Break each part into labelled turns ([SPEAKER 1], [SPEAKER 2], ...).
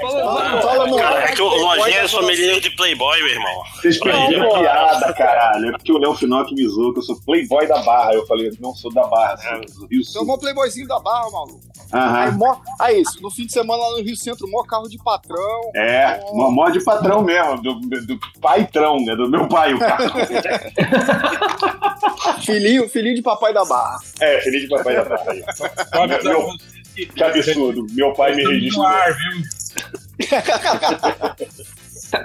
[SPEAKER 1] Fala, fala no
[SPEAKER 2] Cara,
[SPEAKER 1] ar.
[SPEAKER 2] é que o Lojinha é sommelier de Playboy, meu irmão.
[SPEAKER 3] Vocês perderam a piada, caralho. É porque o Léo Finock me zoou que eu sou playboy da Barra. Eu falei, não sou da Barra, sou do Rio
[SPEAKER 1] Sou
[SPEAKER 3] Sul.
[SPEAKER 1] mó um playboyzinho da barra, maluco. Aí,
[SPEAKER 3] Aham.
[SPEAKER 1] mó, aí, isso, no fim de semana lá no Rio Centro, mó carro de patrão.
[SPEAKER 3] É, mó mó de patrão mesmo, do, do paitrão, né? Do meu pai, o carro.
[SPEAKER 1] Filhinho, filhinho de papai da barra.
[SPEAKER 3] É, feliz de papai da Barra. aí.
[SPEAKER 4] Pode
[SPEAKER 3] Meu- Que absurdo. Meu pai me registrou.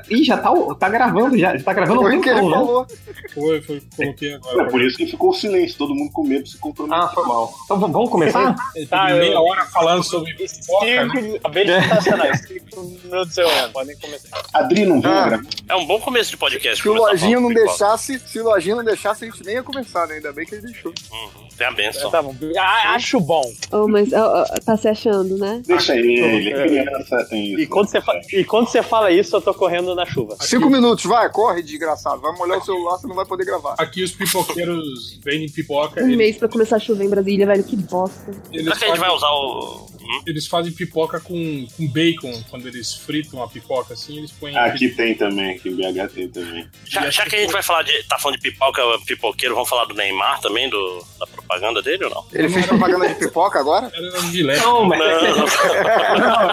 [SPEAKER 5] Ih, já tá, o- tá gravando, já, já tá gravando
[SPEAKER 1] Foi
[SPEAKER 5] o
[SPEAKER 1] o que ele
[SPEAKER 5] não?
[SPEAKER 1] falou.
[SPEAKER 4] Foi, foi, coloquei
[SPEAKER 3] É
[SPEAKER 4] agora.
[SPEAKER 3] por isso que ficou o silêncio, todo mundo com medo de se comprometer.
[SPEAKER 5] Ah, foi mal. Então vamos- vamos começar?
[SPEAKER 4] Tá, meia hora falando sobre pipoca, né?
[SPEAKER 6] Cinco, acabei de contar cenário. tá Cinco minutos eu ando, podem começar.
[SPEAKER 3] Adri não veio
[SPEAKER 1] Ah.
[SPEAKER 4] né?
[SPEAKER 3] gravar.
[SPEAKER 2] É um bom começo de podcast.
[SPEAKER 1] Se o
[SPEAKER 2] começar
[SPEAKER 1] Lojinha
[SPEAKER 2] falando
[SPEAKER 1] não
[SPEAKER 2] de pipoca.
[SPEAKER 1] deixasse, se o Lojinha não deixasse, a gente nem ia começar, né? Ainda bem que ele deixou.
[SPEAKER 2] Uhum, Tem a benção.
[SPEAKER 6] Tá bom. Ah, acho bom.
[SPEAKER 7] Oh, mas ó, ó, tá se achando, né?
[SPEAKER 3] Deixa ele, criança tem isso.
[SPEAKER 6] Tá
[SPEAKER 3] né?
[SPEAKER 6] E quando, você fa- e quando você fala isso, eu tô correndo na chuva.
[SPEAKER 1] Cinco minutos, vai, corre, desgraçado. Vai molhar o celular, você não vai poder gravar.
[SPEAKER 4] Aqui os pipoqueiros vendem pipoca.
[SPEAKER 7] Um
[SPEAKER 4] Eles,
[SPEAKER 7] mês pra começar a chover em Brasília, velho, que bosta.
[SPEAKER 4] eles
[SPEAKER 2] Será que a gente vai
[SPEAKER 4] fazem,
[SPEAKER 2] usar o. Hum?
[SPEAKER 4] eles fazem pipoca com, com bacon. Quando eles fritam a pipoca assim, eles põem.
[SPEAKER 3] Aqui tem também, aqui em BH tem também.
[SPEAKER 2] Já, já que a gente vai falar de. Tá falando de pipoca, pipoqueiro, vamos falar do Neymar também, do, da propaganda dele ou não?
[SPEAKER 1] Ele fez propaganda de pipoca agora?
[SPEAKER 4] Era gilete.
[SPEAKER 5] Não, mas
[SPEAKER 6] é
[SPEAKER 2] Não,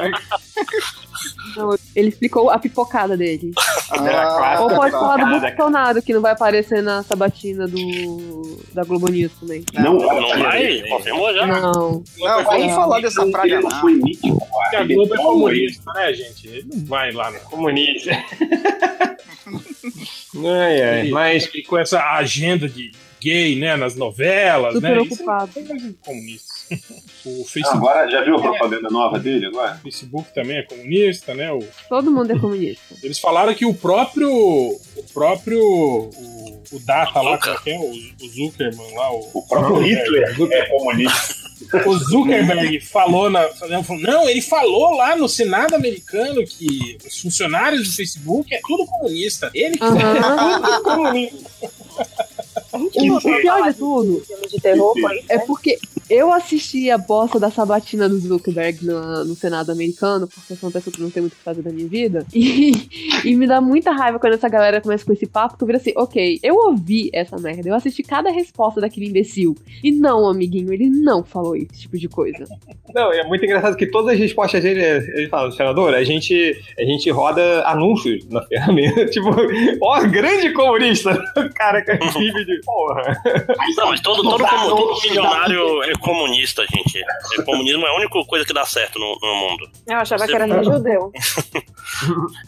[SPEAKER 7] Não, ele explicou a pipocada dele.
[SPEAKER 1] Ah,
[SPEAKER 7] Ou pode
[SPEAKER 1] tá.
[SPEAKER 7] falar do Bolsonaro, que não vai aparecer na sabatina do da Globo News também.
[SPEAKER 3] Não,
[SPEAKER 2] não vai? Confirmou já?
[SPEAKER 7] Não.
[SPEAKER 1] Não, vamos falar dessa praga
[SPEAKER 3] Ele é um não
[SPEAKER 1] lá.
[SPEAKER 3] foi mítico.
[SPEAKER 4] Porque a Globo é
[SPEAKER 3] um
[SPEAKER 4] comunista, né, gente? Ele não vai lá, né?
[SPEAKER 5] comunista. ai, ai,
[SPEAKER 4] E-
[SPEAKER 5] mas
[SPEAKER 4] e com essa agenda de gay, né, nas novelas,
[SPEAKER 7] Super
[SPEAKER 4] né?
[SPEAKER 7] ocupado.
[SPEAKER 4] Isso é coisa de comunista. O Facebook, é-
[SPEAKER 3] Agora, já viu a propaganda nova dele agora?
[SPEAKER 4] Facebook também é comunista, né? O-
[SPEAKER 7] Todo mundo é comunista.
[SPEAKER 4] Eles falaram que o próprio. O próprio. O, o Data lá, como é que é? O, o Zuckerman lá, o.
[SPEAKER 3] O próprio Hitler é comunista.
[SPEAKER 4] O Zuckerberg falou na. falou, Não, ele falou lá no Senado americano que os funcionários do Facebook é tudo comunista. Ele que é
[SPEAKER 7] Aham. O
[SPEAKER 3] Que
[SPEAKER 7] pior de tudo
[SPEAKER 8] filme de terror,
[SPEAKER 3] Que
[SPEAKER 8] foi
[SPEAKER 7] é porque eu assisti a bosta da sabatina do Zuckerberg na- no Senado americano, porque eu sou uma pessoa que não tem muito o que fazer da minha vida. E, e me dá muita raiva quando essa galera começa com esse papo, que eu viro assim, ok, eu ouvi essa merda, eu assisti cada resposta daquele imbecil. E não, amiguinho, ele não falou esse tipo de coisa.
[SPEAKER 5] não, é muito engraçado que todas as respostas dele, ele fala, senador, a gente, a gente roda anúncios na ferramenta. tipo, ó, grande comunista. Cara, que nível de porra.
[SPEAKER 2] Não, mas todo, todo, comu- todo milionário é comunista, gente. É, comunismo é a única coisa que dá certo no, no mundo.
[SPEAKER 8] Eu achava que era nem judeu.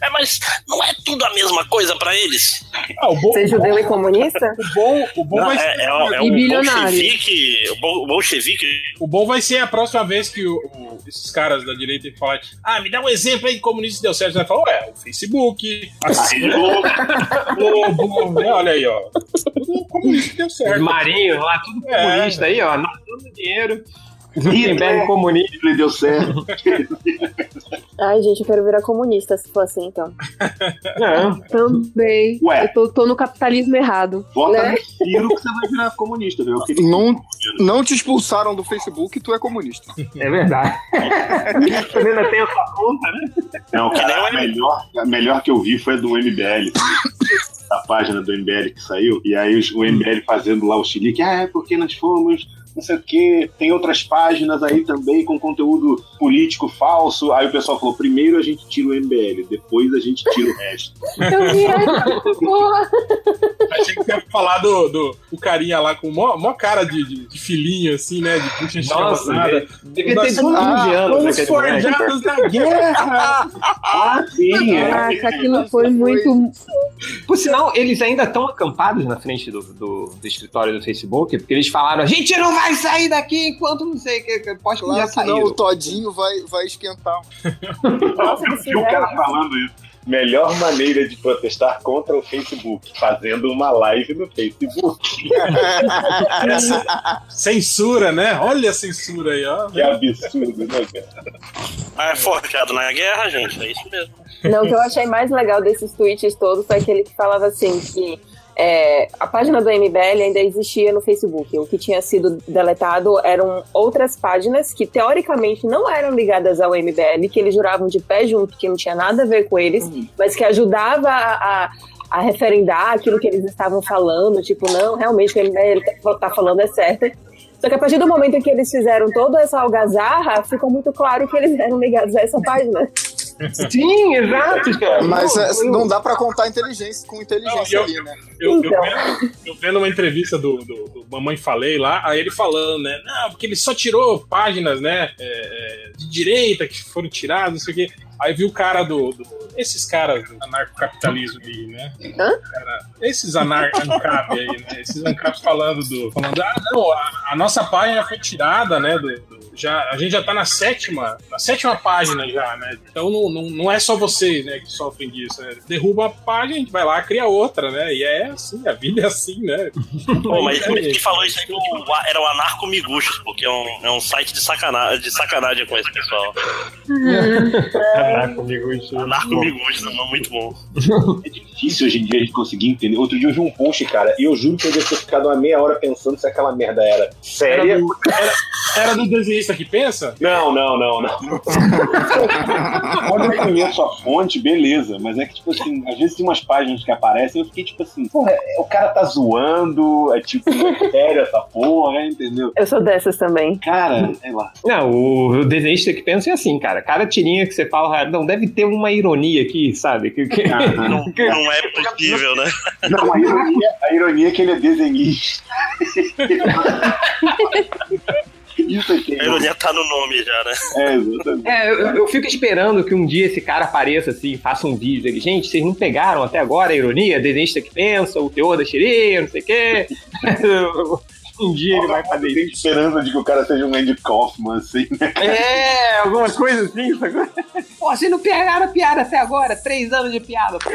[SPEAKER 2] É, mas não é tudo a mesma coisa pra eles?
[SPEAKER 4] Ah, o bom,
[SPEAKER 8] Ser judeu e comunista?
[SPEAKER 4] o bom, o bom
[SPEAKER 2] Não,
[SPEAKER 4] vai
[SPEAKER 2] é,
[SPEAKER 4] ser.
[SPEAKER 2] é, o- é
[SPEAKER 7] E
[SPEAKER 2] o
[SPEAKER 7] bilionário.
[SPEAKER 2] bolchevique. O bol- bolchevique
[SPEAKER 4] O bom vai ser a próxima vez que o- o- esses caras da direita falarem, ah, me dá um exemplo aí de comunista que deu certo. Você vai falar, ué, o Facebook,
[SPEAKER 3] Ah,
[SPEAKER 4] a Globo, né? Olha aí, ó. Tudo comunista que deu
[SPEAKER 5] Os
[SPEAKER 4] certo.
[SPEAKER 5] marinhos lá, tudo
[SPEAKER 4] É.
[SPEAKER 5] comunista aí, ó, nadando dinheiro. Zuckerberg comunista.
[SPEAKER 3] Hitler deu certo.
[SPEAKER 8] Ai, gente, eu quero virar comunista se for assim, então.
[SPEAKER 5] Não,
[SPEAKER 7] Também.
[SPEAKER 3] Ué.
[SPEAKER 7] Eu tô, tô no capitalismo errado.
[SPEAKER 5] Né?
[SPEAKER 3] Vota
[SPEAKER 7] Né?
[SPEAKER 3] no Ciro que você vai virar comunista, viu? Aquele-
[SPEAKER 1] Não, não te expulsaram do Facebook, tu é comunista.
[SPEAKER 5] é verdade. Eu ainda tenho essa conta, né?
[SPEAKER 2] nem
[SPEAKER 3] Não,
[SPEAKER 2] o
[SPEAKER 3] cara, a
[SPEAKER 2] MBL.
[SPEAKER 3] melhor, a melhor que eu vi foi a do MBL. da página do MBL que saiu. E aí os- o MBL fazendo lá o chilique. Ah, é porque nós fomos, não sei o quê. Tem outras páginas aí também com conteúdo político falso. Aí o pessoal falou, primeiro a gente tira o MBL, depois a gente tira o resto.
[SPEAKER 7] Eu vi essa porra.
[SPEAKER 4] Achei que você ia falar do, do o carinha lá com mó, mó cara de, de, de filhinho, assim, né? De puxa
[SPEAKER 5] Nossa,
[SPEAKER 4] chamada.
[SPEAKER 5] Devia ter
[SPEAKER 4] Nós-
[SPEAKER 5] 15 anos
[SPEAKER 4] Ah, Os
[SPEAKER 5] aquele é moleque.
[SPEAKER 4] forjados da guerra!
[SPEAKER 3] Ah, sim! é.
[SPEAKER 7] Caraca, aquilo foi muito.
[SPEAKER 5] Por sinal, eles ainda estão acampados na frente do, do, do escritório do Facebook, porque eles falaram: a gente não vai sair daqui enquanto não sei, que, que posso que já
[SPEAKER 1] Claro que não,
[SPEAKER 5] saíram.
[SPEAKER 1] o Todinho vai, vai esquentar.
[SPEAKER 8] Nossa,
[SPEAKER 3] Eu
[SPEAKER 8] eles
[SPEAKER 3] vi o cara
[SPEAKER 8] fizeram.
[SPEAKER 3] falando isso. Melhor maneira de protestar contra o Facebook, fazendo uma live no Facebook.
[SPEAKER 4] Censura, né? Olha a censura aí, ó.
[SPEAKER 3] Que absurdo, né, cara?
[SPEAKER 2] Ah, é forjado na guerra, gente. É isso mesmo.
[SPEAKER 8] Não, o que eu achei mais legal desses tweets todos foi aquele que falava assim que. é, a página do MBL ainda existia no Facebook. O que tinha sido deletado eram outras páginas que teoricamente não eram ligadas ao MBL, que eles juravam de pé junto, que não tinha nada a ver com eles, mas que ajudava a, a- a referendar aquilo que eles estavam falando, tipo, não, realmente o que ele está falando é certo. Só que a partir do momento em que eles fizeram toda essa algazarra, ficou muito claro que eles eram ligados a essa página.
[SPEAKER 5] Sim, exato, cara.
[SPEAKER 1] Mas
[SPEAKER 5] Pô,
[SPEAKER 1] é,
[SPEAKER 5] foi um-
[SPEAKER 1] não dá pra contar inteligência com inteligência
[SPEAKER 4] Não, eu-
[SPEAKER 1] ali, né?
[SPEAKER 4] Eu, eu,
[SPEAKER 8] Então.
[SPEAKER 4] vendo, eu vendo uma entrevista do, do- do Mamãe Falei lá, aí ele falando, né? Não, porque ele só tirou páginas, né? é, é, de direita que foram tiradas, não sei o quê. Aí viu o cara do. do- esses caras do anarcocapitalismo aí, né?
[SPEAKER 8] Hã?
[SPEAKER 4] Cara, esses anar- ANCAP aí, né? Esses ANCAP falando do. Falando, ah, não, a, a nossa página foi tirada, né? do- do- já, a gente já tá na sétima, na sétima página já, né? Então não, não, não é só vocês, né, que sofrem disso, né? Derruba a página, a gente vai lá, cria outra, né? E é assim, a vida é assim, né?
[SPEAKER 2] Pô, mas quem falou isso aí foi o- era o Anarco Miguxos, porque é um, é um site de sacanagem, de sacanagem com esse pessoal.
[SPEAKER 5] Uhum. Caraca, comigo isso.
[SPEAKER 2] Anarco Miguxos, é um nome muito bom.
[SPEAKER 3] É difícil hoje em dia a gente conseguir entender. Outro dia eu vi um post, cara, e eu juro que eu devo ter ficado uma meia hora pensando se aquela merda era séria.
[SPEAKER 4] Era do desenhista que pensa?
[SPEAKER 3] Não, não, não, não. Quando eu conheço a fonte, beleza. Mas é que, tipo assim, às vezes tem umas páginas que aparecem e eu fiquei tipo assim, porra, é- o cara tá zoando, é tipo, é sério essa porra, entendeu?
[SPEAKER 8] Eu sou dessas também.
[SPEAKER 3] Cara, sei lá.
[SPEAKER 5] Não, o, o desenhista que pensa é assim, cara. Cada tirinha que você fala, ah, não, deve ter uma ironia aqui, sabe? Que, que-
[SPEAKER 2] Não, não é possível, né?
[SPEAKER 3] Não, a ironia, a ironia é que ele é desenhista. Isso aqui
[SPEAKER 2] A ironia tá no nome já, né?
[SPEAKER 3] é, exatamente.
[SPEAKER 5] É, eu, eu fico esperando que um dia esse cara apareça assim, faça um vídeo. Ele, gente, vocês não pegaram até agora a ironia, desenhista que pensa, o teor da tirinha, não sei o quê. um dia ele vai fazer
[SPEAKER 3] Tem
[SPEAKER 5] isso.
[SPEAKER 3] esperança de que o cara seja um Andy Kaufman, assim, né?
[SPEAKER 5] É, alguma coisa assim. sacou? Pô, vocês não pegaram a piada até agora, três anos de piada. pô.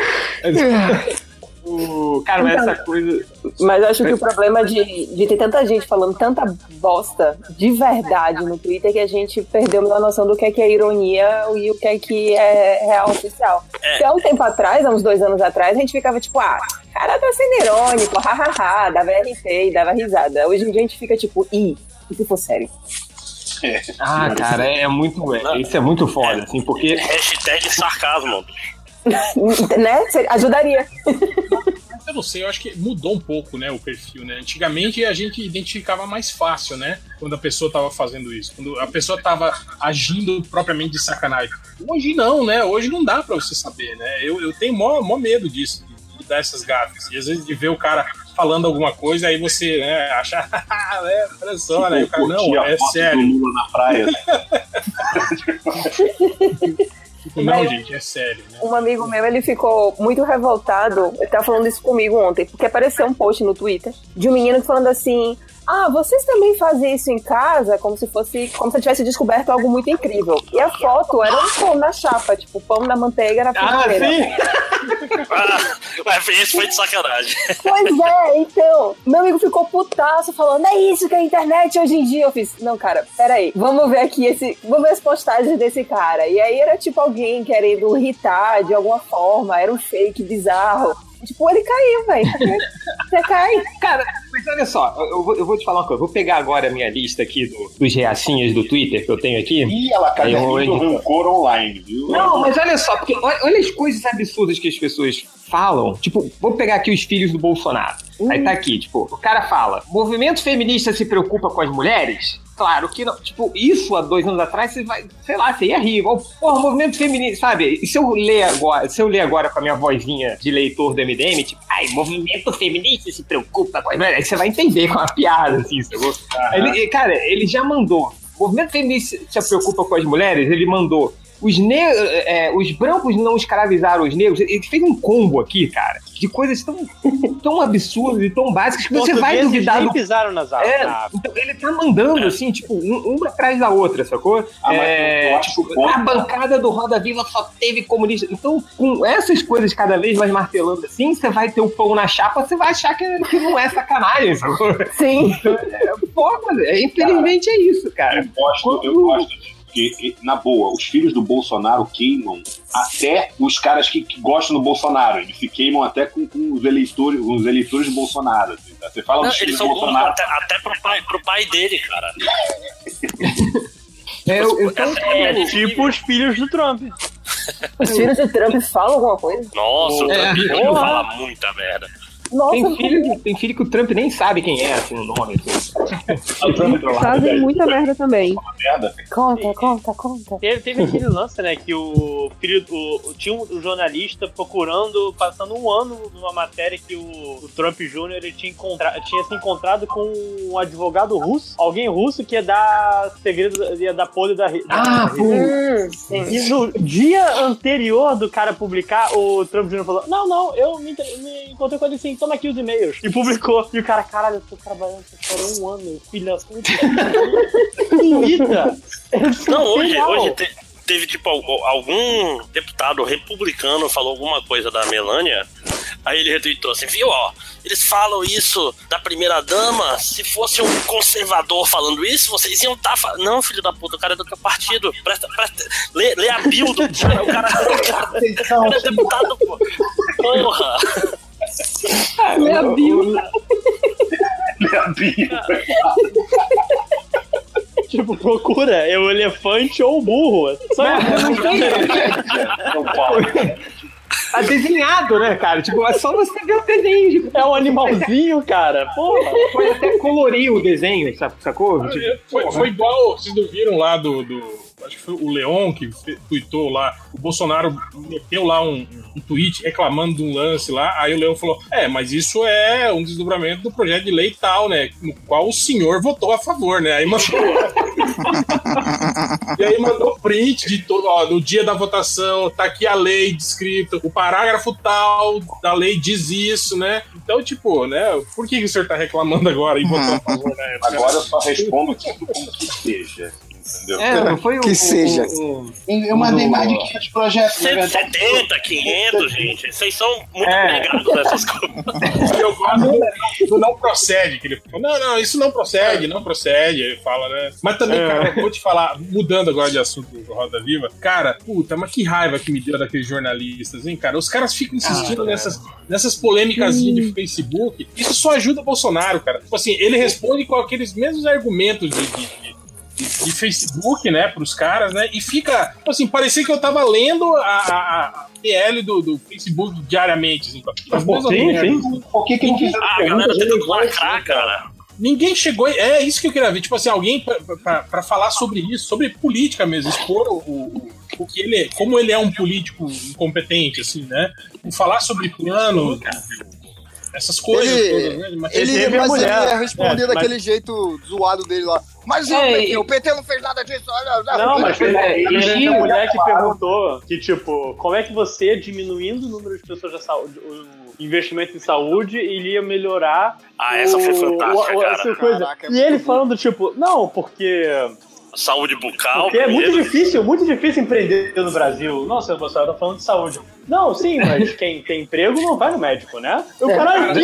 [SPEAKER 5] O- Cara, mas essa coisa.
[SPEAKER 8] Mas eu acho que o problema de, de ter tanta gente falando tanta bosta de verdade no Twitter é que a gente perdeu a noção do que é que é ironia e o que é que é real oficial. Porque há um tempo atrás, há uns dois anos atrás, a gente ficava tipo, ah, cara tá sendo irônico, hahaha, dava RT e dava risada. Hoje em dia a gente fica tipo, ih, e se for sério?
[SPEAKER 5] Ah, cara, é muito. é- isso é muito foda, assim, porque
[SPEAKER 2] É, Hashtag sarcasmo.
[SPEAKER 8] né? Cê- Ajudaria.
[SPEAKER 4] Mas Eu não sei, eu acho que mudou um pouco, né, o perfil, né? Antigamente a gente identificava mais fácil, né, quando a pessoa tava fazendo isso, quando a pessoa tava agindo propriamente de sacanagem. Hoje não, né? Hoje não dá pra você saber, né? Eu, eu tenho mó, mó medo disso, de, de dar essas gafas. E às vezes de ver o cara falando alguma coisa, aí você, né, acha,
[SPEAKER 5] Ah, é,
[SPEAKER 4] né, olha só, né? E o cara,
[SPEAKER 3] Curtir
[SPEAKER 4] não,
[SPEAKER 3] a
[SPEAKER 4] é
[SPEAKER 3] foto
[SPEAKER 4] sério.
[SPEAKER 3] do Lula na praia.
[SPEAKER 4] Tipo, não, gente, é sério, né?
[SPEAKER 8] Um amigo meu, ele ficou muito revoltado. Ele tava falando isso comigo ontem, porque apareceu um post no Twitter de um menino falando assim: Ah, vocês também fazem isso em casa? Como se fosse, como se eu tivesse descoberto algo muito incrível. E a foto era um pão na chapa, tipo, pão na manteiga na
[SPEAKER 5] Ah,
[SPEAKER 8] frigideira.
[SPEAKER 5] sim!
[SPEAKER 2] Ah, mas esse foi de sacanagem.
[SPEAKER 8] Pois é, então. Meu amigo ficou putaço falando, é isso que é a internet hoje em dia. Eu fiz, não, cara, peraí. Vamos ver aqui esse. Vamos ver as postagens desse cara. E aí era tipo alguém querendo irritar de alguma forma, era um fake bizarro. Tipo, ele caiu, velho. Você cai.
[SPEAKER 5] Cara, mas olha só, eu- eu vou, eu vou te falar uma coisa. Vou pegar agora a minha lista aqui do- dos reacinhas do Twitter que eu tenho aqui.
[SPEAKER 3] Ih, ela caiu
[SPEAKER 5] Aí eu-
[SPEAKER 3] do rancor online, viu?
[SPEAKER 5] Não, mas olha só, porque olha, olha as coisas absurdas que as pessoas falam. Tipo, vou pegar aqui os filhos do Bolsonaro. Aí tá aqui, tipo, o cara fala: movimento feminista se preocupa com as mulheres? Claro que não. Tipo, isso há dois anos atrás, você vai, sei lá, você ia rir. Ou, porra, movimento feminista, sabe? E se eu ler agora, se eu ler agora com a minha vozinha de leitor do MDM, tipo, ai, movimento feminista se preocupa com as mulheres. Aí você vai entender com uma piada, assim, sacou? Ele- cara, ele já mandou. Movimento feminista se preocupa com as mulheres, ele mandou. Os, ne eh, eh, os brancos não escravizaram os negros. Ele fez um combo aqui, cara, de coisas tão, tão absurdas e tão básicas que você vai
[SPEAKER 6] Portugueses
[SPEAKER 5] duvidar
[SPEAKER 6] nem
[SPEAKER 5] do.
[SPEAKER 6] pisaram nas aulas.
[SPEAKER 5] É,
[SPEAKER 6] na-
[SPEAKER 5] então ele tá mandando, assim, tipo, um- uma atrás da outra, sacou?
[SPEAKER 3] Ah, mas
[SPEAKER 5] É,
[SPEAKER 3] eu acho
[SPEAKER 5] tipo,
[SPEAKER 3] bom.
[SPEAKER 5] a bancada do Roda Viva só teve comunista. Então, com essas coisas cada vez mais martelando assim, você vai ter o pão na chapa, você vai achar que, que não é sacanagem, sacou? Então,
[SPEAKER 8] Sim.
[SPEAKER 5] Pô, mas é, infelizmente é isso, cara.
[SPEAKER 3] Eu gosto, eu gosto de Porque, e, na boa, os filhos do Bolsonaro queimam até os caras que, que gostam do Bolsonaro. Eles se queimam até com, com os, eleitores, com os eleitores do Bolsonaro. assim, tá? Você fala
[SPEAKER 2] Não,
[SPEAKER 3] dos
[SPEAKER 2] eles
[SPEAKER 3] filhos do
[SPEAKER 2] são gordos
[SPEAKER 3] Bolsonaro.
[SPEAKER 2] até, até pro, pai, pro pai dele, cara. Tipo,
[SPEAKER 9] um
[SPEAKER 5] É, eu, eu tô-
[SPEAKER 2] É,
[SPEAKER 9] Tipo os filhos do Trump.
[SPEAKER 8] Os filhos do Trump falam alguma coisa?
[SPEAKER 2] Nossa, o
[SPEAKER 5] É.
[SPEAKER 2] Trump
[SPEAKER 5] Porra.
[SPEAKER 2] fala muita merda.
[SPEAKER 5] tem,
[SPEAKER 8] Nossa,
[SPEAKER 5] filho, tem filho que o Trump nem sabe quem é, assim, o nome. assim.
[SPEAKER 3] O Trump entrou lá,
[SPEAKER 7] Fazem
[SPEAKER 3] velho.
[SPEAKER 7] muita merda também.
[SPEAKER 3] Merda.
[SPEAKER 8] conta, conta, conta.
[SPEAKER 9] Teve, teve aquele lance, né, que o filho o, tinha um jornalista procurando, passando um ano numa matéria que o, o Trump Jr. ele tinha, encontra, tinha se encontrado com um advogado russo, alguém russo que ia dar segredo, ia dar podre da, da
[SPEAKER 5] Ah, pô.
[SPEAKER 8] Hum, sim.
[SPEAKER 9] e no dia anterior do cara publicar, o Trump Jr. falou: Não, não, eu me, entre- me encontrei com ele assim, toma aqui os e-mails. E publicou. E o cara, caralho, eu tô trabalhando por um ano, filha da puta. Vida.
[SPEAKER 2] Não, hoje,
[SPEAKER 9] Legal.
[SPEAKER 2] hoje te- teve tipo al- algum deputado republicano falou alguma coisa da Melania. Aí ele retweetou assim, viu, ó, eles falam isso da primeira dama, se fosse um conservador falando isso, vocês iam estar falando. Não, filho da puta, o cara é do teu partido. Presta, presta, lê, lê é a bio do cara, o cara, o cara, o cara é deputado, pô. Porra!
[SPEAKER 5] É
[SPEAKER 7] Lê a bio.
[SPEAKER 3] É
[SPEAKER 9] Tipo, procura, é o elefante ou o burro. Só é um
[SPEAKER 5] Não tem- Tá desenhado, né, cara? Tipo, é só você ver o desenho. Tipo,
[SPEAKER 9] é um animalzinho, cara. Porra.
[SPEAKER 5] foi até colorir o desenho, sa- sacou? Tipo,
[SPEAKER 4] Foi, foi igual, vocês não viram lá do. do- acho que foi o Leon que fe- tweetou lá. O Bolsonaro meteu lá um, um tweet reclamando de um lance lá. Aí o Leon falou: É, mas isso é um desdobramento do projeto de lei tal, né? No qual o senhor votou a favor, né? Aí mandou. e aí mandou print de todo. Ó, no dia da votação, tá aqui a lei descrita, o parágrafo tal da lei diz isso, né? Então, tipo, né? Por que, que o senhor tá reclamando agora e
[SPEAKER 1] Hum.
[SPEAKER 4] votou a favor, né?
[SPEAKER 3] Agora eu só respondo tudo com o que seja. Entendeu?
[SPEAKER 5] é, não foi o-
[SPEAKER 1] Que
[SPEAKER 5] o-
[SPEAKER 1] seja.
[SPEAKER 5] o- o-
[SPEAKER 3] Eu mandei mais de 500 projetos,
[SPEAKER 1] né,
[SPEAKER 3] na verdade.
[SPEAKER 2] 170, 500, gente. Vocês são muito
[SPEAKER 5] É.
[SPEAKER 2] pegados nessas coisas.
[SPEAKER 4] Eu gosto do- do não procede, que ele fala, não, não, isso não procede, não procede, ele fala, né? Mas também,
[SPEAKER 5] É.
[SPEAKER 1] É.
[SPEAKER 4] cara, eu vou te falar, mudando agora de assunto do Roda Viva, cara, puta, mas que raiva que me deu daqueles jornalistas, hein, cara? Os caras ficam
[SPEAKER 5] Ah,
[SPEAKER 4] insistindo nessas, nessas polêmicas de Facebook, isso só ajuda o Bolsonaro, cara. Tipo assim, ele responde com aqueles mesmos argumentos de- de- de de de Facebook, né, pros caras, né, e fica, tipo assim, parecia que eu tava lendo a, a, a PL do, do Facebook diariamente, assim, as
[SPEAKER 5] Bom,
[SPEAKER 4] mesmas
[SPEAKER 5] sim,
[SPEAKER 4] merdas.
[SPEAKER 3] Por que, que não fizeram
[SPEAKER 2] Ah, a galera tentando lacrar, cara.
[SPEAKER 4] Ninguém chegou. É isso que eu queria ver. Tipo assim, alguém pra- pra pra falar sobre isso, sobre política mesmo, expor o, o, o que ele é, como ele é um político incompetente, assim, né? Falar sobre plano, essas coisas
[SPEAKER 1] Ele-
[SPEAKER 4] todas, né? Mas-
[SPEAKER 1] Ele,
[SPEAKER 9] teve a
[SPEAKER 1] mas ele
[SPEAKER 9] é mulher.
[SPEAKER 1] ia responder
[SPEAKER 9] É, mas-
[SPEAKER 1] daquele jeito zoado dele lá. Mas o,
[SPEAKER 5] É,
[SPEAKER 1] PT,
[SPEAKER 5] e-
[SPEAKER 1] o PT não fez nada disso. olha, olha,
[SPEAKER 9] Não,
[SPEAKER 1] olha.
[SPEAKER 9] mas foi
[SPEAKER 5] É,
[SPEAKER 9] foi
[SPEAKER 5] e-
[SPEAKER 9] a mulher que perguntou que, tipo, como é que você, diminuindo o número de pessoas da saúde, o investimento em saúde, iria melhorar
[SPEAKER 2] Ah, essa foi
[SPEAKER 9] o-
[SPEAKER 2] fantástica,
[SPEAKER 9] o- o-
[SPEAKER 2] cara.
[SPEAKER 9] essa coisa.
[SPEAKER 1] Caraca, é
[SPEAKER 9] e
[SPEAKER 1] muito
[SPEAKER 9] ele
[SPEAKER 1] bom.
[SPEAKER 9] falando, tipo, não, porque,
[SPEAKER 2] Saúde bucal.
[SPEAKER 9] porque é muito
[SPEAKER 2] beleza.
[SPEAKER 9] difícil, muito difícil empreender no Brasil. Não, senhor Bolsonaro, tá falando de saúde. Não, sim, mas quem tem emprego não vai no médico, né? Eu,
[SPEAKER 1] É,
[SPEAKER 9] caralho,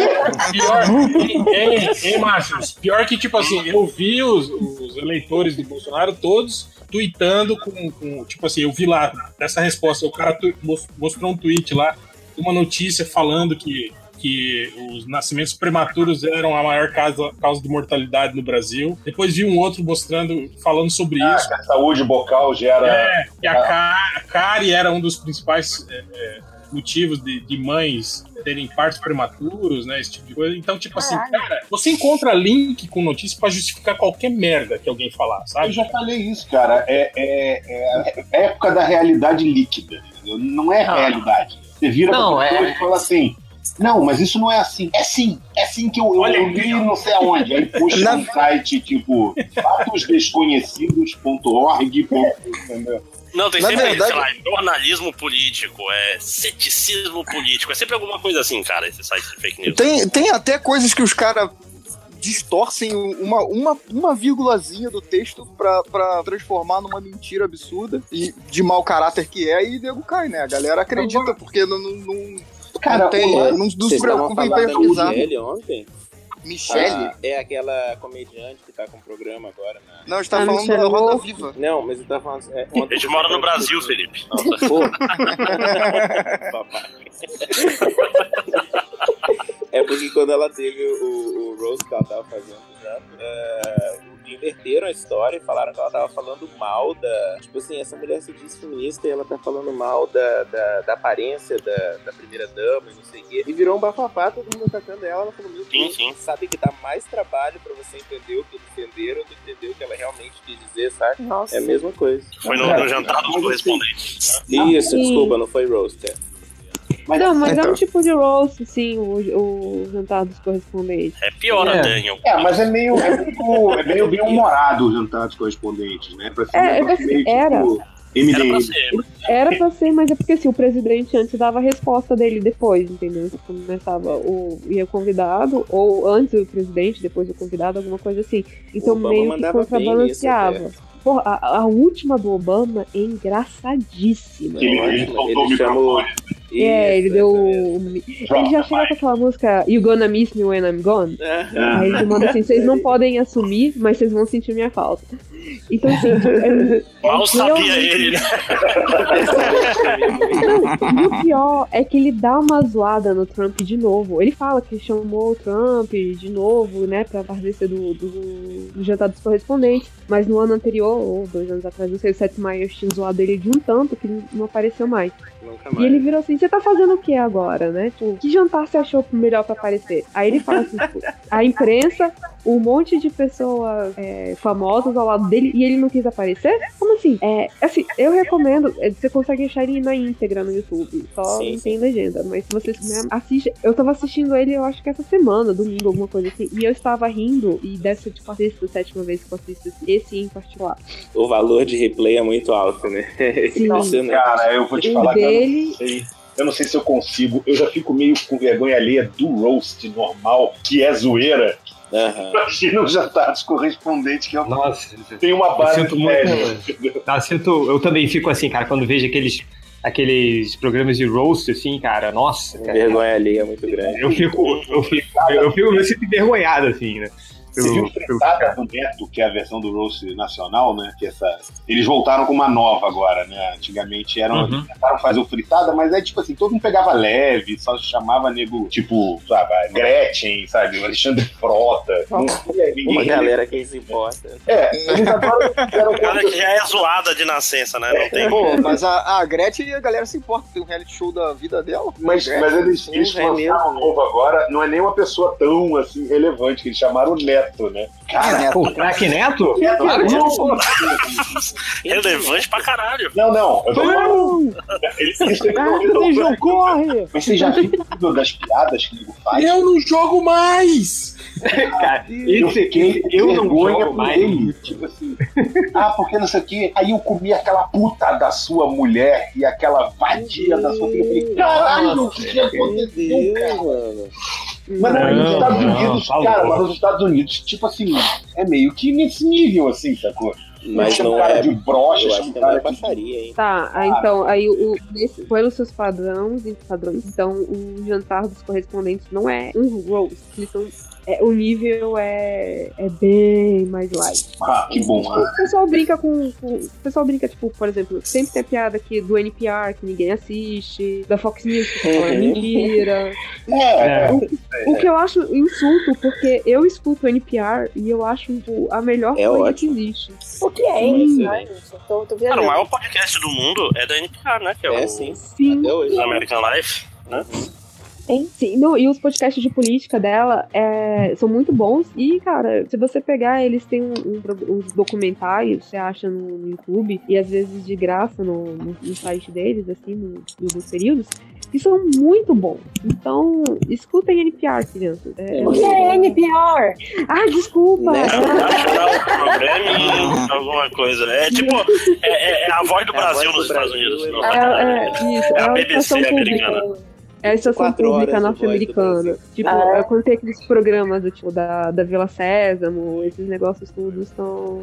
[SPEAKER 4] Pior, hein, hein, hein, machos? Pior que, tipo assim, eu vi os, os eleitores do Bolsonaro todos tweetando com, com- Tipo assim, eu vi lá essa resposta. O cara tu- mos- mostrou um tweet lá, uma notícia falando que, que os nascimentos prematuros eram a maior causa, causa de mortalidade no Brasil. Depois vi um outro mostrando, falando sobre isso.
[SPEAKER 3] Ah, A saúde bocal gera.
[SPEAKER 4] É, que a, ca- a cárie era um dos principais é, é, motivos de, de mães terem partos prematuros, né? Esse tipo de coisa. Então, tipo assim, cara, você encontra link com notícia pra justificar qualquer merda que alguém falar,
[SPEAKER 3] Eu
[SPEAKER 4] sabe?
[SPEAKER 3] já falei isso, cara. É, é- é a época da realidade líquida. entendeu? Não é realidade. Você vira
[SPEAKER 5] Não,
[SPEAKER 3] pra pessoa
[SPEAKER 5] é-
[SPEAKER 3] e fala assim. Não, mas isso não é assim. É sim, é sim que eu, eu,
[SPEAKER 4] Olha
[SPEAKER 3] eu li não sei aonde. Aí puxa
[SPEAKER 1] Na-
[SPEAKER 3] um site tipo fatosdesconhecidos.org. entendeu?
[SPEAKER 2] Não, tem
[SPEAKER 1] É. Na
[SPEAKER 2] sempre,
[SPEAKER 1] verdade-
[SPEAKER 2] sei lá, é jornalismo político, é ceticismo político, é sempre alguma coisa assim, cara, esse site de fake news.
[SPEAKER 1] Tem, tem até coisas que os caras distorcem uma, uma, uma vírgulazinha do texto pra, pra transformar numa mentira absurda e de mau caráter que é, e nego cai, né? A galera acredita, porque não, não, não-
[SPEAKER 3] Cara,
[SPEAKER 1] não, tem,
[SPEAKER 3] o lance-
[SPEAKER 1] não, não se
[SPEAKER 10] Vocês estavam
[SPEAKER 1] preocupa em
[SPEAKER 10] falando da
[SPEAKER 1] pesquisar.
[SPEAKER 10] MBL ontem?
[SPEAKER 1] Michele?
[SPEAKER 10] Ah, é aquela comediante que tá com o programa agora. Na...
[SPEAKER 1] Não, a gente tá
[SPEAKER 7] Ah,
[SPEAKER 1] falando
[SPEAKER 7] Michele
[SPEAKER 1] da Roda
[SPEAKER 7] Wolff.
[SPEAKER 1] Viva.
[SPEAKER 10] Não, mas ele tá falando. É,
[SPEAKER 2] A gente mora no Brasil, Felipe.
[SPEAKER 10] Pô. Babaca. É porque quando ela teve o, o Rose que ela tava fazendo já, é, inverteram a história e falaram que ela tava falando mal da. Tipo assim, essa mulher se diz feminista e ela tá falando mal da, da, da aparência da, da primeira dama e não sei o quê. E virou um bafafá, todo mundo atacando ela. Ela falou, meu Deus,
[SPEAKER 2] sim.
[SPEAKER 10] sabe que dá mais trabalho pra você entender o que eles entenderam do que entender o que ela realmente quis dizer, sabe?
[SPEAKER 8] Nossa.
[SPEAKER 10] É a mesma coisa. assim,
[SPEAKER 2] Foi no, no jantar né? dos correspondentes.
[SPEAKER 8] Ah,
[SPEAKER 10] Isso,
[SPEAKER 7] Sim.
[SPEAKER 10] desculpa, não foi roaster.
[SPEAKER 7] Não, mas é
[SPEAKER 1] Então.
[SPEAKER 7] um tipo de roast, sim, o, o jantar dos correspondentes.
[SPEAKER 2] É pior
[SPEAKER 5] É.
[SPEAKER 2] até em algum
[SPEAKER 3] É, mas é meio, é meio, é meio bem-humorado o jantar dos correspondentes, né? Pra ser
[SPEAKER 7] É,
[SPEAKER 3] um negócio
[SPEAKER 7] eu pensei-
[SPEAKER 3] meio, tipo,
[SPEAKER 2] Era
[SPEAKER 7] era.
[SPEAKER 2] pra
[SPEAKER 3] MDM.
[SPEAKER 2] ser.
[SPEAKER 7] Era pra ser, mas é porque assim, o presidente antes dava a resposta dele depois, entendeu? Tipo, Começava o ia o convidado, ou antes o presidente, depois o convidado, alguma coisa assim. Então
[SPEAKER 10] Obama
[SPEAKER 7] meio que
[SPEAKER 10] mandava bem nisso até.
[SPEAKER 7] contrabalanceava. Porra, a, a última do Obama é engraçadíssima.
[SPEAKER 3] Ele- ele soltou o
[SPEAKER 10] chamou-
[SPEAKER 7] É, ele
[SPEAKER 10] Isso,
[SPEAKER 7] deu.
[SPEAKER 10] isso mesmo.
[SPEAKER 7] o- Ele já chega com aquela música You Gonna Miss Me When I'm Gone.
[SPEAKER 10] É.
[SPEAKER 3] É.
[SPEAKER 7] Aí ele manda assim: vocês não podem assumir, mas vocês vão sentir minha falta. Então, assim, é- é
[SPEAKER 2] Mal sabia
[SPEAKER 7] realmente-
[SPEAKER 2] ele, né?
[SPEAKER 7] E o pior é que ele dá uma zoada no Trump de novo. Ele fala que chamou o Trump de novo, né, pra aparecer do, do, do jantar dos correspondentes. Mas no ano anterior, ou dois anos atrás, não sei, o Seth Meyers tinha zoado ele de um tanto que ele não apareceu mais.
[SPEAKER 10] Nunca
[SPEAKER 7] E
[SPEAKER 10] mais.
[SPEAKER 7] ele virou assim, você tá fazendo o que agora, né? Tipo, que jantar você achou melhor pra aparecer? Aí ele fala assim, tipo, a imprensa, um monte de pessoas é, famosas ao lado dele e ele não quis aparecer? Como assim? É, assim, eu recomendo, é, você consegue achar ele na íntegra no YouTube, só
[SPEAKER 10] Sim,
[SPEAKER 7] não tem legenda, mas se você né, assiste, eu tava assistindo ele, eu acho que essa semana, domingo, alguma coisa assim, e eu estava rindo, e dessa, tipo, assisto, sétima vez que eu assisto esse- esse em particular.
[SPEAKER 10] O valor de replay é muito alto, né?
[SPEAKER 7] Sim.
[SPEAKER 10] Impressionante.
[SPEAKER 3] Cara, eu vou te
[SPEAKER 7] O
[SPEAKER 3] falar que eu
[SPEAKER 7] dele...
[SPEAKER 3] não sei. Eu não sei se eu consigo. Eu já fico meio com vergonha alheia do roast normal, que é zoeira.
[SPEAKER 10] Aham.
[SPEAKER 3] Imagina o jantar dos correspondentes, que é um-
[SPEAKER 5] Nossa,
[SPEAKER 3] tem uma
[SPEAKER 5] eu
[SPEAKER 3] base
[SPEAKER 5] sinto
[SPEAKER 3] séria.
[SPEAKER 5] muito. Tá, Eu, sinto, eu também fico assim, cara, quando vejo aqueles, aqueles programas de roast, assim, cara, nossa, cara.
[SPEAKER 10] Vergonha ali é muito grande.
[SPEAKER 5] Eu fico, eu fico, eu fico, eu sinto envergonhado, assim, né?
[SPEAKER 3] Você viu
[SPEAKER 5] Eu,
[SPEAKER 3] o Fritada do Neto, que é a versão do roast nacional, né? Que essa... Eles voltaram com uma nova agora, né? Antigamente eram,
[SPEAKER 4] Uhum.
[SPEAKER 3] tentaram fazer o fritada, mas é tipo assim, todo mundo pegava leve, só chamava nego, tipo, sabe, a Gretchen, sabe, o Alexandre Frota. Não tinha
[SPEAKER 10] Uma
[SPEAKER 3] ninguém. né?
[SPEAKER 10] galera que se importa.
[SPEAKER 3] É, eles agora fizeram
[SPEAKER 2] O cara que já é zoada de nascença, né?
[SPEAKER 3] É,
[SPEAKER 2] Não tem.
[SPEAKER 1] Pô, mas a, a Gretchen, a galera se importa, tem um reality show da vida dela. um
[SPEAKER 3] Mas, mas eles,
[SPEAKER 10] É, Sim,
[SPEAKER 3] eles
[SPEAKER 10] vai mesmo,
[SPEAKER 3] lançaram um
[SPEAKER 10] né?
[SPEAKER 3] novo agora, não é nem uma pessoa tão assim relevante, que eles chamaram o Neto, né? Cara,
[SPEAKER 5] Pô, o craque Neto?
[SPEAKER 3] Neto, não,
[SPEAKER 2] Relevante pra caralho.
[SPEAKER 3] não, não, eu tô falando. Eles, eles têm que resolver.
[SPEAKER 9] corre!
[SPEAKER 3] mas vocês já viram das piadas que o nego faz?
[SPEAKER 4] Eu não jogo mais!
[SPEAKER 5] Cara,
[SPEAKER 3] eu
[SPEAKER 5] esse,
[SPEAKER 3] fiquei
[SPEAKER 5] eu
[SPEAKER 3] eu
[SPEAKER 5] não
[SPEAKER 3] vergonha
[SPEAKER 5] jogo
[SPEAKER 3] por
[SPEAKER 5] mais.
[SPEAKER 3] ele. Tipo assim, ah, porque não sei o quê. Aí eu comi aquela puta da sua mulher e aquela vadia da sua filha. Eu falei, caralho, o que que aconteceu, cara?
[SPEAKER 10] mano.
[SPEAKER 3] Mas não, nos
[SPEAKER 5] Não,
[SPEAKER 3] Estados
[SPEAKER 5] não,
[SPEAKER 3] Unidos,
[SPEAKER 5] tá
[SPEAKER 3] cara,
[SPEAKER 5] louco.
[SPEAKER 3] mas nos Estados Unidos, tipo assim, é meio que nesse nível, assim, sacou?
[SPEAKER 10] Mas
[SPEAKER 3] chama o
[SPEAKER 10] não
[SPEAKER 3] um cara
[SPEAKER 10] é.
[SPEAKER 3] de brocha,
[SPEAKER 10] Eu
[SPEAKER 3] chama
[SPEAKER 10] acho
[SPEAKER 3] o
[SPEAKER 10] que não é
[SPEAKER 3] cara de...
[SPEAKER 10] baixaria, hein?
[SPEAKER 7] Tá, ah, então, aí o, nesse- pelos seus padrões e padrões, então o jantar dos correspondentes não é um roast, eles são. é, o nível é, é bem mais light.
[SPEAKER 3] Ah, que bom,
[SPEAKER 7] Tipo, o pessoal brinca com, com- O pessoal brinca, tipo, por exemplo, sempre tem a piada aqui do NPR que ninguém assiste, da Fox News que fala
[SPEAKER 10] Uhum.
[SPEAKER 7] mentira.
[SPEAKER 3] É,
[SPEAKER 5] É.
[SPEAKER 7] O que eu acho insulto, porque eu escuto o NPR e eu acho tipo, a melhor
[SPEAKER 10] É
[SPEAKER 7] coisa
[SPEAKER 10] ótimo.
[SPEAKER 7] que existe.
[SPEAKER 8] O que é, hein?
[SPEAKER 10] Sim.
[SPEAKER 8] Ai, gente, eu tô,
[SPEAKER 2] Cara,
[SPEAKER 8] tô viajando.
[SPEAKER 2] o maior podcast do mundo é da NPR, né? Que é,
[SPEAKER 10] É
[SPEAKER 2] o
[SPEAKER 10] sim.
[SPEAKER 7] Sim.
[SPEAKER 10] Até hoje.
[SPEAKER 2] American Life. né?
[SPEAKER 7] Tem, sim. Não, e os podcasts de política dela é, são muito bons. E, cara, se você pegar, eles têm um- um pro- uns documentários, você acha no, no YouTube, e às vezes de graça no, no- no site deles, assim, no, nos períodos, que são muito bons. Então, escutem NPR, crianças. É-
[SPEAKER 8] O que é NPR?
[SPEAKER 7] Ah, desculpa!
[SPEAKER 10] Né?
[SPEAKER 2] National Programming, alguma coisa. É tipo, é, é- é a voz do
[SPEAKER 10] É a voz
[SPEAKER 2] Brasil
[SPEAKER 10] do
[SPEAKER 2] nos Estados
[SPEAKER 10] Brasil,
[SPEAKER 2] Unidos.
[SPEAKER 10] é
[SPEAKER 2] Não,
[SPEAKER 7] É,
[SPEAKER 2] sacanagem.
[SPEAKER 7] é, isso,
[SPEAKER 2] É
[SPEAKER 7] é
[SPEAKER 2] a
[SPEAKER 7] a
[SPEAKER 2] BBC
[SPEAKER 7] estação pública.
[SPEAKER 2] americana.
[SPEAKER 7] É a estação
[SPEAKER 10] Quatro horas
[SPEAKER 7] pública
[SPEAKER 10] de voz do
[SPEAKER 7] norte-americana.
[SPEAKER 10] Brasil.
[SPEAKER 7] Tipo,
[SPEAKER 8] Ah, é?
[SPEAKER 7] eu contei aqueles programas do tipo da, da Vila Sésamo, esses negócios todos estão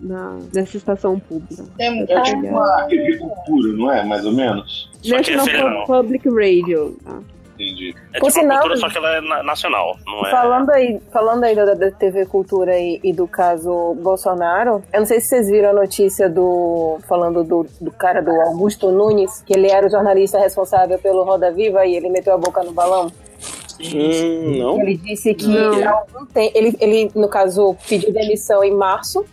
[SPEAKER 7] na, nessa estação pública.
[SPEAKER 8] um
[SPEAKER 2] um
[SPEAKER 3] é tipo uma agricultura, não é? Mais ou menos.
[SPEAKER 2] Só que é
[SPEAKER 7] National
[SPEAKER 2] federal.
[SPEAKER 7] Public Radio. tá?
[SPEAKER 2] Entendi. É
[SPEAKER 8] Por
[SPEAKER 2] tipo
[SPEAKER 8] sinal-
[SPEAKER 2] uma cultura, só que ela é na- nacional, não é?
[SPEAKER 8] Falando aí, falando aí da, da TV Cultura e, e do caso Bolsonaro, eu não sei se vocês viram a notícia do. falando do, do cara do Augusto Nunes, que ele era o jornalista responsável pelo Roda Viva e ele meteu a boca no balão.
[SPEAKER 10] Hum, não.
[SPEAKER 8] Ele disse que
[SPEAKER 10] Não.
[SPEAKER 8] há algum tem- ele, ele, no caso, pediu demissão em março.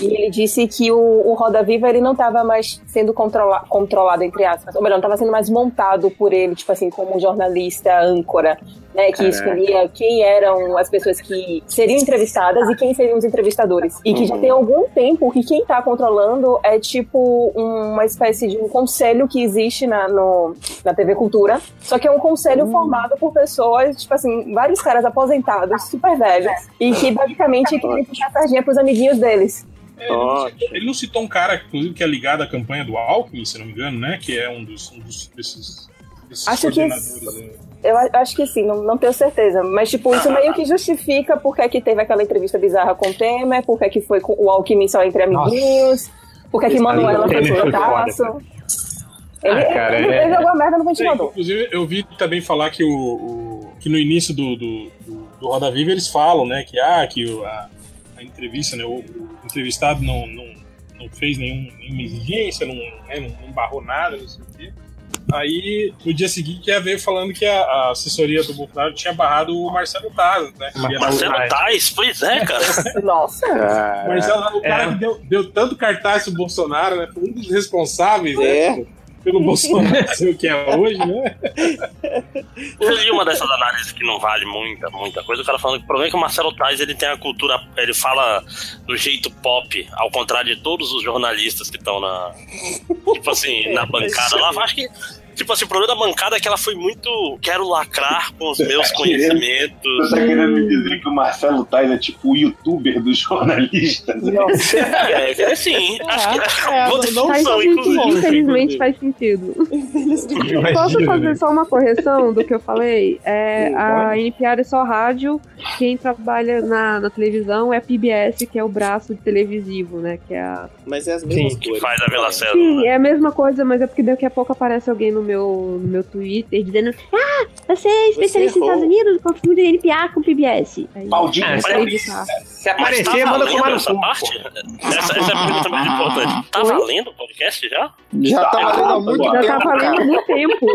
[SPEAKER 8] E ele disse que o, o Roda Viva ele não estava mais sendo controla, controlado, entre aspas. Ou melhor, não estava sendo mais montado por ele, tipo assim, como um jornalista âncora, né? Que
[SPEAKER 10] Caraca.
[SPEAKER 8] escolhia quem eram as pessoas que seriam entrevistadas e quem seriam os entrevistadores. E que já
[SPEAKER 10] Uhum.
[SPEAKER 8] tem um algum tempo que quem tá controlando é tipo uma espécie de um conselho que existe na, no- na TV Cultura. Só que é um conselho
[SPEAKER 4] Hum.
[SPEAKER 8] formado por pessoas, tipo assim, vários caras aposentados, super velhos, e que basicamente querem puxar a sardinha pros amiguinhos deles.
[SPEAKER 4] É, Ele não, citou, ele não citou um cara, inclusive, que é ligado à campanha do Alckmin, se não me engano, né? Que é um dos, um dos desses, desses
[SPEAKER 8] Acho que
[SPEAKER 4] coordenadores. né?
[SPEAKER 8] Eu a- acho que sim, não, não tenho certeza. Mas, tipo, isso meio que justifica porque é que teve aquela entrevista bizarra com o Temer, porque é que foi com o Alckmin só entre amiguinhos, porque é que
[SPEAKER 4] Esse
[SPEAKER 8] Manuela
[SPEAKER 4] amigo
[SPEAKER 8] foi
[SPEAKER 4] Temer foi
[SPEAKER 8] surtaço.
[SPEAKER 4] foda,
[SPEAKER 8] Ele,
[SPEAKER 4] Ah, cara,
[SPEAKER 8] ele,
[SPEAKER 4] é-
[SPEAKER 8] ele jogou a merda no ventilador.
[SPEAKER 4] Inclusive, eu vi também falar que o, o- que no início do, do, do- do Roda Viva eles falam, né, que ah, que o- a, a entrevista, né, o, o entrevistado não, não, não fez nenhum, nenhuma exigência, não, né, não, não barrou nada, não sei o quê. Aí, no dia seguinte, ela veio falando que a, a assessoria do Bolsonaro tinha barrado o Marcelo Taz, né?
[SPEAKER 2] Marcelo Tais, pois é, cara.
[SPEAKER 8] Nossa.
[SPEAKER 3] Ah,
[SPEAKER 4] Marcelo, o
[SPEAKER 9] é.
[SPEAKER 4] cara que deu, deu tanto cartaz pro Bolsonaro, né? Foi um dos responsáveis,
[SPEAKER 10] É.
[SPEAKER 4] né? Pelo Bolsonaro ser o que é hoje, né?
[SPEAKER 2] Eu li uma dessas análises que não vale muita, muita coisa. O cara falando que o problema é que o Marcelo Tais ele tem a cultura, ele fala do jeito pop, ao contrário de todos os jornalistas que estão na. Tipo assim, na bancada lá. Acho que. Tipo assim, o problema da bancada é que ela foi muito. Quero lacrar com os
[SPEAKER 1] Tá
[SPEAKER 2] meus conhecimentos.
[SPEAKER 3] tá Você tá querendo me dizer que o Marcelo Tais é tipo o youtuber dos jornalistas? né?
[SPEAKER 2] É, é, sim, acho que, acho que é uma boa
[SPEAKER 7] Faz
[SPEAKER 2] definição,
[SPEAKER 7] sentido,
[SPEAKER 2] inclusive.
[SPEAKER 7] infelizmente faz sentido. Posso
[SPEAKER 8] né?
[SPEAKER 7] fazer só uma correção do que eu falei? É, a NPR é só rádio, quem trabalha na, na televisão é a PBS, que é o braço televisivo, né? Que é a...
[SPEAKER 10] Mas é as mesmas
[SPEAKER 2] que
[SPEAKER 10] coisas.
[SPEAKER 2] faz a Vila César.
[SPEAKER 7] Sim, é a mesma coisa, mas é porque daqui a pouco aparece alguém no meu, no meu Twitter dizendo Ah, você é especialista nos
[SPEAKER 10] errou.
[SPEAKER 7] Estados Unidos, confunde NPR com PBS. Aí,
[SPEAKER 3] Maldito.
[SPEAKER 7] eu parei de usar.
[SPEAKER 5] Se aparecer,
[SPEAKER 2] Mas tá
[SPEAKER 5] manda tomar
[SPEAKER 2] valendo
[SPEAKER 5] no
[SPEAKER 2] essa
[SPEAKER 5] cu.
[SPEAKER 2] parte? Essa, essa é a pergunta mais importante. Tá valendo o podcast já?
[SPEAKER 1] Já tá valendo há muito
[SPEAKER 7] Já
[SPEAKER 1] tempo.
[SPEAKER 7] tá valendo há muito tempo.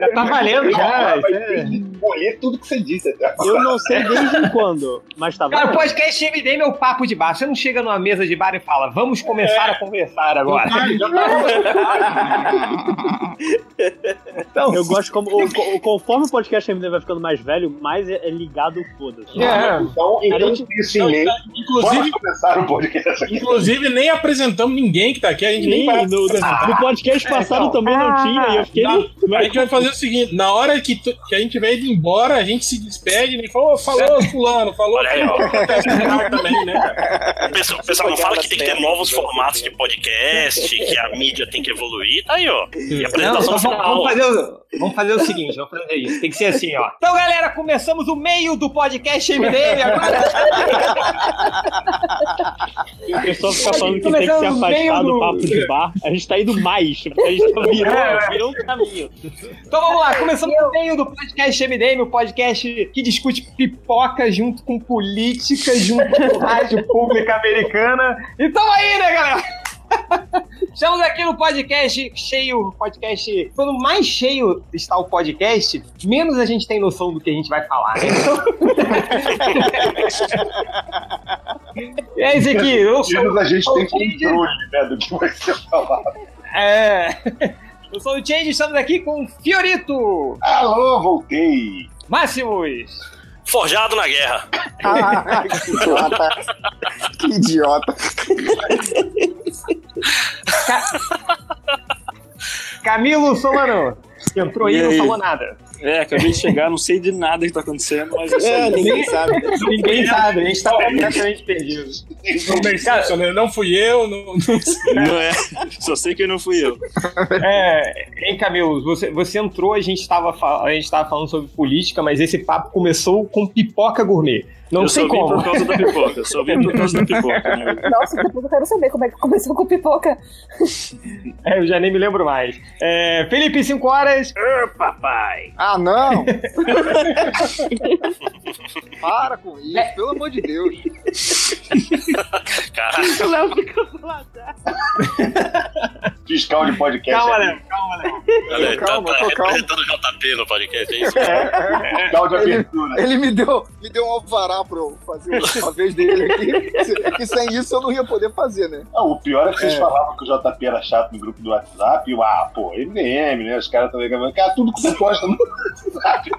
[SPEAKER 5] Já tá valendo já. isso é-
[SPEAKER 3] Escolher tudo que você disse até agora.
[SPEAKER 9] Eu não sei desde quando, mas tá bom.
[SPEAKER 5] Cara, o podcast MD é meu papo de bar. Você não chega numa mesa de bar e fala, vamos começar a conversar agora.
[SPEAKER 9] Então, eu gosto como. o- o- conforme o podcast MD vai ficando mais velho, mais é, é ligado o foda-se.
[SPEAKER 3] Então, então tem isso em mente. Bora
[SPEAKER 4] Inclusive,
[SPEAKER 3] começar o podcast aqui.
[SPEAKER 4] inclusive, nem apresentamos ninguém que tá aqui, a gente nem
[SPEAKER 9] Sim,
[SPEAKER 4] parece.
[SPEAKER 9] no, no podcast passado
[SPEAKER 3] Ah.
[SPEAKER 9] também não tinha, e eu fiquei.
[SPEAKER 4] Na- a gente vai fazer o seguinte: na hora que, tu- que a gente vai indo embora, a gente se despede e fala, "Ô, falou, fulano, falou.
[SPEAKER 2] Olha aí, ó.
[SPEAKER 4] fulano", também, né, cara?
[SPEAKER 2] O pessoal, o pessoal não fala que tem que ter novos formatos de podcast, que a mídia tem que evoluir. Tá aí, ó. E a
[SPEAKER 5] Não,
[SPEAKER 2] apresentação
[SPEAKER 5] vamos,
[SPEAKER 2] final.
[SPEAKER 5] vamos fazer o, vamos fazer o seguinte, vamos
[SPEAKER 3] É
[SPEAKER 5] fazer isso. Tem que ser assim, ó. Então, galera, começamos o meio do podcast MDM agora.
[SPEAKER 9] O pessoal fica falando que tem que
[SPEAKER 5] Começamos
[SPEAKER 9] se
[SPEAKER 5] no meio
[SPEAKER 9] afastar
[SPEAKER 5] do-
[SPEAKER 9] do papo de bar. A gente tá indo mais, porque a gente tá
[SPEAKER 2] É.
[SPEAKER 9] virando, virou um caminho.
[SPEAKER 5] É, Então vamos lá, começamos o meio do podcast MDM, o podcast que discute pipoca junto com política, junto com rádio pública americana. E tamo aí, né, galera? Estamos aqui no podcast cheio, podcast. Quando mais cheio está o podcast, menos a gente tem noção do que a gente vai falar, né? Então- E é isso aqui, eu sou
[SPEAKER 3] Menos a gente tem
[SPEAKER 5] Change.
[SPEAKER 3] controle né, do que vai ser falado.
[SPEAKER 5] É. Eu sou o Change, estamos aqui com o Fiorito,
[SPEAKER 3] Alô, voltei.
[SPEAKER 5] Máximos,
[SPEAKER 2] Forjado na guerra.
[SPEAKER 1] Ah, que idiota. Que idiota.
[SPEAKER 5] Camilo Solano, que entrou aí e não
[SPEAKER 11] E aí?
[SPEAKER 5] falou nada.
[SPEAKER 11] É, acabei de chegar, não sei de nada que tá acontecendo, mas eu
[SPEAKER 10] É,
[SPEAKER 11] sei.
[SPEAKER 10] ninguém sabe. né?
[SPEAKER 5] Ninguém sabe, a gente tá completamente perdido.
[SPEAKER 4] Conversando, né? Não fui eu, não.
[SPEAKER 11] Não é, só sei que não fui eu.
[SPEAKER 5] É, hein, Camilo, você, você entrou, a gente, tava, fa- a gente tava falando sobre política, mas esse papo começou com pipoca gourmet. Não
[SPEAKER 11] eu
[SPEAKER 5] sei
[SPEAKER 11] só vim
[SPEAKER 5] como.
[SPEAKER 11] por causa da pipoca, só vim por causa da pipoca, né?
[SPEAKER 8] Nossa, depois eu quero saber como é que começou com pipoca.
[SPEAKER 5] É, eu já nem me lembro mais. É, Felipe, 5 horas.
[SPEAKER 1] Ah, Ah, não! Para com isso, pelo amor de Deus.
[SPEAKER 2] Caraca.
[SPEAKER 7] O Léo fica boladão.
[SPEAKER 3] Fiscal de podcast.
[SPEAKER 9] Calma,
[SPEAKER 3] aqui.
[SPEAKER 9] Léo, calma, Léo.
[SPEAKER 2] Olha aí, tá,
[SPEAKER 1] Calma,
[SPEAKER 2] tá
[SPEAKER 1] tô calmo.
[SPEAKER 2] representando o JP no podcast, é isso? É.
[SPEAKER 3] Fiscal de
[SPEAKER 1] Ele-
[SPEAKER 3] abertura.
[SPEAKER 1] Ele me deu, me deu um alvará pra eu fazer uma vez dele aqui. se- Que sem isso eu não ia poder fazer, né?
[SPEAKER 3] Ah, o pior é que vocês
[SPEAKER 1] É.
[SPEAKER 3] falavam que o JP era chato no grupo do WhatsApp e o ah, pô, MDM, né? Os caras também gravando. Cara, tudo que você posta no WhatsApp.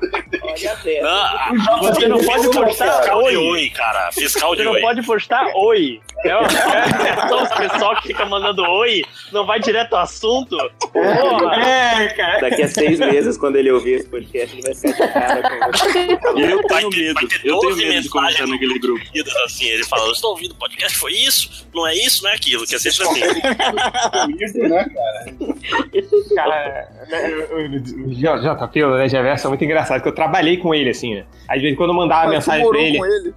[SPEAKER 10] Olha a terra.
[SPEAKER 2] Não,
[SPEAKER 11] Você não pode postar
[SPEAKER 2] fiscal
[SPEAKER 11] hoje.
[SPEAKER 2] de oi, cara. Fiscal
[SPEAKER 9] Você
[SPEAKER 2] de
[SPEAKER 9] não
[SPEAKER 2] oi.
[SPEAKER 9] pode postar oi. É, uma- é, só o pessoal que fica mandando oi, não vai direto ao assunto. Porra,
[SPEAKER 5] É, cara.
[SPEAKER 10] Daqui a seis meses, quando ele ouvir esse podcast, ele vai ser de cara com você.
[SPEAKER 11] Eu tenho
[SPEAKER 2] ter- vai
[SPEAKER 11] medo.
[SPEAKER 2] ter
[SPEAKER 11] Eu
[SPEAKER 2] 12
[SPEAKER 11] tenho medo de começar
[SPEAKER 2] mensagens.
[SPEAKER 11] naquele grupo.
[SPEAKER 2] Vidas, Assim, ele falando, estou ouvindo o podcast, foi isso? Não é isso, não é aquilo, que é sempre assim.
[SPEAKER 3] Isso, né, cara?
[SPEAKER 5] Cara, eu- eu- o J- JP, o Nerd Reverso é muito engraçado, que eu trabalhei com ele, assim, né? Às vezes quando eu mandava
[SPEAKER 1] Mas tu
[SPEAKER 5] mensagem
[SPEAKER 1] morou
[SPEAKER 5] pra ele.
[SPEAKER 1] com ele.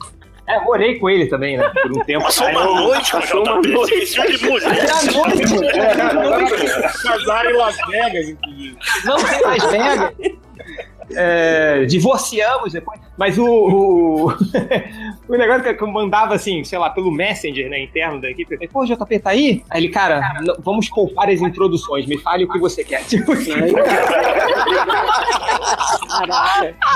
[SPEAKER 5] É, morei com ele também, né? É Por um tempo.
[SPEAKER 2] Passou
[SPEAKER 5] Aí
[SPEAKER 2] uma
[SPEAKER 5] eu-
[SPEAKER 2] noite com o
[SPEAKER 5] passou uma
[SPEAKER 2] JP, se vestiu de mulher.
[SPEAKER 5] né? É
[SPEAKER 4] Casaram em Las Vegas, inclusive.
[SPEAKER 5] Não tem mais Vegas. É, divorciamos depois. Mas o. O, o negócio que eu- que eu mandava assim, sei lá, pelo Messenger, né, interno da equipe. eu falei, Pô, JP tá aí? Aí ele, cara, não- vamos poupar as introduções, me fale o que você quer. Tipo assim.
[SPEAKER 9] v-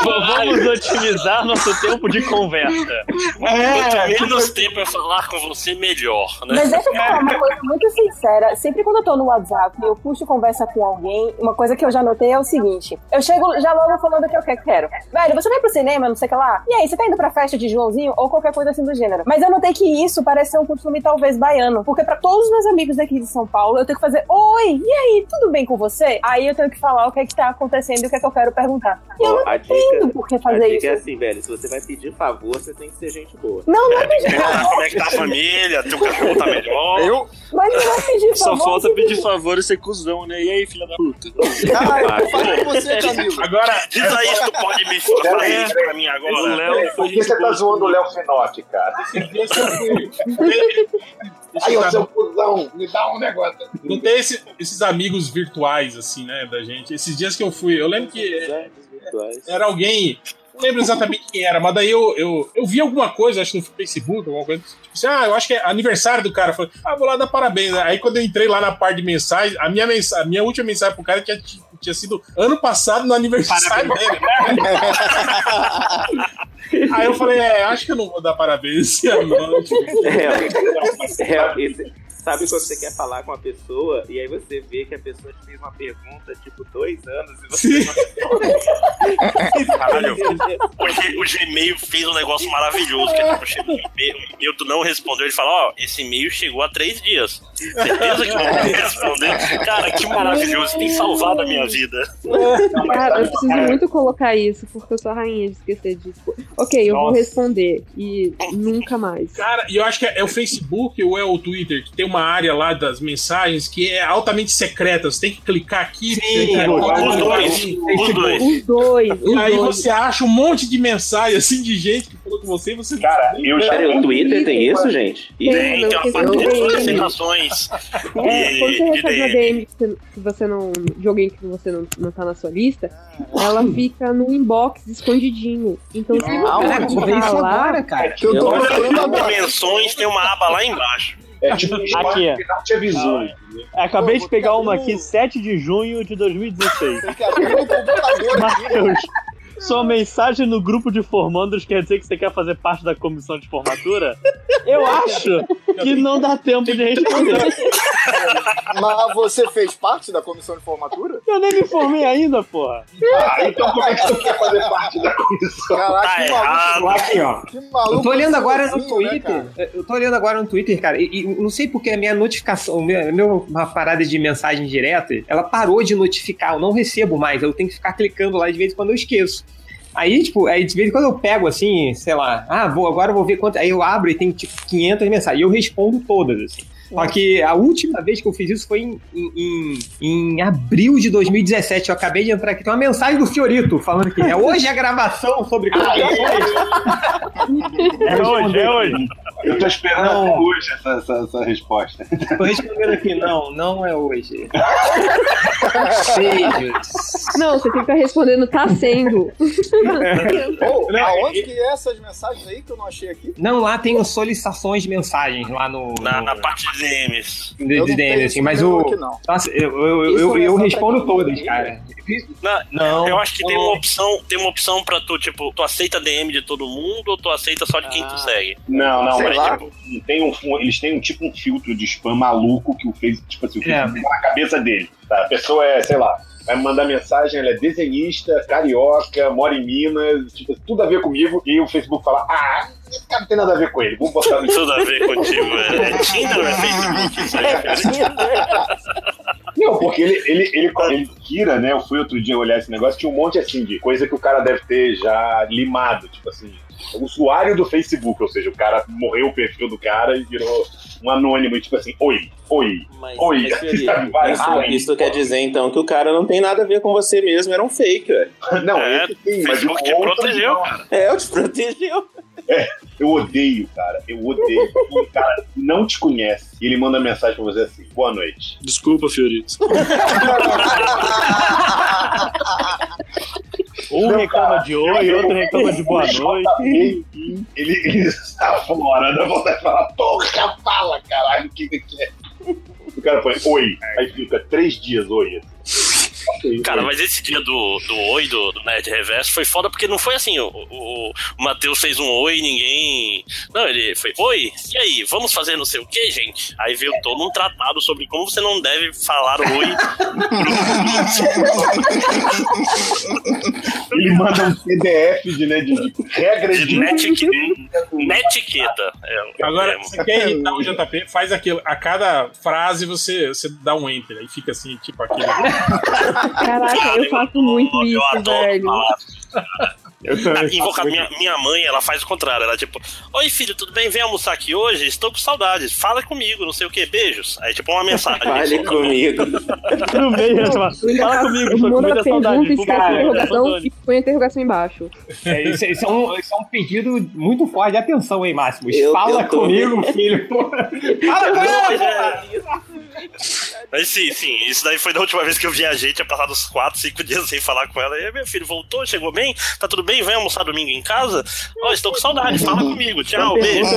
[SPEAKER 9] vamos otimizar nosso tempo de conversa.
[SPEAKER 5] É,
[SPEAKER 2] Quanto menos tempo eu falar com você, melhor, né?
[SPEAKER 8] Mas é deixa eu falar uma coisa muito sincera. Sempre quando eu tô no WhatsApp e eu puxo conversa com alguém, uma coisa que eu já notei é o seguinte: eu chego já logo falando o que eu que- quero. Velho, você vai pro cinema, não sei o que lá. E aí, você tá indo pra festa de Joãozinho ou qualquer coisa assim do gênero. Mas eu notei que isso parece ser um costume talvez baiano. Porque pra todos os meus amigos daqui de São Paulo, eu tenho que fazer: Oi, e aí, tudo bem com você? Aí eu tenho que falar o que é que tá acontecendo e o que é que eu quero perguntar. E eu
[SPEAKER 10] Ó,
[SPEAKER 8] não
[SPEAKER 10] a
[SPEAKER 8] entendo
[SPEAKER 10] dica,
[SPEAKER 8] por que
[SPEAKER 10] a
[SPEAKER 8] fazer
[SPEAKER 10] dica é
[SPEAKER 8] isso.
[SPEAKER 10] assim, velho. Se você vai pedir favor, você tem que ser gente boa.
[SPEAKER 8] Não, não é pedir
[SPEAKER 2] Como é que tá a família? Teu cachorro tá melhor?
[SPEAKER 1] Eu,
[SPEAKER 8] Mas não é pedir
[SPEAKER 11] Só
[SPEAKER 8] favor,
[SPEAKER 11] falta
[SPEAKER 8] se
[SPEAKER 11] pedir favor e ser cuzão, né? E aí, filha da puta?
[SPEAKER 1] cara,
[SPEAKER 2] Ah,
[SPEAKER 1] eu falo com você,
[SPEAKER 5] tá-
[SPEAKER 1] Camilo.
[SPEAKER 4] Agora,
[SPEAKER 2] Diz aí se tu pode me falar isso pra mim
[SPEAKER 11] O
[SPEAKER 2] agora.
[SPEAKER 11] Léo foi
[SPEAKER 3] Por que você tá zoando o Léo Finote, cara?
[SPEAKER 4] esses dias eu fui-
[SPEAKER 3] Aí, ô seu cuzão, me dá um negócio.
[SPEAKER 4] um- não tem esse- esses amigos virtuais, assim, né, da gente. Esses dias que eu fui, eu lembro que
[SPEAKER 10] Virtuais.
[SPEAKER 4] era alguém. Não lembro exatamente quem era, mas daí eu, eu, eu vi alguma coisa, acho que no Facebook, alguma coisa. Tipo assim, ah, eu acho que é aniversário do cara. Eu Falei, ah, vou lá dar parabéns. Aí quando eu entrei lá na parte de mensagem, a minha, mensa- a minha última mensagem pro cara tinha, tinha sido ano passado no aniversário dele. Aí eu falei, é, acho que eu não vou dar parabéns esse ano, não. Tipo,
[SPEAKER 10] É, é, esse- sabe quando você quer falar com a pessoa e aí você vê que a pessoa te fez uma pergunta tipo dois anos e você
[SPEAKER 4] Sim.
[SPEAKER 2] Caralho, hoje o Gmail fez um negócio maravilhoso. Que é tipo, chega um e-mail, um e-mail, tu não respondeu, ele fala: Ó, esse e-mail chegou há três dias. Certeza que não vai responder? Cara, que maravilhoso, tem salvado a minha vida.
[SPEAKER 7] Cara, eu preciso muito colocar isso, porque eu sou a rainha de esquecer disso. Ok, eu vou
[SPEAKER 11] Nossa.
[SPEAKER 7] responder. E nunca mais.
[SPEAKER 4] Cara, e eu acho que é o Facebook ou é o Twitter, que tem uma área lá das mensagens que é altamente secreta. Você tem que clicar aqui. clicar
[SPEAKER 2] Os
[SPEAKER 4] aqui.
[SPEAKER 2] dois, os dois.
[SPEAKER 7] Os dois, os
[SPEAKER 4] E aí
[SPEAKER 7] dois.
[SPEAKER 4] você acha um monte de mensagem assim de gente que falou com você e você.
[SPEAKER 3] Cara, eu já.
[SPEAKER 10] Peraí, o Twitter tem isso, gente? E
[SPEAKER 2] Tem,
[SPEAKER 5] Então,
[SPEAKER 2] tem uma parte de solicitações.
[SPEAKER 7] É, quando você
[SPEAKER 2] E-
[SPEAKER 7] recebe uma
[SPEAKER 2] e-
[SPEAKER 7] DM que você- que você não, de alguém que você não, não tá na sua lista, ela fica no inbox escondidinho. Então se você
[SPEAKER 5] Caraca,
[SPEAKER 7] não
[SPEAKER 5] tu vê isso
[SPEAKER 7] clicar lá,
[SPEAKER 5] agora,
[SPEAKER 3] É
[SPEAKER 5] cara.
[SPEAKER 1] Eu tô
[SPEAKER 10] Eu-
[SPEAKER 1] falando
[SPEAKER 2] Quando
[SPEAKER 1] agora.
[SPEAKER 2] menções, tem uma aba lá embaixo. Ah,
[SPEAKER 3] É tipo um espaço
[SPEAKER 9] Aqui, ó.
[SPEAKER 3] que não te avisou. entendeu?
[SPEAKER 9] Acabei
[SPEAKER 1] Pô,
[SPEAKER 9] de
[SPEAKER 5] tá
[SPEAKER 9] pegar
[SPEAKER 1] vou
[SPEAKER 9] uma
[SPEAKER 1] pegar um-
[SPEAKER 9] aqui, 7 de junho de 2016.
[SPEAKER 1] Tem que abrir meu computador aqui.
[SPEAKER 9] Matheus, sua mensagem no grupo de formandos quer dizer que você quer fazer parte da comissão de formatura? Eu acho que não dá tempo de responder.
[SPEAKER 1] Mas você fez parte da comissão de formatura?
[SPEAKER 9] Eu nem me formei ainda, porra.
[SPEAKER 3] Ah, então como é que você quer fazer parte da comissão?
[SPEAKER 1] Caraca,
[SPEAKER 2] Tá
[SPEAKER 1] que
[SPEAKER 2] errado.
[SPEAKER 1] maluco.
[SPEAKER 5] Aqui, ó.
[SPEAKER 1] Que maluco.
[SPEAKER 5] Eu tô olhando agora no
[SPEAKER 1] sozinho, né,
[SPEAKER 5] Twitter.
[SPEAKER 1] cara?
[SPEAKER 5] eu tô olhando agora no Twitter, cara, e, e não sei porque a minha notificação, meu, meu, uma parada de mensagem direta, ela parou de notificar, eu não recebo mais, eu tenho que ficar clicando lá de vez em quando eu esqueço. Aí, tipo, aí de vez em quando eu pego assim, sei lá, ah, vou, agora eu vou ver quanto. Aí eu abro e tem tipo 500 mensagens. E eu respondo todas, assim. Só que a última vez que eu fiz isso foi em, em, em- em abril de 2017. Eu acabei de entrar aqui. Tem uma mensagem do Fiorito falando que é hoje a gravação sobre.
[SPEAKER 9] Ah, É hoje, é hoje.
[SPEAKER 3] Eu tô esperando
[SPEAKER 5] Não.
[SPEAKER 3] até hoje essa, essa, essa resposta.
[SPEAKER 5] Tô respondendo aqui, não, não é hoje. Beijos.
[SPEAKER 7] Não, você tem que estar respondendo, tá sendo.
[SPEAKER 1] Ou, aonde que é essas mensagens aí que eu não achei aqui?
[SPEAKER 5] Não, lá tem as solicitações de mensagens lá no.
[SPEAKER 2] Na, na parte de DMs.
[SPEAKER 5] De, de DMs, assim, mas o. Nossa, eu, eu, eu, eu, eu
[SPEAKER 2] tá
[SPEAKER 5] respondo todas, cara.
[SPEAKER 2] Na-
[SPEAKER 5] Não.
[SPEAKER 2] Eu acho que tem uma opção, tem uma opção pra tu, tipo, tu aceita DM de todo mundo ou tu aceita só de quem
[SPEAKER 9] Ah.
[SPEAKER 2] tu segue?
[SPEAKER 3] Não, não,
[SPEAKER 2] Sei
[SPEAKER 3] mas
[SPEAKER 2] lá.
[SPEAKER 3] tipo, tem um, um- eles têm um tipo um filtro de spam maluco que o fez, tipo assim, o filtro fica na cabeça dele. tá? A pessoa é, sei lá, vai me mandar mensagem, ela é desenhista, carioca, mora em Minas, tipo, tudo a ver comigo, e o Facebook fala, ah, esse cara não tem nada a ver com ele, vou botar no
[SPEAKER 2] Tudo a ver contigo, é, é Tinder ou é Facebook? Isso aí,
[SPEAKER 3] Não, porque ele, ele, ele, ele tira, né? Eu fui outro dia olhar esse negócio, tinha um monte assim de coisa que o cara deve ter já limado, tipo assim, usuário do Facebook, ou seja, o cara morreu o perfil do cara e virou um anônimo, e tipo assim, oi, oi, oi.
[SPEAKER 10] Mas, Felipe,
[SPEAKER 3] sabe, vários
[SPEAKER 10] isso,
[SPEAKER 3] oi.
[SPEAKER 10] isso quer dizer então que o cara não tem nada a ver com você mesmo, era um fake, velho.
[SPEAKER 3] Não, é, esse sim, mas o outro não.
[SPEAKER 10] É, eu te protegeu.
[SPEAKER 3] É, eu odeio, cara. Eu odeio. Um cara não te conhece e ele manda mensagem pra você assim: boa noite.
[SPEAKER 11] Desculpa, Fiorito.
[SPEAKER 3] Um reclama de
[SPEAKER 9] oi, outro reclama de boa
[SPEAKER 3] noite. Ele, ele está fora, dá vontade de falar, porra, fala, caralho, o que que é? O cara põe oi, aí fica três dias oi. assim.
[SPEAKER 2] Cara, mas esse dia do, do oi do, do Nerd Reverso foi foda porque não foi assim. O, o, o Matheus fez um oi, ninguém. Não, ele foi oi, e aí, vamos fazer não sei o que, gente? Aí veio todo um tratado sobre como você não deve falar oi.
[SPEAKER 3] Ele manda um PDF de, né, de, de regras
[SPEAKER 2] de netique- netiqueta. É,
[SPEAKER 4] Agora,
[SPEAKER 2] é,
[SPEAKER 4] você quer irritar o JP, faz aquilo. A cada frase você, você dá um enter. Aí fica assim, tipo aquele.
[SPEAKER 7] Caraca, eu faço muito isso, velho.
[SPEAKER 4] Eu também
[SPEAKER 2] Ah, invoca-
[SPEAKER 4] faço
[SPEAKER 2] minha, minha mãe, ela faz o contrário. Ela tipo, oi filho, tudo bem? Vem almoçar aqui hoje? Estou com saudades. Fala comigo, não sei o que, beijos. Aí tipo uma mensagem.
[SPEAKER 10] Fale comigo.
[SPEAKER 9] No meio, eu falo, fala comigo, foi comida saudade.
[SPEAKER 7] Pergunta, escreve
[SPEAKER 9] Cara,
[SPEAKER 7] interrogação e põe a interrogação embaixo.
[SPEAKER 5] É, isso, isso é um, isso é um pedido muito forte de atenção, hein, Máximo?
[SPEAKER 2] Eu-
[SPEAKER 5] Fala
[SPEAKER 2] eu tô-
[SPEAKER 5] comigo, filho. Fala com
[SPEAKER 2] Não,
[SPEAKER 5] ela,
[SPEAKER 2] mas
[SPEAKER 5] porra!
[SPEAKER 2] é- Mas sim, sim, isso daí foi da última vez que eu viajei, tinha passado uns 4, 5 dias sem falar com ela. E aí, meu filho, voltou, chegou bem? Tá tudo bem? Vem almoçar domingo em casa? Ó, estou com saudade, fala comigo, tchau, beijo.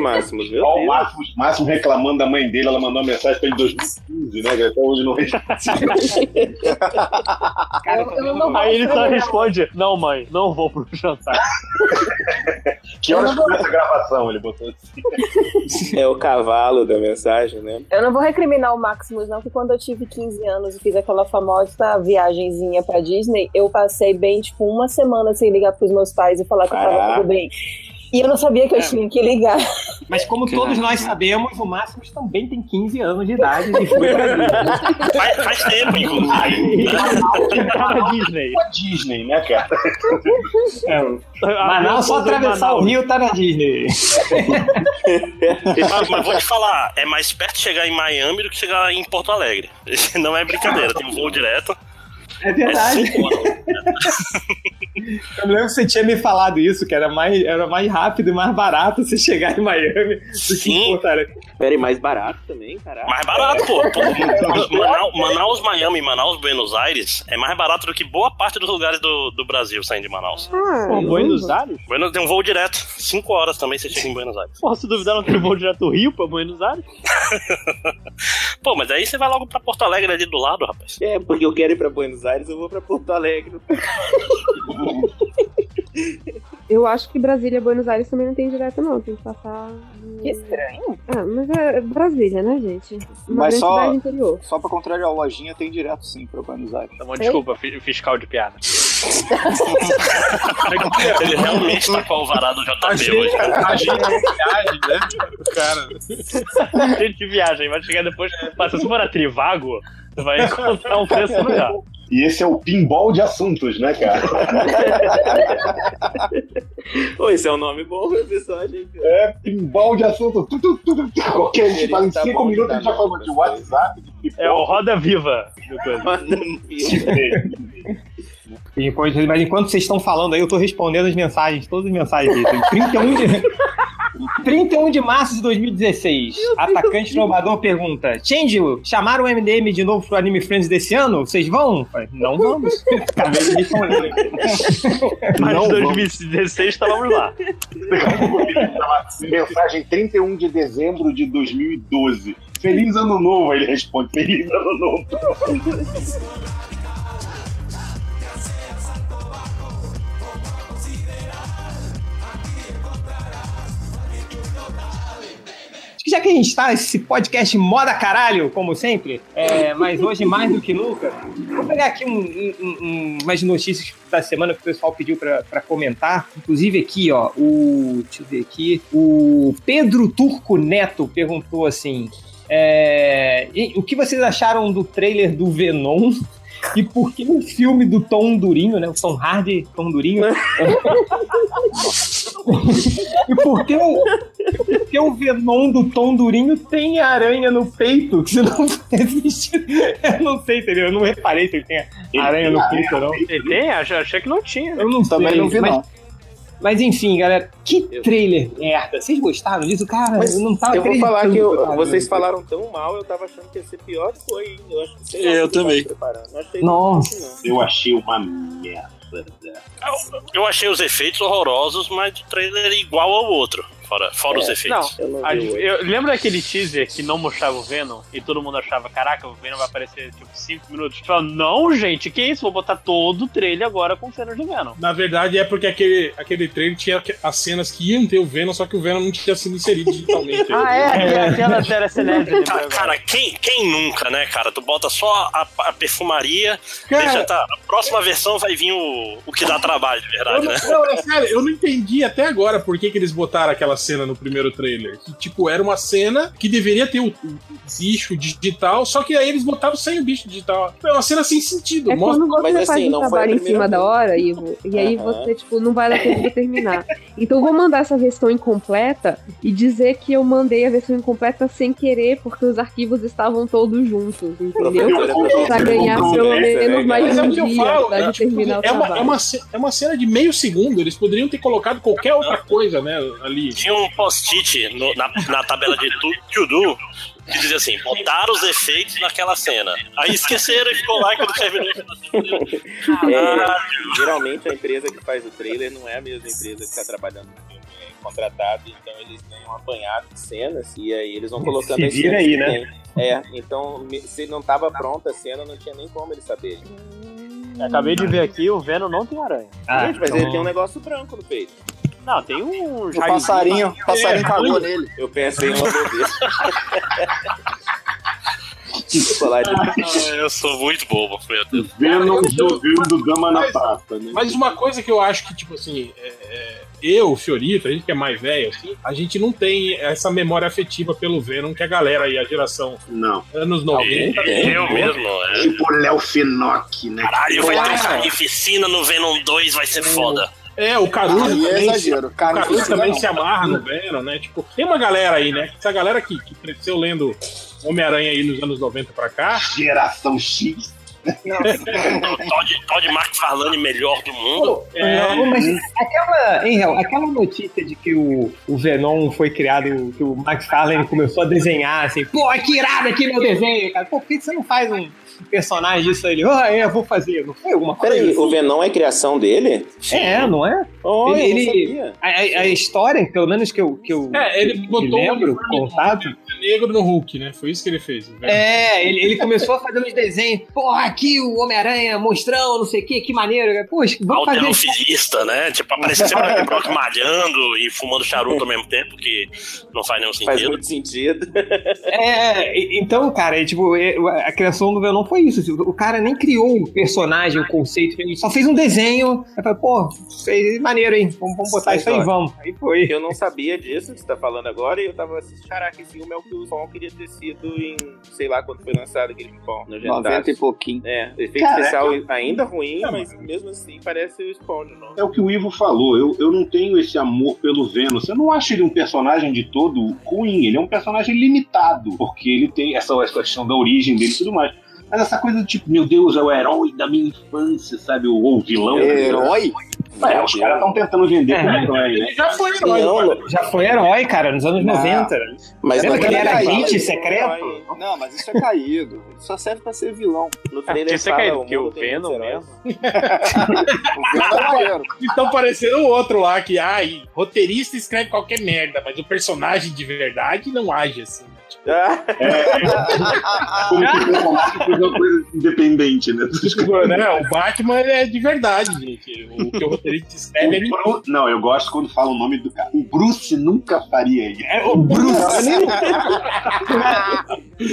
[SPEAKER 10] Máximos,
[SPEAKER 3] viu? Ó, o é Máximo, Máximo reclamando da mãe dele, ela mandou uma mensagem pra ele em 2015, né? que Até hoje não responde.
[SPEAKER 9] Aí ele só responde: Não, mãe, não vou pro jantar.
[SPEAKER 3] Que horas começa a gravação? Ele botou assim.
[SPEAKER 10] É o cavalo da mensagem, né?
[SPEAKER 8] Eu não vou recriminar o Maximus, não, que quando eu tive 15 anos e fiz aquela famosa viagenzinha pra Disney, eu passei bem, tipo, uma semana sem ligar pros meus pais e falar que eu tava
[SPEAKER 5] Caraca.
[SPEAKER 8] tudo bem. E eu não sabia
[SPEAKER 4] É.
[SPEAKER 8] que eu tinha que ligar.
[SPEAKER 5] Mas como todos nós sabemos, o Máximo também tem 15 anos de idade. Ele foi pra
[SPEAKER 2] Faz, faz tempo, inclusive.
[SPEAKER 9] Pra Disney.
[SPEAKER 3] Pra Disney, né, cara?
[SPEAKER 5] É,
[SPEAKER 2] Ah,
[SPEAKER 5] Manaus, só atravessar o rio, tá na Disney.
[SPEAKER 2] mas, Ah, mas vou te falar, é mais perto de chegar em Miami do que chegar em Porto Alegre. Não é brincadeira, tem um voo direto.
[SPEAKER 5] É verdade.
[SPEAKER 2] cinco horas.
[SPEAKER 5] Eu me lembro que você tinha me falado isso, que era mais, era mais rápido e mais barato você chegar em Miami do que em Porto Alegre.
[SPEAKER 10] Peraí, mais barato também, caraca.
[SPEAKER 2] Mais barato, pô. pô. Manau- Manaus, Miami, Manaus, Buenos Aires é mais barato do que boa parte dos lugares do, do Brasil saindo de Manaus.
[SPEAKER 9] Pô, Buenos Aires?
[SPEAKER 2] Buenos tem um voo direto, 5 horas também você chega em Buenos Aires.
[SPEAKER 9] Porra, se duvidar, não tem voo direto do Rio pra Buenos Aires?
[SPEAKER 2] Pô, mas aí você vai logo pra Porto Alegre ali do lado, rapaz.
[SPEAKER 10] É, porque eu quero ir pra Buenos Aires, eu vou pra Porto Alegre.
[SPEAKER 7] Eu acho que Brasília e Buenos Aires também não tem direto, não. Tem que passar. Que
[SPEAKER 8] estranho.
[SPEAKER 7] Ah, mas é Brasília, né, gente? Uma
[SPEAKER 1] Mas
[SPEAKER 7] grande
[SPEAKER 1] só-
[SPEAKER 7] cidade interior.
[SPEAKER 1] Só pra contrariar, a lojinha tem direto sim pra Buenos Aires.
[SPEAKER 9] Tá bom, desculpa, fi- fiscal de piada.
[SPEAKER 2] Ele realmente tá com o varado do JP hoje.
[SPEAKER 4] A gente viagem, né? Cara.
[SPEAKER 9] Gente de viagem, vai chegar depois. Mas se você for a Trivago, tu vai encontrar um preço melhor.
[SPEAKER 3] E esse é o pinball de assuntos, né, cara?
[SPEAKER 10] Pô, esse é um nome bom pro episódio, hein?
[SPEAKER 3] É, pinball de assuntos. Tu, tu, tu, tu, tu. Qualquer gente fala em
[SPEAKER 10] Tá
[SPEAKER 3] 5
[SPEAKER 10] bom,
[SPEAKER 3] minutos,
[SPEAKER 10] tá
[SPEAKER 3] a gente já
[SPEAKER 10] bom,
[SPEAKER 3] falou de WhatsApp.
[SPEAKER 9] É o Roda Viva. do coisa. um
[SPEAKER 5] Enquanto- Mas enquanto vocês estão falando aí, eu tô respondendo as mensagens, todas as mensagens aí. Tem 31 de... 31 de março de 2016. Atacante Trovador pergunta: Change, chamaram o MDM de novo pro Anime Friends desse ano? Vocês vão? Falei, Não vamos. Acabei de responder.
[SPEAKER 9] Mas
[SPEAKER 5] Não,
[SPEAKER 9] em 2016 estávamos lá.
[SPEAKER 3] Mensagem 31 de dezembro de 2012. Feliz ano novo, aí ele responde. Feliz ano novo.
[SPEAKER 5] Acho que já que a gente tá nesse podcast moda caralho, como sempre, é, mas hoje mais do que nunca, vou pegar aqui um, um- um- umas notícias da semana que o pessoal pediu pra, pra comentar. Inclusive aqui, ó, o. Deixa eu ver aqui. O Pedro Turco Neto perguntou assim. é, e- o que vocês acharam do trailer do Venom? E por que no filme do Tom Durinho, né? O Tom Hardy, Tom Durinho. é, E por que, o, por que o Venom do Tom Durinho tem aranha no peito? Que se não existe. Eu não sei, entendeu? Eu não reparei se ele tem aranha no peito, não.
[SPEAKER 9] Ele tem? Achei, achei que não tinha. né?
[SPEAKER 5] Eu não sei, mas, Mas enfim, galera, que trailer merda. Vocês gostaram disso? Cara,
[SPEAKER 10] Mas
[SPEAKER 5] Ah, eu não tava
[SPEAKER 10] eu vou falar que eu-
[SPEAKER 5] acreditando,
[SPEAKER 10] vocês
[SPEAKER 5] cara.
[SPEAKER 10] falaram tão mal, eu tava achando que ia ser pior que foi, hein? Eu, acho que sei lá
[SPEAKER 3] Eu
[SPEAKER 10] o que eu
[SPEAKER 3] também.
[SPEAKER 10] tava preparando. Não achei
[SPEAKER 5] Nossa.
[SPEAKER 3] Eu achei uma merda.
[SPEAKER 2] Eu, eu achei os efeitos horrorosos, mas o trailer é igual ao outro. Fora, fora os efeitos.
[SPEAKER 9] É, Não, a- eu- lembra aquele teaser que não mostrava o Venom e todo mundo achava, caraca, o Venom vai aparecer tipo 5 minutos? Fala, não, gente, que isso? Vou botar todo o trailer agora com cenas do Venom.
[SPEAKER 4] Na verdade, é porque aquele, aquele trailer tinha que- as cenas que iam ter o Venom, só que o Venom não tinha sido inserido digitalmente.
[SPEAKER 9] Ah, é, é. aquela tela né,
[SPEAKER 2] Ca- Cara, quem, quem nunca, né, cara? Tu bota só a, a perfumaria,
[SPEAKER 4] Cara-
[SPEAKER 2] deixa tá. A próxima versão vai vir o, o que dá trabalho, de
[SPEAKER 4] Eu
[SPEAKER 2] verdade,
[SPEAKER 4] não,
[SPEAKER 2] né?
[SPEAKER 4] não, é sério, eu não entendi até agora por que, que eles botaram aquela cena no primeiro trailer. Que, tipo, era uma cena que deveria ter o, o bicho digital, só que aí eles botaram sem o bicho digital. É uma cena sem sentido.
[SPEAKER 7] É
[SPEAKER 4] mostra- assim,
[SPEAKER 7] quando você faz um trabalho em cima da hora, Ivo, e aí
[SPEAKER 4] Aham.
[SPEAKER 7] você, tipo, não vai dar tempo de terminar. Então eu vou mandar essa versão incompleta e dizer que eu mandei a versão incompleta sem querer, porque os arquivos estavam todos juntos, entendeu? Pra ganhar pelo menos mais
[SPEAKER 4] Mas é
[SPEAKER 7] um
[SPEAKER 4] o que eu
[SPEAKER 7] dia
[SPEAKER 4] falo,
[SPEAKER 7] pra
[SPEAKER 4] é,
[SPEAKER 7] gente terminar o
[SPEAKER 4] é uma, é,
[SPEAKER 7] trabalho.
[SPEAKER 4] uma, ce- é uma cena de meio segundo, eles poderiam ter colocado qualquer outra coisa, né, ali.
[SPEAKER 2] Tinha um post-it no- na, na tabela de tudo to do que dizia assim: botaram os efeitos naquela cena. Aí esqueceram e ficou lá e quando terminou.
[SPEAKER 10] É, geralmente a empresa que faz o trailer não é a mesma empresa que está trabalhando no filme, é contratada, então eles têm um apanhado de cenas e aí eles vão colocando
[SPEAKER 5] Se
[SPEAKER 10] as
[SPEAKER 5] vira
[SPEAKER 10] cenas
[SPEAKER 5] aí,
[SPEAKER 10] que
[SPEAKER 5] né?
[SPEAKER 10] tem. É, então me- se não tava pronta a cena, não tinha nem como eles saberem.
[SPEAKER 9] Acabei de ver aqui, o Venom não tem aranha.
[SPEAKER 10] Ah, Gente, mas ele
[SPEAKER 5] então-
[SPEAKER 10] tem um negócio branco no peito.
[SPEAKER 9] Não, tem um.
[SPEAKER 10] O passarinho- o passarinho cagou
[SPEAKER 1] nele.
[SPEAKER 10] É. Eu pensei em uma bobeira.
[SPEAKER 2] Ah, Eu sou muito bobo, meu Deus.
[SPEAKER 3] Venom jogando dama na praça, né?
[SPEAKER 4] Mas uma coisa que eu acho que, tipo assim, é- é, eu, Fiorito, a gente que é mais velho, assim, a gente não tem essa memória afetiva pelo Venom que a galera aí, a geração
[SPEAKER 3] não.
[SPEAKER 4] anos 90.
[SPEAKER 2] Eu mesmo, é.
[SPEAKER 3] Tipo Léo Finock, né?
[SPEAKER 2] Caralho, vai ter um
[SPEAKER 4] Cara.
[SPEAKER 2] carnificina no Venom 2, vai ser foda.
[SPEAKER 4] É, o Caruso
[SPEAKER 2] Aí é
[SPEAKER 4] também,
[SPEAKER 2] exagero.
[SPEAKER 4] se, o
[SPEAKER 2] Cara, não
[SPEAKER 4] Caruso
[SPEAKER 2] precisa
[SPEAKER 4] também
[SPEAKER 2] não.
[SPEAKER 4] se amarra no Venom, né? Tipo, tem uma galera aí, né? Essa galera que, que cresceu lendo Homem-Aranha aí nos anos 90 pra cá.
[SPEAKER 3] Geração X.
[SPEAKER 2] Todd, Todd McFarlane, melhor do mundo.
[SPEAKER 5] Não, mas
[SPEAKER 9] É,
[SPEAKER 5] aquela, hein, Hel, aquela notícia de que o, o Venom foi criado, que o Max Farlane começou a desenhar, assim, pô, que irado aqui meu desenho, cara. Pô, por que você não faz um personagem disso aí? Ele, Ah, é, eu vou fazer. Não foi alguma coisa?
[SPEAKER 10] Peraí,
[SPEAKER 5] assim?
[SPEAKER 10] o Venom é criação dele?
[SPEAKER 5] É, não é? ele,
[SPEAKER 10] Oh, eu não
[SPEAKER 5] ele-
[SPEAKER 10] sabia.
[SPEAKER 5] a, a- a história, pelo menos que eu, que eu
[SPEAKER 4] É, ele
[SPEAKER 5] que
[SPEAKER 4] botou
[SPEAKER 5] lembro,
[SPEAKER 4] um uniforme
[SPEAKER 5] contado.
[SPEAKER 4] negro no Hulk, né? Foi isso que ele fez. o Venom.
[SPEAKER 5] É, ele, ele começou a fazer uns desenhos. Porra, aqui o Homem-Aranha, monstrão, não sei o que, que maneiro. Poxa, vamos fazer isso.
[SPEAKER 2] Alterofilista, né? Tipo, aparece sempre aquele Brock malhando e fumando charuto ao mesmo tempo, que não faz nenhum sentido.
[SPEAKER 10] Faz muito sentido.
[SPEAKER 5] É, e- então, cara, é, tipo, é, a criação do Venom foi isso. tipo, o cara nem criou o personagem, o conceito, ele só fez um desenho. Aí falou, pô, fez maneiro, hein? Vamos, vamos botar
[SPEAKER 10] Mas,
[SPEAKER 5] isso aí,
[SPEAKER 10] ó,
[SPEAKER 5] vamos. Aí foi.
[SPEAKER 10] Eu não sabia disso que você tá falando agora e eu tava assistindo. Caraca, esse filme é o que o Tom queria ter sido em sei lá quando foi lançado aquele Spawn. nojentaço.
[SPEAKER 1] 90 e pouquinho.
[SPEAKER 10] É, efeito
[SPEAKER 1] Caraca.
[SPEAKER 10] especial ainda ruim,
[SPEAKER 1] Não,
[SPEAKER 10] mas mesmo assim parece o Spawn de novo.
[SPEAKER 3] É o que o Ivo falou, eu, eu não tenho esse amor pelo Venom. Eu não acho ele um personagem de todo ruim, ele é um personagem limitado, porque ele tem essa essa questão da origem dele e tudo mais. Mas essa coisa do tipo, meu Deus, é o herói da minha infância, sabe? O, ou o vilão.
[SPEAKER 1] Herói?
[SPEAKER 3] É, os caras estão tentando vender como herói, né?
[SPEAKER 5] Ele É. já foi herói,
[SPEAKER 3] Não,
[SPEAKER 5] Já foi herói, cara, nos anos 90.
[SPEAKER 1] Mas
[SPEAKER 5] Lembra
[SPEAKER 1] não
[SPEAKER 5] é que ele era
[SPEAKER 1] era
[SPEAKER 5] hit
[SPEAKER 1] herói.
[SPEAKER 3] é
[SPEAKER 5] secreto?
[SPEAKER 1] Não, mas isso é caído. Isso só serve pra ser vilão. Ah, No
[SPEAKER 9] Porque você caiu, porque o Venom mesmo.
[SPEAKER 2] é
[SPEAKER 4] Então parecendo o outro lá que, ai, roteirista escreve qualquer merda, mas o personagem de verdade não age assim.
[SPEAKER 9] Ah.
[SPEAKER 3] Como que o personagem fez uma coisa independente, né?
[SPEAKER 4] Né? O Batman ele é de verdade, gente. O que o roteirista escreve, é ele
[SPEAKER 3] O Bru- Não, eu gosto quando fala o nome do cara. O Bruce nunca faria isso.
[SPEAKER 5] É o Bruce.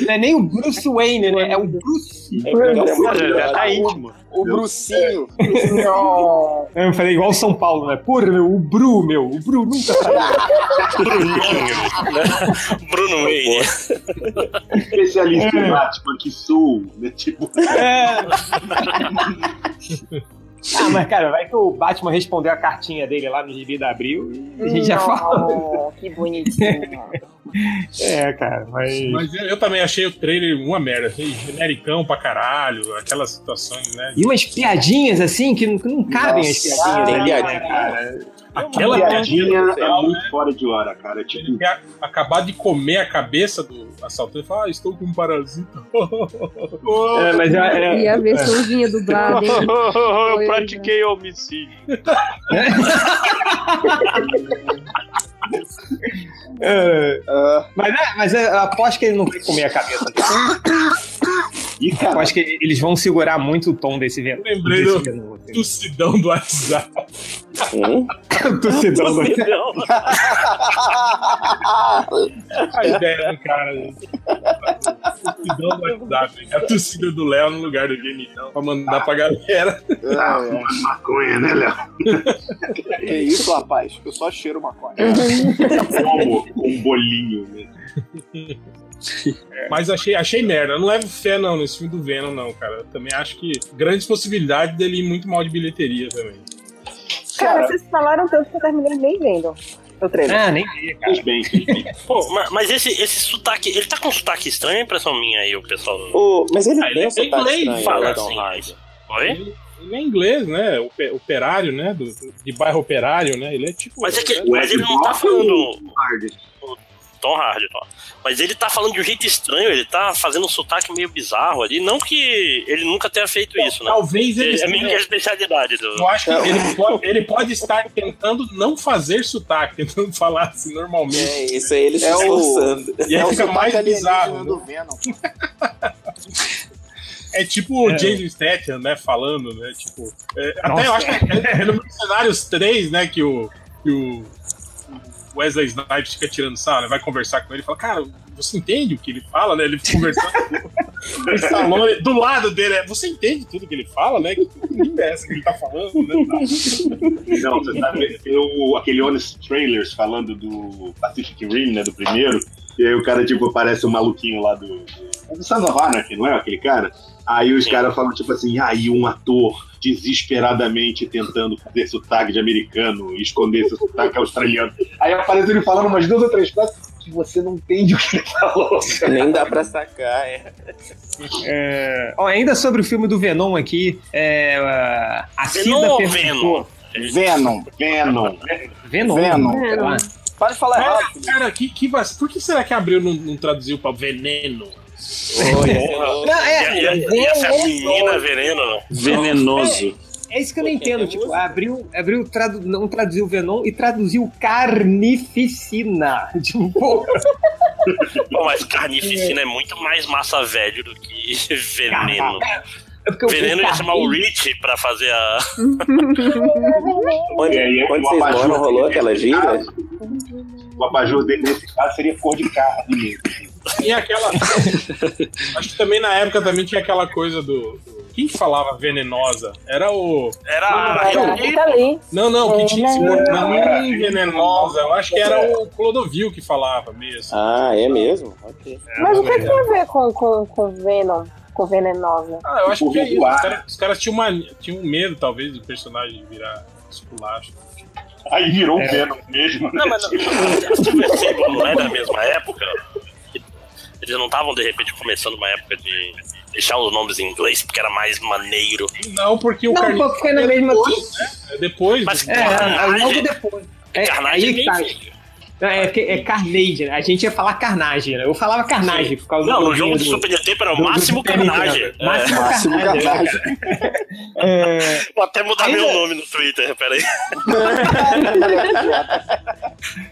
[SPEAKER 5] Não é nem o Bruce Wayne, né? É o Bruce.
[SPEAKER 3] É
[SPEAKER 9] é,
[SPEAKER 5] é
[SPEAKER 9] tá
[SPEAKER 1] O Brucinho.
[SPEAKER 5] Eu falei igual o São Paulo, né? Porra, meu, o Bru, meu. O Bru nunca
[SPEAKER 2] Bruno
[SPEAKER 9] É.
[SPEAKER 2] Wayne.
[SPEAKER 3] Especialista
[SPEAKER 4] É.
[SPEAKER 3] em Batman, que sou, né? Tipo.
[SPEAKER 5] É. Ah, mas cara, vai que o Batman respondeu a cartinha dele lá no Gibi da Abril e a gente já falou.
[SPEAKER 8] Oh, que bonitinho.
[SPEAKER 5] É, cara, mas.
[SPEAKER 4] Mas eu, eu também achei o trailer uma merda. Achei genericão pra caralho, aquelas situações, né?
[SPEAKER 5] E umas piadinhas assim que não, que não cabem as piadinhas. né?
[SPEAKER 4] Aquela
[SPEAKER 3] piadinha
[SPEAKER 4] piadinha né?
[SPEAKER 3] é muito fora de hora, cara. Tipo,
[SPEAKER 4] Ele a- acabar de comer a cabeça do assaltante e falar, ah, estou com um parasita. Oh.
[SPEAKER 5] É, mas já- é-
[SPEAKER 7] E a versãozinha dublada, hein?
[SPEAKER 9] Eu
[SPEAKER 7] Foi
[SPEAKER 9] pratiquei homicídio.
[SPEAKER 5] É, mas é, mas é, eu aposto que ele não vai comer a cabeça.
[SPEAKER 3] Ih,
[SPEAKER 5] Eu
[SPEAKER 3] cara,
[SPEAKER 5] acho que eles vão segurar muito o tom desse vento.
[SPEAKER 4] Lembrei
[SPEAKER 5] desse
[SPEAKER 4] do
[SPEAKER 5] Venom, assim.
[SPEAKER 4] tossidão do WhatsApp.
[SPEAKER 5] Torcedor do-
[SPEAKER 4] A ideia do cara. né? Tossidão do WhatsApp. A tossida do Léo no lugar do gemidão pra mandar pra galera.
[SPEAKER 3] maconha, né, Léo?
[SPEAKER 1] é. Que isso, rapaz? Eu só cheiro maconha.
[SPEAKER 3] Como um bolinho, né?
[SPEAKER 4] É. Mas achei, achei merda. Eu não levo fé não nesse filme do Venom, não, cara. Eu também acho que grandes possibilidades dele ir muito mal de bilheteria também.
[SPEAKER 8] Cara, vocês falaram tanto que eu terminei nem vendo o trailer.
[SPEAKER 4] É,
[SPEAKER 5] Ah, nem vi, cara.
[SPEAKER 3] Fez bem, fez bem.
[SPEAKER 2] Pô, ma- mas esse, esse sotaque, ele tá com um sotaque estranho, é impressão minha aí, o pessoal.
[SPEAKER 10] O- mas ele
[SPEAKER 2] Ah,
[SPEAKER 10] tem um
[SPEAKER 2] ele é
[SPEAKER 10] sotaque
[SPEAKER 2] inglês,
[SPEAKER 10] estranho,
[SPEAKER 2] fala
[SPEAKER 10] né, Tom
[SPEAKER 2] assim.
[SPEAKER 10] Hardy?
[SPEAKER 2] Oi?
[SPEAKER 4] Ele, ele é inglês, né? Ope- Operário, né? Do, de bairro operário, né? Ele é tipo.
[SPEAKER 2] Mas é que
[SPEAKER 3] O
[SPEAKER 2] mas
[SPEAKER 3] Ed
[SPEAKER 2] ele não tá
[SPEAKER 3] Brock ou
[SPEAKER 2] falando
[SPEAKER 3] o Hardy?
[SPEAKER 2] Tipo, Tom Hardy, Tom. Mas ele tá falando de um jeito estranho, ele tá fazendo um sotaque meio bizarro ali. Não que ele nunca tenha feito isso, né?
[SPEAKER 4] Talvez ele.
[SPEAKER 2] É meio que a especialidade do.
[SPEAKER 4] Eu acho que ele pode, ele pode estar tentando não fazer sotaque, tentando falar assim normalmente.
[SPEAKER 10] É, isso aí ele se
[SPEAKER 1] É o-
[SPEAKER 10] esforçando.
[SPEAKER 4] E aí fica mais bizarro.
[SPEAKER 1] Do
[SPEAKER 4] né?
[SPEAKER 1] Venom.
[SPEAKER 4] É tipo o Jason Statham, né? Falando, né? Tipo. é, até eu acho que é, é no Mercenários 3, né? Que o. Que o o Wesley Snipes fica tirando sarro, né? vai conversar com ele e fala: Cara, você entende o que ele fala, né? Ele fica conversando com o Stallone, do lado dele, é, você entende tudo que ele fala, né? Que linda é essa que ele tá falando, né?
[SPEAKER 3] Não, você sabe, tem o- aquele Honest Trailers falando do Pacific Rim, né, do primeiro, e aí o cara, tipo, aparece o maluquinho lá do... do é do Sons of Anarchy, não é aquele cara? Aí os caras falam, tipo assim, aí um ator desesperadamente tentando fazer sotaque de americano e esconder esse sotaque australiano. Aí aparece ele falando umas duas ou três frases que você não entende o que ele falou.
[SPEAKER 10] Nem dá pra sacar, é.
[SPEAKER 5] É, ó, ainda sobre o filme do Venom aqui, é, a- a Cida
[SPEAKER 2] Venom ou
[SPEAKER 5] perguntou-
[SPEAKER 1] Venom.
[SPEAKER 3] Venom.
[SPEAKER 5] Venom.
[SPEAKER 1] Venom.
[SPEAKER 5] sei lá.
[SPEAKER 1] Para de falar errado.
[SPEAKER 4] Mas, cara, que, que vas- por que será que abriu não, não traduziu pra veneno?
[SPEAKER 10] Oi,
[SPEAKER 5] Não,
[SPEAKER 2] E,
[SPEAKER 5] é,
[SPEAKER 2] e, e essa menina veneno, né?
[SPEAKER 11] Venenoso.
[SPEAKER 5] é isso que eu não entendo. Tipo, abriu, abriu tradu- não traduziu Venom e traduziu carnificina. Tipo,
[SPEAKER 2] Pô, mas carnificina é muito mais massa velho do que veneno.
[SPEAKER 5] é porque o-
[SPEAKER 2] Veneno
[SPEAKER 5] o
[SPEAKER 2] ia chamar o
[SPEAKER 5] carni-
[SPEAKER 2] Rich pra fazer a.
[SPEAKER 10] Onde,
[SPEAKER 3] É, e aí
[SPEAKER 10] onde
[SPEAKER 3] o
[SPEAKER 10] vocês
[SPEAKER 3] abajur
[SPEAKER 10] moram rolou
[SPEAKER 3] dele
[SPEAKER 10] aquela
[SPEAKER 3] nesse
[SPEAKER 10] gíria?
[SPEAKER 3] caso- O abajur dele nesse caso seria cor de carne mesmo.
[SPEAKER 4] E aquela. Acho que também na época também tinha aquela coisa do. do- Quem que falava venenosa? Era o.
[SPEAKER 2] Era.
[SPEAKER 8] Cara, Rita Lee.
[SPEAKER 4] Não, não, que tinha esse nome. Não, era venenosa. Eu acho que era o Clodovil que falava assim. mesmo.
[SPEAKER 10] Ah, é mesmo? Ok.
[SPEAKER 3] É,
[SPEAKER 8] Mas o que que tem a ver com, com, com Venom? Com Venenosa?
[SPEAKER 4] Ah, eu acho que é isso.
[SPEAKER 3] Voar.
[SPEAKER 4] Os caras, os caras tinham, uma, tinham um medo, talvez, do personagem virar esculacho.
[SPEAKER 3] Aí virou
[SPEAKER 5] É.
[SPEAKER 3] o Venom mesmo. né? Tipo,
[SPEAKER 2] Não, mas não, você Tipo, percebe, não é da mesma época. Eles não estavam, de repente, começando uma época de deixar os nomes em inglês, porque era mais maneiro.
[SPEAKER 4] Não, porque o
[SPEAKER 5] Não,
[SPEAKER 4] Carlinhos-
[SPEAKER 5] pô, foi na mesma-
[SPEAKER 4] Depois, né? Depois
[SPEAKER 2] Mas
[SPEAKER 4] do-
[SPEAKER 5] É, logo depois. É,
[SPEAKER 2] Carnage
[SPEAKER 5] aí
[SPEAKER 2] nem
[SPEAKER 5] tá.
[SPEAKER 2] filho.
[SPEAKER 5] Não, É, que- é Carnage, né? A gente ia falar Carnage, né? Eu falava Carnage por causa
[SPEAKER 2] Não,
[SPEAKER 5] do.
[SPEAKER 2] no jogo do Super Nintendo era o Máximo Carnage. É.
[SPEAKER 5] Máximo
[SPEAKER 2] Máximo
[SPEAKER 5] Carnage. É,
[SPEAKER 2] Vou até mudar
[SPEAKER 5] Ainda-
[SPEAKER 2] meu nome no Twitter, peraí.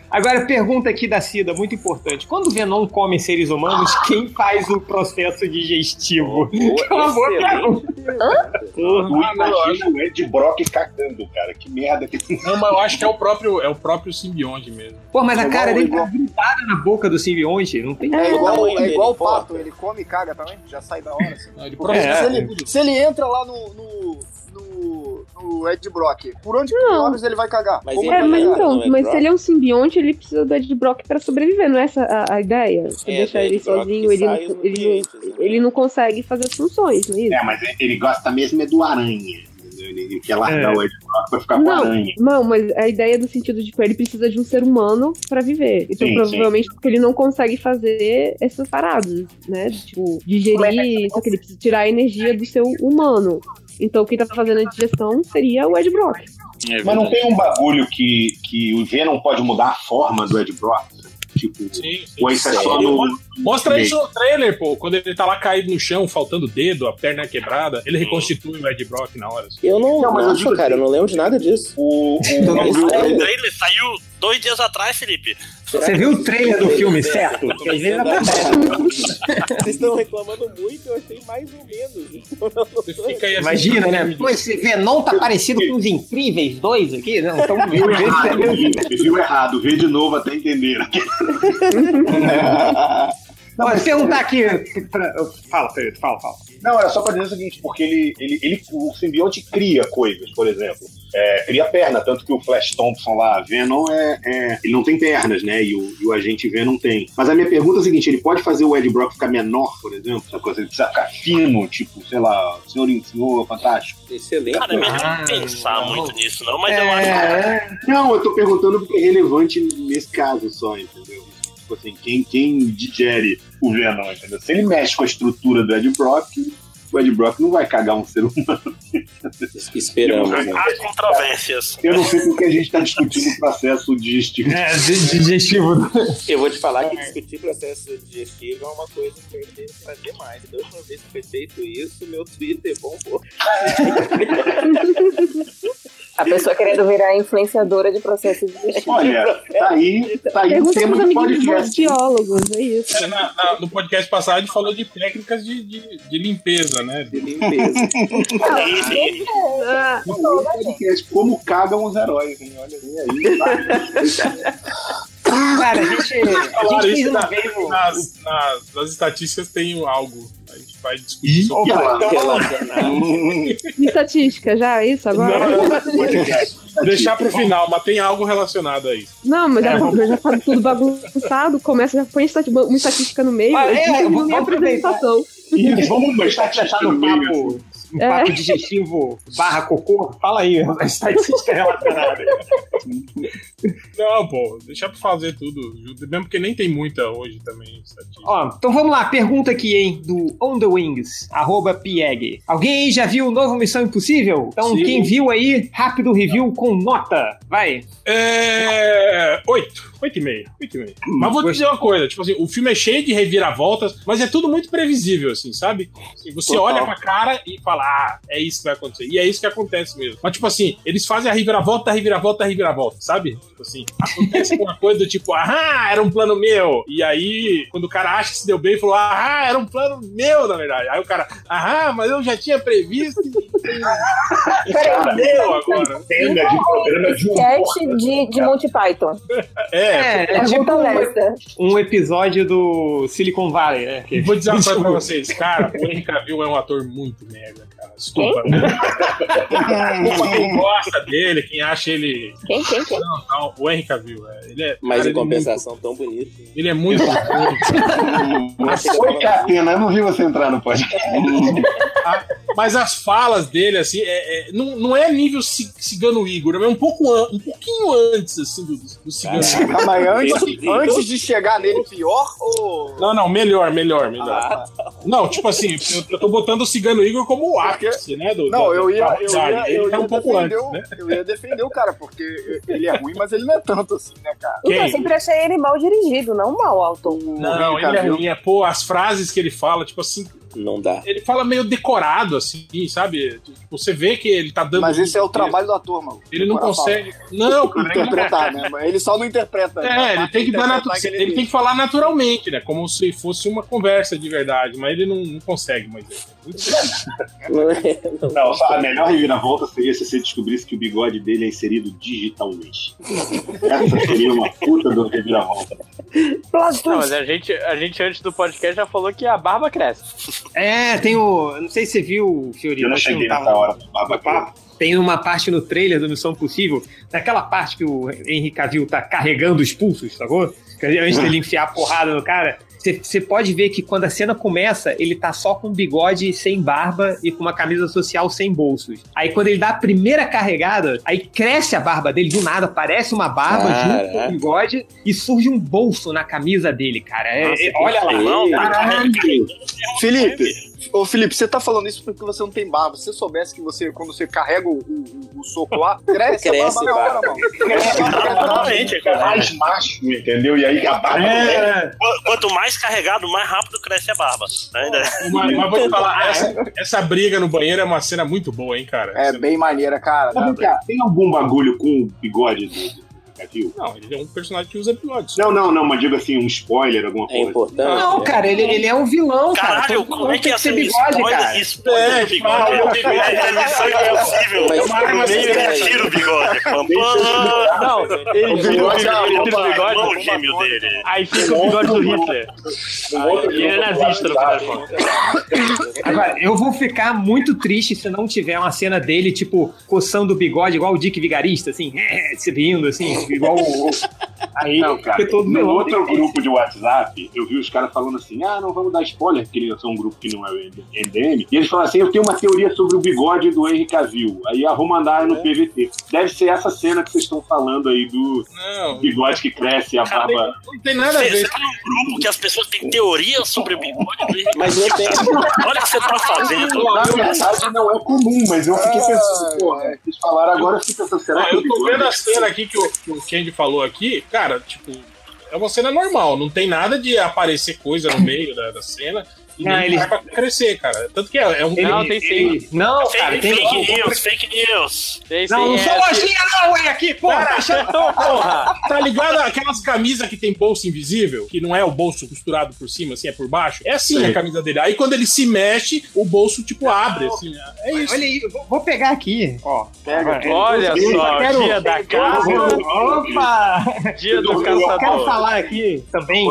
[SPEAKER 5] Agora, pergunta aqui da Cida, muito importante. Quando Venom come seres humanos, quem faz o processo digestivo? é uma boa pergunta.
[SPEAKER 4] Ah,
[SPEAKER 3] Tu imagina o Ed Brock cagando, cara. Que merda que
[SPEAKER 4] Não, mas eu acho que é o próprio, é o próprio simbionte mesmo.
[SPEAKER 5] Pô, mas a
[SPEAKER 4] Igual-
[SPEAKER 3] um
[SPEAKER 5] cara dele tá
[SPEAKER 4] igual-
[SPEAKER 5] grudada na boca do simbionte, não tem
[SPEAKER 1] É
[SPEAKER 5] como.
[SPEAKER 1] igual,
[SPEAKER 5] Tamanho
[SPEAKER 1] é
[SPEAKER 5] dele,
[SPEAKER 1] igual o
[SPEAKER 5] pô.
[SPEAKER 1] pato, ele come e caga também, já sai da hora. Assim.
[SPEAKER 4] ele
[SPEAKER 1] Porque
[SPEAKER 5] promete
[SPEAKER 1] se,
[SPEAKER 5] tudo.
[SPEAKER 1] ele, se ele entra lá no, no, no, no Ed Brock, por onde horas ele vai cagar? Como
[SPEAKER 7] é,
[SPEAKER 1] ele vai
[SPEAKER 7] mas
[SPEAKER 1] cagar?
[SPEAKER 7] então, mas se ele é um simbionte, ele precisa do Ed Brock pra sobreviver, não é essa a, a ideia? Você
[SPEAKER 3] É,
[SPEAKER 7] deixar
[SPEAKER 3] do Ed
[SPEAKER 7] ele
[SPEAKER 3] Brock
[SPEAKER 7] sozinho,
[SPEAKER 3] que
[SPEAKER 7] ele não,
[SPEAKER 3] sai assim, os
[SPEAKER 7] ele, não,
[SPEAKER 3] né?
[SPEAKER 7] ele não consegue fazer as funções, não é isso?
[SPEAKER 3] É, mas ele gosta mesmo é do aranha. entendeu? Ele ele quer largar
[SPEAKER 5] É.
[SPEAKER 3] o Ed Brock pra ficar com a
[SPEAKER 7] Não,
[SPEAKER 3] aranha.
[SPEAKER 7] não, mas a ideia do sentido de que ele precisa de um ser humano pra viver. Então,
[SPEAKER 3] Sim,
[SPEAKER 7] provavelmente, porque ele não consegue fazer essas paradas, né? Tipo,
[SPEAKER 3] é
[SPEAKER 7] digerir, só que ele precisa tirar a energia do seu humano. Então, quem tá fazendo a digestão seria o Ed Brock.
[SPEAKER 4] É
[SPEAKER 3] Mas não tem um bagulho que, que o Venom pode mudar a forma do Ed Brock? Tipo, ou isso é só no.
[SPEAKER 4] Mostra isso no trailer, pô. Quando ele tá lá caído no chão, faltando dedo, a perna quebrada,
[SPEAKER 3] Uhum.
[SPEAKER 4] ele reconstitui o Ed Brock na hora. assim.
[SPEAKER 10] Eu assim, não,
[SPEAKER 4] Não, mas eu
[SPEAKER 10] acho,
[SPEAKER 4] digo
[SPEAKER 10] cara, eu não lembro de nada disso. Então
[SPEAKER 3] O,
[SPEAKER 2] O
[SPEAKER 5] É,
[SPEAKER 2] trailer saiu dois dias atrás, Felipe.
[SPEAKER 5] Você viu o trailer do filme, certo? Porque às vezes acontece.
[SPEAKER 10] Vocês estão reclamando muito, eu achei mais ou menos.
[SPEAKER 5] Imagina, né? Pô, esse Venom tá parecido com os Incríveis dois aqui, né? Então,
[SPEAKER 3] Viu
[SPEAKER 5] às vezes,
[SPEAKER 3] errado, viu? viu errado, vê de novo até entender.
[SPEAKER 5] Não, mas perguntar aqui. pra- Fala, Pedro, fala, fala.
[SPEAKER 3] é- Não, era só pra dizer o seguinte, porque ele, ele, ele- o simbionte cria coisas, por exemplo. É, cria perna, tanto que o Flash Thompson lá, Venom, é, é- ele não tem pernas, né? E o, e o agente Venom tem. Mas a minha pergunta é a seguinte, ele pode fazer o Ed Brock ficar menor, por exemplo? Essa coisa, ele precisa ficar fino, tipo, sei lá, senhor em senhor, fantástico.
[SPEAKER 10] Excelente.
[SPEAKER 2] Cara, é melhor não pensar muito nisso, não, mas eu acho.
[SPEAKER 7] um
[SPEAKER 5] É,
[SPEAKER 3] Não, eu tô perguntando porque é relevante nesse caso só, entendeu? Tipo assim, quem, quem digere o Venom, entendeu? Se ele mexe com a estrutura do Ed Brock, o Ed Brock não vai cagar um ser humano.
[SPEAKER 10] Esperamos, né?
[SPEAKER 2] Há controvérsias.
[SPEAKER 3] Eu não sei porque a gente tá discutindo o processo digestivo.
[SPEAKER 5] é digestivo.
[SPEAKER 4] né?
[SPEAKER 10] Eu vou te falar que discutir processo digestivo é uma coisa que eu devo fazer mais. Da última vez que foi feito isso, meu Twitter bombou.
[SPEAKER 8] A pessoa querendo virar influenciadora de processos de
[SPEAKER 5] é,
[SPEAKER 3] Olha, tá aí, tá aí o
[SPEAKER 7] Pergunta
[SPEAKER 3] tema
[SPEAKER 7] pros
[SPEAKER 3] do
[SPEAKER 7] amiguinhos
[SPEAKER 3] podcast.
[SPEAKER 7] biólogos, é isso.
[SPEAKER 4] Na- na- no podcast passado, a gente falou de técnicas de, de, de limpeza, né? De
[SPEAKER 10] limpeza.
[SPEAKER 2] Sim, sim. é,
[SPEAKER 7] Ah,
[SPEAKER 3] O podcast, Como cagam os heróis, hein? Olha aí.
[SPEAKER 5] Cara, a gente, a
[SPEAKER 4] Falaram
[SPEAKER 5] gente fez
[SPEAKER 4] isso
[SPEAKER 5] uma
[SPEAKER 4] na-
[SPEAKER 5] vez um-
[SPEAKER 4] nas, nas, nas estatísticas tem algo. A gente vai discutir sobre
[SPEAKER 3] Opa,
[SPEAKER 4] isso.
[SPEAKER 7] e estatística, já é isso agora?
[SPEAKER 4] Deixar pro final, mas tem algo relacionado a isso.
[SPEAKER 7] Não, mas já, tá, já tá tudo bagunçado, começa, já põe estati- uma estatística no meio,
[SPEAKER 5] Ah,
[SPEAKER 7] aí
[SPEAKER 5] é,
[SPEAKER 7] fica
[SPEAKER 5] vamos
[SPEAKER 7] minha
[SPEAKER 5] aproveitar.
[SPEAKER 7] apresentação.
[SPEAKER 3] E vamos
[SPEAKER 5] Tá
[SPEAKER 3] deixar
[SPEAKER 5] achado um papo, um
[SPEAKER 7] É.
[SPEAKER 5] papo digestivo barra cocô? Fala aí, a estatística relacionada.
[SPEAKER 4] Não, pô, deixar pra fazer tudo junto, mesmo porque nem tem muita hoje também estatística.
[SPEAKER 5] Ó, então vamos lá, pergunta aqui, hein, do On The Wings, arroba Pieg. Alguém aí já viu o novo Missão Impossível? Então
[SPEAKER 4] Sim.
[SPEAKER 5] quem viu aí, rápido review com nota. Vai.
[SPEAKER 4] É. Oito. Oito e meio. Oito e meio. Mas vou te dizer uma coisa: tipo assim, o filme é cheio de reviravoltas, mas é tudo muito previsível, assim, sabe? Assim, você
[SPEAKER 10] Total.
[SPEAKER 4] olha pra cara e fala, ah, é isso que vai acontecer. E é isso que acontece mesmo. Mas, tipo assim, eles fazem a reviravolta, a reviravolta, a reviravolta, sabe? Tipo assim, acontece uma coisa do tipo, ah, era um plano meu. E aí, quando o cara acha que se deu bem, falou, ah, era um plano meu, na verdade. Aí o cara, ah, mas eu já tinha previsto. Era meu agora.
[SPEAKER 3] Tema de programa de
[SPEAKER 8] sketch de, de Monty Python.
[SPEAKER 4] É,
[SPEAKER 5] É, é tipo
[SPEAKER 8] Pergunta honesta.
[SPEAKER 5] um episódio do Silicon Valley, né? Que-
[SPEAKER 4] Vou dizer uma coisa pra vocês, cara. O Henry Cavill é um ator muito merda, cara. Desculpa.
[SPEAKER 3] né?
[SPEAKER 4] Desculpa quem gosta dele, quem acha ele.
[SPEAKER 8] Quem, quem, quem?
[SPEAKER 4] Não, não, o Henry Cavill. é, Ele é,
[SPEAKER 10] Mas
[SPEAKER 4] cara,
[SPEAKER 10] em compensação, tão bonito. né?
[SPEAKER 4] Ele é muito. Ele é muito ruim.
[SPEAKER 8] Então,
[SPEAKER 3] Oi, Catena, eu não vi você entrar no podcast.
[SPEAKER 4] Mas as falas dele, assim, é, é- não, não é nível ci- cigano Igor, é um pouco an- um pouquinho antes, assim, do, do cigano
[SPEAKER 10] Caraca.
[SPEAKER 4] Igor. é
[SPEAKER 1] Ah, mas antes,
[SPEAKER 10] Entendi.
[SPEAKER 1] antes de chegar nele pior, ou...
[SPEAKER 4] Não, não, melhor, melhor, melhor. Não, tipo assim, eu, eu tô botando o Cigano Igor como o ápice, né? do-
[SPEAKER 1] Não,
[SPEAKER 4] da-
[SPEAKER 1] eu ia,
[SPEAKER 4] da
[SPEAKER 1] eu
[SPEAKER 4] Rockstar.
[SPEAKER 1] ia, eu
[SPEAKER 4] Ele tá
[SPEAKER 1] ia
[SPEAKER 4] um pouco
[SPEAKER 1] defender,
[SPEAKER 4] antes,
[SPEAKER 1] o-
[SPEAKER 4] né?
[SPEAKER 1] eu ia defender o cara, porque ele é ruim, mas ele não é tanto assim, né, cara?
[SPEAKER 8] Então, eu sempre achei ele mal dirigido, não mal alto.
[SPEAKER 4] Não,
[SPEAKER 1] tá
[SPEAKER 4] ele é ruim, é, pô, as frases que ele fala, tipo assim.
[SPEAKER 10] Não dá.
[SPEAKER 4] Ele fala meio decorado, assim, sabe? Tipo, você vê que ele tá dando.
[SPEAKER 1] Mas esse é o trabalho do ator, mano.
[SPEAKER 4] Ele não
[SPEAKER 1] Agora
[SPEAKER 4] consegue.
[SPEAKER 1] fala.
[SPEAKER 4] Não, cara, ele-
[SPEAKER 1] interpretar, né? mas Ele só não interpreta.
[SPEAKER 4] É, ele tem que dar natu-
[SPEAKER 1] Interpretar que
[SPEAKER 4] ele tem que falar naturalmente, né? Como se fosse uma conversa de verdade, mas ele não, não consegue, Moisés.
[SPEAKER 3] Não, só a melhor reviravolta seria se você descobrisse que o bigode dele é inserido digitalmente. Essa seria uma puta do reviravolta.
[SPEAKER 9] Não, mas
[SPEAKER 5] é-
[SPEAKER 9] a gente, a gente antes do podcast já falou que a barba cresce.
[SPEAKER 5] É, tem o. Não sei se você viu, Fiorino.
[SPEAKER 9] Eu não
[SPEAKER 5] mas tem um
[SPEAKER 9] cheguei
[SPEAKER 10] tá
[SPEAKER 5] tal-
[SPEAKER 9] nessa hora,
[SPEAKER 5] Tem uma parte no trailer do Missão Possível, naquela parte que o Henry Cavill tá carregando os pulsos, sacou? Que Antes dele enfiar a porrada no cara. você- Você pode ver que quando a cena começa, ele tá só com bigode sem barba e com uma camisa social sem bolsos. Aí quando ele dá a primeira carregada, aí cresce a barba dele do nada, parece uma barba junto com o
[SPEAKER 10] Caraca.
[SPEAKER 5] bigode e surge um bolso na camisa dele, cara. É-
[SPEAKER 1] Nossa,
[SPEAKER 5] é-
[SPEAKER 1] que
[SPEAKER 5] olha lá.
[SPEAKER 1] feio.
[SPEAKER 5] Caralho.
[SPEAKER 1] Felipe, ô Felipe, você tá falando isso porque você não tem barba. Se você soubesse que você, quando você carrega o, o- o soco lá, cresce,
[SPEAKER 3] Cresce,
[SPEAKER 1] a barba na hora, mano. Cresce, a barba na hora.
[SPEAKER 3] é mais macho, entendeu? E aí a barba.
[SPEAKER 4] É.
[SPEAKER 2] Qu- Quanto mais carregado, mais rápido cresce a barba. né? Ainda.
[SPEAKER 4] Mas, mas vou te falar, essa, essa briga no banheiro é uma cena muito boa, hein, cara?
[SPEAKER 1] É bem maneira, cara.
[SPEAKER 4] Dá pra-
[SPEAKER 3] Tem algum um bagulho com o bigode dele?
[SPEAKER 4] Não, ele é um personagem que usa bigodes.
[SPEAKER 3] Não, não, não, mas digo assim, um spoiler, alguma coisa. É importante.
[SPEAKER 5] Não, cara, ele, ele é um vilão, cara.
[SPEAKER 3] Caralho,
[SPEAKER 5] Todo
[SPEAKER 3] como
[SPEAKER 5] vilão
[SPEAKER 3] é que
[SPEAKER 5] tem
[SPEAKER 3] ia
[SPEAKER 5] ser
[SPEAKER 3] ser um spoiler? Spoiler do bigode.
[SPEAKER 5] fala.
[SPEAKER 3] Bigode é um Missão Impossível.
[SPEAKER 5] Mas
[SPEAKER 3] Uma arma
[SPEAKER 5] primeiro
[SPEAKER 3] sem
[SPEAKER 5] é-
[SPEAKER 3] tiro,
[SPEAKER 2] o bigode. Pam,
[SPEAKER 3] pam.
[SPEAKER 9] Não, ele tira
[SPEAKER 3] O
[SPEAKER 9] o
[SPEAKER 3] bigode é a
[SPEAKER 9] bigode, tira o
[SPEAKER 3] bomba,
[SPEAKER 9] bigode,
[SPEAKER 3] irmão
[SPEAKER 9] bomba
[SPEAKER 3] gêmeo
[SPEAKER 9] atômica.
[SPEAKER 3] dele.
[SPEAKER 9] Aí fica o bigode do Hitler.
[SPEAKER 3] outro
[SPEAKER 9] E ele é
[SPEAKER 3] jogo
[SPEAKER 9] nazista, no final das contas.
[SPEAKER 5] Agora, eu vou ficar muito triste se não tiver uma cena dele, tipo, coçando o bigode, igual o Dick Vigarista, assim, se rindo, assim, igual o.
[SPEAKER 3] Aí, não, cara,
[SPEAKER 5] porque todo
[SPEAKER 3] no
[SPEAKER 5] vilão
[SPEAKER 3] outro
[SPEAKER 5] tem que ter
[SPEAKER 3] grupo de WhatsApp, eu vi os caras falando assim, ah, não vamos dar spoiler, porque eles são um grupo que não é o MDM. E eles falam assim, eu tenho uma teoria sobre o bigode do Henry Cavill. Aí ah, vou mandar
[SPEAKER 5] É.
[SPEAKER 3] no PVT. Deve ser essa cena que vocês estão falando aí do bigode que cresce, a barba...
[SPEAKER 4] Não tem nada a
[SPEAKER 2] Você
[SPEAKER 4] ver.
[SPEAKER 2] está num um grupo que as pessoas têm teoria sobre o bigode do Henrique
[SPEAKER 3] Mas não é tem.
[SPEAKER 2] Olha o que você tá fazendo.
[SPEAKER 3] Na verdade, não é comum, mas eu fiquei pensando, é, porra, vocês falaram agora, eu fiquei pensando, será
[SPEAKER 4] Ó,
[SPEAKER 3] que
[SPEAKER 4] Ah,
[SPEAKER 3] o
[SPEAKER 4] eu tô
[SPEAKER 3] bigode...
[SPEAKER 4] vendo a cena aqui que o, que o Candy falou aqui, cara, tipo, é uma cena normal, não tem nada de aparecer coisa no meio da, da cena. E
[SPEAKER 5] Não,
[SPEAKER 4] não, ele
[SPEAKER 5] ele-
[SPEAKER 4] vai pra crescer, cara. Tanto que é, é um. É
[SPEAKER 5] Ele- Não, tem sim. ele- Não, Fake- cara, tem- fake news,
[SPEAKER 2] fake news.
[SPEAKER 5] Não, não
[SPEAKER 9] é,
[SPEAKER 5] sou lojinha, não, hein, aqui, porra!
[SPEAKER 4] Cara,
[SPEAKER 5] Deixa-
[SPEAKER 4] Tá ligado aquelas camisas que tem bolso invisível? Que não é o bolso costurado por cima, assim, é por baixo? É assim
[SPEAKER 5] Sim.
[SPEAKER 4] a camisa dele. Aí quando ele se mexe, o bolso, tipo, abre, assim. É isso.
[SPEAKER 5] Olha aí, eu vou- vou pegar aqui, ó.
[SPEAKER 4] Pega.
[SPEAKER 9] Olha
[SPEAKER 5] Eu
[SPEAKER 9] só,
[SPEAKER 5] quero-
[SPEAKER 9] dia da casa.
[SPEAKER 5] Opa!
[SPEAKER 9] Dia do
[SPEAKER 5] Eu quero
[SPEAKER 9] caçador.
[SPEAKER 5] falar aqui também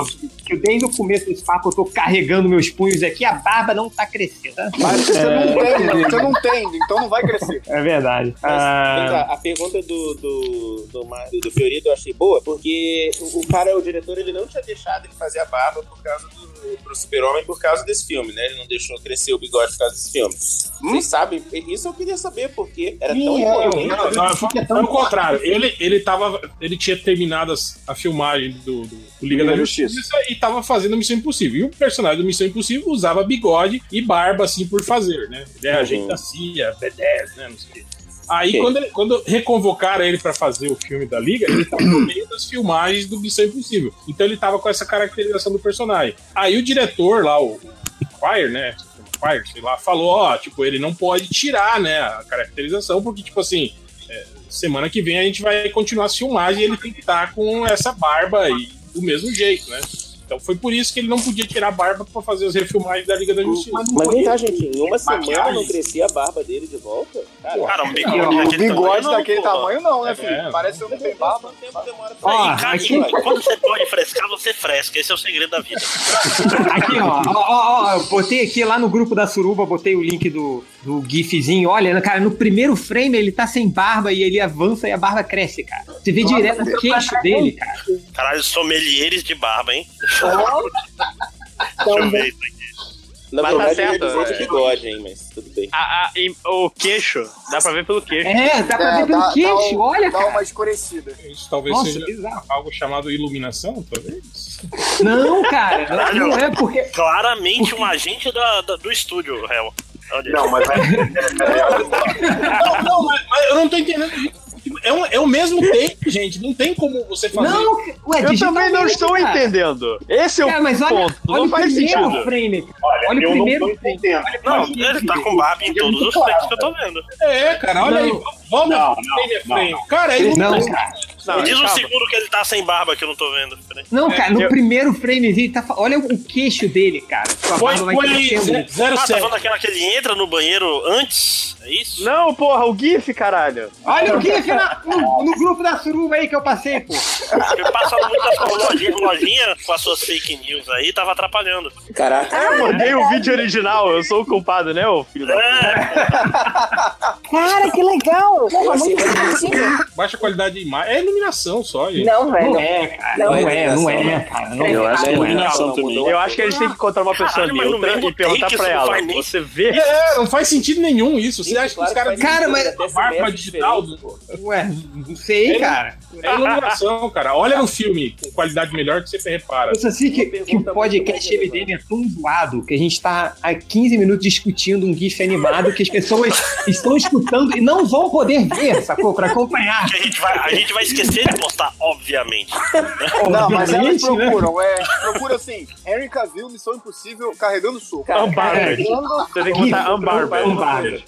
[SPEAKER 5] que desde o começo desse papo eu tô carregando meus punhos aqui, a barba não tá crescendo. tá?
[SPEAKER 1] Mas você
[SPEAKER 5] É,
[SPEAKER 1] não tem, mano. você não tem,
[SPEAKER 3] assim,
[SPEAKER 1] então não vai crescer.
[SPEAKER 5] É verdade.
[SPEAKER 10] Mas,
[SPEAKER 5] Ah,
[SPEAKER 10] vem cá, a pergunta do, do, do, Mar- do Fiorito eu achei boa, porque o, o cara, o diretor, ele não tinha deixado ele fazer a barba por causa do pro super-homem por causa desse filme, né? Ele não deixou crescer o bigode por causa desse filme. Vocês sabem? Isso eu queria saber, porque era tão
[SPEAKER 4] Ih, é,
[SPEAKER 10] importante.
[SPEAKER 4] não, não, foi- foi o contrário. Ele, ele, tava, ele tinha terminado as- a filmagem do, do- do Liga da Justiça, e tava fazendo Missão Impossível. E o personagem do Missão Impossível usava bigode e barba, assim, por fazer, né? Ele é ajeita assim, é B10, né? Não sei o quê. Aí,
[SPEAKER 9] Ok.
[SPEAKER 4] quando, ele- quando reconvocaram ele pra fazer o filme da Liga, ele tava no meio das filmagens do Missão Impossível. Então, ele tava com essa caracterização do personagem. Aí, o diretor lá, o Fire, né? Fire, sei lá, falou, ó, tipo, ele não pode tirar, né, a caracterização, porque, tipo assim, é, semana que vem a gente vai continuar as filmagens e ele tem que estar com essa barba aí, do mesmo jeito, né? Então foi por isso que ele não podia tirar a barba pra fazer as refilmagens da Liga da Justiça.
[SPEAKER 10] Mas vem cá, gente, em uma semana não
[SPEAKER 4] Maquiagem.
[SPEAKER 10] crescia a barba dele de volta?
[SPEAKER 2] Cara, um bigode
[SPEAKER 1] Não,
[SPEAKER 2] daquele
[SPEAKER 1] bigode
[SPEAKER 2] tamanho,
[SPEAKER 1] daquele
[SPEAKER 2] porra.
[SPEAKER 1] tamanho não, né,
[SPEAKER 2] É,
[SPEAKER 1] filho?
[SPEAKER 2] é.
[SPEAKER 1] Parece que você não tem barba.
[SPEAKER 2] Aí, cara, e Quando você pode frescar, você fresca. Esse é o segredo da vida.
[SPEAKER 5] Aqui, ó, ó, ó, ó, eu botei aqui lá no grupo da Suruba, botei o link do, do GIFzinho. Olha, cara, no primeiro frame ele tá sem barba e ele avança e a barba cresce, cara. Você vê
[SPEAKER 2] Nossa, tá
[SPEAKER 5] direto o
[SPEAKER 2] meu
[SPEAKER 5] queixo
[SPEAKER 2] cara,
[SPEAKER 5] dele, cara.
[SPEAKER 3] Então,
[SPEAKER 2] Caralho, sommelieres de barba, hein? Deixa eu ver isso aqui.
[SPEAKER 10] Na
[SPEAKER 9] Mas tá
[SPEAKER 10] verdade,
[SPEAKER 9] certo,
[SPEAKER 10] eu ia dizer
[SPEAKER 9] é.
[SPEAKER 10] de bigode, hein, mas tudo bem.
[SPEAKER 9] A- a- em- o queixo, dá pra ver pelo queixo.
[SPEAKER 1] É,
[SPEAKER 4] é,
[SPEAKER 1] dá- dá um- Dá uma escurecida.
[SPEAKER 4] Isso talvez
[SPEAKER 1] Nossa,
[SPEAKER 4] seja algo chamado iluminação, talvez.
[SPEAKER 5] Não, cara, não, não é porque.
[SPEAKER 2] Claramente um agente da, da- do estúdio, réu. Olha.
[SPEAKER 3] Não, mas
[SPEAKER 4] Não, não, mas, mas eu não tô entendendo. É, um- é o mesmo tempo, gente. Não tem como você fazer.
[SPEAKER 5] Não, ué,
[SPEAKER 4] eu
[SPEAKER 5] digitalmente,
[SPEAKER 4] também não estou
[SPEAKER 5] cara.
[SPEAKER 4] entendendo.
[SPEAKER 9] Esse
[SPEAKER 4] é o
[SPEAKER 5] cara, mas olha,
[SPEAKER 4] ponto.
[SPEAKER 5] Olha
[SPEAKER 4] Não
[SPEAKER 5] o
[SPEAKER 4] faz
[SPEAKER 5] primeiro
[SPEAKER 4] sentido.
[SPEAKER 5] frame. Olha, olha o
[SPEAKER 4] eu não
[SPEAKER 5] primeiro
[SPEAKER 4] tô
[SPEAKER 5] frame.
[SPEAKER 3] entendendo.
[SPEAKER 5] Olha é o
[SPEAKER 2] Não,
[SPEAKER 5] primeiro
[SPEAKER 2] ele tá
[SPEAKER 5] frame.
[SPEAKER 2] com barba em todos os tempos que eu tô vendo.
[SPEAKER 4] É, cara, olha aí. Vamos frame a frame. Cara, ele não. É,
[SPEAKER 2] Me diz um
[SPEAKER 5] calma.
[SPEAKER 2] segundo que ele tá sem barba que eu não tô vendo. Peraí.
[SPEAKER 5] Não, cara, no primeiro framezinho, tá, fa- olha o queixo dele, cara. Tipo, a barba vai
[SPEAKER 4] né?
[SPEAKER 5] crescendo.
[SPEAKER 2] Ah, tá falando daquela que ele entra no banheiro antes? É isso?
[SPEAKER 9] Não, porra, o GIF, caralho.
[SPEAKER 5] Olha o GIF na- no, no grupo da suruba aí que eu passei, pô.
[SPEAKER 2] É Eu passava muito as lojinha, lojinha com as suas fake news aí, tava atrapalhando. É,
[SPEAKER 10] Caraca.
[SPEAKER 9] Eu
[SPEAKER 3] Ah,
[SPEAKER 9] mandei o vídeo original, eu sou o culpado, né, ô filho da
[SPEAKER 8] Cara, que legal! Porra,
[SPEAKER 4] assim?
[SPEAKER 8] muito bonitinho.
[SPEAKER 4] Baixa qualidade de imagem. É iluminação só, gente.
[SPEAKER 8] Não, velho.
[SPEAKER 5] Não é, cara. Não, é, não é, cara. Não é.
[SPEAKER 4] acho que
[SPEAKER 9] Não,
[SPEAKER 4] é iluminação
[SPEAKER 9] não,
[SPEAKER 4] também.
[SPEAKER 9] mudou. Eu acho que a gente tem que encontrar uma pessoa
[SPEAKER 4] Caralho, mas no
[SPEAKER 9] neutra
[SPEAKER 4] mesmo
[SPEAKER 9] e perguntar
[SPEAKER 4] take
[SPEAKER 9] pra
[SPEAKER 4] isso não
[SPEAKER 9] ela.
[SPEAKER 4] faz nem-
[SPEAKER 9] Você vê?
[SPEAKER 4] É, não faz sentido nenhum isso. Você acha que os caras.
[SPEAKER 5] faz Cara,
[SPEAKER 2] né?
[SPEAKER 5] sentido,
[SPEAKER 4] mas.
[SPEAKER 2] é
[SPEAKER 4] Barba digital.
[SPEAKER 5] Ué, não sei,
[SPEAKER 4] É-
[SPEAKER 5] cara.
[SPEAKER 4] É iluminação, cara. Olha no filme com qualidade melhor que você repara.
[SPEAKER 5] Isso assim que, que o podcast
[SPEAKER 2] né?
[SPEAKER 5] MDM é tão zoado que a gente tá há 15 minutos discutindo um GIF animado que as pessoas estão escutando e não vão poder ver, sacou? Pra acompanhar.
[SPEAKER 2] Que a gente vai, a gente vai esquecer de postar, obviamente.
[SPEAKER 1] Não, mas elas
[SPEAKER 5] Obviamente, né?
[SPEAKER 1] procuram, é. Procura assim, Henry Cavill, Missão Impossível, carregando soco.
[SPEAKER 9] Unbarred. Você tem que botar Unbarred.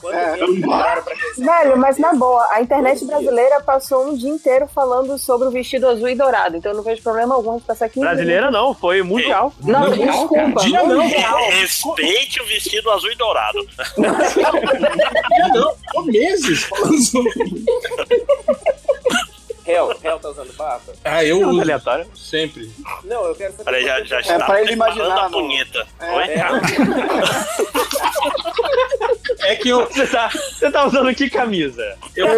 [SPEAKER 8] Velho, mas na boa, a internet brasileira passou um dia inteiro falando sobre o vestido azul e dourado, então eu não vejo problema algum de passar aqui.
[SPEAKER 9] Brasileira não, foi mundial.
[SPEAKER 8] Não, desculpa.
[SPEAKER 4] Dia não,
[SPEAKER 8] mundial.
[SPEAKER 2] Respeite o vestido azul e dourado.
[SPEAKER 4] Não, ficou meses falando sobre.
[SPEAKER 10] Hel, Hel tá usando barba?
[SPEAKER 4] Ah, eu.
[SPEAKER 9] É um
[SPEAKER 4] uso
[SPEAKER 9] aleatório.
[SPEAKER 4] Sempre.
[SPEAKER 10] Não, eu quero saber.
[SPEAKER 2] Olha, já, já
[SPEAKER 10] É
[SPEAKER 2] está
[SPEAKER 1] pra ele
[SPEAKER 2] preparando
[SPEAKER 1] imaginar,
[SPEAKER 2] a
[SPEAKER 1] não.
[SPEAKER 2] punheta.
[SPEAKER 1] É.
[SPEAKER 2] Oi?
[SPEAKER 4] É que eu.
[SPEAKER 9] Você tá, você tá usando que camisa?
[SPEAKER 4] Eu,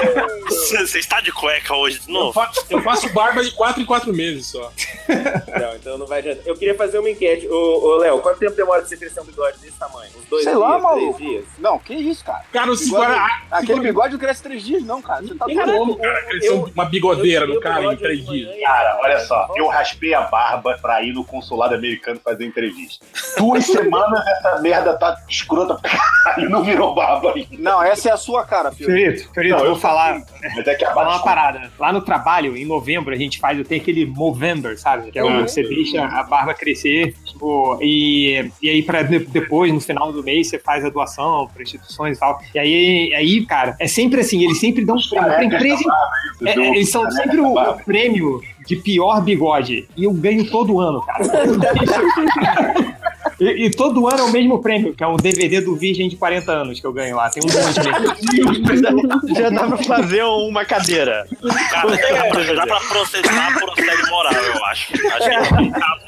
[SPEAKER 2] Você você está de cueca hoje de
[SPEAKER 4] É. eu
[SPEAKER 2] novo?
[SPEAKER 4] fa- eu faço barba de 4 em 4 meses só.
[SPEAKER 10] Não, então não vai adiantar. Eu queria fazer uma enquete. Ô, ô Léo, quanto tempo demora pra você crescer um bigode desse tamanho? Uns dois
[SPEAKER 1] Sei
[SPEAKER 10] dias,
[SPEAKER 1] lá,
[SPEAKER 10] três
[SPEAKER 1] maluco.
[SPEAKER 10] dias?
[SPEAKER 1] Não, que isso, cara.
[SPEAKER 4] Cara, o
[SPEAKER 1] Bigode-
[SPEAKER 4] Ciguara.
[SPEAKER 1] Aquele bigode não cresce três dias, não, cara. Você tá
[SPEAKER 4] Tem
[SPEAKER 1] doido.
[SPEAKER 4] como, cara, crescer
[SPEAKER 10] eu-
[SPEAKER 4] uma bigodeira
[SPEAKER 10] eu-
[SPEAKER 4] no cara
[SPEAKER 10] eu-
[SPEAKER 4] em 3 dias.
[SPEAKER 3] Cara, olha só, eu raspei a barba pra ir no consulado americano fazer entrevista. Duas semanas essa merda tá escrota pra caralho, não virou barba ainda.
[SPEAKER 1] Não, essa é a sua cara, filho.
[SPEAKER 5] Fiorito, Fiorito,
[SPEAKER 3] Não,
[SPEAKER 5] eu
[SPEAKER 3] eu
[SPEAKER 5] vou falar,
[SPEAKER 3] Mas é que a
[SPEAKER 5] falar uma
[SPEAKER 3] barba.
[SPEAKER 5] parada. Lá no trabalho, em novembro, a gente faz, eu tenho aquele Movember, sabe? Que é
[SPEAKER 3] Uhum.
[SPEAKER 5] onde você deixa a barba crescer, tipo, e, e aí pra de- depois, no final do mês, você faz a doação pra instituições e tal. E aí, aí cara, é sempre assim, eles sempre dão prêmio. Tem
[SPEAKER 3] carecas
[SPEAKER 5] empresa,
[SPEAKER 3] da É, barba, isso,
[SPEAKER 5] é,
[SPEAKER 3] do-
[SPEAKER 5] é, eles são
[SPEAKER 3] careca
[SPEAKER 5] sempre
[SPEAKER 3] da
[SPEAKER 5] o,
[SPEAKER 3] barba.
[SPEAKER 5] o prêmio de pior bigode. E eu ganho todo ano, cara. E, e todo ano é o mesmo prêmio, que é um DVD do Virgem de 40 anos que eu ganho lá. Tem um monte mesmo.
[SPEAKER 9] Já dá pra fazer uma cadeira.
[SPEAKER 2] Cara, dá- dá pra processar por assédio moral, eu acho. Acho que é complicado.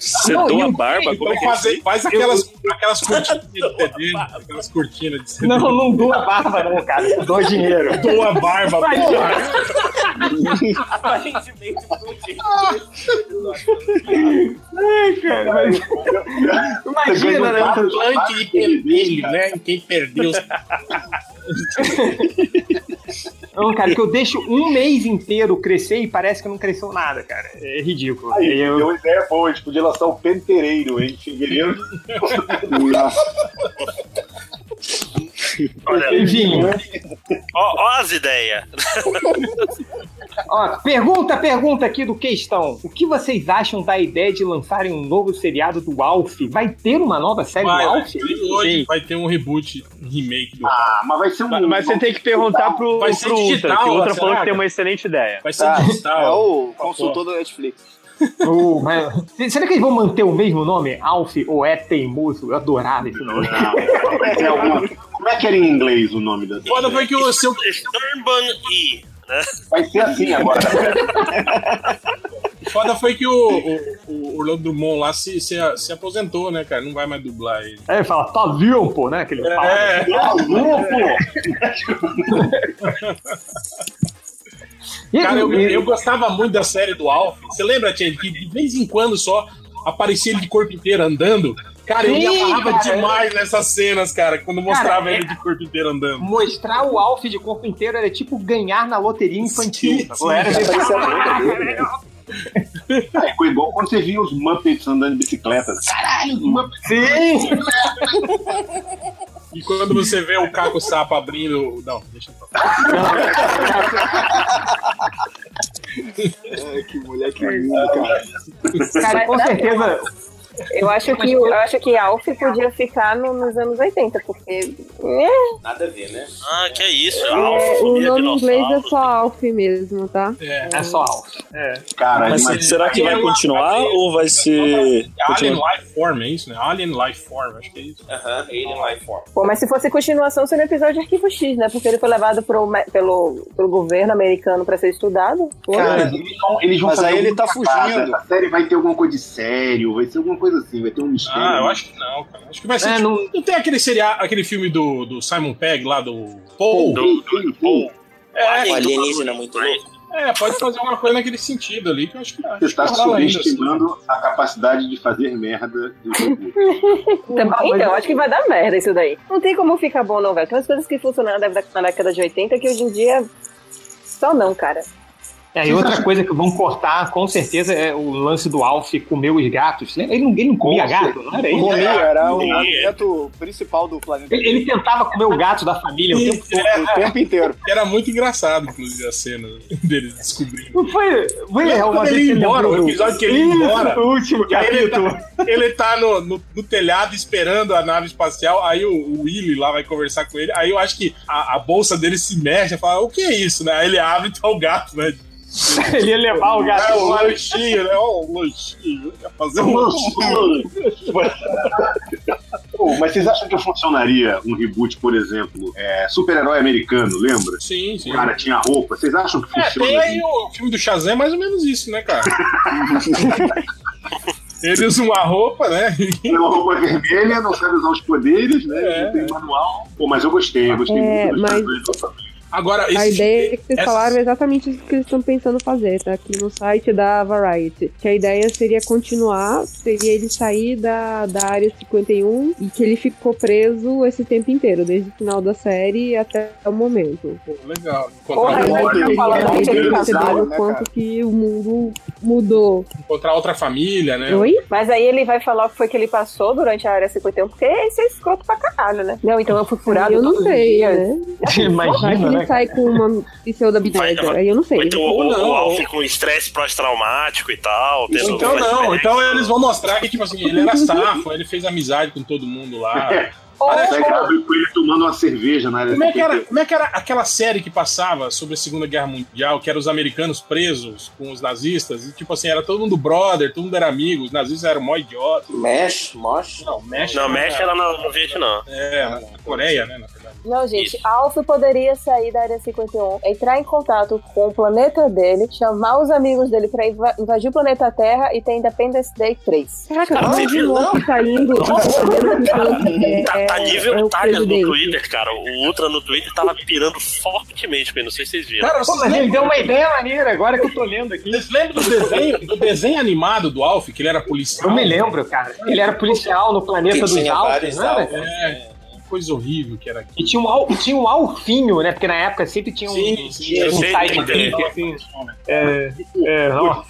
[SPEAKER 11] Você
[SPEAKER 5] Não, e
[SPEAKER 11] doa
[SPEAKER 5] o-
[SPEAKER 11] barba? Como é
[SPEAKER 4] Então
[SPEAKER 11] que é
[SPEAKER 4] faz, faz aquelas, aquelas cortinas de CD, aquelas cortinas de CD.
[SPEAKER 5] Não, não dou a barba, não, cara. Dou dinheiro.
[SPEAKER 4] Boa barba, porra.
[SPEAKER 10] Aparentemente, por quê?
[SPEAKER 5] Imagina, né?
[SPEAKER 4] Plante de vermelho, né? Em Quem perdeu.
[SPEAKER 5] Não, cara, que eu deixo um mês inteiro crescer e parece que não cresceu nada, cara. É ridículo.
[SPEAKER 3] Aí,
[SPEAKER 5] E eu-
[SPEAKER 3] deu uma ideia boa, a gente podia lançar o pentereiro, hein? Figueiredo.
[SPEAKER 2] Olha,
[SPEAKER 5] Enfim,
[SPEAKER 2] ó, ó as ideias.
[SPEAKER 5] ó, pergunta, pergunta aqui do questão. O que vocês acham da ideia de lançarem um novo seriado do Alf? Vai ter uma nova
[SPEAKER 11] Tá
[SPEAKER 5] série
[SPEAKER 4] Vai,
[SPEAKER 5] do
[SPEAKER 4] vai,
[SPEAKER 5] Alf?
[SPEAKER 4] ter hoje vai ter um reboot, um remake do.
[SPEAKER 3] Ah, mas vai ser um.
[SPEAKER 9] Mas, mas você tem que perguntar pro,
[SPEAKER 4] Vai ser
[SPEAKER 9] pro Ultra,
[SPEAKER 4] digital,
[SPEAKER 9] que o Ultra falou
[SPEAKER 4] será,
[SPEAKER 9] que tem
[SPEAKER 4] cara?
[SPEAKER 9] uma excelente ideia.
[SPEAKER 4] Vai ser
[SPEAKER 1] Tá, é
[SPEAKER 4] digital.
[SPEAKER 1] o consultor da Netflix.
[SPEAKER 5] Ô, mas- será que eles vão manter o mesmo nome? Alf ou é teimoso? Eu adorava esse nome.
[SPEAKER 3] Não, é alguma- Como é que era em inglês o nome da.
[SPEAKER 4] Foda foi que o seu.
[SPEAKER 2] Sturban E.
[SPEAKER 10] né?
[SPEAKER 3] Vai ser assim agora.
[SPEAKER 4] Foda foi que o, o, o Orlando Drummond lá se, se, se aposentou, né, cara? Não vai mais dublar ele.
[SPEAKER 5] Aí ele fala, tá limpo, né? Aquele papo.
[SPEAKER 4] É,
[SPEAKER 3] Tá louco!
[SPEAKER 5] E-
[SPEAKER 4] Cara, eu,
[SPEAKER 5] e-
[SPEAKER 4] eu gostava muito da série do Alf. Você lembra, Tia, que de vez em quando só aparecia ele de corpo inteiro andando? Cara, eu me
[SPEAKER 5] Sim,
[SPEAKER 4] amarrava
[SPEAKER 5] cara. é
[SPEAKER 4] demais nessas cenas, cara, quando mostrava ele de corpo inteiro andando.
[SPEAKER 5] Mostrar o Alf de corpo inteiro era tipo ganhar na loteria infantil.
[SPEAKER 4] Sim,
[SPEAKER 5] sacou?
[SPEAKER 4] sim,
[SPEAKER 5] era
[SPEAKER 4] cara,
[SPEAKER 5] tipo,
[SPEAKER 4] isso era
[SPEAKER 5] "Caraca,
[SPEAKER 4] muito doido, né?
[SPEAKER 5] velho."
[SPEAKER 3] Ah, Ficou igual quando você via os Muppets andando de bicicleta. Caralho, os Muppets.
[SPEAKER 5] Sim!
[SPEAKER 4] E quando você vê o Caco Sapo abrindo. Não, deixa eu falar.
[SPEAKER 1] É, que moleque lindo, cara.
[SPEAKER 5] Cara, com
[SPEAKER 8] Mas,
[SPEAKER 5] certeza.
[SPEAKER 8] Eu acho que, eu acho que Alf podia ficar no- nos anos 80, porque. né?
[SPEAKER 10] Nada a ver, né?
[SPEAKER 2] Ah, que é isso.
[SPEAKER 7] É,
[SPEAKER 2] Alfa,
[SPEAKER 7] o
[SPEAKER 2] família
[SPEAKER 7] nome em inglês é
[SPEAKER 2] dinossauro.
[SPEAKER 7] só Alf mesmo, tá?
[SPEAKER 4] É,
[SPEAKER 5] É só Alf. É.
[SPEAKER 3] Cara,
[SPEAKER 11] Mas
[SPEAKER 3] mas-
[SPEAKER 11] será que vai continuar ou vai ser.
[SPEAKER 4] é né? Alien
[SPEAKER 11] continuar?
[SPEAKER 4] Life Form, é isso, né? Alien Life Form, acho que é isso.
[SPEAKER 10] Aham, Alien Life Form.
[SPEAKER 8] Pô, mas se fosse continuação, seria o episódio de Arquivo X, né? Porque ele foi levado pro me- pelo, pelo governo americano pra ser estudado. Pô,
[SPEAKER 1] Cara,
[SPEAKER 3] eles vão, eles vão
[SPEAKER 1] mas
[SPEAKER 3] fazer
[SPEAKER 1] aí ele
[SPEAKER 3] alguma
[SPEAKER 1] tá
[SPEAKER 3] sacada.
[SPEAKER 1] fugindo.
[SPEAKER 3] Essa série vai ter alguma coisa de sério, vai ser alguma coisa assim, vai ter um mistério.
[SPEAKER 4] Ah, eu acho que não, cara. Acho que vai ser.
[SPEAKER 5] É,
[SPEAKER 4] tipo- não...
[SPEAKER 5] não-
[SPEAKER 4] tem aquele seria... aquele filme do, do Simon Pegg lá do Paul?
[SPEAKER 3] Sim, sim, sim.
[SPEAKER 4] É,
[SPEAKER 10] Um
[SPEAKER 4] então-
[SPEAKER 10] alienígena muito louco.
[SPEAKER 4] é, pode fazer alguma coisa naquele sentido ali que eu acho que
[SPEAKER 3] Você está
[SPEAKER 4] acho que rola ainda, assim.
[SPEAKER 3] subestimando a capacidade de fazer merda do jogo.
[SPEAKER 8] Então, então, acho que vai dar merda isso daí. Não tem como ficar bom, não, velho. Tem umas coisas que funcionaram na década- na década de 80 que hoje em dia. Só não, cara.
[SPEAKER 5] É, e outra coisa que vão cortar, com certeza, é o lance do Alf comer os gatos. Lembra? Ele não, ele não comia
[SPEAKER 3] Com
[SPEAKER 5] gato, não era
[SPEAKER 1] O
[SPEAKER 5] ele?
[SPEAKER 1] Romeo
[SPEAKER 4] um
[SPEAKER 1] era o
[SPEAKER 2] Sim.
[SPEAKER 1] alimento principal do planeta.
[SPEAKER 5] Ele, ele tentava comer o gato da família o
[SPEAKER 4] Sim.
[SPEAKER 5] tempo todo.
[SPEAKER 1] O tempo inteiro.
[SPEAKER 4] assim. Era muito engraçado, inclusive, a cena deles descobrindo.
[SPEAKER 5] Não foi. foi
[SPEAKER 4] Lembra
[SPEAKER 5] uma
[SPEAKER 4] quando
[SPEAKER 5] vez
[SPEAKER 4] ele
[SPEAKER 5] que
[SPEAKER 4] ia embora,
[SPEAKER 5] lembrou
[SPEAKER 4] o
[SPEAKER 5] do-
[SPEAKER 4] episódio que ele ia
[SPEAKER 5] Isso,
[SPEAKER 4] embora?
[SPEAKER 5] o último
[SPEAKER 4] E aí ele tá,
[SPEAKER 5] capítulo.
[SPEAKER 4] ele tá no, no, no telhado esperando a nave espacial, aí o, o Willy lá vai conversar com ele, aí eu acho que a, a bolsa dele se mexe, fala, o que é isso, né? Aí ele abre e tá o gato, né?
[SPEAKER 5] Ele ia levar o gato
[SPEAKER 4] É
[SPEAKER 3] um
[SPEAKER 4] o
[SPEAKER 5] embora.
[SPEAKER 4] lanchinho, né? Ó, o lanchinho, quer fazer um
[SPEAKER 3] Pô, mas vocês acham que funcionaria um reboot, por exemplo, é, super-herói americano, lembra?
[SPEAKER 4] Sim, sim.
[SPEAKER 3] O cara tinha roupa. Vocês acham que
[SPEAKER 4] É, tem
[SPEAKER 3] funciona? assim?
[SPEAKER 4] aí o filme do Shazam, é mais ou menos isso, né, cara? Ele usa uma roupa, né?
[SPEAKER 3] Tem uma roupa vermelha, não sabe usar os poderes, né?
[SPEAKER 4] É.
[SPEAKER 3] Não tem manual. Pô, mas eu gostei, eu gostei
[SPEAKER 7] É,
[SPEAKER 3] muito. dos
[SPEAKER 7] mas-
[SPEAKER 3] personagens.
[SPEAKER 4] Agora,
[SPEAKER 7] A
[SPEAKER 4] esse-
[SPEAKER 7] ideia que vocês
[SPEAKER 4] essa-
[SPEAKER 7] falaram é exatamente isso que eles estão pensando fazer, tá? Aqui no site da Variety. Que a ideia seria continuar, seria ele sair da, da área 51 e que ele ficou preso esse tempo inteiro, desde o final da série até o momento.
[SPEAKER 4] Legal.
[SPEAKER 8] Porra,
[SPEAKER 4] Encontrar,
[SPEAKER 8] mas
[SPEAKER 4] outra,
[SPEAKER 8] eu falo,
[SPEAKER 7] Seria
[SPEAKER 8] não,
[SPEAKER 7] ele
[SPEAKER 8] ele
[SPEAKER 7] percebendo
[SPEAKER 1] sabe,
[SPEAKER 7] o
[SPEAKER 5] É,
[SPEAKER 1] né,
[SPEAKER 7] quanto
[SPEAKER 1] cara?
[SPEAKER 7] que o mundo mudou.
[SPEAKER 4] encontrar outra família, né?
[SPEAKER 7] Oi?
[SPEAKER 8] Mas aí ele vai falar o que foi que ele passou durante a área 51, porque esse é escroto pra caralho, né? Não, é. então eu fui furado.
[SPEAKER 7] eu não
[SPEAKER 8] todos os
[SPEAKER 7] sei,
[SPEAKER 8] dias.
[SPEAKER 7] né? Vai que
[SPEAKER 5] Imagina,
[SPEAKER 7] ele
[SPEAKER 5] né?
[SPEAKER 7] sai com uma pseudo-abdésia.
[SPEAKER 2] Vai-
[SPEAKER 7] Aí eu não sei. né?
[SPEAKER 2] Ou então
[SPEAKER 4] Ou
[SPEAKER 2] o,
[SPEAKER 4] não,
[SPEAKER 2] o Alf
[SPEAKER 4] ou-
[SPEAKER 2] com estresse pós-traumático e tal.
[SPEAKER 4] Ou
[SPEAKER 2] tendo
[SPEAKER 4] Então não,
[SPEAKER 2] flashback.
[SPEAKER 4] então eles vão mostrar que, tipo assim, ele era safo, ele fez amizade com todo mundo lá.
[SPEAKER 8] Ou,
[SPEAKER 3] Sai Gabriel com ele tomando uma cerveja na área
[SPEAKER 4] Ah. Como é, que era,
[SPEAKER 3] 51.
[SPEAKER 4] como é que era aquela série que passava sobre a Segunda Guerra Mundial, que era os americanos presos com os nazistas, e tipo assim, era todo mundo brother, todo mundo era amigo, os nazistas eram mó idiota.
[SPEAKER 10] Mesh, mosh.
[SPEAKER 4] Não, mexe.
[SPEAKER 2] Não, mexe ela no, no Vietnã.
[SPEAKER 4] É, na Coreia, né? Na verdade.
[SPEAKER 8] Não, gente, Alf poderia sair da Área 51, entrar em contato com o planeta dele, chamar os amigos dele pra inva- invadir o planeta Terra e ter Independence Day 3.
[SPEAKER 2] Ah,
[SPEAKER 7] Caraca, olha
[SPEAKER 2] você
[SPEAKER 7] de
[SPEAKER 2] viu?
[SPEAKER 7] louco saindo.
[SPEAKER 2] Tá, tá nível
[SPEAKER 7] é o
[SPEAKER 2] Itália no
[SPEAKER 7] presidente.
[SPEAKER 2] Twitter, cara. O Ultra no Twitter tava pirando fortemente com ele, não sei se vocês viram.
[SPEAKER 4] Cara,
[SPEAKER 5] Pô,
[SPEAKER 4] vocês
[SPEAKER 5] mas é? ele
[SPEAKER 4] lembram,
[SPEAKER 5] deu uma ideia maneira agora que eu tô lendo aqui.
[SPEAKER 4] vocês lembram do, desenho, do desenho animado do Alf, que ele era policial?
[SPEAKER 5] Eu me lembro, cara. Ele era policial no planeta
[SPEAKER 10] Que
[SPEAKER 5] dos
[SPEAKER 10] tinha
[SPEAKER 5] Alves,
[SPEAKER 10] vários
[SPEAKER 5] né? velho?
[SPEAKER 4] É,
[SPEAKER 10] alvos.
[SPEAKER 4] que coisa horrível que era aquilo.
[SPEAKER 5] E tinha um, al- tinha um alfinho, né? Porque na época sempre tinha um,
[SPEAKER 4] Sim, sim,
[SPEAKER 5] um
[SPEAKER 2] eu sei,
[SPEAKER 5] site
[SPEAKER 2] tem
[SPEAKER 5] dele,
[SPEAKER 2] ideia.
[SPEAKER 5] assim. É, é, nossa.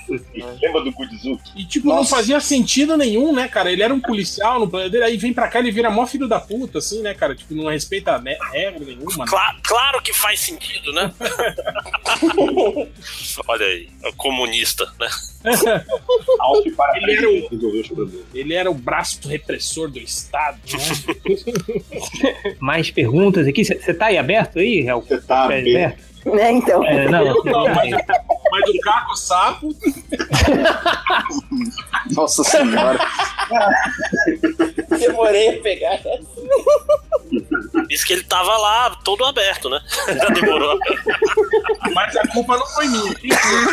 [SPEAKER 3] Lembra do Kudzuki?
[SPEAKER 4] E, tipo, não
[SPEAKER 1] Nossa.
[SPEAKER 4] fazia sentido nenhum, né, cara? Ele era um policial no planeta dele, aí vem pra cá ele vira mó filho da puta, assim, né, cara? Tipo, não respeita né, regra nenhuma. Né?
[SPEAKER 2] Cla- claro que faz sentido, né? Olha aí, é o comunista, né?
[SPEAKER 3] Alf para
[SPEAKER 4] Ele era o-
[SPEAKER 3] resolver os problemas.
[SPEAKER 4] Ele era o braço repressor do Estado, né?
[SPEAKER 5] Mais perguntas aqui. Você tá aí aberto aí, Helco?
[SPEAKER 3] Você tá
[SPEAKER 5] É,
[SPEAKER 3] bem.
[SPEAKER 5] aberto?
[SPEAKER 8] Né, então.
[SPEAKER 5] É, não, não,
[SPEAKER 4] Não,
[SPEAKER 5] tá aí.
[SPEAKER 4] Mas o Caco Sapo.
[SPEAKER 1] Nossa senhora.
[SPEAKER 10] Demorei a pegar essa.
[SPEAKER 2] Diz que ele tava lá todo aberto, né? Já demorou.
[SPEAKER 4] Mas a culpa não foi minha. Quem foi?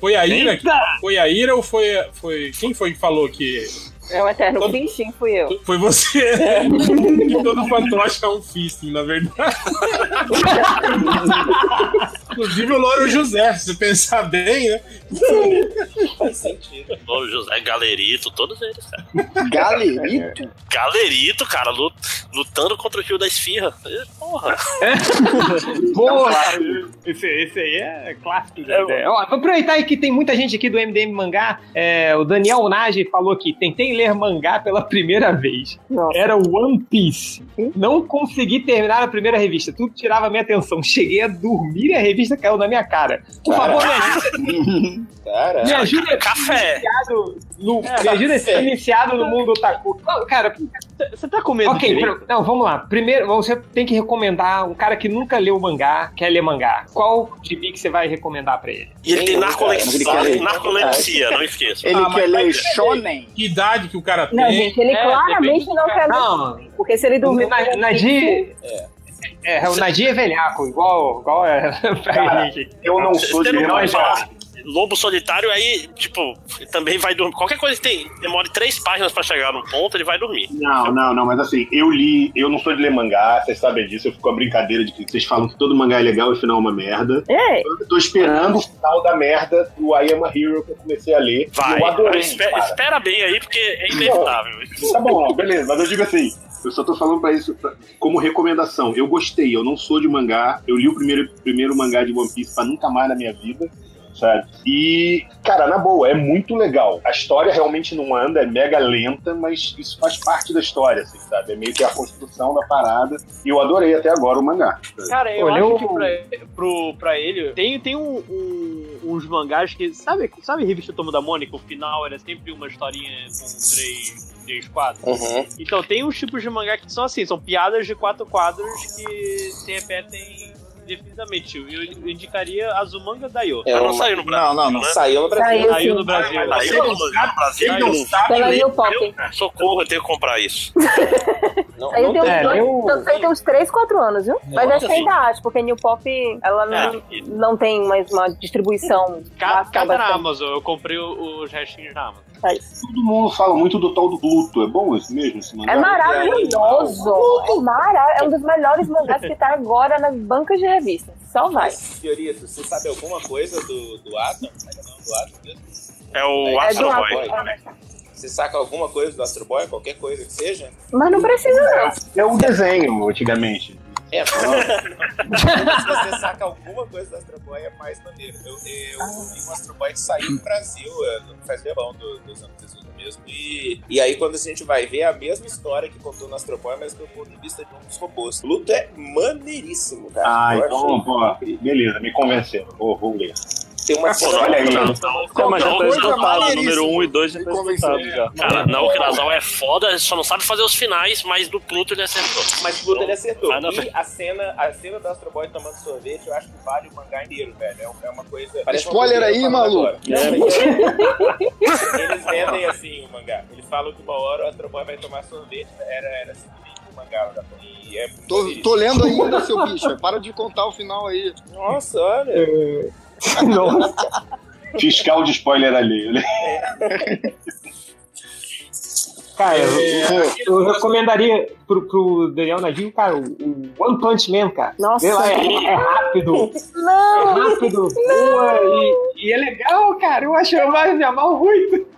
[SPEAKER 4] Foi a Ira?
[SPEAKER 5] Eita!
[SPEAKER 4] Foi a Ira ou foi. foi... Quem foi que falou que.
[SPEAKER 8] É um eterno bichinho, fui eu.
[SPEAKER 4] Foi você, né? Que todo fantoche é um fisting, na verdade. Inclusive o Louro José, se pensar bem, né?
[SPEAKER 2] Faz sentido. Louro José, Galerito, todos eles, cara.
[SPEAKER 1] Galerito?
[SPEAKER 2] Galerito, cara, lut- lutando contra o tio da esfirra. Ih, Porra.
[SPEAKER 5] É. Boa!
[SPEAKER 9] Esse, esse aí é clássico.
[SPEAKER 5] É, é, ó, vou aproveitar aí que tem muita gente aqui do MDM Mangá. É, o Daniel Nage falou aqui: tentei ler mangá pela primeira vez. Era One Piece. Não consegui terminar a primeira revista. Tudo tirava minha atenção. Cheguei a dormir e a revista caiu na minha cara. Por favor, me ajuda.
[SPEAKER 10] Cara.
[SPEAKER 5] Me ajuda a ser iniciado no,
[SPEAKER 9] É, tá.
[SPEAKER 5] me ajuda a ser iniciado no mundo otaku. Não, Cara,
[SPEAKER 9] você tá com medo
[SPEAKER 5] Ok,
[SPEAKER 9] de
[SPEAKER 5] pra- não, vamos lá. Primeiro, você tem que recomendar um cara que nunca leu mangá, quer ler mangá. Qual gibi que você vai recomendar pra ele?
[SPEAKER 2] E ele tem narcolepsia,
[SPEAKER 5] Ele quer ler.
[SPEAKER 2] narcolepsia, não esqueça.
[SPEAKER 5] Ele quer ler
[SPEAKER 1] Shonen.
[SPEAKER 4] Que idade que o cara tem?
[SPEAKER 8] Ah, Não, gente, ele
[SPEAKER 4] É,
[SPEAKER 8] claramente não quer
[SPEAKER 5] Não.
[SPEAKER 8] Porque se ele dormir.
[SPEAKER 5] Na- Nadir. É, o Nadir é velhaco, igual, igual é pra ele.
[SPEAKER 3] Eu não sou
[SPEAKER 2] Você
[SPEAKER 3] de
[SPEAKER 2] não vai
[SPEAKER 3] Remanjá.
[SPEAKER 2] falar lobo solitário, aí, tipo, ele também vai dormir. Qualquer coisa que tem, demore três páginas pra chegar num ponto, ele vai dormir.
[SPEAKER 3] Não, não, não, mas assim, eu li, eu não sou de ler mangá, vocês sabem disso, eu fico com a brincadeira de que vocês falam que todo mangá é legal e o final é uma merda.
[SPEAKER 8] É.
[SPEAKER 3] Eu tô esperando o final da merda do I Am a Hero que eu comecei a ler.
[SPEAKER 2] Vai,
[SPEAKER 3] eu adorei.
[SPEAKER 2] espera,
[SPEAKER 3] cara.
[SPEAKER 2] espera bem aí, porque é inevitável.
[SPEAKER 3] Tá bom, beleza, mas eu digo assim, eu só tô falando pra isso pra- como recomendação. Eu gostei, eu não sou de mangá, eu li o primeiro, primeiro mangá de One Piece pra nunca mais na minha vida, sabe? E, cara, na boa, é muito legal. A história realmente não anda, é mega lenta, mas isso faz parte da história, assim, sabe? É meio que a construção da parada. E eu adorei até agora o mangá. sabe?
[SPEAKER 9] Cara, eu
[SPEAKER 3] Olha,
[SPEAKER 9] acho que pra, pro, pra ele tem, tem um, um- uns mangás que. Sabe, sabe a revista Tomo da Mônica? O final era sempre uma historinha com três, três quadros.
[SPEAKER 10] Uhum.
[SPEAKER 9] Então tem uns tipos de mangá que são assim, são piadas de quatro quadros que se repetem indefinidamente. Eu eu indicaria Azumanga Daioh.
[SPEAKER 10] É Mas não uma- saiu no Brasil,
[SPEAKER 1] Não, não, não.
[SPEAKER 10] né? Saiu no Brasil.
[SPEAKER 9] Saiu,
[SPEAKER 10] Saiu,
[SPEAKER 9] saiu
[SPEAKER 10] sim.
[SPEAKER 9] no Brasil.
[SPEAKER 10] Ah, mas
[SPEAKER 2] saiu no lugar do Brasil, não sabe Pela ler. New
[SPEAKER 8] Pop.
[SPEAKER 2] Socorro, eu tenho que comprar isso.
[SPEAKER 8] Isso aí tem, uns dois, isso aí tem uns 3, 4 anos, viu? Mas
[SPEAKER 2] Nossa,
[SPEAKER 8] acho que ainda acho, porque New Pop ela não, não tem mais uma distribuição.
[SPEAKER 9] Ca-
[SPEAKER 8] básica,
[SPEAKER 9] Cada na
[SPEAKER 8] bastante.
[SPEAKER 9] Amazon, eu comprei o- os restinhos na Amazon.
[SPEAKER 3] Todo mundo fala muito do tal do Pluto, é bom esse mesmo? Esse mangá?
[SPEAKER 8] É maravilhoso! É, mara- é um dos melhores mangás que tá agora nas bancas de revista. Só vai.
[SPEAKER 10] Fiorito, você sabe alguma coisa do, do Atom? Ainda não, do Atom mesmo?
[SPEAKER 2] É o
[SPEAKER 10] É
[SPEAKER 2] Astro
[SPEAKER 10] do
[SPEAKER 2] Boy.
[SPEAKER 10] Astro Boy. Você saca alguma coisa do Astro Boy, qualquer coisa que seja?
[SPEAKER 8] Mas não precisa, não.
[SPEAKER 3] É o desenho, antigamente.
[SPEAKER 10] É, não. Se você saca alguma coisa do Astro Boy, é mais maneiro. Eu, eu vi um Astro Boy que saiu do Brasil, é, não faz verão do, dos anos 18 mesmo. E, e aí, quando a gente vai ver, é a mesma história que contou no Astro Boy, mas do ponto de vista de um dos robôs. O Luto é maneiríssimo, cara.
[SPEAKER 3] Ah,
[SPEAKER 10] Tá, Eu
[SPEAKER 3] então,
[SPEAKER 10] achei-
[SPEAKER 3] pô, beleza, me convenceram. Vou, vou ler.
[SPEAKER 10] Tem uma
[SPEAKER 2] cena-
[SPEAKER 3] Olha aí.
[SPEAKER 2] Não, não,
[SPEAKER 11] Não, mas já tá
[SPEAKER 2] Coisa
[SPEAKER 11] esgotado.
[SPEAKER 2] maneiríssima.
[SPEAKER 11] Número 1 e 2 já tá
[SPEAKER 3] é.
[SPEAKER 11] esgotado já.
[SPEAKER 2] Cara, não, o Kinazal é foda, só não sabe fazer os finais, mas do Pluto ele acertou. Então,
[SPEAKER 10] Mas o Pluto ele acertou.
[SPEAKER 2] Vai na
[SPEAKER 10] E a cena, a cena do Astro Boy tomando sorvete, eu acho que vale o mangá inteiro, velho. É um- É uma coisa. parece uma
[SPEAKER 1] Spoiler
[SPEAKER 10] coisa
[SPEAKER 1] aí,
[SPEAKER 10] que eu tô falando
[SPEAKER 1] maluco.
[SPEAKER 10] agora. Não, mas é- Eles vendem assim o mangá. Eles falam que uma hora o Astro Boy vai tomar sorvete. Era, era simplesmente o mangá lá da frente. E é muito
[SPEAKER 1] Tô,
[SPEAKER 10] bonito.
[SPEAKER 1] tô lendo ainda, seu bicho. Para de contar o final aí.
[SPEAKER 10] Nossa, olha.
[SPEAKER 3] Fiscal de spoiler alheio, né?
[SPEAKER 5] Cara, eu, eu- eu recomendaria pro, pro Daniel Nadir, cara, o, o One Punch Man, cara.
[SPEAKER 8] Nossa.
[SPEAKER 5] Vê lá, é, é rápido. É
[SPEAKER 8] Não!
[SPEAKER 5] rápido, boa e, e é legal, cara. Eu acho eu mais me amarro muito.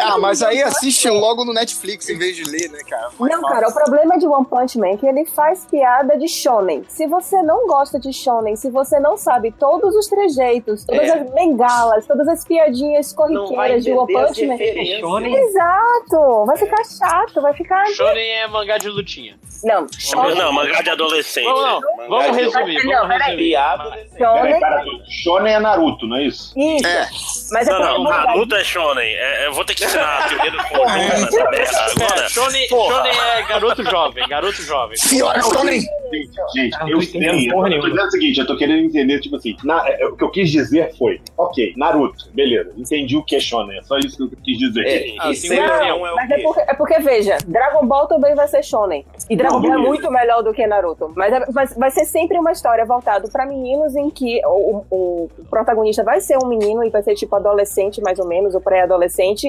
[SPEAKER 1] Ah, mas aí assiste logo no Netflix em vez de ler, né, cara? Vai
[SPEAKER 8] Não,
[SPEAKER 1] mal.
[SPEAKER 8] cara, o problema de One Punch Man é que ele faz piada de shonen. Se você não gosta de shonen, se você não sabe todos os trejeitos, todas
[SPEAKER 10] É.
[SPEAKER 8] as bengalas, todas as piadinhas corriqueiras de One
[SPEAKER 10] entender as
[SPEAKER 8] Punch Man...
[SPEAKER 10] referências.
[SPEAKER 5] Shonen.
[SPEAKER 8] Exato! Vai ficar chato, vai ficar...
[SPEAKER 9] Shonen é mangá de lutinha.
[SPEAKER 8] Não,
[SPEAKER 2] Não,
[SPEAKER 8] shonen...
[SPEAKER 2] não, mangá de adolescente.
[SPEAKER 9] Vamos, não. Vamos resumir.
[SPEAKER 8] Não,
[SPEAKER 9] Vamos resumir.
[SPEAKER 10] Piada
[SPEAKER 3] né?
[SPEAKER 10] desse-
[SPEAKER 8] shonen...
[SPEAKER 3] Peraí, para tudo. Shonen é Naruto, não é isso?
[SPEAKER 8] Isso.
[SPEAKER 1] É.
[SPEAKER 8] Mas é
[SPEAKER 2] Não, não,
[SPEAKER 8] porque-
[SPEAKER 2] Naruto é Shonen. É, eu vou ter que ensinar a teoria do conjunto nessa merda agora.
[SPEAKER 9] É, Shonen,
[SPEAKER 2] Porra.
[SPEAKER 9] Shonen é garoto jovem, garoto jovem.
[SPEAKER 1] Senhora Shonen!
[SPEAKER 3] Gente, gente,
[SPEAKER 5] Ah, não
[SPEAKER 3] eu
[SPEAKER 5] tô
[SPEAKER 3] sei.
[SPEAKER 5] entendendo
[SPEAKER 3] eu
[SPEAKER 5] porra
[SPEAKER 3] tô
[SPEAKER 5] nenhuma.
[SPEAKER 3] dizendo o seguinte, eu tô querendo entender, tipo assim, na- é, o que eu quis dizer foi, ok, Naruto, beleza, entendi o que é Shonen, é só isso que eu quis dizer.
[SPEAKER 10] É,
[SPEAKER 9] Ah,
[SPEAKER 10] e
[SPEAKER 9] sim,
[SPEAKER 10] Sailor
[SPEAKER 9] não,
[SPEAKER 10] Moon é o
[SPEAKER 8] Mas é
[SPEAKER 10] quê?
[SPEAKER 8] porque, é porque, veja, Dragon Ball também vai ser shonen. E Dragon
[SPEAKER 3] Não,
[SPEAKER 8] Ball é
[SPEAKER 3] beleza.
[SPEAKER 8] muito melhor do que Naruto. Mas, é- mas vai ser sempre uma história voltada pra meninos em que o, o- o protagonista vai ser um menino e vai ser tipo adolescente, mais ou menos, ou pré-adolescente,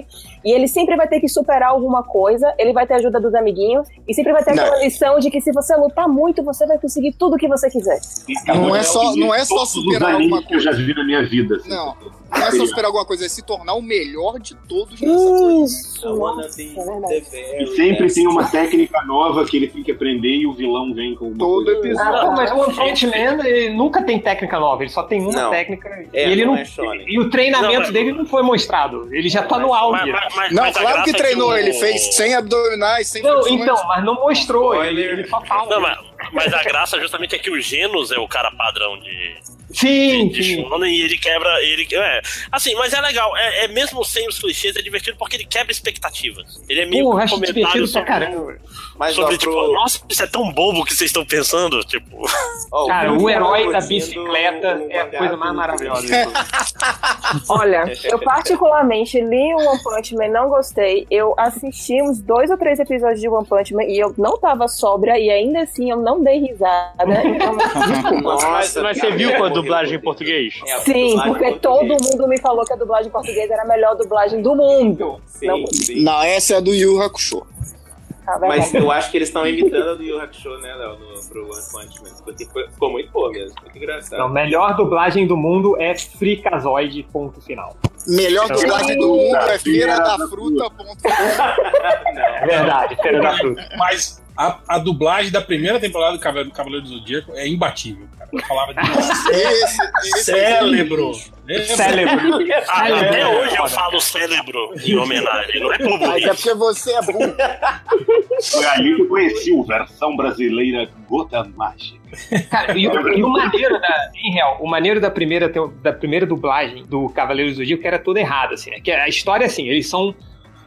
[SPEAKER 8] e ele sempre vai ter que superar alguma coisa, ele vai ter a ajuda dos amiguinhos, e sempre vai ter aquela
[SPEAKER 1] Não.
[SPEAKER 8] lição de que se você lutar muito, você vai conseguir tudo que você quiser.
[SPEAKER 1] Não é só- não é só
[SPEAKER 3] Todos os
[SPEAKER 1] superar
[SPEAKER 3] animes
[SPEAKER 1] alguma
[SPEAKER 3] que eu já vi na minha vida. assim.
[SPEAKER 1] Não, não é só esperar alguma coisa, é se tornar o melhor de todos.
[SPEAKER 8] Isso! É
[SPEAKER 3] E
[SPEAKER 1] É,
[SPEAKER 3] sempre tem uma técnica nova que ele tem que aprender e o vilão vem com uma Todo
[SPEAKER 5] Ah, não, mas o One Punch Man ele nunca tem técnica nova, ele só tem uma
[SPEAKER 3] Não.
[SPEAKER 5] técnica
[SPEAKER 3] É,
[SPEAKER 5] e ele
[SPEAKER 3] não
[SPEAKER 5] não,
[SPEAKER 3] é shonen.
[SPEAKER 5] e o treinamento
[SPEAKER 3] Não, mas-
[SPEAKER 5] dele não foi mostrado. Ele já tá no auge.
[SPEAKER 1] não, claro
[SPEAKER 5] é
[SPEAKER 1] é que treinou, ele fez sem abdominais, sem Não,
[SPEAKER 5] então, mas não mostrou, ele, ele só fala.
[SPEAKER 2] Não, mas, mas a graça justamente é que o Genos é o cara padrão de.
[SPEAKER 5] Sim,
[SPEAKER 2] de Shonen, e ele quebra. Ele, é, assim, mas é legal. É, é mesmo sem os clichês, é divertido porque ele quebra expectativas. Ele é meio
[SPEAKER 5] Porra,
[SPEAKER 2] que
[SPEAKER 5] acho divertido pra caramba.
[SPEAKER 10] Mas,
[SPEAKER 2] sobre,
[SPEAKER 10] ó,
[SPEAKER 2] tipo,
[SPEAKER 10] pro-
[SPEAKER 2] nossa, isso é tão bobo que vocês estão pensando. Tipo.
[SPEAKER 10] Ó,
[SPEAKER 5] Cara,
[SPEAKER 10] Bruno
[SPEAKER 5] o herói
[SPEAKER 10] tava
[SPEAKER 5] da
[SPEAKER 10] curtindo
[SPEAKER 5] bicicleta
[SPEAKER 10] o
[SPEAKER 5] é a coisa
[SPEAKER 10] mangá
[SPEAKER 5] mais
[SPEAKER 10] do-
[SPEAKER 5] maravilhosa.
[SPEAKER 8] Olha, eu particularmente li o One Punch Man, não gostei. Eu assisti uns dois ou três episódios de One Punch Man e eu não tava sóbria e ainda assim eu não dei risada.
[SPEAKER 9] Mas- mas
[SPEAKER 8] Então,
[SPEAKER 10] Nossa,
[SPEAKER 9] você
[SPEAKER 10] cara,
[SPEAKER 9] viu
[SPEAKER 10] é,
[SPEAKER 9] com a
[SPEAKER 10] morreu,
[SPEAKER 9] dublagem em português?
[SPEAKER 3] É,
[SPEAKER 8] sim, porque todo mundo me falou que a dublagem em português era a melhor dublagem do mundo. não,
[SPEAKER 1] Não, essa é a do Yu Hakusho.
[SPEAKER 8] tá vendo?
[SPEAKER 10] Mas eu acho que eles estão imitando a do Yu Hakusho, né, Léo, no, pro One Punch Man. Porque foi- ficou muito boa mesmo. Muito engraçado.
[SPEAKER 1] É
[SPEAKER 5] Não, a melhor dublagem do mundo é Fricazoide, ponto final.
[SPEAKER 1] Melhor
[SPEAKER 5] Então,
[SPEAKER 1] dublagem do mundo é Feira da Fruta.
[SPEAKER 5] É verdade, Feira da Fruta.
[SPEAKER 4] Mas a, a dublagem da primeira temporada do Cavaleiro, do Cavaleiro do Zodíaco é imbatível, cara. Eu falava de cérebro. Lembra?
[SPEAKER 2] Ah, Até
[SPEAKER 4] Cérebro.
[SPEAKER 2] hoje eu falo cérebro em homenagem. Não é por
[SPEAKER 1] Mas é porque você é burro.
[SPEAKER 3] Foi ali que eu conheci o versão brasileira Gota Mágica.
[SPEAKER 5] Cara, e, o- e o maneiro da. Em real, o maneiro da primeira, teo- da primeira dublagem do Cavaleiros do Zodíaco era toda errada, assim, né? Que a história é assim, eles são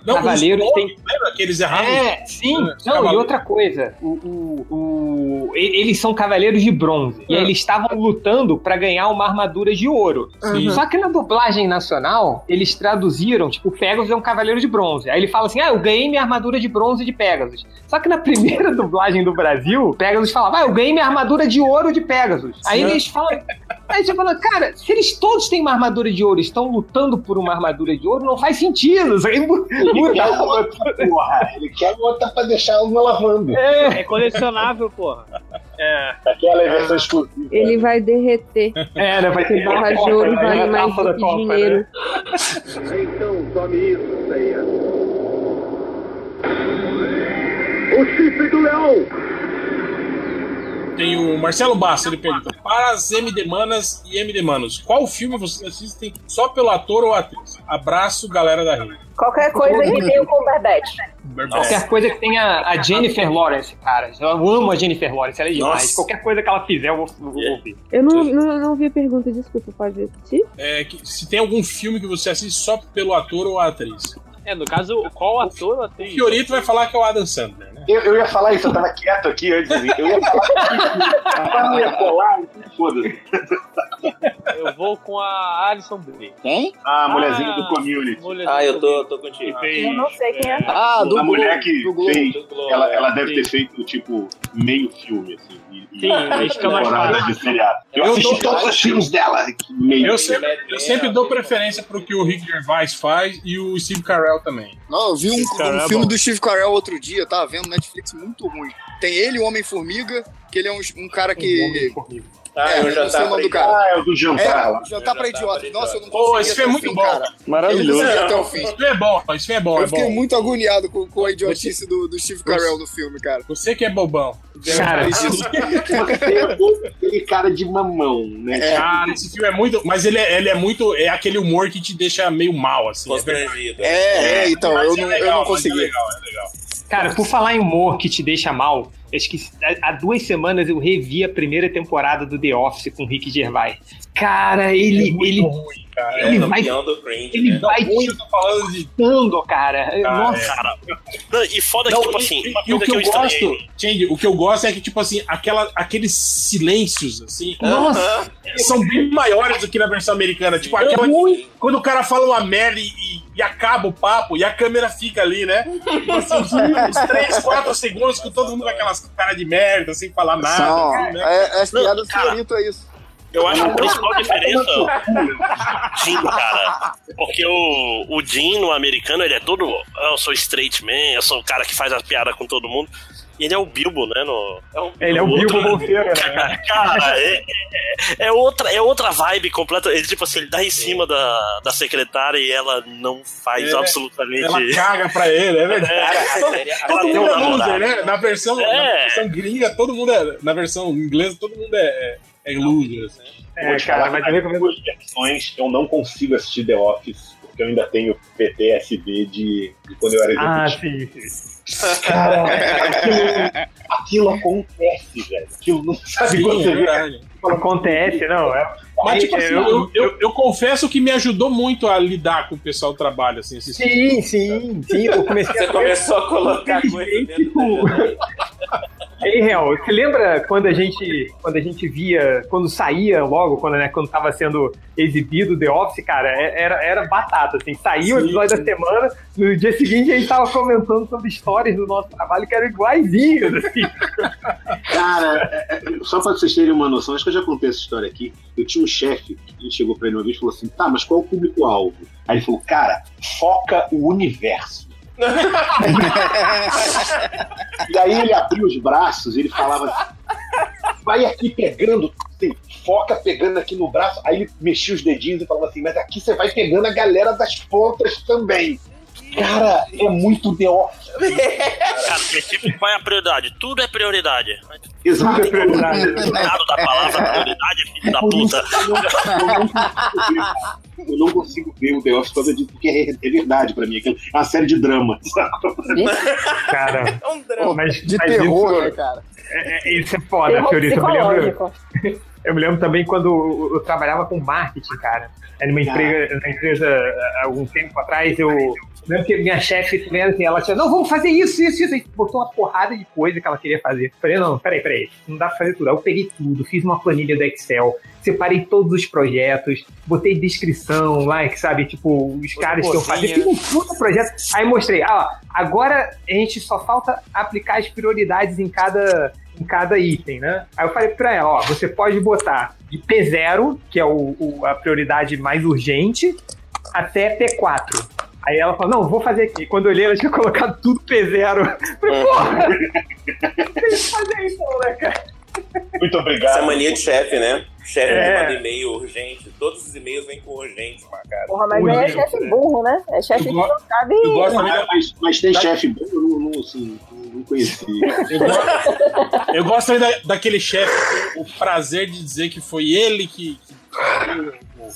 [SPEAKER 4] Não,
[SPEAKER 5] cavaleiros,
[SPEAKER 4] os
[SPEAKER 5] tem.
[SPEAKER 4] nomes, Lembra aqueles errados?
[SPEAKER 5] É, sim. Não, e
[SPEAKER 4] Cavaleiro.
[SPEAKER 5] outra coisa, o, o- o- e- eles são cavaleiros de bronze. E aí eles estavam lutando pra ganhar uma armadura de ouro.
[SPEAKER 4] Sim.
[SPEAKER 5] Só que na dublagem nacional, eles traduziram, tipo, Pegasus é um cavaleiro de bronze. Aí ele fala assim: ah, eu ganhei minha armadura de bronze de Pegasus. Só que na primeira dublagem do Brasil, Pegasus falava, ah, eu ganhei minha armadura de ouro de Pegasus. Aí
[SPEAKER 9] Sim.
[SPEAKER 5] eles falam. Aí você fala, cara, se eles todos têm uma armadura de ouro, e estão lutando por uma armadura de ouro, não faz sentido. Isso aí mu- muda
[SPEAKER 9] É,
[SPEAKER 3] quer outra, porra. Ele quer botar pra deixar uma lavando.
[SPEAKER 9] É, colecionável, porra. É.
[SPEAKER 3] Aquela é a versão exclusiva.
[SPEAKER 7] Ele vai derreter.
[SPEAKER 5] É, né? Vai ter
[SPEAKER 7] Barra de ouro vale mais do que
[SPEAKER 3] né?
[SPEAKER 7] dinheiro.
[SPEAKER 12] Então tome isso, Seiya. O chifre do leão!
[SPEAKER 4] Tem o Marcelo Basso, ele pergunta: Para as MD Manas e MD Manos, qual filme vocês assistem só pelo ator ou atriz? Abraço, galera da rede.
[SPEAKER 8] Qualquer coisa que tem o Cumberbatch.
[SPEAKER 5] Qualquer coisa que tenha a Jennifer Lawrence, cara. Eu amo a Jennifer Lawrence, ela é demais.
[SPEAKER 4] Nossa.
[SPEAKER 5] Qualquer coisa que ela fizer, eu vou, eu vou ouvir.
[SPEAKER 7] Eu não, não, não vi a pergunta, desculpa, pode repetir?
[SPEAKER 4] É, que- se tem algum filme que você assiste só pelo ator ou atriz.
[SPEAKER 9] É, no caso, qual ator ou atriz?
[SPEAKER 4] O Fiorito vai falar que é o Adam Sandler, né?
[SPEAKER 3] Eu, eu ia falar isso, eu tava quieto aqui antes. Eu ia falar Mas não ia colar, foda-se.
[SPEAKER 9] Eu vou com a Alison Brie.
[SPEAKER 1] Quem?
[SPEAKER 3] Ah, a mulherzinha do community.
[SPEAKER 10] Ah, um eu tô, tô contigo.
[SPEAKER 9] Eu
[SPEAKER 8] não sei quem é.
[SPEAKER 1] Ah, do
[SPEAKER 3] a mulher que
[SPEAKER 1] do Globo.
[SPEAKER 3] fez,
[SPEAKER 1] Do
[SPEAKER 3] ela, ela deve ter feito tipo meio filme assim. E, e-
[SPEAKER 9] Sim, aí fica mais
[SPEAKER 3] temporada
[SPEAKER 9] fácil.
[SPEAKER 3] de seriado. Eu,
[SPEAKER 4] Eu
[SPEAKER 3] assisti
[SPEAKER 4] dou-
[SPEAKER 3] todos os filmes dela. Meio. é
[SPEAKER 4] Eu sempre, eu sempre dou preferência pro que o Rick Gervais faz e o Steve Carell também.
[SPEAKER 1] Não, eu vi um,
[SPEAKER 4] Esse cara
[SPEAKER 1] um
[SPEAKER 4] é
[SPEAKER 1] filme
[SPEAKER 4] bom.
[SPEAKER 1] do Steve Carell outro dia, eu tava vendo Netflix muito ruim. Tem ele, o Homem-Formiga, que ele é um, um cara que.
[SPEAKER 4] Tá,
[SPEAKER 10] Ah,
[SPEAKER 1] é,
[SPEAKER 10] eu
[SPEAKER 1] eu
[SPEAKER 10] já
[SPEAKER 1] não sei o nome do
[SPEAKER 10] tá
[SPEAKER 1] cara.
[SPEAKER 3] Ah, é o do jantar lá.
[SPEAKER 1] É, jantar pra idiotas. Nossa, eu não
[SPEAKER 4] Pô,
[SPEAKER 1] consegui
[SPEAKER 4] esse
[SPEAKER 1] até
[SPEAKER 4] filme é
[SPEAKER 1] o
[SPEAKER 4] muito
[SPEAKER 1] fim,
[SPEAKER 4] bom.
[SPEAKER 1] cara. Eu não consegui até o fim.
[SPEAKER 4] Esse filme é bom, rapaz, esse filme é bom, é
[SPEAKER 1] eu fiquei
[SPEAKER 4] bom.
[SPEAKER 1] muito agoniado com, com a idiotice do, do Steve Carell no filme, cara.
[SPEAKER 4] Você que é bobão.
[SPEAKER 1] Cara,
[SPEAKER 3] é Aquele cara de mamão, né?
[SPEAKER 4] Cara, esse filme é muito. Mas ele é, ele é muito. É aquele humor que te deixa meio mal, assim. é verdade.
[SPEAKER 1] É, é, então,
[SPEAKER 4] Mas
[SPEAKER 1] eu
[SPEAKER 4] é
[SPEAKER 1] não- eu
[SPEAKER 4] legal,
[SPEAKER 1] não
[SPEAKER 4] mas
[SPEAKER 1] consegui.
[SPEAKER 4] É legal, é legal.
[SPEAKER 5] Cara, por falar em humor que te deixa mal, acho que há há duas semanas eu revi a primeira temporada do The Office com o Rick Gervais. Cara, ele. ele
[SPEAKER 4] cara.
[SPEAKER 5] ele
[SPEAKER 10] É o
[SPEAKER 5] vai.
[SPEAKER 10] campeão do cringe,
[SPEAKER 5] Ele
[SPEAKER 4] é.
[SPEAKER 10] né?
[SPEAKER 5] vai te
[SPEAKER 4] falando
[SPEAKER 5] cara. Nossa.
[SPEAKER 2] Cara, não, e foda que, tipo assim, uma
[SPEAKER 4] E o
[SPEAKER 2] coisa
[SPEAKER 4] que eu
[SPEAKER 2] estranhei-
[SPEAKER 4] gosto, Change, o que eu gosto é que, tipo assim, aquela, aqueles silêncios, assim,
[SPEAKER 5] Nossa.
[SPEAKER 4] são bem maiores do que na versão americana. Tipo,
[SPEAKER 1] É
[SPEAKER 4] aquela quando o cara fala uma merda e, e acaba o papo, e a câmera fica ali, né? Tipo assim, uns, uns 3, 4 segundos com todo mundo com aquelas caras de merda, sem falar nada.
[SPEAKER 1] São,
[SPEAKER 4] assim, né?
[SPEAKER 1] é, é as
[SPEAKER 4] Não,
[SPEAKER 1] piadas do
[SPEAKER 4] cara,
[SPEAKER 1] Fiorito, é isso.
[SPEAKER 2] Eu acho que a principal diferença. Jim, cara. Porque o, o Jim, no americano, ele é todo. "Ah, Eu sou straight man, eu sou o cara que faz as piadas com todo mundo. E ele é o Bilbo, né? No,
[SPEAKER 9] Ele é o Bilbo Bolseiro, né, cara?
[SPEAKER 2] Cara, é, é- é outra, é outra vibe completa. Ele, tipo assim, ele dá em cima da, da secretária e ela não faz
[SPEAKER 4] É,
[SPEAKER 2] absolutamente.
[SPEAKER 4] Ela caga pra ele, é verdade.
[SPEAKER 2] É,
[SPEAKER 4] todo
[SPEAKER 2] ele-
[SPEAKER 4] todo
[SPEAKER 2] ela tem
[SPEAKER 4] mundo
[SPEAKER 2] um
[SPEAKER 4] é loser,
[SPEAKER 2] namorado.
[SPEAKER 4] né? Na versão, na
[SPEAKER 2] É.
[SPEAKER 4] versão gringa, todo mundo é. Na versão inglesa, todo mundo é, é, é loser. assim.
[SPEAKER 3] Vou te falar que nas duas versões eu não consigo assistir The Office, porque eu ainda tenho PTSD de, de quando eu era
[SPEAKER 9] Ah,
[SPEAKER 3] executivo.
[SPEAKER 9] sim, sim.
[SPEAKER 3] Cara, aquilo, aquilo acontece, velho. Aquilo não sabe
[SPEAKER 4] Sim,
[SPEAKER 3] quando
[SPEAKER 4] é
[SPEAKER 3] você vê.
[SPEAKER 4] verdade.
[SPEAKER 9] Acontece, não. É...
[SPEAKER 4] Mas, tipo assim,
[SPEAKER 9] eu-
[SPEAKER 4] eu, eu, eu confesso que me ajudou muito a lidar com o pessoal do trabalho, assim. esses-
[SPEAKER 5] Sim, sim, sim. Eu comecei
[SPEAKER 10] Você começou a colocar coisa dentro
[SPEAKER 5] Ei, Real, você lembra quando a gente quando a gente via, quando saía logo, quando, né, quando tava sendo exibido The Office, cara, é- era, era batata, assim, saía o
[SPEAKER 4] Sim,
[SPEAKER 5] episódio da semana, no dia seguinte a gente tava comentando sobre histórias do nosso trabalho que eram iguaizinhas, assim.
[SPEAKER 3] Cara, é- é- só pra vocês terem uma noção, acho que eu já contei essa história aqui. Eu tinha um chefe que chegou pra ele uma vez e falou assim: tá, mas qual é o público-alvo? Aí ele falou: cara, foca o universo. e aí ele abriu os braços e ele falava assim, vai aqui pegando, assim, foca pegando aqui no braço. Aí ele mexia os dedinhos e falava assim: mas aqui você vai pegando a galera das pontas também. Cara, é muito The Office.
[SPEAKER 2] Cara, porque, tipo, qual é a prioridade? Tudo é prioridade.
[SPEAKER 3] Exato.
[SPEAKER 2] Tudo é prioridade. Cuidado da palavra é prioridade, filho da puta.
[SPEAKER 3] Eu não consigo ver o The Office por causa disso, porque é, é verdade pra mim. aquilo É uma série de drama. sabe?
[SPEAKER 5] Cara,
[SPEAKER 10] É um
[SPEAKER 5] pô,
[SPEAKER 10] drama.
[SPEAKER 5] mas,
[SPEAKER 1] De
[SPEAKER 5] mas
[SPEAKER 1] terror,
[SPEAKER 5] isso,
[SPEAKER 1] né, cara?
[SPEAKER 5] é- é- isso é foda,
[SPEAKER 8] Terror
[SPEAKER 5] Fiorito. Eu me lembro,
[SPEAKER 8] psicológico.
[SPEAKER 5] Eu me lembro também quando eu trabalhava com marketing, cara. Era numa empresa, numa empresa há algum tempo atrás, eu lembro que minha chefe, também era assim, ela tinha, não, vamos fazer isso, isso, isso. Aí botou uma porrada de coisa que ela queria fazer. Falei, não, peraí, peraí, não dá pra fazer tudo. Aí eu peguei tudo, fiz uma planilha do Excel, separei todos os projetos, botei descrição lá, que sabe, tipo, os caras que eu fazia.
[SPEAKER 10] cozinha.
[SPEAKER 5] Fiz um puta projeto. Aí mostrei, ah, ó, agora a gente só falta aplicar as prioridades em cada, em cada item, né? Aí eu falei pra ela, ó, você pode botar de P0, que é o- o- a prioridade mais urgente, até P4. Aí ela falou, não, vou fazer aqui. Quando eu olhei, ela tinha colocado tudo P0. Eu
[SPEAKER 2] É.
[SPEAKER 5] Falei, porra! Deixa eu fazer então, né, cara?
[SPEAKER 3] Muito
[SPEAKER 10] Essa é
[SPEAKER 3] obrigado.
[SPEAKER 10] mania de chefe, né? O chefe
[SPEAKER 5] É.
[SPEAKER 10] manda e-mail urgente. Todos os e-mails vêm com urgente, marcado.
[SPEAKER 8] Porra, mas aí é chefe burro, né? É chefe
[SPEAKER 4] Eu
[SPEAKER 8] que
[SPEAKER 4] go-
[SPEAKER 8] não sabe.
[SPEAKER 4] Eu gosto também
[SPEAKER 3] Ah,
[SPEAKER 4] da-
[SPEAKER 3] Mas, mas tem chefe bom, eu não, não, assim, não conheci.
[SPEAKER 4] Eu gosto, eu gosto também da- daquele chefe, que tem o prazer de dizer que foi ele que, que deu o,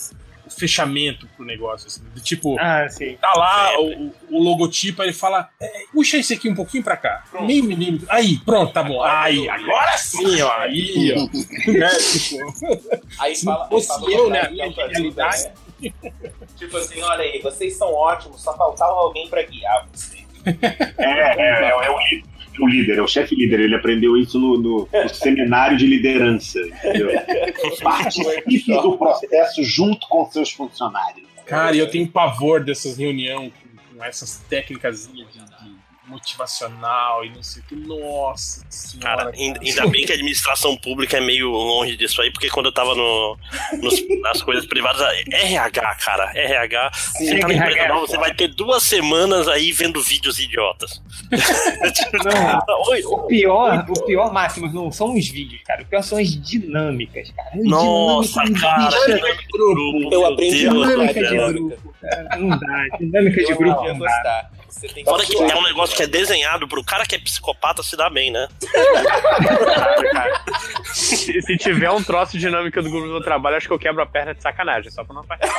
[SPEAKER 4] o fechamento pro negócio. assim. Do tipo,
[SPEAKER 5] Ah, sim.
[SPEAKER 4] tá lá o, o- o logotipo, aí ele fala: é, puxa esse aqui um pouquinho pra cá. Meio milímetro. Aí, pronto, tá bom. Aí, agora sim, ó. Aí, ó. Né, tipo,
[SPEAKER 10] Aí
[SPEAKER 4] se
[SPEAKER 10] fala,
[SPEAKER 4] não fosse
[SPEAKER 10] aí
[SPEAKER 4] eu,
[SPEAKER 10] fala
[SPEAKER 4] né?
[SPEAKER 10] pra
[SPEAKER 4] A minha
[SPEAKER 10] Delta
[SPEAKER 4] genialidade.
[SPEAKER 10] Ajuda, né? Tipo assim, olha aí, vocês são ótimos, só faltava alguém pra guiar vocês.
[SPEAKER 3] É, é, é, é o líder. é O líder, é o chefe líder, ele aprendeu isso no, no- no seminário de liderança. Entendeu? Participe do processo junto com seus funcionários.
[SPEAKER 4] Cara, e eu tenho pavor dessas reuniões com, com essas técnicas de, de motivacional e não sei o que. Nossa senhora.
[SPEAKER 2] Cara, ainda ainda bem que a administração pública é meio longe disso aí, porque quando eu tava no, nos- nas coisas privadas, RH, cara, RH, você tá na empresa nova, você vai ter duas semanas aí vendo vídeos idiotas. Oi,
[SPEAKER 5] O pior, o pior, Máximo, não são os vídeos, cara. O pior são as dinâmicas, cara. As
[SPEAKER 2] Nossa,
[SPEAKER 5] dinâmicas
[SPEAKER 2] cara,
[SPEAKER 5] de bicho.
[SPEAKER 2] dinâmica de grupo.
[SPEAKER 10] Eu
[SPEAKER 2] meu
[SPEAKER 10] aprendi
[SPEAKER 2] Deus,
[SPEAKER 10] muito
[SPEAKER 5] dinâmica
[SPEAKER 10] Dinâmica.
[SPEAKER 5] de grupo, cara. Não dá, dinâmica de grupo
[SPEAKER 10] ia
[SPEAKER 5] não dá.
[SPEAKER 10] gostar. Você tem
[SPEAKER 2] Fora que é um
[SPEAKER 10] suar,
[SPEAKER 2] negócio que é
[SPEAKER 10] né?
[SPEAKER 2] desenhado pro cara que é psicopata se dar bem, né?
[SPEAKER 9] Se, se tiver um troço de dinâmica do grupo do trabalho, acho que eu quebro a perna de sacanagem, só pra não aparecer.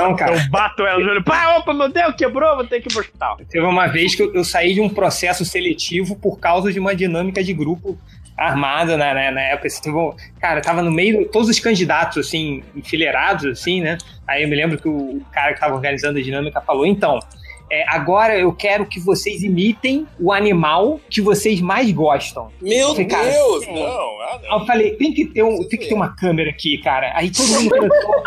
[SPEAKER 5] Não, cara.
[SPEAKER 9] Eu bato ela no olho, pá, opa, meu Deus, quebrou, vou ter que ir pro hospital.
[SPEAKER 5] Teve uma vez que eu, eu saí de um processo seletivo por causa de uma dinâmica de grupo armada na, na, na época. Assim, tipo, cara, tava no meio, todos os candidatos, assim, enfileirados, assim, né? Aí eu me lembro que o cara que tava organizando a dinâmica falou, então, é, agora eu quero que vocês imitem o animal que vocês mais gostam.
[SPEAKER 10] Meu
[SPEAKER 5] Falei, cara,
[SPEAKER 10] Deus, não. Ah, não.
[SPEAKER 5] Aí eu falei, tem que ter, um, tem que ter uma câmera aqui, cara. Aí todo mundo começou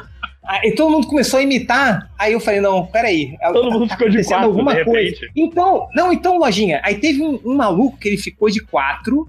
[SPEAKER 5] Aí todo mundo começou a imitar. Aí eu falei, não, peraí. tá
[SPEAKER 9] Todo mundo ficou de
[SPEAKER 5] acontecendo
[SPEAKER 9] quatro,
[SPEAKER 5] alguma
[SPEAKER 9] de
[SPEAKER 5] coisa.
[SPEAKER 9] repente.
[SPEAKER 5] Então, não, então, Lojinha, aí teve um, um maluco que ele ficou de quatro,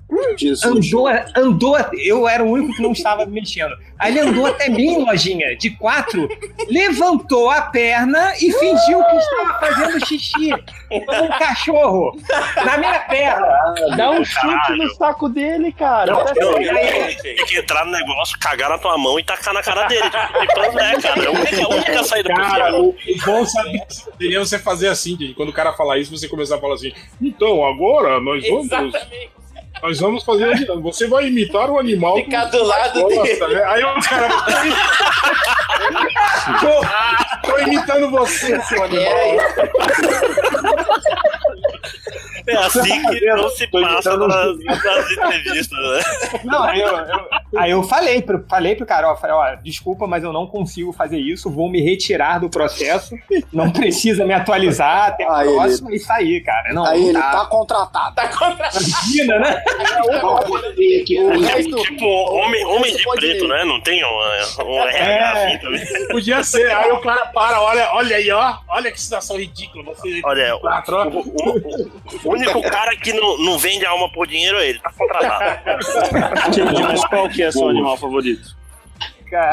[SPEAKER 5] andou, andou, eu era o único que não estava me mexendo. Aí ele andou até mim, Lojinha, de quatro, levantou a perna e fingiu que estava fazendo xixi, como um cachorro, na minha perna.
[SPEAKER 9] Dá um chute no saco dele, cara.
[SPEAKER 2] Não,
[SPEAKER 9] Tá
[SPEAKER 2] não,
[SPEAKER 9] certo.
[SPEAKER 2] tem que entrar no negócio, cagar na tua mão e tacar na cara dele. Tipo, então, né, cara? É a única, a única saída
[SPEAKER 4] Cara,
[SPEAKER 2] possível.
[SPEAKER 4] o, o bom sabe que seria você fazer assim, Didi. quando o cara falar isso, você começar a falar assim: então, agora nós vamos.
[SPEAKER 9] Exatamente.
[SPEAKER 4] Nós vamos fazer. Você vai imitar o animal.
[SPEAKER 9] Ficar
[SPEAKER 4] que
[SPEAKER 9] do
[SPEAKER 4] você
[SPEAKER 9] lado
[SPEAKER 4] gosta,
[SPEAKER 9] dele.
[SPEAKER 4] né? Aí o cara. tô, tô imitando você, seu animal.
[SPEAKER 2] É assim que não se passa nas, nas entrevistas, né?
[SPEAKER 5] Não, eu, eu- aí eu falei pro, falei pro cara, ó, falei, ó, desculpa, mas eu não consigo fazer isso, vou me retirar do processo, não precisa me atualizar até a
[SPEAKER 1] Aí ele-
[SPEAKER 5] próxima e sair, cara. Não,
[SPEAKER 1] Aí
[SPEAKER 5] não
[SPEAKER 1] ele
[SPEAKER 5] dá.
[SPEAKER 1] tá contratado.
[SPEAKER 9] Tá contratado.
[SPEAKER 5] Imagina, né?
[SPEAKER 1] O resto-
[SPEAKER 2] Tipo, homem, homem de preto, né? Não tem um, um
[SPEAKER 4] É.
[SPEAKER 2] RH assim também.
[SPEAKER 4] Podia ser. Aí o cara para, olha, olha aí, ó. Olha que situação ridícula. Você tá
[SPEAKER 2] Olha, o,
[SPEAKER 4] Quatro, ó.
[SPEAKER 2] o- o único cara que não, não vende alma por dinheiro é ele, tá contratado.
[SPEAKER 11] Entendi, mas qual que é seu animal favorito?
[SPEAKER 5] Cara,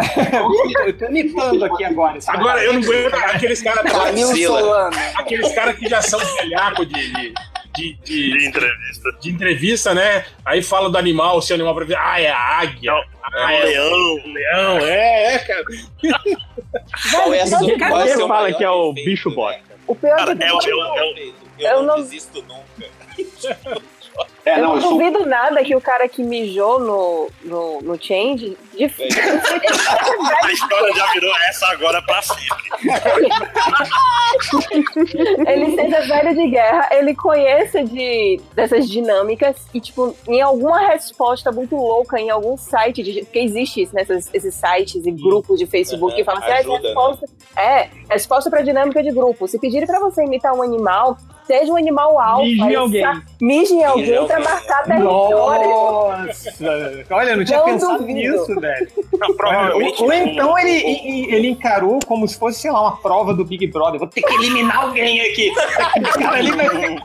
[SPEAKER 5] eu tô nipando aqui agora. sabe?
[SPEAKER 4] Agora eu não aguento aqueles caras.
[SPEAKER 1] Tá
[SPEAKER 5] Camilo Solano.
[SPEAKER 4] Aqueles caras que já são velhaco de. de... De, de-
[SPEAKER 2] De entrevista.
[SPEAKER 4] de entrevista, né? Aí fala do animal, se o animal preferido. Ah, é a águia.
[SPEAKER 2] Não,
[SPEAKER 3] um
[SPEAKER 4] ah,
[SPEAKER 2] é o leão.
[SPEAKER 4] o leão. É, é, cara.
[SPEAKER 10] Qual é a
[SPEAKER 9] Mas
[SPEAKER 10] sua-
[SPEAKER 9] Cadê
[SPEAKER 10] qual é o seu
[SPEAKER 9] fala
[SPEAKER 10] maior
[SPEAKER 9] que é o
[SPEAKER 10] defeito,
[SPEAKER 9] bicho
[SPEAKER 10] né,
[SPEAKER 9] bosta?
[SPEAKER 10] cara?
[SPEAKER 8] O pior
[SPEAKER 2] Cara,
[SPEAKER 8] do
[SPEAKER 2] é, o-
[SPEAKER 5] um
[SPEAKER 2] é, o- é, o-
[SPEAKER 10] Eu,
[SPEAKER 8] Eu
[SPEAKER 10] não,
[SPEAKER 8] não-
[SPEAKER 10] desisto nunca.
[SPEAKER 3] É,
[SPEAKER 8] eu
[SPEAKER 3] não,
[SPEAKER 8] não
[SPEAKER 3] eu sou
[SPEAKER 8] duvido nada que o cara que mijou no, no, no change de
[SPEAKER 2] a história já virou essa agora pra sempre.
[SPEAKER 8] ele seja velho de guerra, ele conheça de, dessas dinâmicas e, tipo, em alguma resposta muito louca, em algum site, de, porque existe isso, né, essas- esses sites e grupos de Facebook que falam assim, ah, essa
[SPEAKER 10] ajuda, né?
[SPEAKER 8] resposta, é, resposta pra dinâmica de grupo. Se pedirem pra você imitar um animal, seja um animal alfa.
[SPEAKER 9] Mije em
[SPEAKER 8] essa-
[SPEAKER 9] alguém.
[SPEAKER 8] Mije em
[SPEAKER 10] Mije em
[SPEAKER 8] alguém pra
[SPEAKER 10] alguém,
[SPEAKER 8] marcar território.
[SPEAKER 5] Nossa! Olha, eu não tinha
[SPEAKER 8] Não
[SPEAKER 5] pensado
[SPEAKER 8] duvido.
[SPEAKER 5] nisso, velho.
[SPEAKER 2] Não, provavelmente.
[SPEAKER 5] Ou, ou então
[SPEAKER 2] o-
[SPEAKER 5] ele,
[SPEAKER 2] o-
[SPEAKER 5] e- e- ele encarou como se fosse, sei lá, uma prova do Big Brother. Vou ter que eliminar alguém aqui. Esse cara ali vai ficar,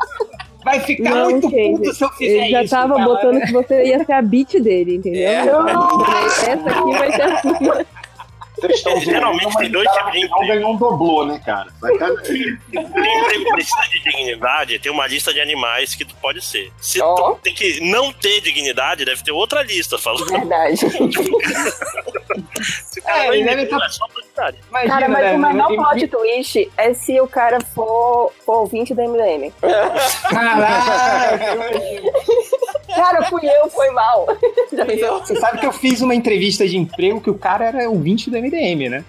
[SPEAKER 5] vai ficar
[SPEAKER 7] Não,
[SPEAKER 5] muito
[SPEAKER 7] gente,
[SPEAKER 5] puto se eu fizer
[SPEAKER 7] Ele já
[SPEAKER 5] isso.
[SPEAKER 7] tava
[SPEAKER 5] cara.
[SPEAKER 7] botando que você ia ser a beat dele, entendeu?
[SPEAKER 10] É.
[SPEAKER 7] Essa aqui vai ser a sua.
[SPEAKER 3] Vocês estão zoando,
[SPEAKER 2] Geralmente
[SPEAKER 3] mas
[SPEAKER 2] tem dois
[SPEAKER 3] o cara
[SPEAKER 2] tipos de
[SPEAKER 3] afinal
[SPEAKER 2] emprego.
[SPEAKER 3] ganhou um doblô, né, cara? Sacanagem.
[SPEAKER 2] Tem emprego que precisa de dignidade, tem uma lista de animais que tu pode ser. Se
[SPEAKER 8] Ó.
[SPEAKER 2] tu tem que não ter dignidade, deve ter outra lista. Falou.
[SPEAKER 8] É Verdade. É,
[SPEAKER 2] Esse cara não
[SPEAKER 5] ele deve
[SPEAKER 2] inventou,
[SPEAKER 5] tá-
[SPEAKER 2] é só oportunidade.
[SPEAKER 5] Imagina, né,
[SPEAKER 8] Cara, mas
[SPEAKER 3] né?
[SPEAKER 5] velho,
[SPEAKER 8] o menor
[SPEAKER 5] ele-
[SPEAKER 8] plot twist é se o cara for, for ouvinte da MDM.
[SPEAKER 5] Caraca!
[SPEAKER 8] Cara, fui eu, foi mal. Já pensou?
[SPEAKER 5] Então, Você sabe que eu fiz uma entrevista de emprego que o cara era ouvinte do MDM, né?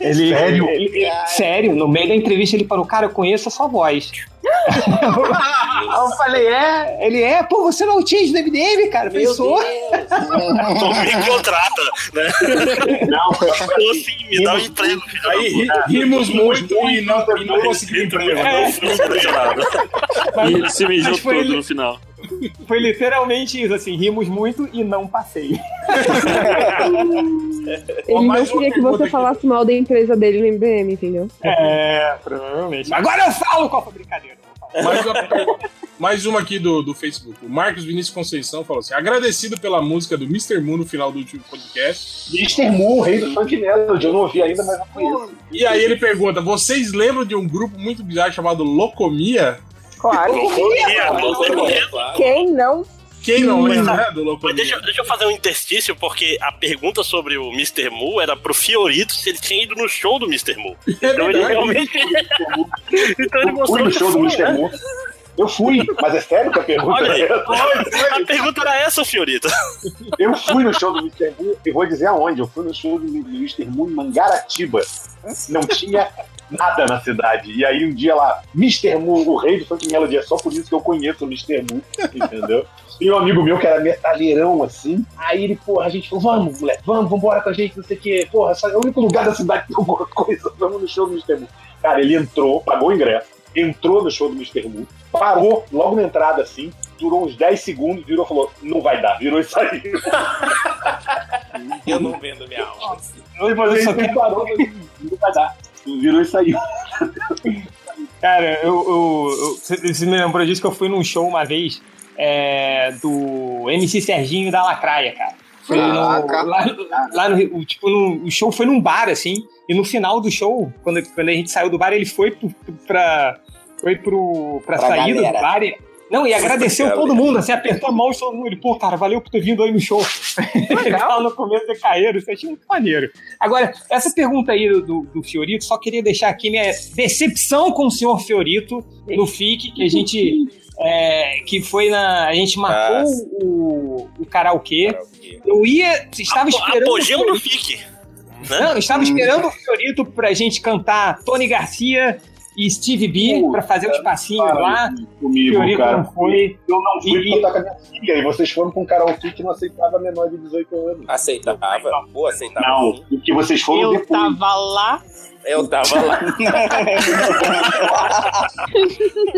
[SPEAKER 5] Ele,
[SPEAKER 3] Sério?
[SPEAKER 5] ele- ele- sério, no meio da entrevista ele falou, cara, eu conheço a sua voz. Aí eu falei, é? Ele é? Pô, você não é o Change do MDM, cara? Pensou?
[SPEAKER 2] Então me contrata, né?
[SPEAKER 3] Não, assim,
[SPEAKER 2] Ou sim, me dá um emprego, filho.
[SPEAKER 4] Aí ri- rimos muito e não, e não consegui emprego.
[SPEAKER 2] Eu fui selecionado.
[SPEAKER 11] E ele se mijou
[SPEAKER 5] né? Mas foi
[SPEAKER 11] todo
[SPEAKER 5] ele-
[SPEAKER 11] no final.
[SPEAKER 5] Foi literalmente isso, assim, rimos muito e não passei.
[SPEAKER 7] Ele não
[SPEAKER 4] mais uma
[SPEAKER 7] queria que
[SPEAKER 4] pergunta
[SPEAKER 7] você
[SPEAKER 4] aqui.
[SPEAKER 7] falasse mal da empresa dele no MBM, entendeu?
[SPEAKER 5] É, provavelmente. É. Agora eu falo qual foi a brincadeira.
[SPEAKER 4] Mais uma, mais uma aqui do, do Facebook. O Marcos Vinícius Conceição falou assim: agradecido pela música do Mr. Moon no final do último podcast.
[SPEAKER 3] Mr. Moon, o rei do funk melody. Eu não ouvi ainda, mas eu conheço.
[SPEAKER 4] E aí ele pergunta: vocês lembram de um grupo muito bizarro chamado Locomia?
[SPEAKER 8] Claro.
[SPEAKER 2] Loucomia, loucomia.
[SPEAKER 8] Quem não?
[SPEAKER 4] Quem
[SPEAKER 5] Hum.
[SPEAKER 4] não
[SPEAKER 11] é?
[SPEAKER 4] lembra né, do
[SPEAKER 2] Mas
[SPEAKER 4] Locomia?
[SPEAKER 2] deixa, deixa eu fazer um interstício, porque a pergunta sobre o Mr. Mu era pro Fiorito se ele tinha ido no show do Mr. Mu. Então ele realmente. então ele
[SPEAKER 3] Eu fui
[SPEAKER 2] mostrou.
[SPEAKER 3] no
[SPEAKER 2] que
[SPEAKER 3] show do
[SPEAKER 2] foi,
[SPEAKER 3] Mr.
[SPEAKER 2] né?
[SPEAKER 3] Moon. Eu fui, mas é sério que a pergunta
[SPEAKER 2] Olha aí.
[SPEAKER 3] é essa?
[SPEAKER 2] A pergunta era essa, Fiorito.
[SPEAKER 3] Eu fui no show do Mr. Moon e vou dizer aonde. Eu fui no show do Mr. Moon em Mangaratiba. Não tinha nada na cidade. E aí um dia lá, Mr. Moon, o rei do funk melody. É só por isso que eu conheço o Mr. Moon, entendeu? E um amigo meu que era metalheirão, assim. Aí ele, porra, a gente falou, vamos, moleque, vamos, vambora com a gente, não sei o quê. Porra, só é o único lugar da cidade que tem alguma coisa. Vamos no show do Mr. Moon. Cara, ele entrou, pagou o ingresso, entrou no show do Mr. Moon, parou logo na entrada, assim, durou uns 10 segundos, virou e falou, não vai dar, virou e saiu.
[SPEAKER 10] Eu eu não vendo minha alma.
[SPEAKER 3] Eu vou fazer isso aqui parou, não vai dar. Virou e saiu.
[SPEAKER 5] Cara, eu, eu, eu- você me lembrou disso que eu fui num show uma vez é, do MC Serginho da Lacraia, cara. Foi no-
[SPEAKER 1] Caraca.
[SPEAKER 5] lá, lá no Rio- o- tipo, no- o show foi num bar, assim, e no final do show, quando, quando a gente saiu do bar, ele foi pro- pra, foi pro, pra,
[SPEAKER 13] Pra
[SPEAKER 5] saída
[SPEAKER 13] galera.
[SPEAKER 5] do bar e- não, e agradeceu
[SPEAKER 13] Galera.
[SPEAKER 5] todo mundo, assim, apertou a mão e falou, ele, pô, cara, valeu por ter vindo aí no show. Legal. no começo de carreira, isso eu achei muito maneiro. Agora, essa pergunta aí do, do, do Fiorito, só queria deixar aqui minha decepção com o senhor Fiorito no FIC, que a gente. é, que foi na. A gente matou
[SPEAKER 2] Ah.
[SPEAKER 5] o, o karaokê. Eu ia. Estava esperando. o
[SPEAKER 2] Apogeu
[SPEAKER 5] Fiorito-
[SPEAKER 2] no FIC. né?
[SPEAKER 5] não, eu estava esperando o Fiorito pra gente cantar Tony Garcia e Steve B pra fazer os passinhos
[SPEAKER 3] para
[SPEAKER 5] lá.
[SPEAKER 3] comigo,
[SPEAKER 5] Fiorito
[SPEAKER 3] cara.
[SPEAKER 5] não foi.
[SPEAKER 3] Eu não fui
[SPEAKER 5] E-
[SPEAKER 3] pra tocar com a minha filha. E vocês foram com um karaokê que não aceitava menor de 18 anos.
[SPEAKER 10] Aceitava? Pô, aceitava.
[SPEAKER 3] Não,
[SPEAKER 10] sim.
[SPEAKER 3] porque vocês foram
[SPEAKER 10] Eu
[SPEAKER 3] depois.
[SPEAKER 10] tava lá. Eu tava lá.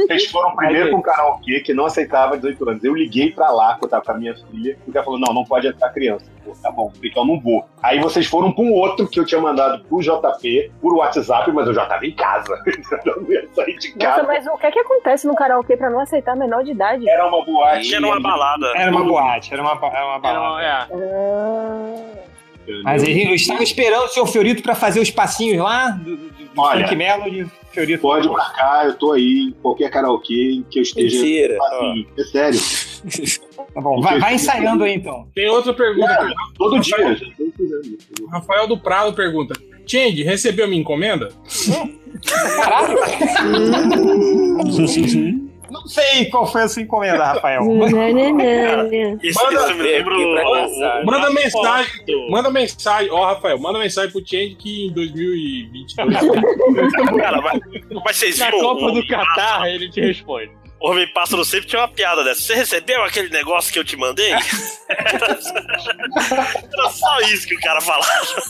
[SPEAKER 3] Vocês foram primeiro com
[SPEAKER 9] é.
[SPEAKER 3] um karaokê que não aceitava 18 anos. Eu liguei pra lá, que eu tava com a minha filha, e o cara falou, não, não pode entrar criança. Pô, tá bom, então eu não vou. Aí vocês foram pra um outro que eu tinha mandado pro JP, por WhatsApp, mas eu já tava em casa. Eu não ia sair de
[SPEAKER 14] Nossa,
[SPEAKER 3] casa.
[SPEAKER 14] mas o que é que acontece no karaokê pra não aceitar menor de idade?
[SPEAKER 3] Era uma boate.
[SPEAKER 2] Era uma balada.
[SPEAKER 5] Era uma boate, era uma, ba- era uma balada.
[SPEAKER 14] É.
[SPEAKER 5] Mas aí eu estava esperando o senhor Fiorito pra fazer os passinhos lá do, do, do
[SPEAKER 3] Olha,
[SPEAKER 5] Funk Melody. Fiorito.
[SPEAKER 3] Pode marcar, eu tô aí em qualquer karaokê que eu esteja.
[SPEAKER 5] Mentira.
[SPEAKER 3] Assim, é sério.
[SPEAKER 5] Tá bom, vai, vai ensaiando aí então. Ah,
[SPEAKER 4] Tem outra pergunta. aqui.
[SPEAKER 3] todo
[SPEAKER 4] Rafael-
[SPEAKER 3] dia, O
[SPEAKER 4] Rafael do Prado pergunta: Change, recebeu minha encomenda?
[SPEAKER 5] Hum.
[SPEAKER 4] Hum.
[SPEAKER 5] Não sei qual foi a sua encomenda, Rafael.
[SPEAKER 2] Isso, isso me lembra o- o- o-
[SPEAKER 4] Manda
[SPEAKER 2] o-
[SPEAKER 4] mensagem, manda mensagem, ó Rafael, manda mensagem pro Change que em 2022.
[SPEAKER 2] Cara, mas, mas vocês
[SPEAKER 4] Na
[SPEAKER 2] viram o
[SPEAKER 4] Copa do
[SPEAKER 2] Tipo, Homem
[SPEAKER 4] Catar,
[SPEAKER 2] Pássaro?
[SPEAKER 4] ele te responde.
[SPEAKER 2] O Homem Pássaro sempre tinha uma piada dessa. Você recebeu aquele negócio que eu te mandei? Era só isso que o cara falava.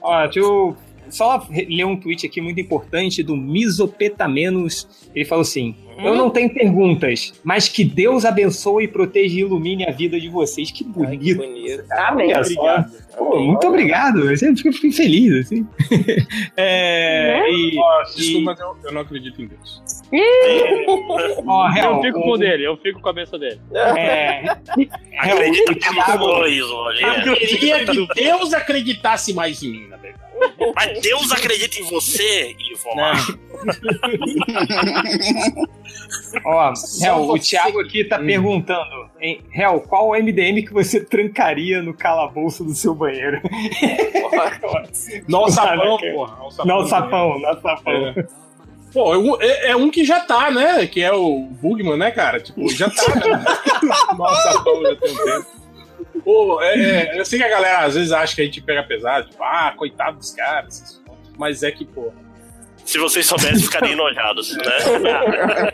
[SPEAKER 5] Ó, deixa eu só re- ler um tweet aqui muito importante do Misopetamenos. Ele falou assim: Eu não tenho perguntas, mas que Deus abençoe, proteja e ilumine a vida de vocês. Que bonito.
[SPEAKER 8] Amém.
[SPEAKER 5] Olha só. Pô, muito obrigado. Eu sempre fico- fico feliz, assim. É, e-
[SPEAKER 4] Ó,
[SPEAKER 5] e-
[SPEAKER 4] Né? Desculpa, mas eu, eu não acredito em Deus.
[SPEAKER 5] Ó, real,
[SPEAKER 9] eu fico
[SPEAKER 5] o-
[SPEAKER 9] com o dele, eu fico com a benção dele.
[SPEAKER 5] É.
[SPEAKER 2] Acredito que
[SPEAKER 4] Thiago-
[SPEAKER 2] falou isso, Rogério.
[SPEAKER 4] Eu queria né? que Deus acreditasse mais em mim, na verdade.
[SPEAKER 2] Mas Deus acredita em você, Ivo.
[SPEAKER 5] Ó,
[SPEAKER 2] Só
[SPEAKER 5] Hel, o
[SPEAKER 2] você.
[SPEAKER 5] Thiago aqui tá perguntando, hein? Hel, qual MDM que você trancaria no calabouço do seu banheiro?
[SPEAKER 4] Não, sapão,
[SPEAKER 5] Caraca.
[SPEAKER 4] porra. Não, sapão.
[SPEAKER 5] Não, sapão, não, sapão.
[SPEAKER 4] É. Pô, é um- é, é um que já tá, né? Que é o Bugman, né, cara? Tipo, já tá. Né? Nossa, pô, já tem um tempo. Pô, é, é, eu sei que a galera às vezes acha que a gente pega pesado, tipo, ah, coitado dos caras, esses pontos. mas é que, pô.
[SPEAKER 2] Se vocês soubessem, ficariam enojados, né?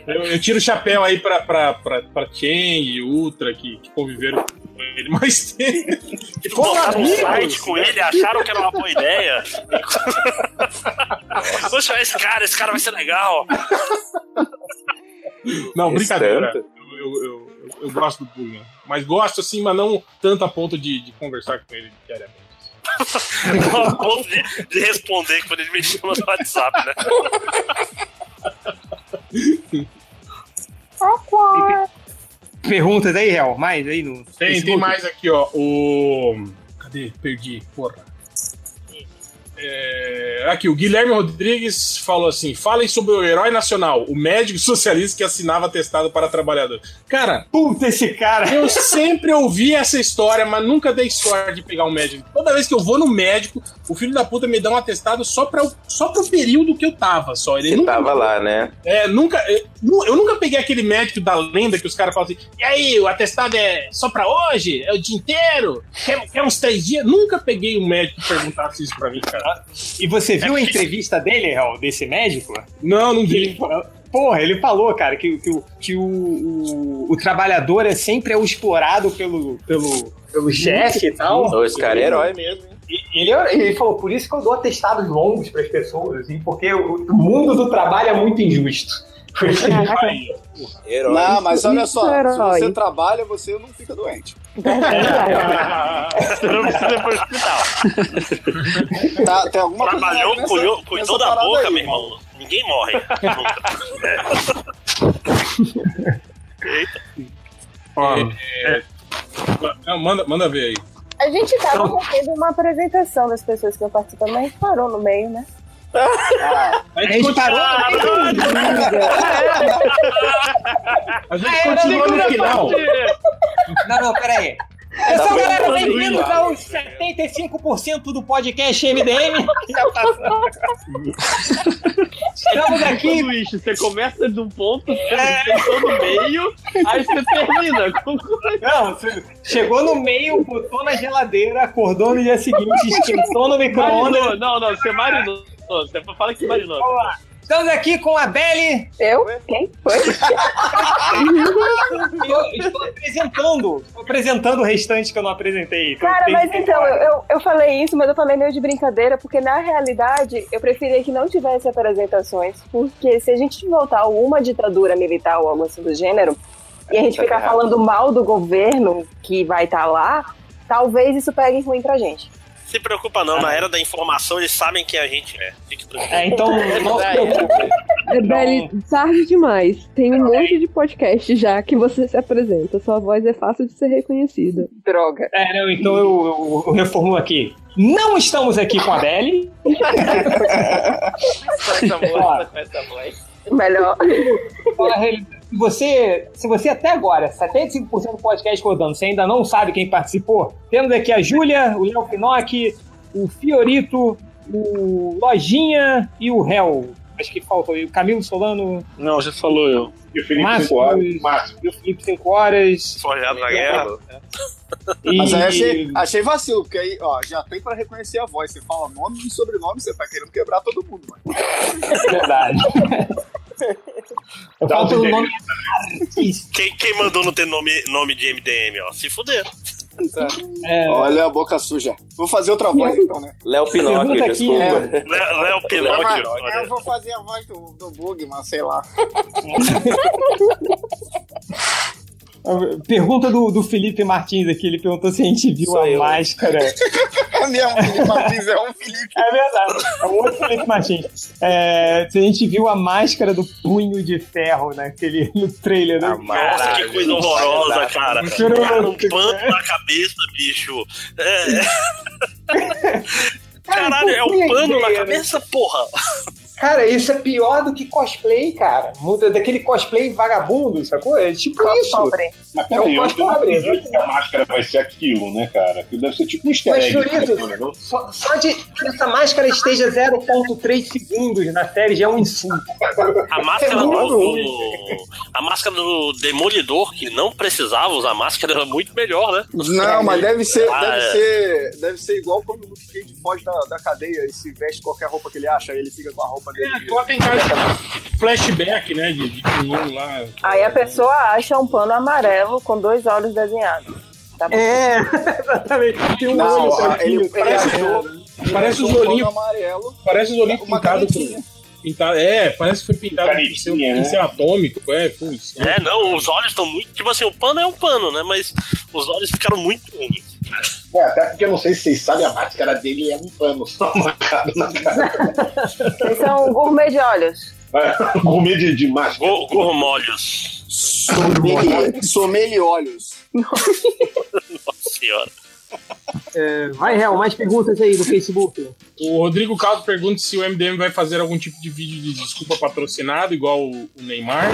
[SPEAKER 4] Eu, eu tiro o chapéu aí pra, pra, pra, pra Chen e Ultra que, que conviveram com ele mais tempo.
[SPEAKER 2] Eles botaram um site com ele, acharam que era uma boa ideia. Vou chamar esse cara, esse cara vai ser legal.
[SPEAKER 4] Não,
[SPEAKER 2] Esse
[SPEAKER 3] é
[SPEAKER 4] brincadeira. Eu,
[SPEAKER 2] tanto?
[SPEAKER 4] eu, eu- eu- eu gosto do Bugman. Mas gosto assim, mas não tanto a ponto de, de conversar com ele diariamente.
[SPEAKER 2] A ponto de, de responder quando ele me chama no WhatsApp, né?
[SPEAKER 5] Perguntas aí, Hel, mais aí no.
[SPEAKER 4] Tem, tem mais aqui, ó. O. Cadê? Perdi, porra. É, aqui, o Guilherme Rodrigues falou assim: falem sobre o herói nacional, o médico socialista que assinava atestado para trabalhador. Cara,
[SPEAKER 5] puta esse cara!
[SPEAKER 4] Eu sempre ouvi essa história, mas nunca dei sorte de pegar um médico. Toda vez que eu vou no médico, o filho da puta me dá um atestado só para só pro período que eu tava, só. Ele nunca
[SPEAKER 10] Tava lá, né?
[SPEAKER 4] é, nunca. Eu, nu- eu nunca peguei aquele médico da lenda que os caras falam assim: e aí, o atestado é só pra hoje? É o dia inteiro? Quer, quer uns três dias? Nunca peguei um médico que perguntasse isso pra mim, cara. É
[SPEAKER 5] E você viu a entrevista dele, Hel, desse médico?
[SPEAKER 4] Não, não
[SPEAKER 5] vi. Porra, ele falou, cara, que, que, o- que o, o, o trabalhador é sempre é o explorado pelo, pelo, pelo chefe e tal.
[SPEAKER 10] Esse cara é herói mesmo.
[SPEAKER 5] E- Ele, ele falou, por isso que eu dou atestados longos para as pessoas, assim, porque o, o mundo do trabalho é muito injusto.
[SPEAKER 10] Herói.
[SPEAKER 1] Não, mas olha só,
[SPEAKER 5] Isso é
[SPEAKER 1] se você
[SPEAKER 5] herói.
[SPEAKER 1] trabalha, você não fica doente.
[SPEAKER 9] Você não precisa ir pro hospital.
[SPEAKER 1] Tá, tem alguma coisa
[SPEAKER 2] Então, Trabalhou,
[SPEAKER 1] nessa-
[SPEAKER 2] cuidou,
[SPEAKER 1] nessa
[SPEAKER 2] cuidou da
[SPEAKER 1] parada
[SPEAKER 2] boca,
[SPEAKER 1] aí,
[SPEAKER 2] meu irmão. Ninguém morre.
[SPEAKER 4] Ó, é- Não, manda, manda ver aí.
[SPEAKER 14] A gente tava fazendo uma apresentação das pessoas que iam participando, mas a gente parou no meio, né?
[SPEAKER 4] A gente
[SPEAKER 14] parou
[SPEAKER 4] no A
[SPEAKER 9] É,
[SPEAKER 4] gente continua no final.
[SPEAKER 5] Não, não, peraí.
[SPEAKER 9] É
[SPEAKER 5] Pessoal, galera, bem-vindos aos 75% do podcast MDM. Estamos aqui. É.
[SPEAKER 9] Tudo isso, você começa de um ponto, você tem no meio, aí você termina.
[SPEAKER 5] Não, você chegou no meio, botou na geladeira, acordou no dia seguinte, esquentou no
[SPEAKER 9] Marinou.
[SPEAKER 5] micro-ondas.
[SPEAKER 9] Não, não, você marinou. Você fala que marinou.
[SPEAKER 5] Vamos lá. Estamos aqui com a Belle.
[SPEAKER 14] Eu? Quem? Foi?
[SPEAKER 5] Eu estou apresentando. Estou apresentando o restante que eu não apresentei. Então
[SPEAKER 14] Cara,
[SPEAKER 5] tem-
[SPEAKER 14] mas então, eu, eu, eu falei isso, mas eu falei meio de brincadeira, porque na realidade eu preferia que não tivesse apresentações, porque se a gente voltar a uma ditadura militar ou algo assim do gênero, e a gente ficar falando mal do governo que vai estar lá, talvez isso pegue ruim pra gente.
[SPEAKER 2] Se preocupa
[SPEAKER 10] Ah,
[SPEAKER 2] não,
[SPEAKER 10] é.
[SPEAKER 2] na era da informação eles sabem quem a gente é. Fique tranquilo.
[SPEAKER 5] É, então, não se preocupe.
[SPEAKER 7] Beli, tarde demais. Tem um monte de podcast já que você se apresenta. Sua voz é fácil de ser reconhecida.
[SPEAKER 14] Droga.
[SPEAKER 5] É, não, então eu, eu- eu reformulo aqui. Não estamos aqui com a Belle.
[SPEAKER 3] tá
[SPEAKER 14] Melhor.
[SPEAKER 5] Fala, Hayley, se você, se você até agora, 75% do podcast rodando, você ainda não sabe quem participou, temos aqui a Júlia, o Léo Pinocchi, o Fiorito, o Lojinha e o Hel. Acho que faltou aí. O Camilo Solano.
[SPEAKER 11] Não, já falou eu.
[SPEAKER 3] E o Felipe
[SPEAKER 5] Márcio,
[SPEAKER 3] cinco horas. Márcio.
[SPEAKER 5] E o Felipe 5 horas.
[SPEAKER 2] Forjado na guerra.
[SPEAKER 1] Mas aí
[SPEAKER 5] E-
[SPEAKER 11] é
[SPEAKER 1] achei, achei vacilo, porque aí, ó, já tem pra reconhecer a voz. Você fala nome e sobrenome, você tá querendo quebrar todo mundo, mano.
[SPEAKER 5] Verdade. Eu
[SPEAKER 2] Dá
[SPEAKER 5] falo
[SPEAKER 2] um
[SPEAKER 5] pelo
[SPEAKER 2] jeito.
[SPEAKER 5] nome.
[SPEAKER 2] Quem, quem mandou não ter nome, nome de MDM, ó? Se fuder.
[SPEAKER 14] É um
[SPEAKER 1] Olha a boca suja. Vou fazer outra voz então, né?
[SPEAKER 10] Léo Pinóquio,
[SPEAKER 1] Pergunta aqui,
[SPEAKER 10] desculpa.
[SPEAKER 1] é.
[SPEAKER 2] Léo Léo
[SPEAKER 1] Mas,
[SPEAKER 2] Pinóquio.
[SPEAKER 1] eu vou fazer a voz do, do Bugman, sei lá.
[SPEAKER 5] Pergunta do, do Felipe Martins aqui. Ele perguntou se a gente viu a máscara.
[SPEAKER 1] É mesmo, Felipe Martins, é um Felipe.
[SPEAKER 5] É verdade. É o outro Felipe Martins. É, se a gente viu a máscara do punho de ferro naquele no trailer, né?
[SPEAKER 2] Nossa, que coisa horrorosa, cara.
[SPEAKER 5] Mentiroso.
[SPEAKER 2] Cara, um panto na cabeça, bicho. É. Caralho, é um pano
[SPEAKER 1] né?
[SPEAKER 2] na cabeça, porra.
[SPEAKER 5] Cara, isso é pior do que cosplay, cara. Muda daquele cosplay vagabundo, sacou? É tipo isso.
[SPEAKER 3] Mas
[SPEAKER 5] É um
[SPEAKER 3] peraí, eu não
[SPEAKER 5] cosplay.
[SPEAKER 3] acredito que a máscara vai ser aquilo, né, cara? Que deve ser tipo um easter
[SPEAKER 5] Mas,
[SPEAKER 3] egg. né,
[SPEAKER 5] Churito,
[SPEAKER 3] não?
[SPEAKER 5] só, só de que essa máscara esteja 0.3 segundos na série já é um insulto.
[SPEAKER 2] A máscara
[SPEAKER 5] É
[SPEAKER 2] do,
[SPEAKER 5] muito ruim.
[SPEAKER 2] do- A máscara do Demolidor, que não precisava usar máscara, era muito melhor, né?
[SPEAKER 1] Não, mas deve ser,
[SPEAKER 2] Ah,
[SPEAKER 1] deve
[SPEAKER 2] é.
[SPEAKER 1] ser, deve ser igual quando o Luke Cage foge da, da cadeia e se veste qualquer roupa que ele acha, ele fica com a roupa dele.
[SPEAKER 4] Bota É, em casa flashback, né? De, de um ano lá.
[SPEAKER 14] Aí a pessoa acha um pano amarelo com dois olhos desenhados. Tá bom?
[SPEAKER 5] É, exatamente. Tem um
[SPEAKER 1] Não,
[SPEAKER 5] olho
[SPEAKER 1] ó,
[SPEAKER 5] certinho.
[SPEAKER 1] ele-
[SPEAKER 5] Parece-
[SPEAKER 1] ele achou-
[SPEAKER 4] Parece os
[SPEAKER 1] Um pano
[SPEAKER 4] olhinhos.
[SPEAKER 1] amarelo.
[SPEAKER 4] Parece os olhinhos
[SPEAKER 1] Uma
[SPEAKER 4] pintados
[SPEAKER 1] canetinha.
[SPEAKER 4] com. Pintado, é, parece que foi pintado com
[SPEAKER 3] Canetinha,
[SPEAKER 4] pincel, pincel atômico. É, putz.
[SPEAKER 2] É, não, os olhos estão muito. Tipo assim, o pano é um pano, né? Mas os olhos ficaram muito ruins.
[SPEAKER 3] É, até porque eu não sei se vocês sabem, a máscara dele é um pano só marcado na cara.
[SPEAKER 14] Vocês são um gourmet de olhos.
[SPEAKER 3] É, Gourmet de, de máscara.
[SPEAKER 2] Go- Gormolhos.
[SPEAKER 1] Someli- Someli olhos.
[SPEAKER 2] Nossa senhora.
[SPEAKER 5] É, vai, Real, mais perguntas aí do Facebook.
[SPEAKER 4] O Rodrigo Caldo pergunta se o MDM vai fazer algum tipo de vídeo de desculpa patrocinado, igual o o Neymar.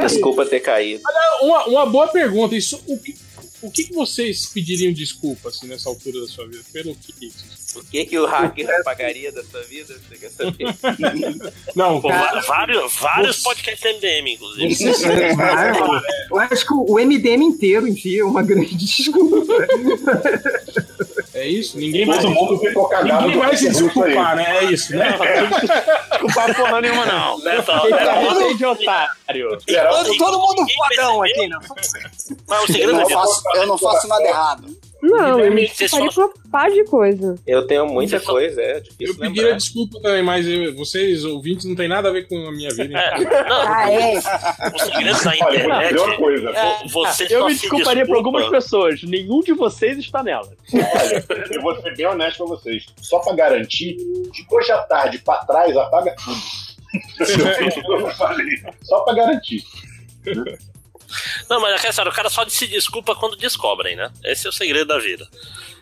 [SPEAKER 10] Desculpa ter caído.
[SPEAKER 4] Olha, uma, uma boa pergunta. Isso, o que, o que que vocês pediriam desculpa assim, nessa altura da sua vida? Pelo que?
[SPEAKER 10] O que, que o hacker pagaria da sua vida? Você quer saber?
[SPEAKER 4] Não,
[SPEAKER 2] Pô,
[SPEAKER 5] Cara,
[SPEAKER 2] va- vários vários
[SPEAKER 5] você-
[SPEAKER 2] podcasts MDM, inclusive.
[SPEAKER 5] é Eu acho que o MDM inteiro em si é uma grande desculpa.
[SPEAKER 4] é isso? Ninguém vai,
[SPEAKER 3] Todo mundo ficou cagado.
[SPEAKER 4] ninguém vai se
[SPEAKER 3] com isso aí.
[SPEAKER 4] desculpar, né? É isso, né? Então,
[SPEAKER 9] Desculpa porra nenhuma, não.
[SPEAKER 2] Nessa hora,
[SPEAKER 9] Tá
[SPEAKER 2] era
[SPEAKER 9] bom,
[SPEAKER 2] outra-
[SPEAKER 9] de otário.
[SPEAKER 3] Geral,
[SPEAKER 5] Todo, todo mundo
[SPEAKER 2] Ninguém
[SPEAKER 5] fodão aqui, né?
[SPEAKER 2] Mas o
[SPEAKER 1] Eu
[SPEAKER 2] segredo é
[SPEAKER 1] não
[SPEAKER 2] que
[SPEAKER 1] faço, eu não faço nada errado.
[SPEAKER 7] Não,
[SPEAKER 5] Guilherme,
[SPEAKER 7] ele
[SPEAKER 5] você
[SPEAKER 7] faria pra uma pá de coisa.
[SPEAKER 10] Eu tenho muita
[SPEAKER 4] Você só-
[SPEAKER 10] coisa, é difícil
[SPEAKER 4] Eu
[SPEAKER 10] lembrar.
[SPEAKER 4] pediria desculpa também, mas eu- vocês, ouvintes, não tem nada a ver com a minha vida. então.
[SPEAKER 10] Ah,
[SPEAKER 5] é?
[SPEAKER 2] O segredo da
[SPEAKER 4] Olha, é
[SPEAKER 2] internet.
[SPEAKER 4] a melhor coisa.
[SPEAKER 2] vo- Você
[SPEAKER 5] eu
[SPEAKER 2] só
[SPEAKER 5] me
[SPEAKER 2] se
[SPEAKER 5] desculparia por
[SPEAKER 2] desculpa.
[SPEAKER 5] algumas pessoas. Nenhum de vocês está nela.
[SPEAKER 3] Eu vou ser bem honesto pra vocês. Só pra garantir, de hoje à tarde pra trás, apaga tudo. eu não falei. Só pra garantir.
[SPEAKER 2] Não, mas é sério, o cara só se desculpa quando descobrem, né? Esse é o segredo da vida.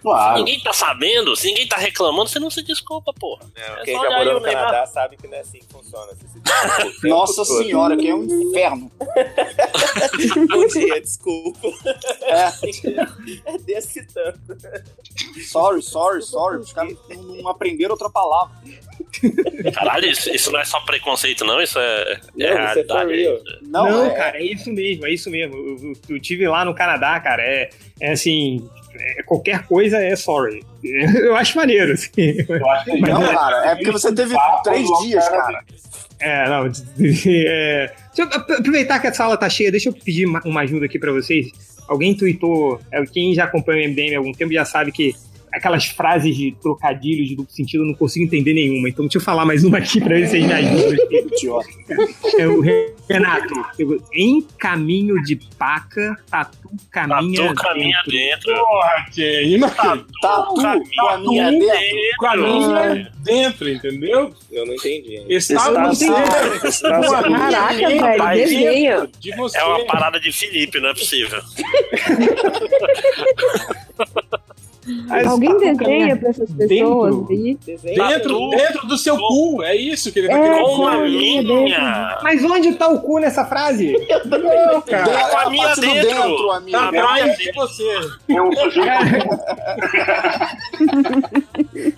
[SPEAKER 3] Claro.
[SPEAKER 2] Se ninguém tá sabendo, se ninguém tá reclamando, você não se desculpa, porra.
[SPEAKER 10] Não,
[SPEAKER 2] É
[SPEAKER 10] quem
[SPEAKER 2] só
[SPEAKER 10] já
[SPEAKER 2] olhar aí
[SPEAKER 10] morou
[SPEAKER 2] o
[SPEAKER 10] no
[SPEAKER 2] Neymar.
[SPEAKER 10] Canadá sabe que não é assim que funciona. Você se desculpa o tempo
[SPEAKER 1] Nossa
[SPEAKER 10] todo.
[SPEAKER 1] senhora, que é um inferno.
[SPEAKER 10] Bom dia, desculpa. É desse tanto.
[SPEAKER 1] Sorry, sorry, sorry. Os caras não- não aprenderam outra palavra.
[SPEAKER 2] Caralho, isso, isso não é só preconceito, não, isso é, é
[SPEAKER 5] isso é
[SPEAKER 2] realidade.
[SPEAKER 5] for real.
[SPEAKER 1] Não,
[SPEAKER 5] Não,
[SPEAKER 1] é-
[SPEAKER 5] cara, é isso mesmo, é isso mesmo. Eu, eu, eu tive lá no Canadá, cara, é, é assim, é, qualquer coisa é sorry. Eu acho maneiro, assim. Eu
[SPEAKER 3] acho que
[SPEAKER 1] Não, cara, é porque você teve três dias, cara.
[SPEAKER 5] É, não. é, deixa eu ap- aproveitar que a sala tá cheia, deixa eu pedir ma- uma ajuda aqui pra vocês. Alguém tweetou, é, quem já acompanha o MDM há algum tempo já sabe que aquelas frases de trocadilhos de duplo sentido eu não consigo entender nenhuma. Então deixa eu falar mais uma aqui pra ver se vocês me ajudam. É o Renato. pegou, Em caminho de paca, tatu
[SPEAKER 2] Tatu
[SPEAKER 5] caminha.
[SPEAKER 2] caminha
[SPEAKER 5] dentro."
[SPEAKER 2] dentro.
[SPEAKER 4] Porra, que inacreditável.
[SPEAKER 1] Tatu
[SPEAKER 2] caminha dentro.
[SPEAKER 4] Caminha dentro, entendeu?
[SPEAKER 10] Eu não entendi. hein?
[SPEAKER 4] Está
[SPEAKER 10] Está-
[SPEAKER 4] não tem
[SPEAKER 10] está- está-
[SPEAKER 7] Caraca, velho, desenha.
[SPEAKER 2] É uma parada de Felipe, não é possível.
[SPEAKER 7] Alguém
[SPEAKER 4] tatu
[SPEAKER 7] desenha
[SPEAKER 4] caminha
[SPEAKER 7] pra essas
[SPEAKER 4] dentro?
[SPEAKER 7] pessoas aí?
[SPEAKER 4] Dentro, dentro do seu cu, é isso que ele tá
[SPEAKER 5] É,
[SPEAKER 4] querendo
[SPEAKER 5] com a
[SPEAKER 4] dizer.
[SPEAKER 5] minha. Mas onde tá o cu nessa frase?
[SPEAKER 4] Não, cara.
[SPEAKER 5] Dentro,
[SPEAKER 4] Tá
[SPEAKER 5] a minha
[SPEAKER 4] partindo
[SPEAKER 5] dentro.
[SPEAKER 4] amigo. Tá
[SPEAKER 5] A minha
[SPEAKER 4] atrás de
[SPEAKER 5] dentro.
[SPEAKER 4] você.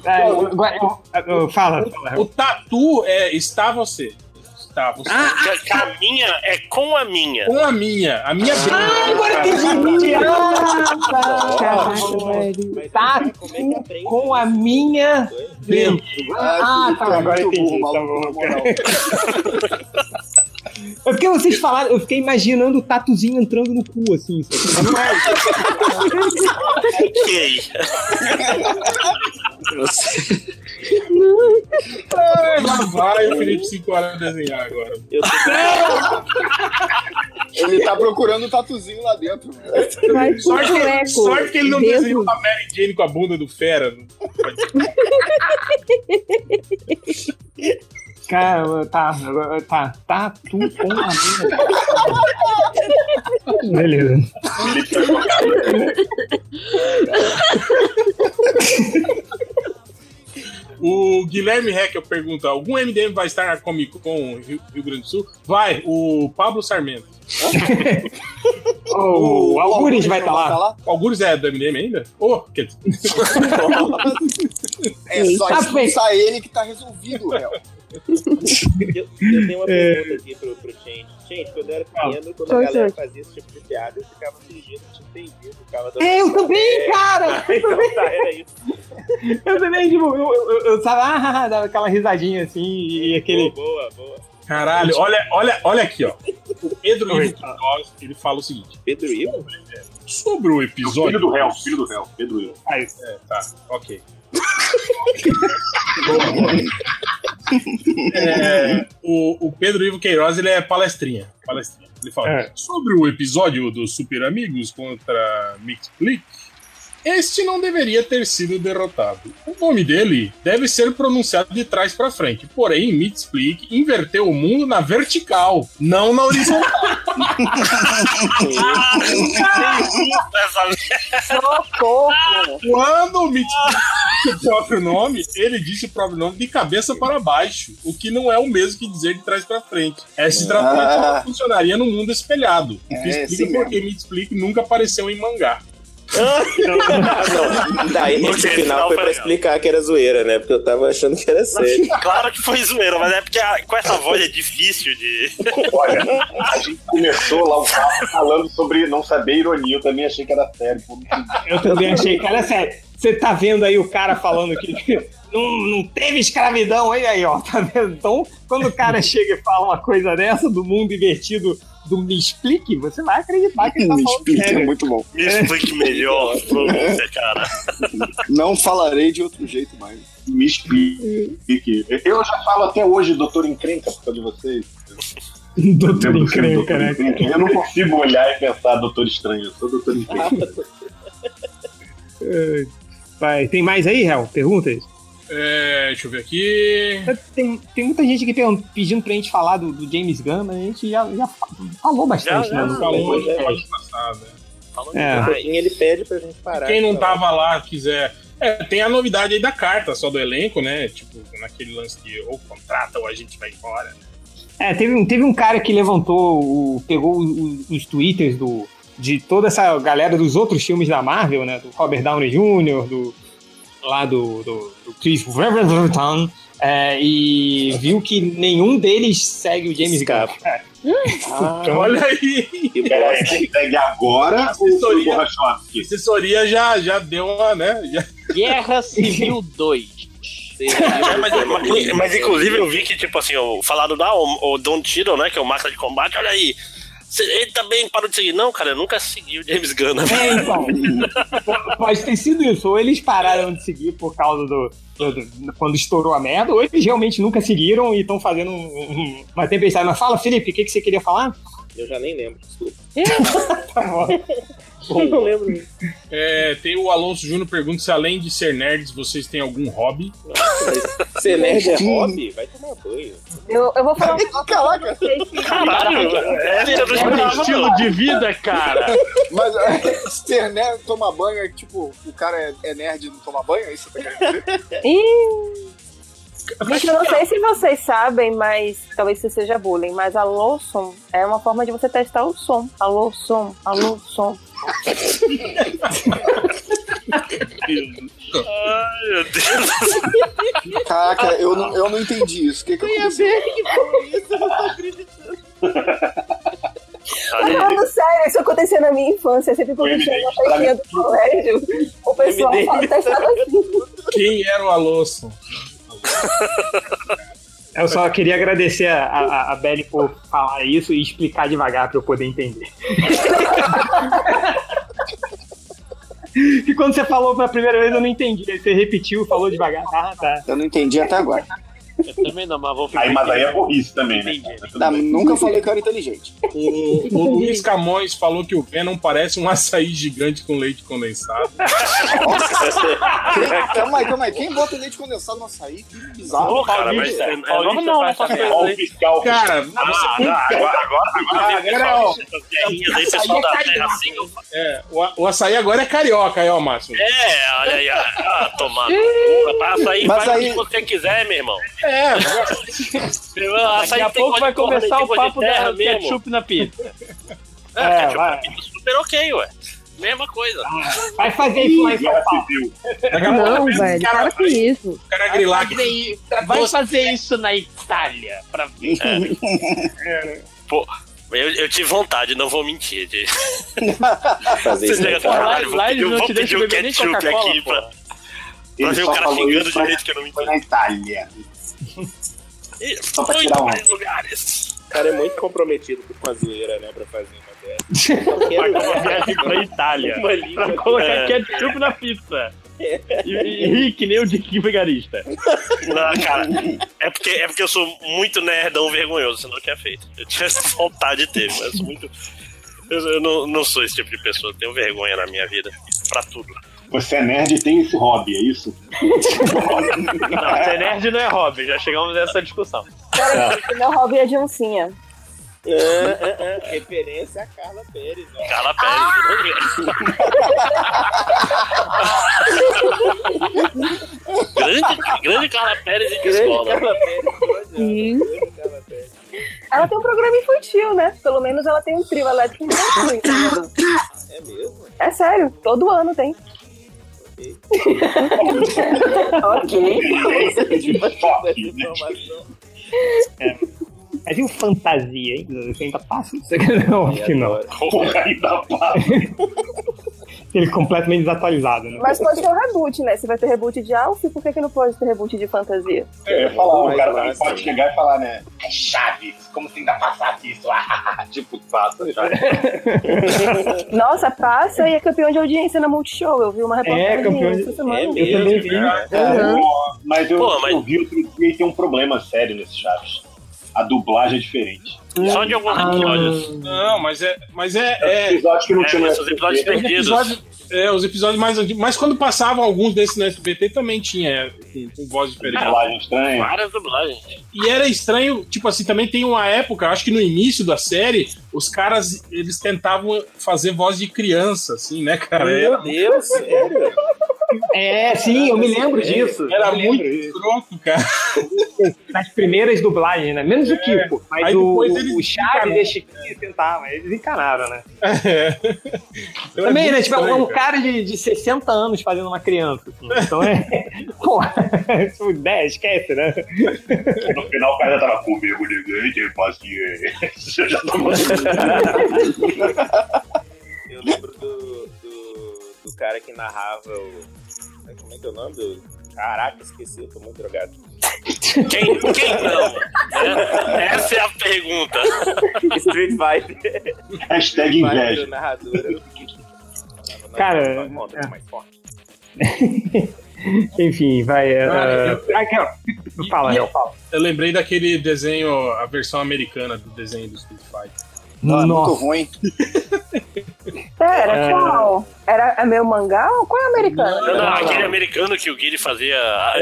[SPEAKER 5] Ah, eu- agora eu- eu- fala,
[SPEAKER 4] O
[SPEAKER 5] fala.
[SPEAKER 4] tatu é está você. Está você.
[SPEAKER 2] Porque a minha é com a minha.
[SPEAKER 4] Com a minha. A minha
[SPEAKER 5] Ah, agora
[SPEAKER 4] entendi.
[SPEAKER 5] Ah, Tatu com a minha dentro. Ah, tá, agora eu entendi. tá bom, cara. É porque vocês falaram, eu fiquei imaginando o tatuzinho entrando no cu, assim. sabe?
[SPEAKER 2] ok.
[SPEAKER 4] Ai, lá vai o Felipe 5 horas desenhar agora.
[SPEAKER 1] Ele tá procurando o tatuzinho lá dentro.
[SPEAKER 4] Sorte, que, sorte que ele não
[SPEAKER 1] Dedo.
[SPEAKER 4] desenhou a Mary Jane com a bunda do fera.
[SPEAKER 5] Cara, tá, agora- tá, tatu com a minha. Beleza.
[SPEAKER 4] O Guilherme Heckel pergunta: algum MDM vai estar na Comic Con Rio, Rio Grande do Sul? Vai, o Pablo Sarmento.
[SPEAKER 5] O, Algures vai tá lá.
[SPEAKER 4] O Algures é do MDM ainda? Oh, quer dizer,
[SPEAKER 1] É só
[SPEAKER 5] Eita,
[SPEAKER 1] expulsar ele que tá resolvido, réu.
[SPEAKER 10] Eu tenho uma
[SPEAKER 1] É.
[SPEAKER 10] pergunta aqui pro, pro Change. Change, quando eu era pequeno, quando a
[SPEAKER 5] Oi,
[SPEAKER 10] galera
[SPEAKER 5] Change.
[SPEAKER 10] fazia esse tipo de piada, eu ficava fingindo que tinha entendido. Ficava dando-
[SPEAKER 5] É, eu também,
[SPEAKER 10] É.
[SPEAKER 5] cara! Eu
[SPEAKER 10] Então
[SPEAKER 5] também.
[SPEAKER 10] tá, era isso.
[SPEAKER 5] Eu também, tipo, eu, eu, eu, eu tava, ah, ah, dava aquela risadinha assim e aquele.
[SPEAKER 10] Boa, boa.
[SPEAKER 4] Caralho, olha, olha, olha aqui, ó. O Pedro Ivo
[SPEAKER 5] tá.
[SPEAKER 4] Queiroz, ele fala o seguinte:
[SPEAKER 10] Pedro Ivo?
[SPEAKER 4] Sobre o episódio.
[SPEAKER 3] Filho do réu, filho do réu, Pedro Ivo.
[SPEAKER 4] Ah, isso, é, tá, ok. É, o, o Pedro Ivo Queiroz ele é palestrinha. palestrinha. Ele fala sobre o episódio dos Super Amigos contra Mixplick. Este não deveria ter sido derrotado. O nome dele deve ser pronunciado de trás para frente. Porém, Mixplick inverteu o mundo na vertical, não na horizontal. Quando o Mitch disse o próprio nome, ele disse o próprio nome de cabeça para baixo, o que não é o mesmo que dizer de trás para frente. É se tratando de
[SPEAKER 1] Ah.
[SPEAKER 4] como funcionaria no mundo espelhado. O que
[SPEAKER 1] É,
[SPEAKER 4] explica
[SPEAKER 1] sim
[SPEAKER 4] por que Mitch Plick nunca apareceu em mangá.
[SPEAKER 10] Não, daí esse final foi pra explicar que era zoeira, né? Porque eu tava achando que era sério.
[SPEAKER 2] Claro que foi zoeira, mas é porque a- com essa voz é difícil de.
[SPEAKER 3] Olha, a gente começou lá o papo falando sobre não saber ironia. Eu também achei que era sério. pô.
[SPEAKER 5] Eu também achei, cara, é sério. Você tá vendo aí o cara falando que não, não teve escravidão, olha aí, ó, tá vendo? Então, quando o cara chega e fala uma coisa dessa do mundo invertido do Me Explique, você vai acreditar que ele tá
[SPEAKER 1] Me
[SPEAKER 5] falando
[SPEAKER 1] Explique
[SPEAKER 5] sério.
[SPEAKER 1] é muito bom.
[SPEAKER 2] Me explique melhor, pronúncia, cara.
[SPEAKER 1] Não falarei de outro jeito mais.
[SPEAKER 3] Me explique. Eu já falo até hoje, doutor encrenca, por causa de vocês.
[SPEAKER 5] doutor
[SPEAKER 3] encrenca, né? Eu não consigo olhar e pensar doutor estranho. Eu sou doutor encrenca.
[SPEAKER 5] É, Vai, tem mais aí, Hel? Perguntas?
[SPEAKER 4] É, deixa eu ver aqui.
[SPEAKER 5] Tem, tem muita gente aqui pergun- pedindo pra gente falar do, do James Gunn, mas a gente já, já fa- falou bastante, né? no-
[SPEAKER 4] Falou
[SPEAKER 5] É.
[SPEAKER 4] no episódio passado.
[SPEAKER 5] É.
[SPEAKER 10] Um pouquinho ele pede pra gente parar.
[SPEAKER 4] Quem não
[SPEAKER 10] tá
[SPEAKER 4] tava lá quiser. É, tem a novidade aí da carta só do elenco, né? Tipo, naquele lance de ou contrata ou a gente vai embora.
[SPEAKER 5] É, teve, um- teve um cara que levantou, o- pegou o- o- os twitters do, de toda essa galera dos outros filmes da Marvel, né? Do Robert Downey Jr., do, lá do, do, do Chris Reverton, e viu que nenhum deles segue o James Gunn.
[SPEAKER 4] Ah,
[SPEAKER 5] É. Ah, Então,
[SPEAKER 4] Olha aí!
[SPEAKER 3] E parece que segue agora o o
[SPEAKER 4] Assessoria.
[SPEAKER 3] Borrachowski.
[SPEAKER 4] Assessoria já, já deu uma, né?
[SPEAKER 15] Guerra Civil 2.
[SPEAKER 2] É, mas, mas- mas, inclusive eu vi que, tipo assim, o, falaram da o, o Don Tiro, né? Que é o marca de combate, olha aí. cê- Ele também parou de seguir. Não, cara, eu nunca segui o James Gunn. né?
[SPEAKER 5] É, então. Pode ter sido isso. Ou eles pararam de seguir por causa do. do- do- quando estourou a merda, ou eles realmente nunca seguiram e estão fazendo um- um- uma tempestade. Mas fala, Felipe, o que, que você queria falar?
[SPEAKER 10] Eu já nem lembro, desculpa.
[SPEAKER 5] Tá bom.
[SPEAKER 10] não lembro. mesmo.
[SPEAKER 4] É, tem o Alonso Júnior pergunta se além de ser nerds, vocês têm algum hobby.
[SPEAKER 10] Ser nerd é hobby? Vai tomar banho.
[SPEAKER 8] Eu, eu vou falar um pouco pra vocês que-
[SPEAKER 2] É,
[SPEAKER 15] vida, cara.
[SPEAKER 1] Mas é, ser nerd tomar banho é tipo, o cara é, é nerd e não toma banho? É isso que você tá querendo dizer?
[SPEAKER 8] Ih. Gente, eu não sei se vocês sabem, mas talvez isso seja bullying, mas alô som é uma forma de você testar o som. Alô som, alô som.
[SPEAKER 2] Ai, meu Deus.
[SPEAKER 1] Caraca, eu não, eu não entendi isso. O que, que
[SPEAKER 10] Tem a
[SPEAKER 1] aconteceu?
[SPEAKER 10] ver que foi isso, eu não tô acreditando.
[SPEAKER 8] Falando sério, isso acontecia na minha infância. Sempre quando eu tinha uma festinha do colégio, o pessoal
[SPEAKER 4] MD.
[SPEAKER 8] fala, testava assim.
[SPEAKER 4] Quem era o Alonso?
[SPEAKER 5] Eu só queria agradecer a, a, a Belly por falar isso e explicar devagar pra eu poder entender. que quando você falou pela primeira vez eu não entendi. Aí Você repetiu, falou devagar. Ah, tá.
[SPEAKER 1] Eu não entendi até agora.
[SPEAKER 15] Eu também não, mas vou ficar.
[SPEAKER 3] Aí, mas aí é burrice também, né?
[SPEAKER 1] Não, Tá, nunca falei que eu era inteligente.
[SPEAKER 4] O, o Luiz Camões falou que o Venom parece um açaí gigante com leite condensado.
[SPEAKER 1] Quem-
[SPEAKER 2] Então,
[SPEAKER 1] Calma
[SPEAKER 2] é
[SPEAKER 1] aí, calma aí. Quem bota leite condensado no açaí? Que bizarro.
[SPEAKER 4] Pô, cara, mas é- é normal, né, essas coisas aí. Cara,
[SPEAKER 1] não,
[SPEAKER 3] Ah,
[SPEAKER 4] você-
[SPEAKER 2] agora, agora, Ah, agora,
[SPEAKER 4] Agora, ó.
[SPEAKER 2] essas guerrinhas aí, pessoal da terra assim.
[SPEAKER 4] É, o, a- o açaí agora é carioca, aí, ó, Márcio.
[SPEAKER 2] É, olha aí, ah, ah, tomando. cu, Passa aí,
[SPEAKER 4] Mas
[SPEAKER 2] faz
[SPEAKER 4] aí-
[SPEAKER 2] o que você quiser, meu irmão.
[SPEAKER 4] É,
[SPEAKER 2] Meu, a
[SPEAKER 15] Daqui
[SPEAKER 2] açaí
[SPEAKER 15] a
[SPEAKER 2] tem
[SPEAKER 15] pouco
[SPEAKER 2] gosto
[SPEAKER 15] vai
[SPEAKER 2] de corno,
[SPEAKER 15] começar
[SPEAKER 2] tem
[SPEAKER 15] o
[SPEAKER 2] gosto de
[SPEAKER 15] papo da
[SPEAKER 2] terra mesmo.
[SPEAKER 15] ketchup na pizza.
[SPEAKER 2] É,
[SPEAKER 5] É,
[SPEAKER 2] ketchup
[SPEAKER 5] vai.
[SPEAKER 2] na pizza super ok, ué. Mesma coisa.
[SPEAKER 5] Vai fazer isso lá em São Paulo.
[SPEAKER 7] Não, velho, para com isso.
[SPEAKER 4] Cara grilar
[SPEAKER 15] Vai fazer i- Vai fazer isso na Itália. Pra...
[SPEAKER 2] É. Pô, eu, eu tive vontade, não vou mentir. De...
[SPEAKER 15] Fazer isso
[SPEAKER 2] Você chega
[SPEAKER 15] na
[SPEAKER 2] assim,
[SPEAKER 15] Itália.
[SPEAKER 2] caralho, vou
[SPEAKER 15] Lá
[SPEAKER 2] pedir,
[SPEAKER 15] eles não te
[SPEAKER 2] vou pedir
[SPEAKER 15] deixam
[SPEAKER 2] um
[SPEAKER 15] beber nem
[SPEAKER 2] ketchup
[SPEAKER 15] Coca-Cola,
[SPEAKER 2] aqui
[SPEAKER 15] pô.
[SPEAKER 2] pra...
[SPEAKER 3] Ele
[SPEAKER 2] pra ver
[SPEAKER 3] só
[SPEAKER 2] o cara
[SPEAKER 3] falou
[SPEAKER 2] xingando
[SPEAKER 3] isso
[SPEAKER 2] do jeito que eu não me
[SPEAKER 3] Foi na Itália.
[SPEAKER 2] Ih,
[SPEAKER 3] Só pra tirar
[SPEAKER 2] Muito
[SPEAKER 10] um.
[SPEAKER 3] um. onda.
[SPEAKER 2] mais lugares.
[SPEAKER 10] O cara é muito comprometido com a zoeira, né, pra fazer uma dessa.
[SPEAKER 15] Vai uma viagem pra Itália.
[SPEAKER 10] Uma língua.
[SPEAKER 15] Pra colocar
[SPEAKER 10] É.
[SPEAKER 15] ketchup na pizza. E, e ri que nem o Diquinho Vigarista.
[SPEAKER 2] Não, cara, é porque, é porque eu sou muito nerdão vergonhoso, senão eu tinha feito. Eu tinha essa vontade de ter, mas muito. Eu, eu não, não sou esse tipo de pessoa, eu tenho vergonha na minha vida. Pra tudo.
[SPEAKER 3] Você é nerd e tem esse hobby, é isso?
[SPEAKER 15] Não, ser nerd não é hobby, já chegamos nessa discussão.
[SPEAKER 8] Meu hobby é de oncinha.
[SPEAKER 10] Ah, Referência a Carla Pérez, ó.
[SPEAKER 2] Carla Pérez. grande, grande Carla Pérez de escola.
[SPEAKER 7] Sim.
[SPEAKER 8] Ela tem um programa infantil, né? Pelo menos ela tem um trio elétrico infantil.
[SPEAKER 10] É mesmo?
[SPEAKER 8] É sério, todo ano tem.
[SPEAKER 10] ok.
[SPEAKER 5] Mas e o É. fantasia, hein? Você ainda passa isso aqui? Não, acho que não.
[SPEAKER 3] Porra, ainda passa.
[SPEAKER 5] Ele é completamente desatualizado, né?
[SPEAKER 8] Mas pode ter um reboot, né? Se vai ter reboot de Alf, por que, que não pode ter reboot de fantasia?
[SPEAKER 3] Eu ia falar, É, o cara também pode chegar e falar, né? É chave, como se ainda passasse isso? Ah, tipo, passa já.
[SPEAKER 8] Nossa, passa e é campeão de audiência na Multishow. Eu vi uma reportagem
[SPEAKER 3] É, campeão
[SPEAKER 8] essa
[SPEAKER 3] de-
[SPEAKER 8] semana.
[SPEAKER 3] é mesmo, cara. É,
[SPEAKER 8] Aham.
[SPEAKER 3] pô, Mas eu,
[SPEAKER 2] Pô, mas-
[SPEAKER 3] eu vi outro dia e tem um problema sério nesse Chaves. A dublagem é diferente.
[SPEAKER 2] Só de alguns episódios.
[SPEAKER 4] Não, mas é. Mas é,
[SPEAKER 3] É
[SPEAKER 4] é,
[SPEAKER 3] os episódios que não tinha no
[SPEAKER 4] esses episódios
[SPEAKER 3] SBT.
[SPEAKER 4] perdidos. É, os episódios mais antigos. Mas quando passavam alguns desses no SBT também tinha com, com voz diferente.
[SPEAKER 3] Dublagem estranha.
[SPEAKER 2] Várias dublagens.
[SPEAKER 4] E era estranho, tipo assim, também tem uma época, acho que no início da série, os caras, eles tentavam fazer voz de criança, assim, né, cara? Era-
[SPEAKER 10] Deus, sério?
[SPEAKER 5] É, sim, eu me lembro disso.
[SPEAKER 4] Era
[SPEAKER 5] Eu me lembro
[SPEAKER 4] muito pronto, cara. É.
[SPEAKER 5] Nas primeiras dublagens, né? Menos o Kiko. Mas
[SPEAKER 4] Aí
[SPEAKER 5] o,
[SPEAKER 4] depois eles
[SPEAKER 5] o Chaves é
[SPEAKER 4] encanaram.
[SPEAKER 5] e a Chiquinha tentavam, eles encanaram, né?
[SPEAKER 4] Então é
[SPEAKER 5] Também,
[SPEAKER 4] muito
[SPEAKER 5] né? Tipo,
[SPEAKER 4] estranho,
[SPEAKER 5] um cara de, de 60 anos fazendo uma criança. assim. Então é. Porra, tipo, 10, esquece, né?
[SPEAKER 3] No final o cara já tava comigo, ninguém tem paciência. Eu já tava... assim.
[SPEAKER 10] Eu lembro do, do, do cara que narrava o. ai, Como é que é o nome do. Caraca, esqueci, eu tô muito drogado.
[SPEAKER 2] Quem, quem não? né? Essa é a pergunta.
[SPEAKER 10] Street Fighter.
[SPEAKER 3] Hashtag
[SPEAKER 10] Street Fighter,
[SPEAKER 3] inveja.
[SPEAKER 10] narradora.
[SPEAKER 5] Cara,
[SPEAKER 10] Conta mais forte.
[SPEAKER 5] enfim, vai. é,
[SPEAKER 4] Cara,
[SPEAKER 5] é, ai, cara, fala, Léo, fala.
[SPEAKER 4] Eu lembrei daquele desenho, a versão americana do desenho do Street Fighter.
[SPEAKER 5] Ah,
[SPEAKER 4] Ah,
[SPEAKER 5] Nossa.
[SPEAKER 1] ruim.
[SPEAKER 8] Pera,
[SPEAKER 4] É.
[SPEAKER 8] qual? Era é meu mangá ou qual é americano?
[SPEAKER 2] Não, não, aquele americano que o Guilherme fazia.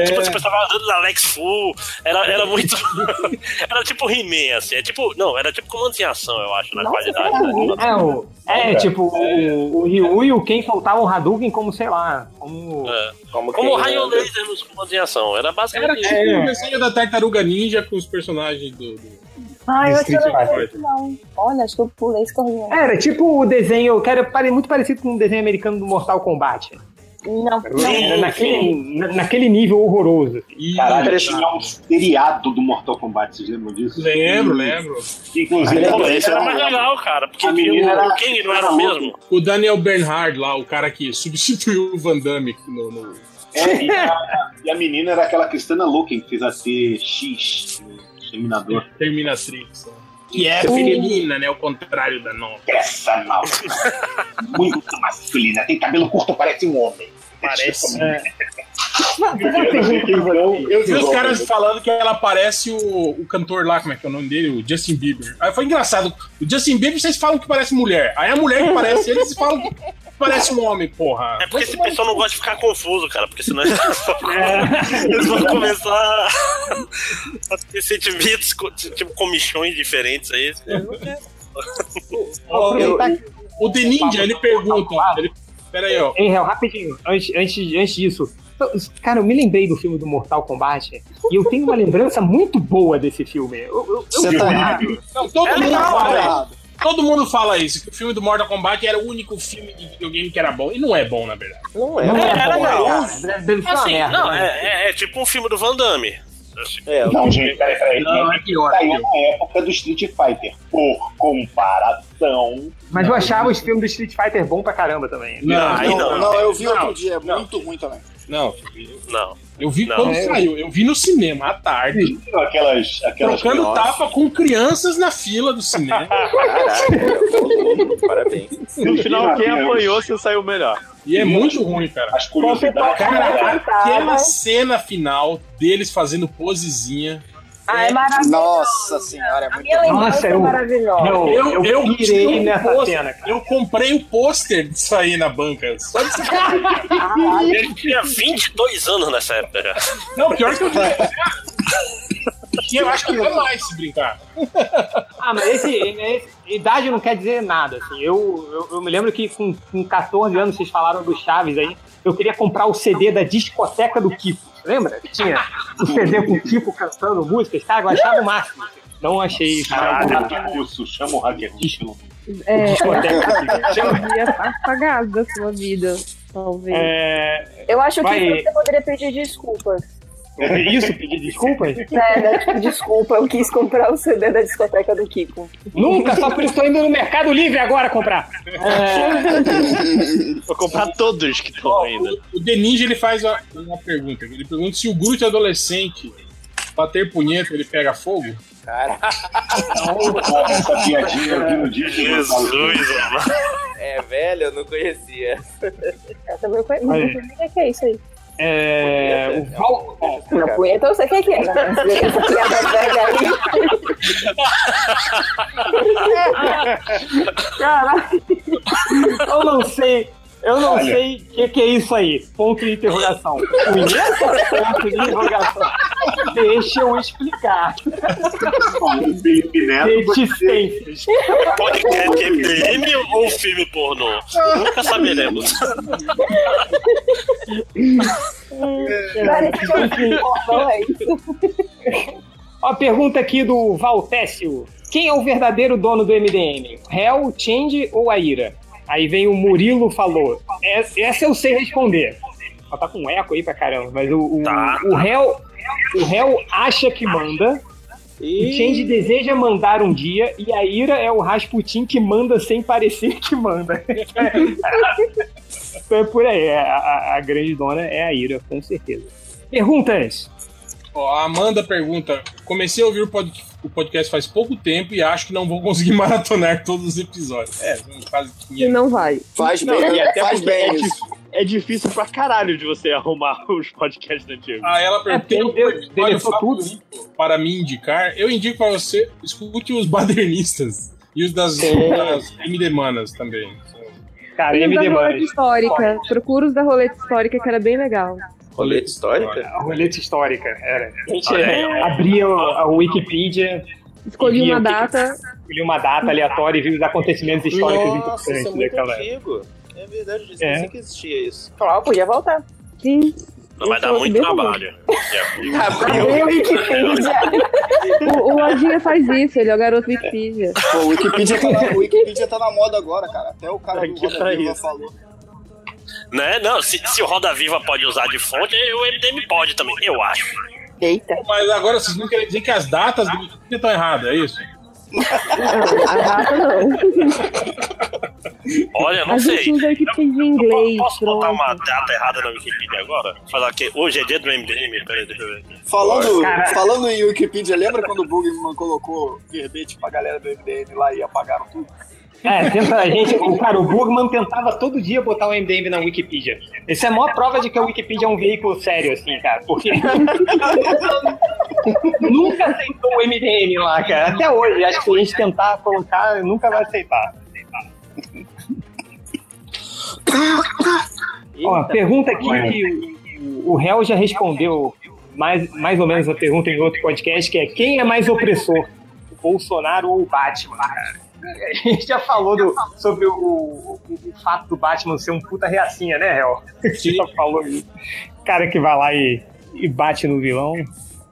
[SPEAKER 2] Tipo, você pensava andando na Lex Full. Era, era muito. era tipo He-Man, assim. É tipo. Não, era tipo comandos em ação, eu acho, na qualidade. né?
[SPEAKER 5] É, o, é tipo, o, o Ryu e o Ken faltavam o Hadouken como, sei lá, como. É.
[SPEAKER 2] É.
[SPEAKER 10] Como,
[SPEAKER 2] Como o
[SPEAKER 5] quem
[SPEAKER 2] raio
[SPEAKER 5] anda.
[SPEAKER 2] laser nos comandos em ação. Era
[SPEAKER 4] Era
[SPEAKER 2] basicamente
[SPEAKER 4] tipo
[SPEAKER 2] isso.
[SPEAKER 4] o desenho da Tartaruga Ninja com os personagens do. do-
[SPEAKER 8] Ah, eu acho que eu
[SPEAKER 4] Street
[SPEAKER 8] não
[SPEAKER 4] Fighter.
[SPEAKER 8] lembro, não. Olha, acho que eu pulei esse correndo.
[SPEAKER 5] Era tipo o desenho, que era pare- muito parecido com o desenho americano do Mortal Kombat.
[SPEAKER 8] Não,
[SPEAKER 5] Era
[SPEAKER 8] não.
[SPEAKER 5] naquele, na- naquele nível horroroso.
[SPEAKER 3] Caralho, tinha um seriado do Mortal Kombat, vocês lembram disso?
[SPEAKER 4] Lembro, lembro.
[SPEAKER 3] Inclusive,
[SPEAKER 4] Pô,
[SPEAKER 2] Esse era
[SPEAKER 3] um-
[SPEAKER 2] mais legal, cara. Porque o King não era o mesmo.
[SPEAKER 4] O Daniel Bernhard lá, o cara que substituiu o Van Damme no. no-
[SPEAKER 3] É, e, a, e a menina era aquela Cristana Loken que fez a TX, no Exterminador.
[SPEAKER 4] Terminatrix. né? Que é
[SPEAKER 3] Seu
[SPEAKER 4] feminina, né? O contrário da nossa.
[SPEAKER 3] um Essa não. Muito masculina. Tem cabelo curto, parece um homem.
[SPEAKER 4] Parece.
[SPEAKER 3] Então, Eu
[SPEAKER 4] Eu vi É. os caras falando que ela parece o, o cantor lá, como é que é o nome dele? O Justin Bieber. Aí foi engraçado. O Justin Bieber vocês falam que parece mulher. Aí a É mulher que parece ele, vocês falam que parece um homem, porra.
[SPEAKER 2] É porque esse pessoal não gosta de ficar confuso, cara, porque senão eles vão, eles vão começar a ter sentimentos, co- tipo, comichões diferentes aí.
[SPEAKER 4] Eu- O The Ninja, ele pergunta. Ele, pera aí, ó.
[SPEAKER 5] Hein, Hel, rapidinho, antes, antes, antes disso. Cara, eu me lembrei do filme do Mortal Kombat e eu tenho uma lembrança muito boa desse filme. Eu, eu, eu
[SPEAKER 4] Você tá
[SPEAKER 5] errado.
[SPEAKER 4] Não, todo
[SPEAKER 5] É
[SPEAKER 4] mundo
[SPEAKER 5] legal,
[SPEAKER 4] fala
[SPEAKER 5] cara.
[SPEAKER 4] isso. Todo mundo fala isso, que o filme do Mortal Kombat era o único filme de videogame que era bom. E não é bom, na verdade.
[SPEAKER 10] Não
[SPEAKER 5] é. Não é bom, cara. Deve ser uma
[SPEAKER 2] Assim,
[SPEAKER 5] merda,
[SPEAKER 2] não,
[SPEAKER 5] né?
[SPEAKER 2] é, é- é tipo um filme do Van Damme.
[SPEAKER 10] É,
[SPEAKER 3] Não, gente, peraí, peraí.
[SPEAKER 4] Não, é pior, é
[SPEAKER 3] Saiu
[SPEAKER 4] pior.
[SPEAKER 3] na época do Street Fighter. Por comparação.
[SPEAKER 5] Mas eu achava os filmes do Street Fighter bom pra caramba também.
[SPEAKER 4] Não, aí não.
[SPEAKER 1] Não, não, eu vi
[SPEAKER 4] Não,
[SPEAKER 1] outro dia, é muito ruim também.
[SPEAKER 4] Não,
[SPEAKER 2] Não.
[SPEAKER 4] eu vi
[SPEAKER 2] Não.
[SPEAKER 4] quando
[SPEAKER 2] É.
[SPEAKER 4] saiu. Eu vi no cinema, à tarde.
[SPEAKER 3] Viram Aquelas, aquelas
[SPEAKER 4] Trocando
[SPEAKER 3] crianças?
[SPEAKER 4] tapa com crianças na fila do cinema.
[SPEAKER 10] Caraca, parabéns.
[SPEAKER 16] No final, quem apanhou se saiu melhor.
[SPEAKER 4] E é muito ruim, cara.
[SPEAKER 3] As curiosidades.
[SPEAKER 4] Cara, aquela
[SPEAKER 8] Tava.
[SPEAKER 4] cena final deles fazendo posezinha.
[SPEAKER 8] Ah, é maravilhoso.
[SPEAKER 1] Nossa senhora, é muito
[SPEAKER 8] Minha lembrança
[SPEAKER 5] Nossa,
[SPEAKER 8] é
[SPEAKER 5] eu-
[SPEAKER 8] maravilhosa.
[SPEAKER 5] Não, eu, eu,
[SPEAKER 4] tinha
[SPEAKER 5] pirei
[SPEAKER 4] um
[SPEAKER 5] nessa
[SPEAKER 4] pôster-
[SPEAKER 5] cena, cara.
[SPEAKER 4] Eu comprei o pôster disso aí na banca. Só de
[SPEAKER 2] Ele tinha 22 anos nessa época já.
[SPEAKER 4] Não, pior que eu tinha. eu acho que até mais se brincar.
[SPEAKER 5] Ah, mas esse, esse- idade não quer dizer nada. Assim. Eu, eu, eu me lembro que com, com 14 anos vocês falaram do Chaves aí. Eu queria comprar o CD da discoteca do Kiko. Lembra? Que Tinha o CD com o Kiko cantando músicas. Cara, eu achava o máximo. Não achei.
[SPEAKER 3] Caralho,
[SPEAKER 5] Cara,
[SPEAKER 3] hacker russo, chama o hacker russo.
[SPEAKER 7] É,
[SPEAKER 5] discoteca.
[SPEAKER 7] eu ia apagado da sua vida, talvez.
[SPEAKER 5] É,
[SPEAKER 8] Eu acho que
[SPEAKER 5] Vai.
[SPEAKER 8] você poderia pedir desculpas.
[SPEAKER 9] É isso, pedir desculpas?
[SPEAKER 14] É, né? Tipo, desculpa, eu quis comprar o CD da discoteca do Kiko.
[SPEAKER 5] Nunca, só por isso tô indo no Mercado Livre agora comprar.
[SPEAKER 9] Vou comprar todos que estão ainda.
[SPEAKER 4] O The Ninja ele faz uma, uma pergunta. Ele pergunta se o Groot é adolescente bater punheta ele pega fogo.
[SPEAKER 13] Cara. Porra, essa piadinha eu vi no dia que eu
[SPEAKER 2] Jesus, mano.
[SPEAKER 10] É velho, eu não conhecia.
[SPEAKER 14] Eu
[SPEAKER 8] Tá
[SPEAKER 14] também conheço. Não
[SPEAKER 10] Aí.
[SPEAKER 14] sei o que que é isso aí.
[SPEAKER 5] É. O Val. ó,
[SPEAKER 14] Na
[SPEAKER 8] então
[SPEAKER 14] punheta eu sei o que que é. né? Essa piada velha aí.
[SPEAKER 5] Caralho! Eu não sei. Eu não
[SPEAKER 9] Olha.
[SPEAKER 5] sei o que, que é isso aí. Ponto de interrogação. Punheta? Ponto de interrogação. Deixa eu explicar.
[SPEAKER 3] O Felipe Neto.
[SPEAKER 5] Reticências.
[SPEAKER 2] Podcast
[SPEAKER 3] é
[SPEAKER 2] MDM ou filme pornô? Nunca saberemos.
[SPEAKER 14] Cara, que informação é isso?
[SPEAKER 5] Ó, pergunta aqui do Valtécio. Quem é o verdadeiro dono do MDM? Hell, Change ou Aira? Aí vem o Murilo falou. Es- Essa eu sei responder. Ela tá com eco aí pra caramba, mas o, o, o Hell. O Hell acha que manda. O Change deseja mandar um dia. E a Ira é o Rasputin que manda sem parecer que manda. Então é por aí. A, a- a grande dona é a Ira, com certeza. Perguntas.
[SPEAKER 4] Ó, a Amanda pergunta: comecei a ouvir o, pod- o podcast faz pouco tempo e acho que não vou conseguir maratonar todos os episódios. É, são quase
[SPEAKER 7] E
[SPEAKER 4] 500.
[SPEAKER 7] não vai.
[SPEAKER 9] e até
[SPEAKER 4] faz
[SPEAKER 9] porque
[SPEAKER 4] bem
[SPEAKER 9] é,
[SPEAKER 4] isso.
[SPEAKER 9] dif- é difícil pra caralho de você arrumar os podcasts antigos.
[SPEAKER 4] Ah, ela perguntou olha, o favorito para me indicar. Eu indico para você, escute os badernistas e os das, das MD Manas também.
[SPEAKER 5] Cara,
[SPEAKER 7] E os da roleta histórica. Procura os da roleta histórica, que era bem legal.
[SPEAKER 10] Roleta histórica?
[SPEAKER 5] A roleta histórica, né? era. A gente
[SPEAKER 10] Olha aí,
[SPEAKER 5] é, abria a a Wikipedia.
[SPEAKER 7] Escolhi
[SPEAKER 5] via
[SPEAKER 7] uma
[SPEAKER 5] o que-
[SPEAKER 7] data.
[SPEAKER 5] Escolhi uma data aleatória e vi os acontecimentos históricos
[SPEAKER 10] Nossa, isso é
[SPEAKER 5] importantes
[SPEAKER 10] muito
[SPEAKER 5] daquela
[SPEAKER 10] antigo. É verdade, eu
[SPEAKER 5] É.
[SPEAKER 10] esqueci que existia isso.
[SPEAKER 14] Ó, podia voltar.
[SPEAKER 7] Sim.
[SPEAKER 2] Não vai dar muito trabalho.
[SPEAKER 14] Abriu o Wikipedia.
[SPEAKER 7] O, o Lojinha faz isso, ele é o garoto Wikipedia.
[SPEAKER 1] Pô, o Wikipedia, tá na, o Wikipedia tá na moda agora, cara. Até o cara do Roda Viva falou.
[SPEAKER 2] Né? Não, se, se o Roda Viva pode usar de fonte, o MDM pode também, eu acho.
[SPEAKER 14] Eita.
[SPEAKER 4] Mas agora vocês não querem dizer que as datas do Wikipedia estão erradas, é isso?
[SPEAKER 7] A data Ah, não.
[SPEAKER 2] Olha, não
[SPEAKER 7] A
[SPEAKER 2] sei.
[SPEAKER 7] gente usa o Wikipedia em inglês.
[SPEAKER 2] Botar uma data errada na Wikipedia agora? Falar que hoje é dia do MDM? Peraí, deixa eu ver.
[SPEAKER 1] Falando,
[SPEAKER 2] Cara,
[SPEAKER 1] falando em Wikipedia, lembra quando o Bugman colocou verbete pra galera do MDM lá e apagaram tudo?
[SPEAKER 5] É, tenta, a gente, o cara, o Burman tentava todo dia botar um o MDM na Wikipedia. Isso é a maior prova de que a Wikipedia é um veículo sério, assim, cara. Porque. nunca aceitou um o MDM lá, cara. Até hoje. Acho que se a gente tentar colocar, nunca vai aceitar. Ó, a pergunta aqui que o- o réu já respondeu mais, mais ou menos a pergunta em outro podcast, que é quem é mais opressor? o Bolsonaro ou o Batman, cara? A gente já falou do- sobre o, o- o fato do Batman ser um puta reacinha, né, Hel? A gente já falou isso. Cara que vai lá e, e bate no vilão.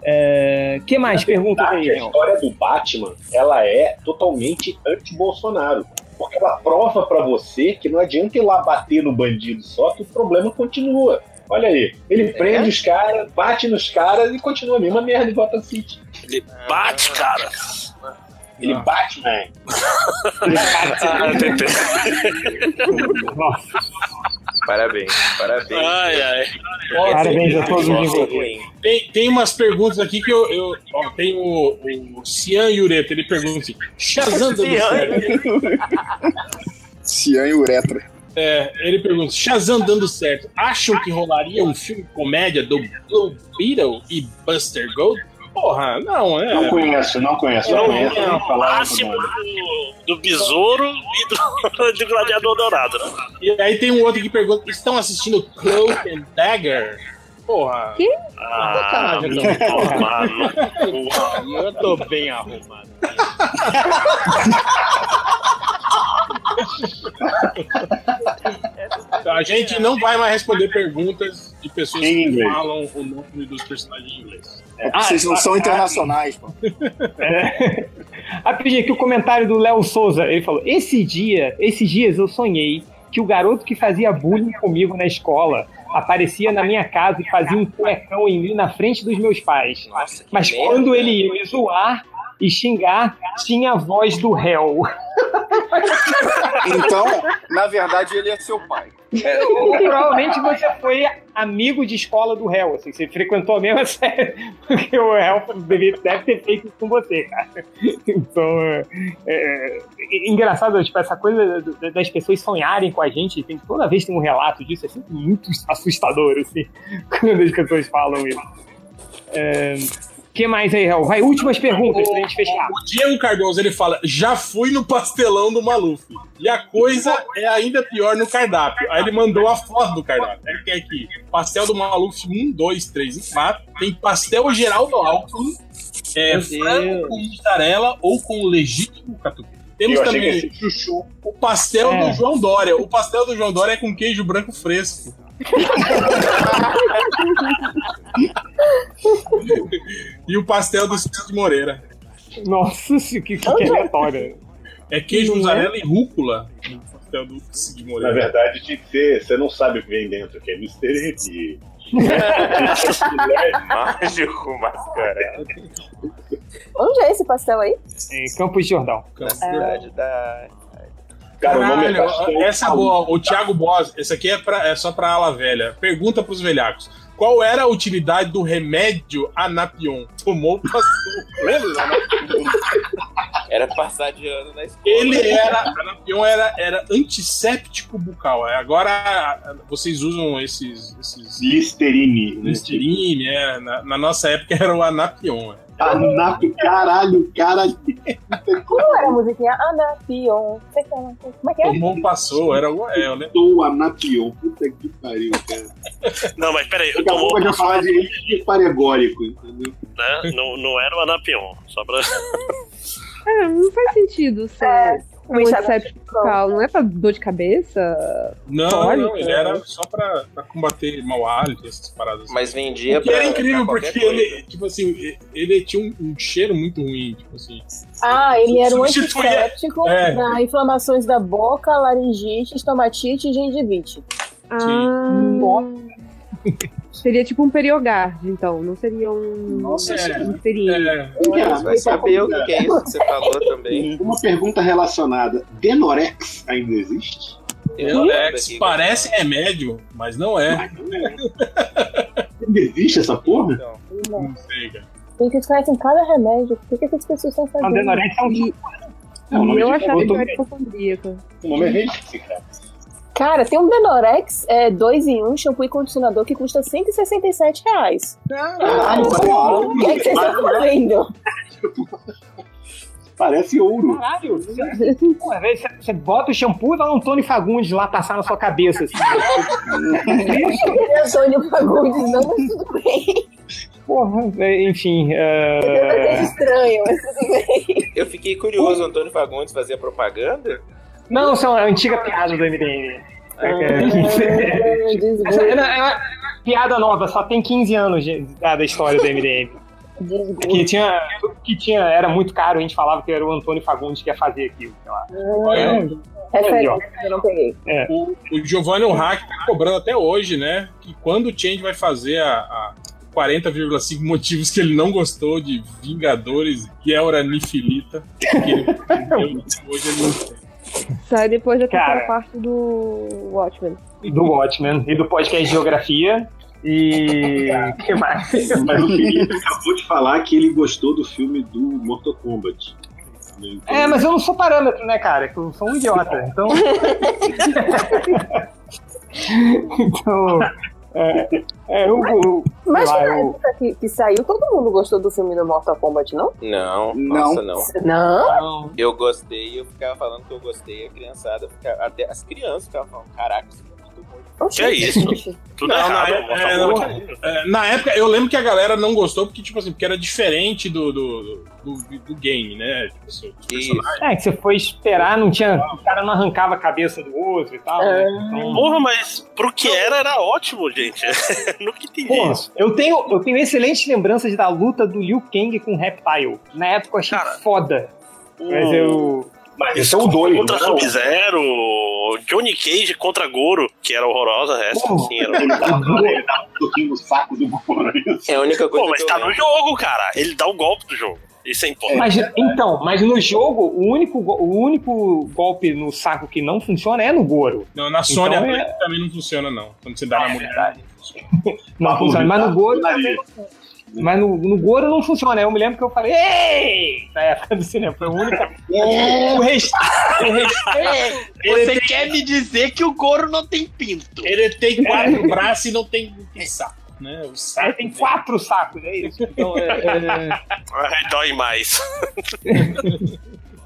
[SPEAKER 5] É, que mais pergunta aí,
[SPEAKER 13] Tá, A
[SPEAKER 5] Hel?
[SPEAKER 13] história do Batman, ela é totalmente anti-Bolsonaro. Porque ela prova pra você que não adianta ir lá bater no bandido só, que o problema continua. Olha aí,
[SPEAKER 4] É?
[SPEAKER 13] ele prende os caras, bate nos caras e continua a mesma merda em Gotham City.
[SPEAKER 2] Ele bate, cara.
[SPEAKER 13] Ele bate, né?
[SPEAKER 10] Parabéns, parabéns.
[SPEAKER 2] Ai, ai.
[SPEAKER 5] Parabéns a todos os
[SPEAKER 4] Tem, tem umas perguntas aqui que eu. eu ó, tem o, o Cian Yureta, ele pergunta assim: Shazam do certo.
[SPEAKER 1] Cian e Uretra.
[SPEAKER 4] É, ele pergunta: Shazam dando certo, acham que rolaria um filme comédia do Blue Beetle e Buster Gold? Porra, não, é.
[SPEAKER 13] Não conheço, não conheço.
[SPEAKER 4] Não,
[SPEAKER 13] Não conheço,
[SPEAKER 4] não.
[SPEAKER 13] nem falar.
[SPEAKER 2] Máximo do, do besouro e do, do gladiador dourado. né?
[SPEAKER 4] E aí tem um outro que pergunta: estão assistindo Cloak and Dagger? Porra.
[SPEAKER 7] Que?
[SPEAKER 2] Ah,
[SPEAKER 4] Sacanagem,
[SPEAKER 2] muito
[SPEAKER 4] então.
[SPEAKER 2] tomar no
[SPEAKER 9] Porra,
[SPEAKER 2] cu.
[SPEAKER 9] eu tô bem arrumado.
[SPEAKER 4] A gente não vai mais responder perguntas de pessoas
[SPEAKER 13] Em
[SPEAKER 4] que
[SPEAKER 13] inglês.
[SPEAKER 4] falam o nome dos personagens em inglês.
[SPEAKER 1] É porque vocês
[SPEAKER 5] Ah,
[SPEAKER 1] não são
[SPEAKER 9] Ah,
[SPEAKER 1] internacionais, pô.
[SPEAKER 5] Rapidinho, aqui o comentário do Léo Souza. Ele falou: Esse dia, esses dias eu sonhei que o garoto que fazia bullying comigo na escola aparecia na minha casa e fazia um cuecão em mim na frente dos meus pais. Mas
[SPEAKER 10] merda.
[SPEAKER 5] quando ele ia me zoar e xingar, tinha a voz do réu.
[SPEAKER 1] Então, na verdade, ele é seu pai.
[SPEAKER 5] Ou Provavelmente você foi amigo de escola do réu, assim, você frequentou a mesma série, porque o réu deve, deve ter feito isso com você, cara. Então, é, é, é engraçado, tipo, essa coisa do- do- das pessoas sonharem com a gente, tem, toda vez tem um relato disso, é sempre muito assustador, assim, quando as pessoas falam isso. É, que mais aí, réu? Vai, últimas perguntas pra gente fechar.
[SPEAKER 4] O Diego Cardoso ele fala: já fui no pastelão do Maluf. E a coisa é ainda pior no cardápio. Aí ele mandou a foto do cardápio. Aí tem aqui: pastel do Maluf 1, 2, 3 e 4. Tem pastel Geraldo Alckmin, é,
[SPEAKER 10] Meu
[SPEAKER 4] frango com mussarela ou com legítimo catupiry. Temos
[SPEAKER 10] Eu achei
[SPEAKER 4] também
[SPEAKER 10] que
[SPEAKER 4] chuchu. o pastel
[SPEAKER 10] É.
[SPEAKER 4] do João Dória. O pastel do João Dória é com queijo branco fresco. e o pastel do Cid Moreira.
[SPEAKER 5] Nossa, que, que, que aleatório.
[SPEAKER 4] É queijo, mussarela e rúcula. no pastel do Cid
[SPEAKER 3] Na
[SPEAKER 4] Moreira.
[SPEAKER 3] verdade, tinha que ser. Você não sabe o que vem dentro, que é Mr. P.
[SPEAKER 17] Mágico, mascarado.
[SPEAKER 8] Onde é esse pastel aí?
[SPEAKER 5] Em Campos de Jordão.
[SPEAKER 10] cidade da.
[SPEAKER 4] Cara,
[SPEAKER 10] o nome é
[SPEAKER 4] Então, Caralho,
[SPEAKER 10] pastel
[SPEAKER 4] essa é boa. O Thiago Bos, esse aqui é, pra, é só pra ala velha. Pergunta pros velhacos. Qual era a utilidade do remédio Anapion? Tomou, passou. Lembra? da Anapion?
[SPEAKER 10] Era passar de ano na escola.
[SPEAKER 4] Ele era, Anapion era, era antisséptico bucal. É, Agora a- vocês usam esses... esses
[SPEAKER 3] Listerine. né?
[SPEAKER 4] Listerine, é. Na, na nossa época era o Anapion. é.
[SPEAKER 3] Anapion, caralho, caralho.
[SPEAKER 8] Como era a musiquinha? Anapion. Sei que é uma- Como é que é?
[SPEAKER 4] Tomou, passou. Era o... É, né?
[SPEAKER 3] Sou Anapion. Puta que pariu, cara.
[SPEAKER 2] Não, mas peraí, eu
[SPEAKER 3] Daqui a
[SPEAKER 2] tomou.
[SPEAKER 3] pouco eu já falar de ele paregórico, entendeu?
[SPEAKER 2] né? Não, não era o Anapion. Só pra.
[SPEAKER 7] É, não faz sentido ser um antisséptico bucal. Não é pra dor de cabeça?
[SPEAKER 4] Não,
[SPEAKER 7] cólica?
[SPEAKER 4] não, ele era só pra, pra combater mau hálito e essas paradas.
[SPEAKER 10] Mas vendia
[SPEAKER 4] O que era
[SPEAKER 10] pra-
[SPEAKER 4] incrível,
[SPEAKER 10] pra qualquer
[SPEAKER 4] porque
[SPEAKER 10] coisa.
[SPEAKER 4] ele, tipo assim, e- ele tinha um, um cheiro muito ruim, tipo assim.
[SPEAKER 8] Ah, ele era um
[SPEAKER 4] Substituía-
[SPEAKER 8] antisséptico
[SPEAKER 4] É.
[SPEAKER 8] pra inflamações da boca, laringite, estomatite e gengivite.
[SPEAKER 7] Ah, seria tipo um periogard, então. Não seria um...
[SPEAKER 3] Nossa,
[SPEAKER 7] um
[SPEAKER 3] é.
[SPEAKER 7] listerine.
[SPEAKER 3] Você vai saber o é? que é isso que você
[SPEAKER 10] falou também.
[SPEAKER 3] Uma pergunta relacionada. Denorex ainda existe?
[SPEAKER 4] Denorex parece remédio, mas não é.
[SPEAKER 3] Ainda existe essa porra?
[SPEAKER 10] Então.
[SPEAKER 4] Não sei, cara.
[SPEAKER 8] Tem que conhecem cada remédio. Por que, que as pessoas estão fazendo?
[SPEAKER 3] Andenorex é um
[SPEAKER 8] isso?
[SPEAKER 3] É, o nome
[SPEAKER 7] eu
[SPEAKER 3] é
[SPEAKER 7] achava que eu era
[SPEAKER 3] Denorex.
[SPEAKER 7] hipocondríaca.
[SPEAKER 3] O nome é Reis, cara.
[SPEAKER 8] Cara, tem um Denorex 2 em 1 um, shampoo e condicionador que custa R$ 167 reais.
[SPEAKER 3] Caralho, parece
[SPEAKER 8] O que, é que vocês estão
[SPEAKER 3] ouro.
[SPEAKER 8] fazendo?
[SPEAKER 3] Parece ouro.
[SPEAKER 5] Caralho, você, pô, às vezes você- você bota o shampoo e dá um Antônio Fagundes lá passar na sua cabeça. Assim.
[SPEAKER 8] Eu sou o Fagundes, não, mas tudo bem.
[SPEAKER 5] Porra, é, enfim.
[SPEAKER 8] É
[SPEAKER 5] é,
[SPEAKER 8] estranho, mas tudo bem.
[SPEAKER 10] Eu fiquei curioso, o Antônio Fagundes fazia propaganda?
[SPEAKER 5] Não, são a antiga piada do MDM. É, é. Essa é uma- é uma piada nova, só tem 15 anos de- ah, da da história do MDM. É Que tinha, tudo que tinha era muito caro, a gente falava que era o Antônio Fagundes que ia fazer aquilo. Sei lá. é.
[SPEAKER 4] Olha.
[SPEAKER 8] Referência, eu não peguei.
[SPEAKER 4] O, o Giovanni Hack tá cobrando até hoje, né? Que quando o Change vai fazer a. a 40,5 motivos que ele não gostou de Vingadores, Guerra Nifilita. Que ele, hoje ele não
[SPEAKER 7] Sai depois da terceira
[SPEAKER 5] Cara.
[SPEAKER 7] parte do Watchmen.
[SPEAKER 5] Do Watchmen e do podcast Geografia. E. que mais?
[SPEAKER 3] Mas o Felipe acabou de falar que ele gostou do filme do Mortal Kombat.
[SPEAKER 5] É, mas eu não sou parâmetro, né, cara? Que Eu sou um idiota. Então. então. É, é, eu, eu,
[SPEAKER 8] Mas é?
[SPEAKER 5] sei lá,
[SPEAKER 8] na
[SPEAKER 5] eu-
[SPEAKER 8] época que, que saiu, todo mundo gostou do filme do Mortal Kombat, não?
[SPEAKER 10] Não,
[SPEAKER 8] Não.
[SPEAKER 10] nossa, não.
[SPEAKER 8] Não?
[SPEAKER 10] Eu gostei, eu ficava falando que eu gostei, a criançada, ficava, até as crianças ficavam falando, caraca, isso é muito bom.
[SPEAKER 2] Que é isso? Tudo
[SPEAKER 4] Não,
[SPEAKER 2] errado.
[SPEAKER 4] na,
[SPEAKER 2] Mortal
[SPEAKER 4] é, não,
[SPEAKER 2] Kombat.
[SPEAKER 4] é, na época, eu lembro que a galera não gostou porque, tipo assim, porque era diferente do, do, do, do game, né? Tipo assim, os personagens.
[SPEAKER 5] É, que você foi esperar, não tinha. O cara não arrancava a cabeça do outro e tal.
[SPEAKER 8] É.
[SPEAKER 5] né? Então-
[SPEAKER 2] Porra, mas pro que era, era ótimo, gente. no que tem
[SPEAKER 5] Pô,
[SPEAKER 2] isso.
[SPEAKER 5] eu tenho, eu tenho excelentes lembranças da luta do Liu Kang com o Reptile. Na época eu achei foda. Mas eu.
[SPEAKER 2] Mas
[SPEAKER 3] esse é o dois,
[SPEAKER 2] Contra
[SPEAKER 3] não é o-
[SPEAKER 2] Sub-Zero, o Johnny Cage contra Goro, que era horrorosa, né? essa sim era horrorosa.
[SPEAKER 3] Ele dá um pouquinho no saco do Goro.
[SPEAKER 2] É a única
[SPEAKER 3] coisa
[SPEAKER 2] Pô, mas
[SPEAKER 3] que eu
[SPEAKER 2] tá no
[SPEAKER 3] lembro.
[SPEAKER 2] jogo, cara. Ele dá o golpe do jogo. Isso é importante.
[SPEAKER 5] Mas, então, mas no jogo, o único, go- o único golpe no saco que não funciona é no Goro.
[SPEAKER 4] Não, na Sony
[SPEAKER 5] Então,
[SPEAKER 4] a
[SPEAKER 5] é- Ah,
[SPEAKER 4] Blade também não funciona, não. Quando você dá na mulher.
[SPEAKER 5] não funciona. Mas no Goro. Mas no, no Goro não funciona. Eu me lembro que eu falei, ei! Na época do cinema. Foi o único.
[SPEAKER 3] É.
[SPEAKER 5] o res- o respeito.
[SPEAKER 9] Você quer me dizer que o Goro não tem pinto?
[SPEAKER 4] Ele tem
[SPEAKER 5] quatro
[SPEAKER 4] braços e não tem, não tem saco, né? O saco
[SPEAKER 5] Ele É, tem quatro sacos, é isso? Então, é- é-
[SPEAKER 2] Ai, Dói mais.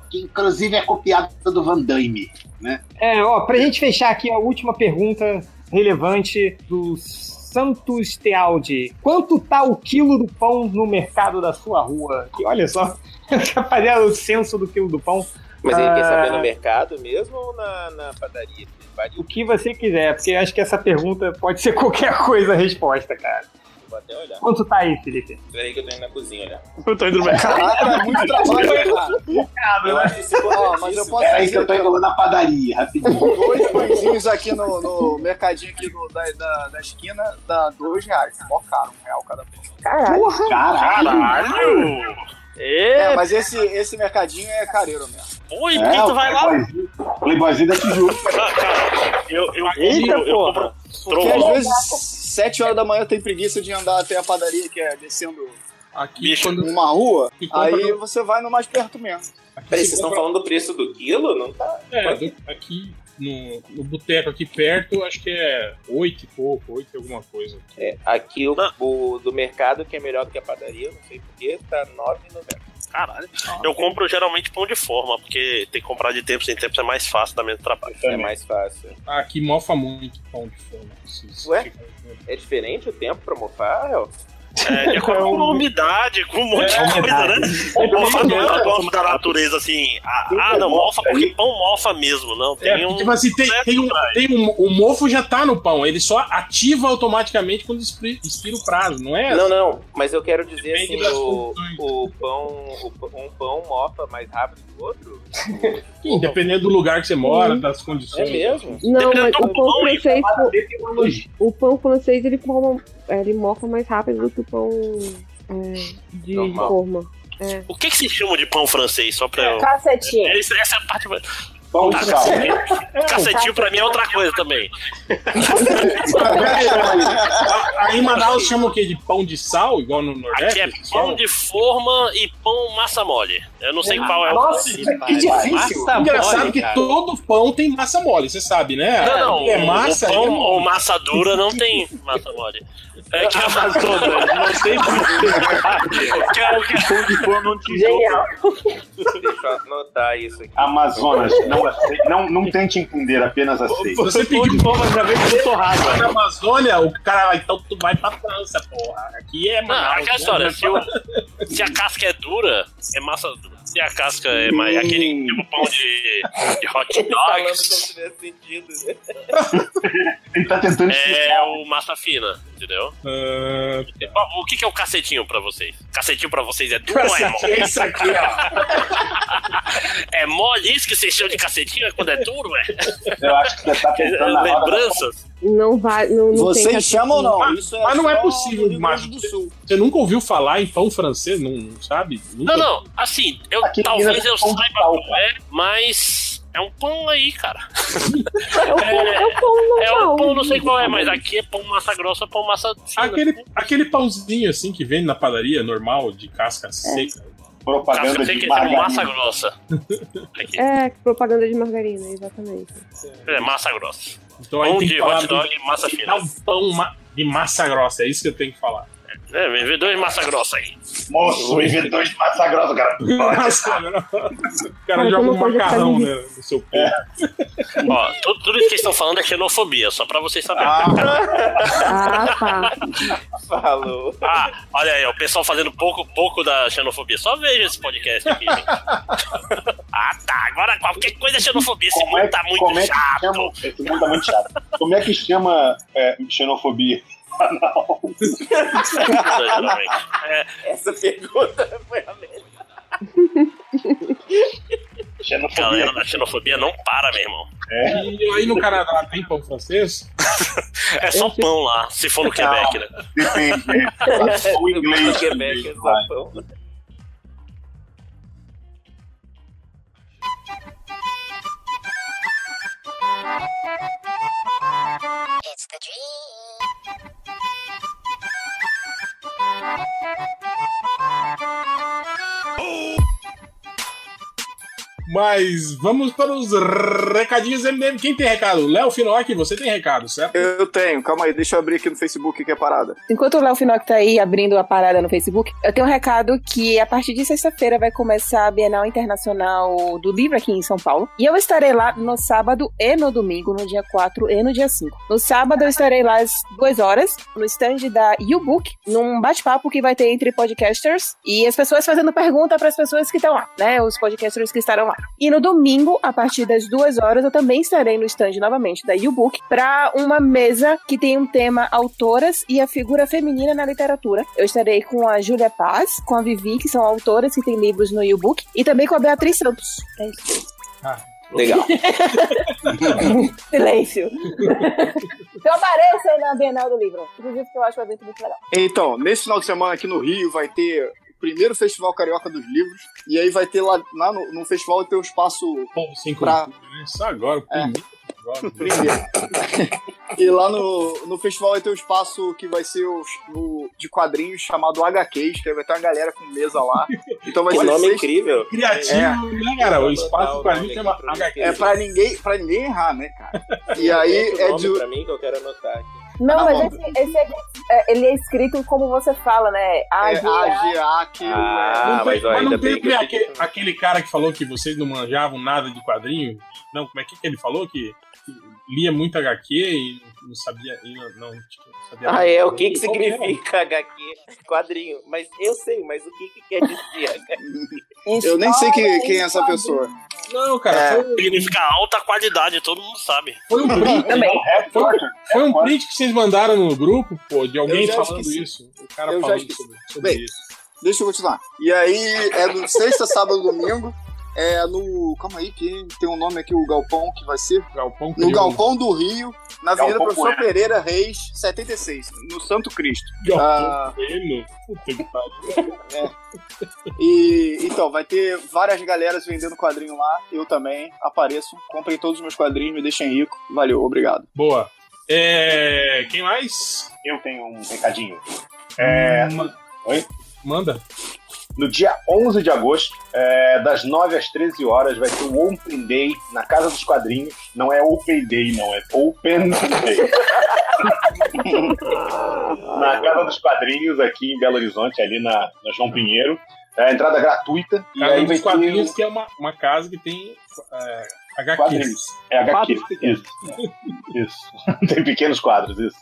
[SPEAKER 3] Que inclusive é copiado do Van Damme, né?
[SPEAKER 5] É, ó, pra gente fechar aqui a última pergunta relevante do Santos Tealdi. Quanto tá o quilo do pão no mercado da sua rua? Que olha só, rapaziada, o censo do quilo do pão.
[SPEAKER 10] Mas ele quer saber no
[SPEAKER 5] Ah,
[SPEAKER 10] mercado mesmo ou na, na padaria? Ele varia.
[SPEAKER 5] O que você quiser, porque eu acho que essa pergunta pode ser qualquer coisa a resposta, cara.
[SPEAKER 10] Vou até olhar.
[SPEAKER 5] Quanto tá aí, Felipe?
[SPEAKER 10] Peraí que eu tô indo na cozinha olhar.
[SPEAKER 5] Eu tô indo no
[SPEAKER 10] mercado.
[SPEAKER 1] Caraca, é muito trabalho, cara.
[SPEAKER 9] Ah,
[SPEAKER 10] Eu acho que se for
[SPEAKER 1] Ó, mas eu posso
[SPEAKER 3] Peraí É que
[SPEAKER 1] dizer
[SPEAKER 3] eu tô enrolando na padaria, rapidinho.
[SPEAKER 1] dois pãezinhos aqui no, no mercadinho aqui do- da, da, da esquina dá dois reais. Mó caro, um real cada pão.
[SPEAKER 14] Caralho.
[SPEAKER 1] Porra,
[SPEAKER 2] Caralho!
[SPEAKER 1] É, mas esse, esse mercadinho é careiro mesmo.
[SPEAKER 2] Pô,
[SPEAKER 3] É, o Playboyzinho- Playboyzinho da Tijuca.
[SPEAKER 2] Eu, eu,
[SPEAKER 1] Eita,
[SPEAKER 2] eu, eu
[SPEAKER 1] porra.
[SPEAKER 2] compro
[SPEAKER 1] Porque às
[SPEAKER 2] trombone.
[SPEAKER 1] vezes, sete horas da manhã, tem preguiça de andar até a padaria, que é descendo
[SPEAKER 4] Aqui,
[SPEAKER 1] uma rua.
[SPEAKER 4] E compra
[SPEAKER 1] Aí
[SPEAKER 4] no-
[SPEAKER 1] você vai no mais perto mesmo.
[SPEAKER 10] Peraí, vocês estão falando do preço do quilo? Não tá.
[SPEAKER 4] É, do- aqui no, no boteco aqui perto, acho que é oito e pouco, oito e alguma coisa.
[SPEAKER 10] É, aqui o, o do mercado, que é melhor do que a padaria, não sei porquê, tá R$ 9,90.
[SPEAKER 2] Caralho.
[SPEAKER 10] Então,
[SPEAKER 2] Eu compro geralmente pão de forma, porque tem que comprar de tempos em tempos é mais fácil, dá menos trabalho.
[SPEAKER 10] É mais fácil.
[SPEAKER 4] Tá Aqui mofa muito pão de forma. Esses-
[SPEAKER 10] Ué? É diferente o tempo pra mofar, Léo?
[SPEAKER 2] É, de acordo com a umidade, com um monte
[SPEAKER 10] É,
[SPEAKER 2] de coisa, né?
[SPEAKER 10] é
[SPEAKER 2] O mofa não é
[SPEAKER 10] verdade.
[SPEAKER 2] uma norma da natureza assim. Ah, ah, não, mofa porque pão mofa mesmo, não. Tem
[SPEAKER 4] É,
[SPEAKER 2] um.
[SPEAKER 4] tipo assim, tem, tem um, tem um- o mofo já tá no pão, ele só ativa automaticamente quando expri- expira o prazo, não é?
[SPEAKER 10] Não, não, mas eu quero dizer
[SPEAKER 4] Depende
[SPEAKER 10] assim,
[SPEAKER 4] das
[SPEAKER 10] o, o pão, o p- um pão mofa mais rápido que o outro?
[SPEAKER 4] Sim, dependendo do lugar que você mora, das condições.
[SPEAKER 10] É mesmo?
[SPEAKER 7] Não, mas o pão
[SPEAKER 4] pão, hein?
[SPEAKER 7] francês.
[SPEAKER 4] logística.
[SPEAKER 7] O pão francês ele, forma, ele mofa mais rápido do que o pão é, de
[SPEAKER 2] Normal.
[SPEAKER 7] forma. É.
[SPEAKER 2] O que, que se chama de pão francês? Só pra eu.
[SPEAKER 14] Cacetinho.
[SPEAKER 2] Essa, essa é a parte. mais-
[SPEAKER 3] Pão
[SPEAKER 2] Tá,
[SPEAKER 3] de sal.
[SPEAKER 2] Cacetinho pra mim é outra coisa também.
[SPEAKER 4] Aí em Manaus chama o quê? De pão de sal, igual no Nordeste? um
[SPEAKER 2] Aqui é pão de forma e pão massa mole. Eu não sei
[SPEAKER 4] Ah,
[SPEAKER 2] qual é o.
[SPEAKER 4] nossa, que difícil. Engraçado que
[SPEAKER 2] todo
[SPEAKER 4] todo pão tem massa mole, você sabe, né?
[SPEAKER 2] Não, não,
[SPEAKER 4] é massa.
[SPEAKER 2] o
[SPEAKER 4] é
[SPEAKER 2] pão
[SPEAKER 4] mole.
[SPEAKER 2] ou massa dura não tem massa mole. É que é massa dura, não tem que é o que pão de pão não tem
[SPEAKER 10] Genial. Deixa eu anotar isso aqui.
[SPEAKER 3] Amazonas, não, ace- não, não tente entender, apenas aceite.
[SPEAKER 4] Se você pedir pão, mas já vem com torrado. Na Amazônia, o cara, então tu vai pra França, porra. Aqui é
[SPEAKER 2] Não,
[SPEAKER 4] Manaus.
[SPEAKER 2] aquela história, se, o- se a casca é dura, é massa dura. Se a casca é mais aquele tipo pão de, de hot
[SPEAKER 10] Falando como
[SPEAKER 2] dogs,
[SPEAKER 10] se tivesse sentido, né?
[SPEAKER 3] Ele tá tentando
[SPEAKER 2] é o massa fina, entendeu?
[SPEAKER 4] Ah,
[SPEAKER 2] O que, que é o cacetinho pra vocês? Cacetinho pra vocês é duro ou é mole?
[SPEAKER 4] é isso aqui, ó.
[SPEAKER 2] É mole isso que vocês chamam de cacetinho é quando é duro, é?
[SPEAKER 3] Eu acho que você tá pensando na roda
[SPEAKER 2] Lembranças?
[SPEAKER 7] Não vai. Não, não tem
[SPEAKER 4] Vocês
[SPEAKER 7] cacetinho.
[SPEAKER 4] chamam ou não? Mas, mas não é possível, Márcio. Você nunca ouviu falar em pão francês, não, não sabe? Nunca-
[SPEAKER 2] Não, não, assim, eu,
[SPEAKER 4] Aqui em
[SPEAKER 2] talvez
[SPEAKER 4] Minas
[SPEAKER 2] eu
[SPEAKER 4] é pão de
[SPEAKER 2] saiba
[SPEAKER 4] pau,
[SPEAKER 2] como é, mas é um pão aí, cara.
[SPEAKER 7] É um pão, é um pão
[SPEAKER 2] É um
[SPEAKER 7] normal.
[SPEAKER 2] pão, não sei qual é, mas aqui é pão massa grossa, pão massa fina.
[SPEAKER 4] Aquele, aquele pãozinho assim que vende na padaria normal, de casca seca.
[SPEAKER 2] Propaganda de margarina. é massa grossa.
[SPEAKER 7] É, propaganda de margarina, exatamente.
[SPEAKER 2] É massa grossa.
[SPEAKER 4] Então aí
[SPEAKER 2] pão
[SPEAKER 4] tem
[SPEAKER 2] de
[SPEAKER 4] que falar
[SPEAKER 2] hot dog
[SPEAKER 4] do-
[SPEAKER 2] e massa
[SPEAKER 4] de
[SPEAKER 2] fina.
[SPEAKER 4] dar um pão ma- de massa grossa, é isso que eu tenho que falar.
[SPEAKER 2] É, me vê dois massa grossa aí.
[SPEAKER 3] Moço, me vê dois massa grossa, cara.
[SPEAKER 4] Massa grossa. O cara joga um macarrão, né? No seu pé.
[SPEAKER 3] É,
[SPEAKER 2] Ó, tudo, tudo isso que vocês estão falando é xenofobia, só pra vocês saberem.
[SPEAKER 7] Ah, tá.
[SPEAKER 10] Falou.
[SPEAKER 2] Ah, olha aí, ó, o pessoal fazendo pouco, pouco da xenofobia. Só veja esse podcast aqui, gente. Ah, tá. Agora qualquer coisa é xenofobia. Esse mundo tá muito
[SPEAKER 3] como é que
[SPEAKER 2] chato.
[SPEAKER 3] chama- esse mundo tá muito chato. Como é que chama é, xenofobia?
[SPEAKER 10] Essa pergunta foi a melhor.
[SPEAKER 18] xenofobia. Galera da xenofobia não para, meu irmão.
[SPEAKER 3] É.
[SPEAKER 4] E aí no Canadá tem pão francês?
[SPEAKER 18] É só pão lá, se for no
[SPEAKER 4] Ah,
[SPEAKER 18] Quebec, né?
[SPEAKER 3] né?
[SPEAKER 19] O inglês
[SPEAKER 18] No Quebec é só
[SPEAKER 19] vai.
[SPEAKER 18] pão.
[SPEAKER 12] It's the dream.
[SPEAKER 4] Mas vamos para os recadinhos do MDM. Quem tem recado? Léo Finock, você tem recado, certo?
[SPEAKER 1] Eu tenho, calma aí, deixa eu abrir aqui no Facebook que é parada.
[SPEAKER 8] Enquanto o Léo Finoc tá aí abrindo a parada no Facebook, eu tenho um recado que a partir de sexta-feira vai começar a Bienal Internacional do Livro aqui em São Paulo. E eu estarei lá no sábado e no domingo, no dia 4 e no dia 5. No sábado eu estarei lá às 2 horas, no stand da YouBook, num bate-papo que vai ter entre podcasters e as pessoas fazendo pergunta para as pessoas que estão lá, né? Os podcasters que estarão lá. E no domingo, a partir das 2 horas, eu também estarei no stand novamente da YouBook para uma mesa que tem um tema autoras e a figura feminina na literatura. Eu estarei com a Júlia Paz, com a Vivi, que são autoras que têm livros no YouBook, e também com a Beatriz Santos. É isso.
[SPEAKER 4] Ah.
[SPEAKER 10] Legal.
[SPEAKER 8] Silêncio. então apareçam na Bienal do Livro. Inclusive, que eu acho o evento muito legal.
[SPEAKER 1] Então, nesse final de semana aqui no Rio vai ter o primeiro Festival Carioca dos Livros, e aí vai ter lá, lá no, no festival vai ter um espaço pra... É.
[SPEAKER 4] Isso agora, o primeiro. agora.
[SPEAKER 1] Primeiro. E lá no, no festival vai ter um espaço que vai ser o, o- de quadrinhos chamado HQs, que aí vai ter uma galera com mesa lá. Então vai
[SPEAKER 10] Que
[SPEAKER 1] ser
[SPEAKER 10] nome
[SPEAKER 1] sexta-
[SPEAKER 10] incrível.
[SPEAKER 4] Criativo, né, cara? O espaço pra mim chama HQ.
[SPEAKER 1] É pra ninguém, pra ninguém errar, né, cara? E aí
[SPEAKER 10] Esse
[SPEAKER 1] é
[SPEAKER 10] nome
[SPEAKER 1] de.
[SPEAKER 10] pra mim que eu quero anotar aqui.
[SPEAKER 8] Não,
[SPEAKER 1] Tá
[SPEAKER 8] mas
[SPEAKER 1] bom.
[SPEAKER 8] esse, esse é, é, ele é escrito como você fala, né? A,
[SPEAKER 1] É,
[SPEAKER 8] G,
[SPEAKER 1] A, G, A, Q,
[SPEAKER 10] Ah,
[SPEAKER 4] Não
[SPEAKER 10] mas
[SPEAKER 4] tem-
[SPEAKER 10] ainda
[SPEAKER 4] não
[SPEAKER 10] bem que
[SPEAKER 4] teve
[SPEAKER 10] eu
[SPEAKER 4] aque- aquele, cara que falou que vocês não manjavam nada de quadrinho? Não, como é que, que ele falou? Que, que lia muito HQ e não sabia. E não, não, tipo, não sabia
[SPEAKER 10] Ah,
[SPEAKER 4] nada.
[SPEAKER 10] é, o que que
[SPEAKER 4] Qual que era?
[SPEAKER 10] significa HQ? Quadrinho. Mas eu sei, mas o que que quer dizer HQ?
[SPEAKER 1] Eu nem sei que- quem é essa pessoa.
[SPEAKER 4] Não, cara,
[SPEAKER 3] É.
[SPEAKER 4] foi, um-
[SPEAKER 18] Significa alta qualidade, todo mundo sabe.
[SPEAKER 4] foi um
[SPEAKER 3] é,
[SPEAKER 4] print. foi, foi um print que vocês mandaram no grupo, pô, de alguém
[SPEAKER 1] Eu já
[SPEAKER 4] falando
[SPEAKER 1] esqueci.
[SPEAKER 4] isso. O cara
[SPEAKER 1] Eu já
[SPEAKER 4] falando
[SPEAKER 1] esqueci.
[SPEAKER 4] sobre, sobre
[SPEAKER 1] Bem,
[SPEAKER 4] isso.
[SPEAKER 1] Deixa eu continuar. E aí é no sexta, sábado, domingo. É no. Calma aí, que tem um nome aqui, o Galpão, que vai ser.
[SPEAKER 4] Galpão
[SPEAKER 1] No
[SPEAKER 4] Crioulo.
[SPEAKER 1] Galpão do Rio, na Avenida
[SPEAKER 4] Galpão
[SPEAKER 1] Professor
[SPEAKER 4] Poeira.
[SPEAKER 1] Pereira Reis, 76, no Santo Cristo. Ah,
[SPEAKER 4] Galpão
[SPEAKER 1] é.
[SPEAKER 4] Crioulo. Puta que pariu.
[SPEAKER 1] E então, vai ter várias galeras vendendo quadrinho lá. Eu também apareço. Comprem todos os meus quadrinhos, me deixem rico. Valeu, obrigado.
[SPEAKER 4] Boa. É, quem mais?
[SPEAKER 3] Eu tenho um recadinho. É, Oi?
[SPEAKER 4] Manda.
[SPEAKER 3] No dia 11 de agosto, é, das 9 às 13 horas, vai ter o Open Day na Casa dos Quadrinhos. Não é Open Day, não, é Open Day. na Casa dos Quadrinhos, aqui em Belo Horizonte, ali na, na João Pinheiro. É entrada gratuita. E
[SPEAKER 4] Casa
[SPEAKER 3] aí vai
[SPEAKER 4] dos
[SPEAKER 3] ter
[SPEAKER 4] quadrinhos que é uma, uma casa que tem é,
[SPEAKER 3] quadrinhos.
[SPEAKER 4] HQs.
[SPEAKER 3] É HQ. Isso. Isso. Tem pequenos quadros, isso.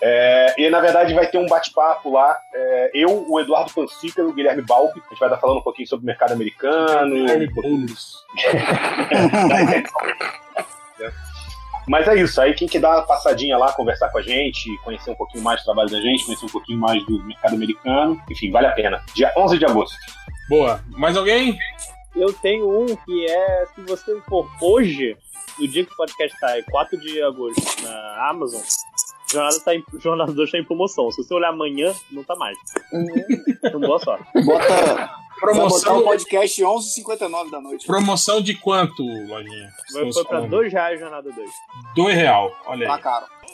[SPEAKER 3] É, e na verdade vai ter um bate-papo lá. É, eu, o Eduardo Pancica e o Guilherme Balbi. A gente vai estar falando um pouquinho sobre o mercado americano.
[SPEAKER 4] Guilherme Boulos.
[SPEAKER 3] Mas é isso. Aí quem quer dar uma passadinha lá, conversar com a gente, conhecer um pouquinho mais do trabalho da gente, conhecer um pouquinho mais do mercado americano. Enfim, vale a pena. Dia 11 de agosto.
[SPEAKER 4] Boa. Mais alguém?
[SPEAKER 2] Eu tenho um que é, se você for hoje, no dia que o podcast tá sai, 4 de agosto, na Amazon, Jornada, tá em, Jornada 2 está em promoção. Se você olhar amanhã, não tá mais.
[SPEAKER 3] Uhum.
[SPEAKER 2] Então, boa sorte.
[SPEAKER 1] Bota. Vai botar
[SPEAKER 4] Promoção,
[SPEAKER 1] o podcast 11h59 da noite.
[SPEAKER 4] promoção de quanto, Lojinha?
[SPEAKER 2] Vai, foi pra 2 reais Jornada 2.
[SPEAKER 4] Dois real, olha aí.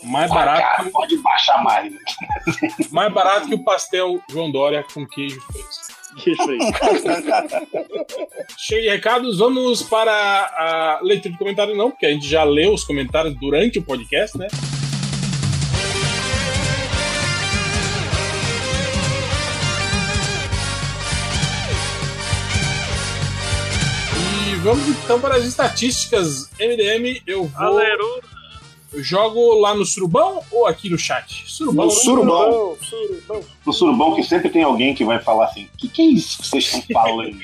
[SPEAKER 4] Mais barato. que...
[SPEAKER 3] pode baixar mais.
[SPEAKER 4] mais barato que o pastel João Dória com queijo fresco.
[SPEAKER 2] Queijo
[SPEAKER 4] Cheio de recados, vamos para a leitura de comentário, não, porque a gente já leu os comentários durante o podcast, né? E Vamos então para as estatísticas. MDM, eu vou. Eu jogo lá no surubão ou aqui no chat? Surubão.
[SPEAKER 3] No
[SPEAKER 4] né?
[SPEAKER 3] surubão.
[SPEAKER 2] Surubão.
[SPEAKER 3] No surubão que sempre tem alguém que vai falar assim: o que, que é isso que vocês estão falando?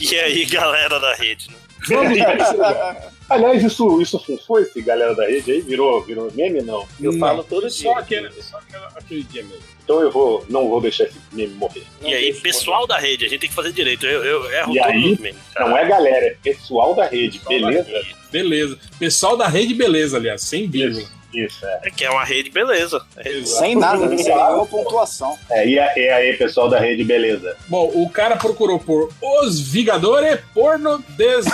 [SPEAKER 18] E aí, galera da rede, né?
[SPEAKER 3] né? Aliás, isso, isso foi esse galera da rede aí? Virou, virou meme? Não.
[SPEAKER 10] Eu falo todo dia.
[SPEAKER 4] Só aquele, só aquele, aquele dia mesmo.
[SPEAKER 3] Então eu vou, não vou deixar esse meme morrer.
[SPEAKER 2] E aí, pessoal da rede, a gente tem que fazer direito. Eu, eu erro
[SPEAKER 3] E
[SPEAKER 2] todos
[SPEAKER 3] aí,
[SPEAKER 2] os memes, cara.
[SPEAKER 3] não é galera, é pessoal da rede, beleza?
[SPEAKER 2] né?
[SPEAKER 4] Beleza. Pessoal da rede, beleza, aliás. Sem vírgula.
[SPEAKER 3] Isso, é.
[SPEAKER 2] É que é uma rede, beleza.
[SPEAKER 1] Sem nada, né? sem nenhuma pontuação.
[SPEAKER 3] É, e, a- e aí, pessoal da rede, beleza?
[SPEAKER 4] Bom, o cara procurou por Os Vigadores Porno des...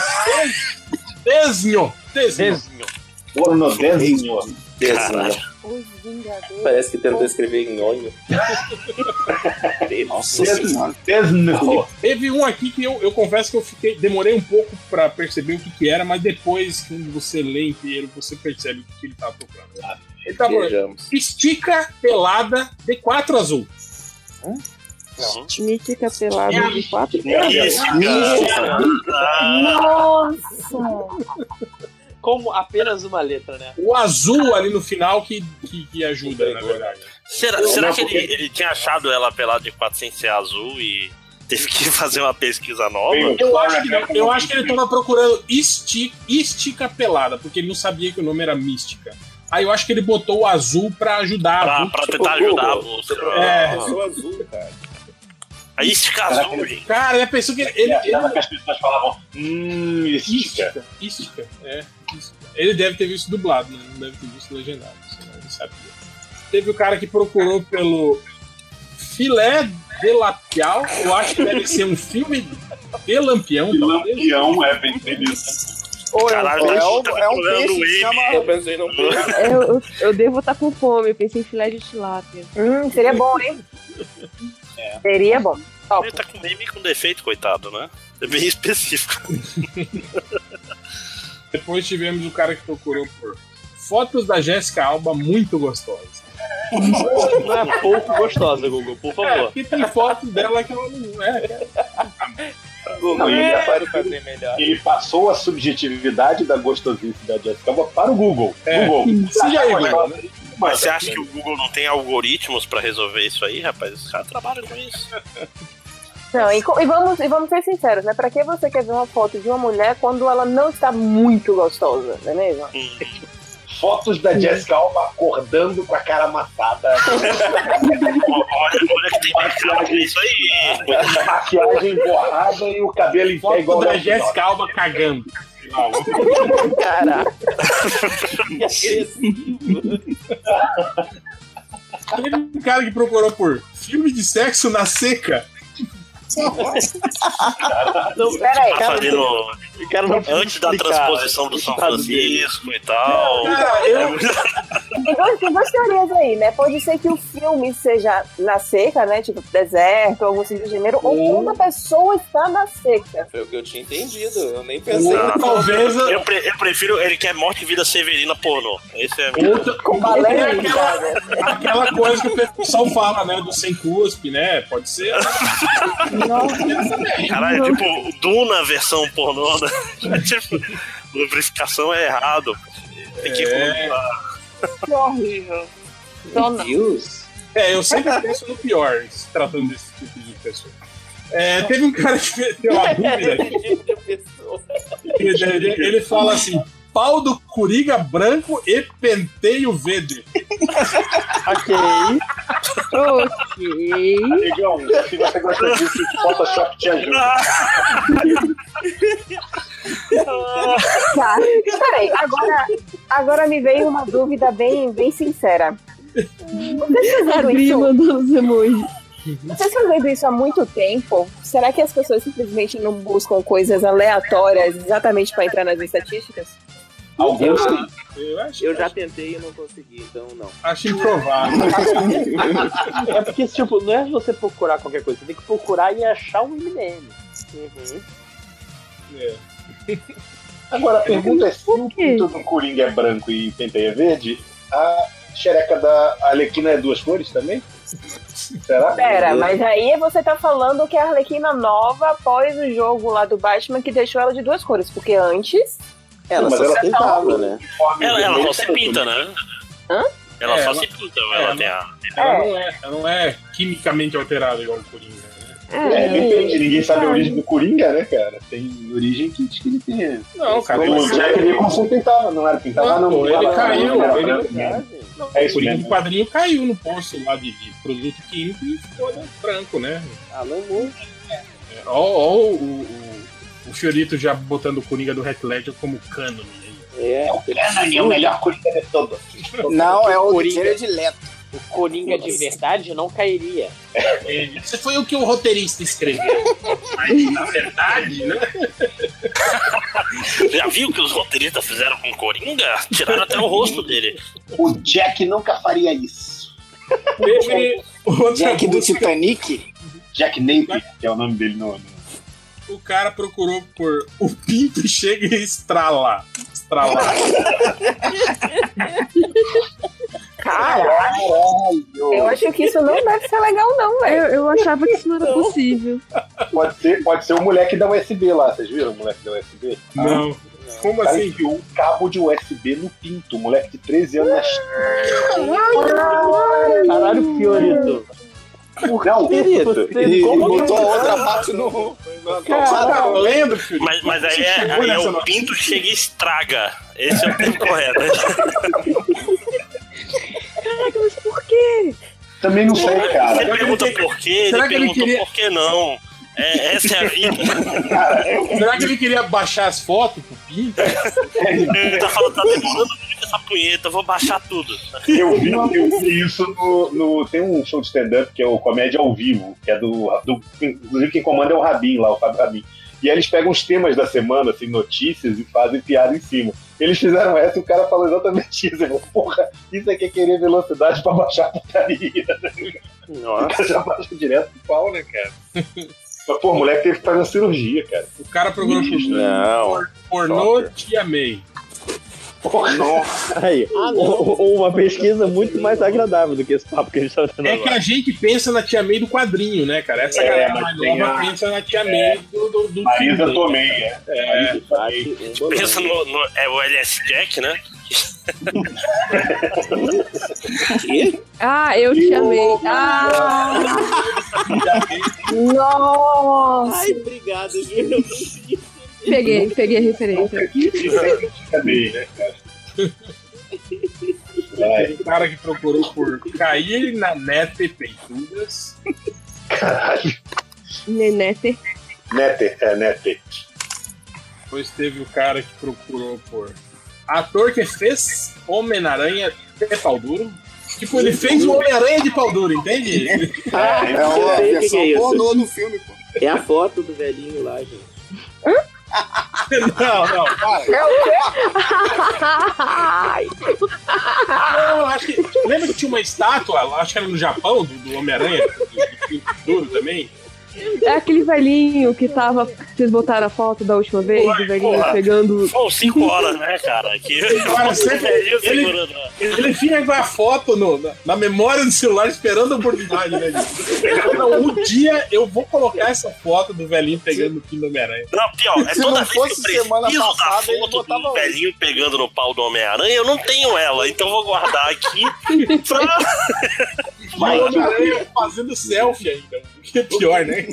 [SPEAKER 4] Desnho. Desnho.
[SPEAKER 3] Porno desenho.
[SPEAKER 10] Caralho. Parece que tentou escrever em olho.
[SPEAKER 4] Nossa Teve um aqui que eu, eu confesso que eu fiquei, demorei um pouco pra perceber o que, que era, mas depois que você lê inteiro, você percebe o que, que ele tava procurando. Ele tava procurando
[SPEAKER 10] Vejamos.
[SPEAKER 4] estica pelada de 4 azul.
[SPEAKER 7] Mítica
[SPEAKER 20] Ah,
[SPEAKER 7] pelada de quatro.
[SPEAKER 4] É
[SPEAKER 20] Nossa! Como apenas uma letra, né?
[SPEAKER 4] O azul ali no final que, que, que ajuda, na verdade.
[SPEAKER 2] Será, será que ele, ele tinha achado ela pelada de 4 sem ser azul e teve que fazer uma pesquisa nova?
[SPEAKER 3] tipo,
[SPEAKER 4] Eu acho
[SPEAKER 3] é,
[SPEAKER 4] que
[SPEAKER 3] um
[SPEAKER 4] não. Eu acho que ele tava procurando esti- estica pelada, porque ele não sabia que o nome era mística. Aí eu acho que ele botou o azul pra ajudar. a
[SPEAKER 2] Pra,
[SPEAKER 4] busca.
[SPEAKER 3] Tipo,
[SPEAKER 2] pra tentar ajudar a né? busca.
[SPEAKER 4] É.
[SPEAKER 3] azul, cara.
[SPEAKER 2] Aí estica azul, gente.
[SPEAKER 4] Cara, ele pensou que ele. ele, ele
[SPEAKER 3] que as pessoas falavam, hum,
[SPEAKER 4] Ística. Ística, é. Ística. Ele deve ter visto dublado, né? Não deve ter visto legendado, senão ele sabia. Teve o cara que procurou pelo Filé de Lapial, eu acho que deve ser um filme de Lampião.
[SPEAKER 3] De Lampião, é, pensei
[SPEAKER 7] Ou
[SPEAKER 2] Caralho, um-
[SPEAKER 7] é um- é um
[SPEAKER 2] procurando
[SPEAKER 7] peixe
[SPEAKER 2] o
[SPEAKER 7] que
[SPEAKER 2] M.
[SPEAKER 7] chama-
[SPEAKER 10] Eu pensei no peixe.
[SPEAKER 7] Eu, eu- eu devo estar com fome, eu pensei em filé de tilápia.
[SPEAKER 8] Hum, seria bom, hein?
[SPEAKER 7] Seria bom.
[SPEAKER 2] Ele tá com meme com defeito, coitado, né? É bem específico.
[SPEAKER 4] Depois tivemos o cara que procurou por fotos da Jéssica Alba muito gostosas.
[SPEAKER 20] Não é pouco gostosa, Google, por
[SPEAKER 4] É,
[SPEAKER 20] favor.
[SPEAKER 4] que tem foto dela que ela não é.
[SPEAKER 3] Não,
[SPEAKER 10] Google,
[SPEAKER 3] ele
[SPEAKER 10] já
[SPEAKER 3] é-
[SPEAKER 10] pode fazer melhor.
[SPEAKER 3] Ele passou a subjetividade da gostosice da Jessica Alba para o Google. é Google. né?
[SPEAKER 4] Seja aí, Google.
[SPEAKER 2] Mas você acha que o Google não tem algoritmos pra resolver isso aí, rapaz? Os caras trabalham com isso.
[SPEAKER 8] Não, e, co- e vamos, e vamos ser sinceros, né? Pra que você quer ver uma foto de uma mulher quando ela não está muito gostosa, não é mesmo?
[SPEAKER 3] Fotos da Jessica Alba acordando com a cara amassada.
[SPEAKER 2] olha, olha que tem maquiagem isso aí.
[SPEAKER 3] Maquiagem borrada e o cabelo em pé
[SPEAKER 4] Foto
[SPEAKER 3] É igual
[SPEAKER 4] da
[SPEAKER 3] Nelson
[SPEAKER 4] Jéssica Alba cagando.
[SPEAKER 8] Caraca.
[SPEAKER 4] Teve um cara que procurou por filme de sexo na seca.
[SPEAKER 20] Não,
[SPEAKER 8] Peraí.
[SPEAKER 2] Tá fazendo
[SPEAKER 20] cara não precisa
[SPEAKER 2] antes da
[SPEAKER 20] explicar,
[SPEAKER 2] transposição do
[SPEAKER 20] o
[SPEAKER 2] São
[SPEAKER 20] resultado dele.
[SPEAKER 2] Francisco e tal. É,
[SPEAKER 4] Cara, eu-
[SPEAKER 8] Tem duas, tem duas teorias aí, né? Pode ser que o filme seja na seca, né? Tipo, deserto, algum assim do gênero, ou quando a pessoa está na seca.
[SPEAKER 10] Foi o que eu tinha entendido. Eu nem pensei.
[SPEAKER 4] Ou talvez. é- a-
[SPEAKER 2] Eu, pre- eu prefiro. Ele quer morte e vida severina pornô. Esse é.
[SPEAKER 4] Outra,
[SPEAKER 8] Valendo,
[SPEAKER 4] é aquela,
[SPEAKER 8] cara.
[SPEAKER 4] aquela coisa que o pessoal fala, né? Do sem cuspe, né? Pode ser.
[SPEAKER 2] Caralho, é tipo, Duna versão pornô. Né? tipo, lubrificação é errado. Tem que
[SPEAKER 4] É.
[SPEAKER 2] colocar-
[SPEAKER 8] Que horrível. Então, Dona.
[SPEAKER 10] Deus.
[SPEAKER 4] É, eu sempre penso no pior, se tratando desse tipo de pessoa. É, teve um cara que deu uma dúvida. Ele, ele fala assim: pau do Curiga branco e penteio verde.
[SPEAKER 20] Ok.
[SPEAKER 7] Ok.
[SPEAKER 3] Negão, se você gosta disso, o Photoshop te ajuda.
[SPEAKER 8] Tá. Peraí, agora, agora me veio uma dúvida bem, bem sincera. Vocês
[SPEAKER 7] A
[SPEAKER 8] fazendo
[SPEAKER 7] Adri
[SPEAKER 8] isso,
[SPEAKER 7] mandou os emojis.
[SPEAKER 8] vocês fazendo isso há muito tempo, será que as pessoas simplesmente não buscam coisas aleatórias exatamente pra entrar nas estatísticas?
[SPEAKER 3] Alguns sim.
[SPEAKER 4] Eu acho,
[SPEAKER 10] Eu já tentei e não consegui, então não.
[SPEAKER 4] acho improvável.
[SPEAKER 20] É porque, tipo, não é você procurar qualquer coisa, você tem que procurar e achar um MDM.
[SPEAKER 4] É.
[SPEAKER 3] Agora, a pergunta é se o
[SPEAKER 7] quê?
[SPEAKER 3] pinto do Coringa é branco e penteia é verde, a xereca da Arlequina é duas cores também? Será? É.
[SPEAKER 8] Pera, mas aí você tá falando que a Arlequina nova após o jogo lá do Batman que deixou ela de duas cores, porque antes.
[SPEAKER 10] Ela
[SPEAKER 3] Mas
[SPEAKER 10] só
[SPEAKER 3] ela
[SPEAKER 10] se
[SPEAKER 3] tem
[SPEAKER 8] Então,
[SPEAKER 10] tentava, né?
[SPEAKER 2] Ela, ela só se pinta, né?
[SPEAKER 8] Hã?
[SPEAKER 2] Ela
[SPEAKER 4] É,
[SPEAKER 2] só
[SPEAKER 4] ela-
[SPEAKER 2] se pinta, ou
[SPEAKER 4] é,
[SPEAKER 2] ela
[SPEAKER 4] ela-
[SPEAKER 2] tem a.
[SPEAKER 4] Ela não é, ela não é quimicamente alterada igual o Coringa. né?
[SPEAKER 3] É, depende, ninguém sabe a origem do Coringa, né, cara? Tem origem que diz que ele tem.
[SPEAKER 4] Não, cara,
[SPEAKER 3] O
[SPEAKER 4] ele-
[SPEAKER 3] Jack Nicholson tentava, não era pintava, não.
[SPEAKER 4] Não, ele
[SPEAKER 3] Era-
[SPEAKER 4] caiu,
[SPEAKER 3] era-
[SPEAKER 4] ele-
[SPEAKER 3] era-
[SPEAKER 4] É,
[SPEAKER 3] É isso
[SPEAKER 4] por isso
[SPEAKER 3] mesmo.
[SPEAKER 4] o quadrinho caiu no poço lá de, de produto químico e ficou né, branco, né?
[SPEAKER 3] Ah,
[SPEAKER 10] Alan Moore.
[SPEAKER 4] É, Ó, ó o, o, o- o Fiorito já botando o Coringa do Heath Ledger como né? cânone.
[SPEAKER 10] É, o
[SPEAKER 4] cânone é o melhor
[SPEAKER 3] Coringa de todos.
[SPEAKER 1] Não, é o
[SPEAKER 4] Coringa.
[SPEAKER 1] predileto.
[SPEAKER 9] O Coringa de verdade não cairia.
[SPEAKER 4] Isso foi o que o roteirista escreveu. Mas, na verdade, né?
[SPEAKER 2] Já viu o que os roteiristas fizeram com o Coringa? Tiraram até o rosto dele.
[SPEAKER 3] O Jack nunca faria isso.
[SPEAKER 4] Teve outra
[SPEAKER 3] Jack do
[SPEAKER 4] música.
[SPEAKER 3] Titanic? Jack Napier, que é o nome dele no.
[SPEAKER 4] O cara procurou por o pinto chega e estrala. Estrala.
[SPEAKER 3] Caralho!
[SPEAKER 14] Eu acho que isso
[SPEAKER 8] é.
[SPEAKER 14] não deve ser legal, não, velho.
[SPEAKER 7] Eu, eu achava que isso não era possível.
[SPEAKER 3] Pode ser, pode ser o moleque da USB lá, vocês viram o moleque da USB?
[SPEAKER 4] Não. Como
[SPEAKER 3] o cara
[SPEAKER 4] assim?
[SPEAKER 3] enfiou um cabo de USB no pinto, um moleque de 13 anos.
[SPEAKER 9] Caralho, Fiorito.
[SPEAKER 3] Não,
[SPEAKER 9] Fiorito.
[SPEAKER 3] E, e botou
[SPEAKER 12] é?
[SPEAKER 3] a outra
[SPEAKER 1] parte no.
[SPEAKER 4] tá lendo, filho?
[SPEAKER 2] Mas, mas aí é, aí é o pinto chega e estraga. Esse é o termo correto.
[SPEAKER 7] Caraca, mas por quê?
[SPEAKER 3] Também não sei, cara.
[SPEAKER 2] Ele pergunta por quê, ele
[SPEAKER 4] Será que ele
[SPEAKER 2] pergunta
[SPEAKER 4] queria-
[SPEAKER 2] por que não. É, essa é a vida.
[SPEAKER 4] Será que ele queria baixar as fotos pro pinto?
[SPEAKER 3] É,
[SPEAKER 2] Ele tá falando, tá demorando muito essa punheta, eu vou baixar tudo.
[SPEAKER 3] Eu vi, um eu vi isso no, no- Tem um show de stand-up que é o Comédia ao Vivo, que é do, do- Inclusive, quem comanda é o Rabin lá, o Fábio Rabin. E aí eles pegam os temas da semana, assim, notícias, e fazem piada em cima. Eles fizeram essa e o cara falou exatamente isso. Ele falou, porra, isso aqui é querer velocidade pra baixar a putaria. O cara já baixa direto pro pau, né, cara? Mas, pô, o moleque teve que fazer uma cirurgia, cara.
[SPEAKER 4] O cara procurou por
[SPEAKER 3] né? Não.
[SPEAKER 4] pornô te amei.
[SPEAKER 21] Aí,
[SPEAKER 4] Ah,
[SPEAKER 21] o- o- uma pesquisa muito mais agradável do que esse papo que a gente tá tendo
[SPEAKER 4] É que
[SPEAKER 21] agora.
[SPEAKER 4] a gente pensa na tia May do quadrinho, né, cara? Essa
[SPEAKER 21] É,
[SPEAKER 4] galera
[SPEAKER 21] mas
[SPEAKER 4] mais
[SPEAKER 21] tem
[SPEAKER 4] nova
[SPEAKER 21] a-
[SPEAKER 4] pensa na tia May
[SPEAKER 21] é.
[SPEAKER 4] do, do, né? do
[SPEAKER 3] Marisa
[SPEAKER 4] filme.
[SPEAKER 3] Tomei, é.
[SPEAKER 4] É.
[SPEAKER 2] Pensa no, no- é o LS Jack, né?
[SPEAKER 7] Ah, eu te amei. Ah! Nossa!
[SPEAKER 21] Ai, obrigado, Júlio.
[SPEAKER 7] Peguei, peguei a referência.
[SPEAKER 3] Cadê, né, cara? Vai.
[SPEAKER 4] O cara que procurou por cair na neta e peitudas.
[SPEAKER 7] Nenete.
[SPEAKER 3] Nete, é Nete.
[SPEAKER 4] Depois teve o cara que procurou por ator que fez Homem-Aranha de pau duro. Tipo, ele fez o Homem-Aranha de pau duro, entende?
[SPEAKER 1] Ah, é uma
[SPEAKER 21] Eu sei o que
[SPEAKER 1] versão
[SPEAKER 21] que é isso.
[SPEAKER 1] pornô do filme, pô.
[SPEAKER 21] É a foto do velhinho lá, gente.
[SPEAKER 4] Não, não, para. Não, acho que. Lembra que tinha uma estátua, acho que era no Japão, do, do Homem-Aranha, do, do, do duro também?
[SPEAKER 7] É aquele velhinho que tava. Vocês botaram a foto da última vez, do velhinho
[SPEAKER 2] porra.
[SPEAKER 7] pegando.
[SPEAKER 2] São 5 horas, né, cara? Que é
[SPEAKER 4] Cara, sempre-
[SPEAKER 2] Eu
[SPEAKER 4] ele-
[SPEAKER 2] segurando.
[SPEAKER 4] Ele fica com a foto no- na, na memória do celular esperando a oportunidade, né? gente? Não, um dia eu vou colocar essa foto do velhinho pegando o Pino do Homem-Aranha.
[SPEAKER 2] Não, pior, é
[SPEAKER 4] Se
[SPEAKER 2] toda
[SPEAKER 4] não
[SPEAKER 2] vez que eu
[SPEAKER 4] fosse
[SPEAKER 2] preciso
[SPEAKER 4] semana
[SPEAKER 2] da
[SPEAKER 4] passada, ele
[SPEAKER 2] foto
[SPEAKER 4] botava
[SPEAKER 2] do velhinho pegando no pau do Homem-Aranha, eu não tenho ela, então eu vou guardar aqui pra...
[SPEAKER 4] Vai, o Homem-Aranha fazendo selfie ainda. Que é pior, né?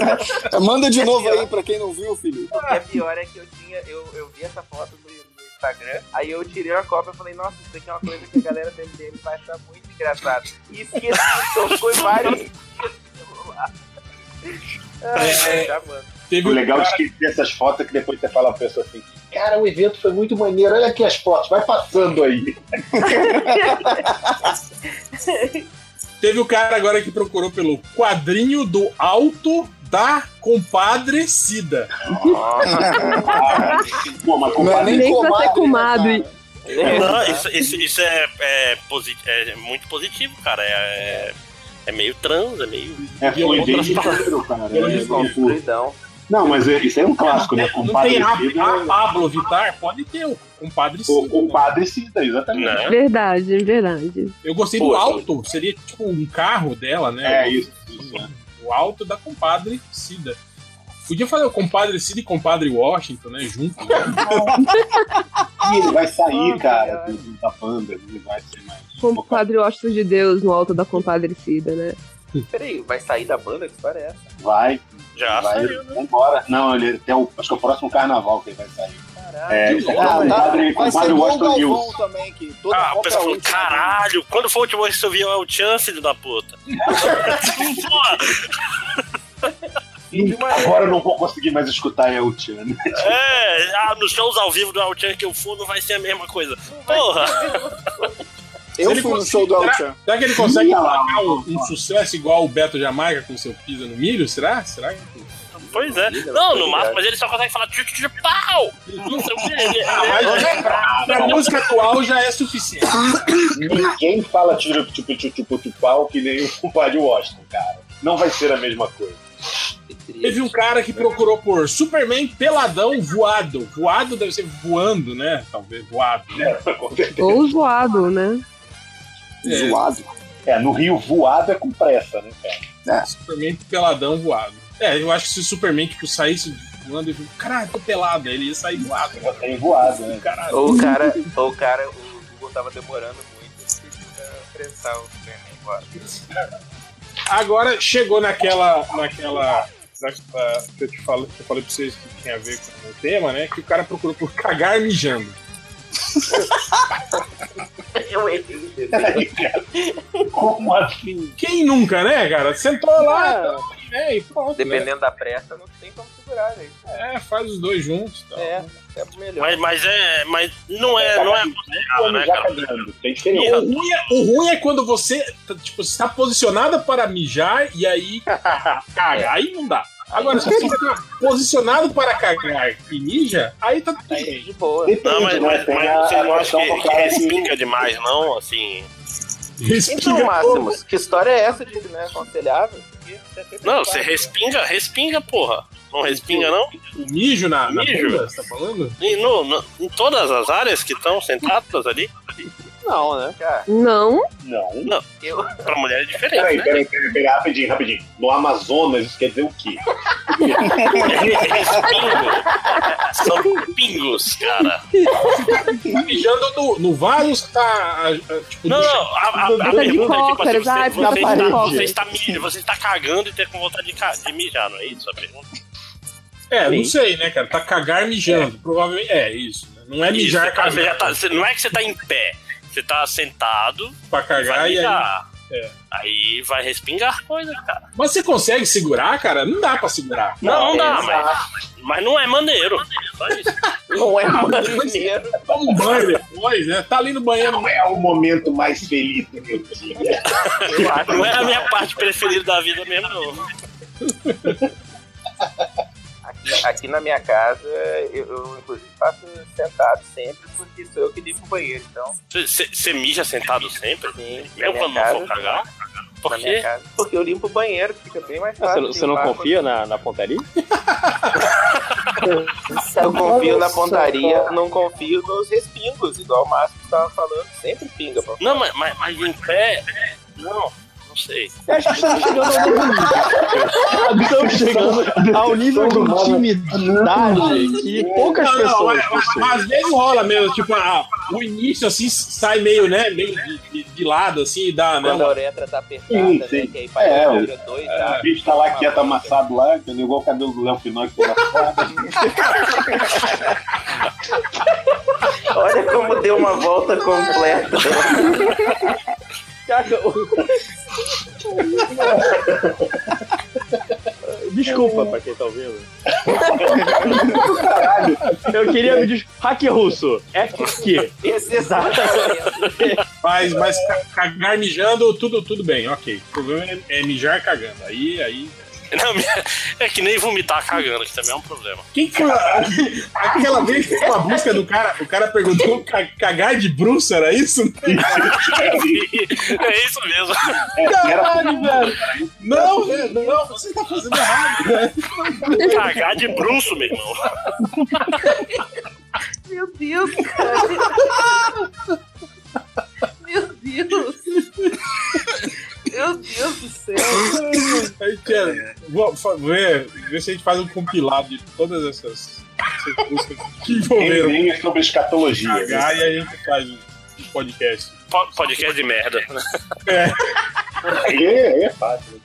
[SPEAKER 1] Manda de novo aí pra quem não viu, Felipe.
[SPEAKER 22] O que é pior é que eu tinha, eu, eu vi essa foto no, no Instagram, aí eu tirei uma cópia e falei, nossa, isso aqui é uma coisa que a galera do MDM vai achar muito engraçado. E esqueci, tocou em vários.
[SPEAKER 3] É,
[SPEAKER 4] Teve um
[SPEAKER 3] o legal de esquecer essas fotos é que depois você fala pra pessoa assim: Cara, o evento foi muito maneiro, olha aqui as fotos, vai passando aí.
[SPEAKER 4] Teve o cara agora que procurou pelo quadrinho do alto da compadrecida.
[SPEAKER 3] Pô, Ah. mas
[SPEAKER 7] Nem precisa ser
[SPEAKER 2] Ah,
[SPEAKER 3] "Ah,
[SPEAKER 7] comadre.
[SPEAKER 2] Não, isso, isso- isso é, é posi- é muito positivo, cara. É, é- é meio trans, é meio.
[SPEAKER 3] É, foi bem
[SPEAKER 2] Outras partes.
[SPEAKER 3] maneiro, cara.
[SPEAKER 2] Eu
[SPEAKER 3] É,
[SPEAKER 2] disse,
[SPEAKER 3] tipo- Não, mas é- isso aí é um clássico, né?
[SPEAKER 4] Não tem a,
[SPEAKER 3] Compadre Cida.
[SPEAKER 4] a Pablo Vittar? Pode ter o compadre
[SPEAKER 3] O compadre Cida, exatamente.
[SPEAKER 7] Verdade, é verdade.
[SPEAKER 4] né? É. Eu gostei do
[SPEAKER 7] Poxa.
[SPEAKER 4] alto, seria tipo um carro dela, né?
[SPEAKER 3] É, isso,
[SPEAKER 4] O alto da compadre Cida. Podia fazer o compadre Cida e compadre Washington, né? Junto.
[SPEAKER 3] E ele vai sair, Tá cara,
[SPEAKER 22] né?
[SPEAKER 3] do- da banda, ele vai ser mais.
[SPEAKER 7] Compadre Washington de Deus no alto da compadrecida, né?
[SPEAKER 10] Peraí, vai sair da banda? Que história é essa?
[SPEAKER 3] Vai.
[SPEAKER 2] Já
[SPEAKER 3] vai,
[SPEAKER 2] saiu, né?
[SPEAKER 3] Vambora. Não, ele até o, acho que é o próximo carnaval que ele vai sair. É,
[SPEAKER 2] Que
[SPEAKER 3] isso aqui é
[SPEAKER 2] louco, tá?
[SPEAKER 3] um padre,
[SPEAKER 2] vai
[SPEAKER 3] um
[SPEAKER 2] ser
[SPEAKER 3] padre
[SPEAKER 2] igual o
[SPEAKER 3] Washington
[SPEAKER 2] Galvão
[SPEAKER 3] News.
[SPEAKER 1] também que
[SPEAKER 2] Ah, o pessoal falou, caralho, quando foi o último vez que você viu é o Chan, filho da puta? Porra, assim,
[SPEAKER 3] Agora eu não vou conseguir mais escutar né? El Chan. Tipo,
[SPEAKER 2] é, ah, nos shows ao vivo do El Chan que eu for não vai ser a mesma coisa. Porra!
[SPEAKER 1] Eu
[SPEAKER 4] Se ele
[SPEAKER 1] fui no
[SPEAKER 4] conseguir-
[SPEAKER 1] show do El
[SPEAKER 4] será-
[SPEAKER 1] Chan.
[SPEAKER 4] Será que ele consegue
[SPEAKER 1] Ia lá,
[SPEAKER 4] emplacar um, um sucesso igual o Beto Jamaica com seu pisa no milho? Será? Será?
[SPEAKER 2] Pois é.
[SPEAKER 4] tá
[SPEAKER 2] Não, no máximo, mas ele só consegue falar tchu tchu tchu, pau! Não sei o que, ele-
[SPEAKER 3] ah,
[SPEAKER 4] Ah, é
[SPEAKER 2] ele-
[SPEAKER 4] Pra música atual já é suficiente.
[SPEAKER 3] Ninguém fala tiro tipo tipo tipo pau que nem o Padre Washington, cara. Não vai ser a mesma coisa.
[SPEAKER 4] Teve um cara que procurou por Superman peladão voado. Voado deve ser voando, né? Talvez voado. Né?
[SPEAKER 7] Ou zoado, né?
[SPEAKER 3] Zoado. É, no Rio voado é com pressa, né, cara?
[SPEAKER 2] É.
[SPEAKER 4] Superman peladão voado. É, eu acho que se o Superman tipo, saísse voando e caralho, tô pelado, ele ia sair voado.
[SPEAKER 3] Tem voado, né?
[SPEAKER 4] Caralho.
[SPEAKER 10] Ou o cara, ou o cara, o Google tava demorando muito pra pressar o Superman agora.
[SPEAKER 4] Agora chegou naquela. naquela naquela- que eu te falei, que eu falei pra vocês que tinha a ver com o tema, né? Que o cara procurou por cagar mijando.
[SPEAKER 10] Eu errei.
[SPEAKER 3] Como assim?
[SPEAKER 4] Quem nunca, né, cara? Sentou lá, tá ali, né? E pronto.
[SPEAKER 10] Ah. Dependendo da pressa, não
[SPEAKER 4] tem
[SPEAKER 10] como segurar, né?
[SPEAKER 4] É, faz os dois juntos. Tá? É,
[SPEAKER 10] é melhor.
[SPEAKER 2] Mas, mas é. Mas não é, não é
[SPEAKER 4] Tá
[SPEAKER 2] aconselhado, né, cara?
[SPEAKER 3] Tem
[SPEAKER 4] O ruim, é, o ruim é quando você tá, tipo, está posicionada para mijar e aí caga. Aí não dá. Agora, se você está posicionado para cagar e mija, aí tá tudo bem.
[SPEAKER 10] De boa.
[SPEAKER 2] Não, mas, mas,
[SPEAKER 4] né? Tem
[SPEAKER 2] mas
[SPEAKER 4] a-
[SPEAKER 2] você não
[SPEAKER 4] a
[SPEAKER 2] acha que,
[SPEAKER 4] questão
[SPEAKER 2] que
[SPEAKER 4] do cara
[SPEAKER 2] respinga demais, não? Assim.
[SPEAKER 10] Então, Máximos, que história é essa de que
[SPEAKER 22] né,
[SPEAKER 10] não é aconselhável?
[SPEAKER 2] Não, você respinga, respinga, porra. Não respinga, não?
[SPEAKER 4] O mijo na, na
[SPEAKER 2] Mijo?
[SPEAKER 4] bunda, você tá falando?
[SPEAKER 2] E no, no- em todas as áreas que estão sentadas ali?
[SPEAKER 10] Não, né?
[SPEAKER 7] Não.
[SPEAKER 3] Não.
[SPEAKER 2] Não. Pra mulher é diferente.
[SPEAKER 3] Peraí,
[SPEAKER 2] né?
[SPEAKER 3] peraí, peraí, peraí, rapidinho, rapidinho. No Amazonas, isso quer dizer o quê?
[SPEAKER 2] São pingos, cara.
[SPEAKER 4] Tá mijando no, no vaso, você tá. ah, tipo,
[SPEAKER 2] Não,
[SPEAKER 4] do-
[SPEAKER 2] não, a, a, a
[SPEAKER 4] do- do-
[SPEAKER 2] pergunta é tipo assim,
[SPEAKER 7] tá cócoras, ai,
[SPEAKER 2] você,
[SPEAKER 7] porque
[SPEAKER 2] você, está,
[SPEAKER 7] tá parede.
[SPEAKER 2] você, está, mi- você está cagando e tem com vontade de, ca- de mijar, não é isso a pergunta?
[SPEAKER 4] É, não sei, né, cara? Tá cagar mijando. Provavelmente. É, isso. né? Não é
[SPEAKER 2] Isso,
[SPEAKER 4] mijar
[SPEAKER 2] você tá-
[SPEAKER 4] cagar.
[SPEAKER 2] você já tá- você- Não é que você está em pé, você está sentado
[SPEAKER 4] Pra cagar
[SPEAKER 2] vai
[SPEAKER 4] e aí.
[SPEAKER 2] mijar.
[SPEAKER 4] É.
[SPEAKER 2] Aí vai respingar coisa, cara.
[SPEAKER 4] Mas você consegue segurar, cara? Não dá pra segurar.
[SPEAKER 2] Não, não dá, mas, mas não é maneiro. Só isso.
[SPEAKER 10] Não é
[SPEAKER 2] maneiro.
[SPEAKER 4] Toma um banho depois, né? Tá ali no banheiro. Não
[SPEAKER 3] é o momento mais feliz do meu dia.
[SPEAKER 2] Não é a minha parte preferida da vida mesmo, não.
[SPEAKER 10] Aqui, aqui na minha casa, eu, eu, inclusive faço sentado sempre, porque sou eu que limpo o banheiro, então.
[SPEAKER 2] Você mija sentado sempre?
[SPEAKER 10] na
[SPEAKER 2] Mesmo quando
[SPEAKER 10] minha
[SPEAKER 2] não for
[SPEAKER 10] casa.
[SPEAKER 2] cagar? Por
[SPEAKER 10] na minha
[SPEAKER 2] quê?
[SPEAKER 10] casa. Porque eu limpo o banheiro, que fica bem mais
[SPEAKER 21] Você,
[SPEAKER 10] fácil.
[SPEAKER 21] não- você não
[SPEAKER 10] limpar
[SPEAKER 21] confia né? na, na pontaria?
[SPEAKER 10] Eu confio na pontaria, não confio nos respingos, igual o Márcio estava falando, sempre pinga. Pô.
[SPEAKER 2] Não, mas, mas, mas em pé. Não, não sei.
[SPEAKER 21] Acho que estamos chegando ao nível.
[SPEAKER 3] Tá
[SPEAKER 21] Estamos chegando ao nível de intimidade que poucas
[SPEAKER 4] Não, não,
[SPEAKER 21] pessoas.
[SPEAKER 4] mas- mas- mas às vezes rola mesmo, tipo, ah, o início assim sai meio, né? Meio de, de- de lado, assim, e dá, né?
[SPEAKER 10] Quando a uretra tá apertada, né? Que aí faz
[SPEAKER 3] É,
[SPEAKER 10] é,
[SPEAKER 21] um
[SPEAKER 3] o-
[SPEAKER 10] dois,
[SPEAKER 3] A bicho tá lá quieto, amassado lá, entendeu? Igual o cabelo do Léo Finó que tá lá fora.
[SPEAKER 10] Olha como deu uma volta completa.
[SPEAKER 21] Desculpa pra quem tá ouvindo. Eu queria me desculpar. Hack russo. É que.
[SPEAKER 4] Mas, mas ca- cagar mijando, tudo, tudo bem, ok. O problema é, é mijar cagando. Aí, aí.
[SPEAKER 2] Não, é que nem vomitar cagando, que também é um problema.
[SPEAKER 4] Quem que foi aquela vez que foi a busca do cara, o cara perguntou "Ca- cagar de bruxa, era isso?
[SPEAKER 2] é isso mesmo.
[SPEAKER 4] Caralho, velho. Não, velho, não, você tá fazendo errado.
[SPEAKER 2] Cagar de bruxo, meu irmão.
[SPEAKER 7] Meu Deus, cara. Meu Deus. Meu Deus do céu.
[SPEAKER 4] Aí, Tiana, vou fa- ver, ver se a gente faz um compilado de todas essas, essas buscas que envolveram.
[SPEAKER 3] Resenha sobre escatologia.
[SPEAKER 4] Cagar e a gente faz um podcast.
[SPEAKER 2] Po- Podcast de merda.
[SPEAKER 4] É. né?
[SPEAKER 3] Aí é fácil.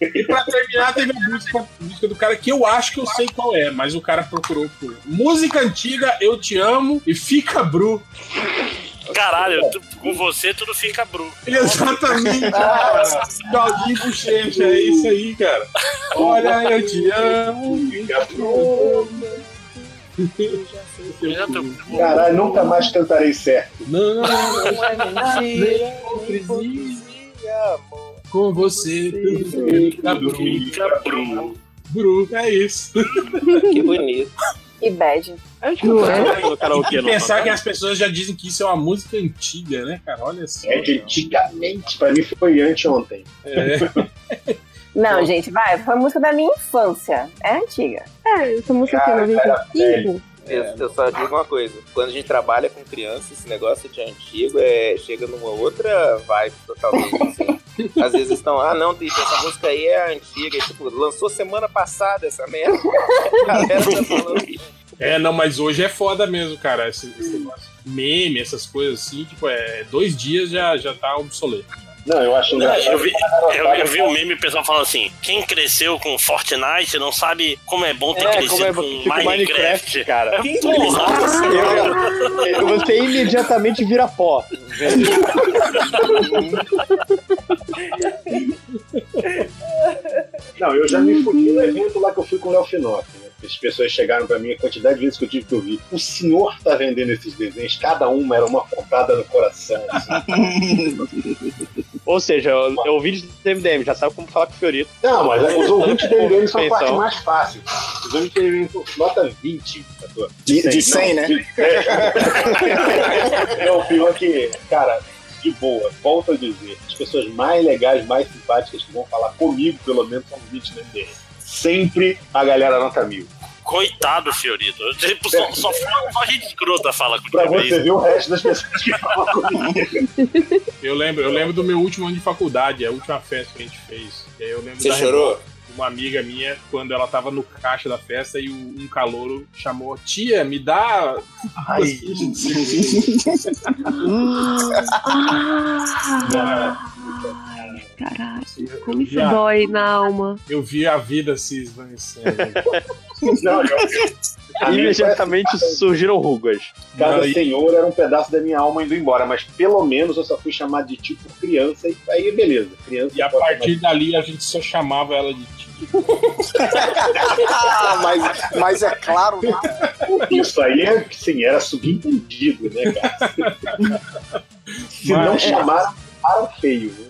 [SPEAKER 4] cara teve a música, música do cara que eu acho que eu sei qual é, mas o cara procurou por música antiga, eu te amo e fica Bru.
[SPEAKER 2] Caralho, tu- com você tudo fica bru.
[SPEAKER 4] Exatamente, cara.
[SPEAKER 23] Ah,
[SPEAKER 4] Doguinho bochecha, é isso aí, cara. Olha, eu te amo. fica Bru.
[SPEAKER 3] Caralho, nunca mais cantarei certo.
[SPEAKER 4] Não, não,
[SPEAKER 3] não.
[SPEAKER 4] Com você, tudo fica Bru. Bru, é isso.
[SPEAKER 10] Que bonito.
[SPEAKER 8] Que bad.
[SPEAKER 4] Não é?
[SPEAKER 10] karaokê,
[SPEAKER 4] E
[SPEAKER 10] não,
[SPEAKER 4] pensar
[SPEAKER 10] tá?
[SPEAKER 4] que as pessoas já dizem que isso é uma música antiga, né, cara? Olha só.
[SPEAKER 3] É de antigamente, pra mim foi anteontem.
[SPEAKER 4] É.
[SPEAKER 8] Não, gente, vai. Foi música da minha infância. É antiga.
[SPEAKER 7] É, essa música
[SPEAKER 8] aqui,
[SPEAKER 10] Cara, cara,
[SPEAKER 8] 95.
[SPEAKER 4] É.
[SPEAKER 10] Eu, eu só digo uma coisa, quando a gente trabalha com criança, esse negócio de antigo é, chega numa outra vibe totalmente assim. Às vezes estão, ah não, Tito, essa música aí é antiga, e, tipo, lançou semana passada essa merda. A galera tá falando que
[SPEAKER 4] É, não, mas hoje é foda mesmo, cara, esse, esse negócio. Meme, essas coisas assim, tipo, é dois dias já, já tá obsoleto.
[SPEAKER 3] Não, eu acho
[SPEAKER 2] Eu vi, eu, eu vi um meme e o pessoal falando assim: quem cresceu com Fortnite não sabe como é bom ter
[SPEAKER 12] É,
[SPEAKER 2] crescido
[SPEAKER 12] como é
[SPEAKER 2] com
[SPEAKER 12] bom- tipo
[SPEAKER 2] Minecraft. É
[SPEAKER 12] Minecraft, cara. Quem
[SPEAKER 2] Porra!
[SPEAKER 12] Eu- Você imediatamente vira pó.
[SPEAKER 3] Não, eu já me fudi no evento lá que eu fui com o Léo Finock. né? As pessoas chegaram pra mim, a quantidade de vezes que eu tive que ouvir. O senhor tá vendendo esses desenhos, cada uma era uma pontada no coração. assim.
[SPEAKER 23] Ou seja, eu eu ouvi do MDM, já sabe como falar com o Fiorito.
[SPEAKER 3] Não, mas é os ouvintes do MDM são a
[SPEAKER 23] Pensão.
[SPEAKER 3] parte mais fácil. Os ouvintes do MDM são nota 20. sacou?
[SPEAKER 1] De- de
[SPEAKER 3] não,
[SPEAKER 1] 100, né?
[SPEAKER 3] É. Não, o pior é que, cara, de boa, volto a dizer, as pessoas mais legais, mais simpáticas que vão falar comigo, pelo menos, são os ouvintes do MDM. Sempre a galera nota mil.
[SPEAKER 2] Coitado, Fiorito. Eu, Tipo, só,
[SPEAKER 4] É.
[SPEAKER 2] só, só gente escrota fala com
[SPEAKER 3] Pra
[SPEAKER 2] o
[SPEAKER 3] você ver o resto das pessoas que falam comigo.
[SPEAKER 4] Eu lembro, eu lembro do meu último ano de faculdade, a última festa que a gente fez. E aí eu lembro
[SPEAKER 3] Você
[SPEAKER 4] da
[SPEAKER 3] chorou?
[SPEAKER 4] revolta de Uma amiga minha, quando ela tava no caixa da festa e o- um calouro chamou, tia, me dá.
[SPEAKER 12] Ai.
[SPEAKER 8] 啊
[SPEAKER 4] Cara,
[SPEAKER 7] Caralho,
[SPEAKER 4] eu-
[SPEAKER 7] como
[SPEAKER 4] eu
[SPEAKER 7] isso
[SPEAKER 4] vi a-
[SPEAKER 7] dói na alma.
[SPEAKER 4] Eu vi a vida se esvanecendo.
[SPEAKER 3] Não, eu- a minha
[SPEAKER 23] Imediatamente
[SPEAKER 3] foi assim.
[SPEAKER 23] surgiram rugas.
[SPEAKER 3] Cada
[SPEAKER 23] Não, e-
[SPEAKER 3] senhor era um pedaço da minha alma indo embora, mas pelo menos eu só fui chamado de tipo criança e aí beleza. Criança
[SPEAKER 4] E a partir dali a gente só chamava ela de tia.
[SPEAKER 1] Ah, mas, mas é claro, né?
[SPEAKER 3] Isso aí, é, sim, era subentendido, né, cara? Se não
[SPEAKER 7] Mas-
[SPEAKER 3] chamaram, para feio. né?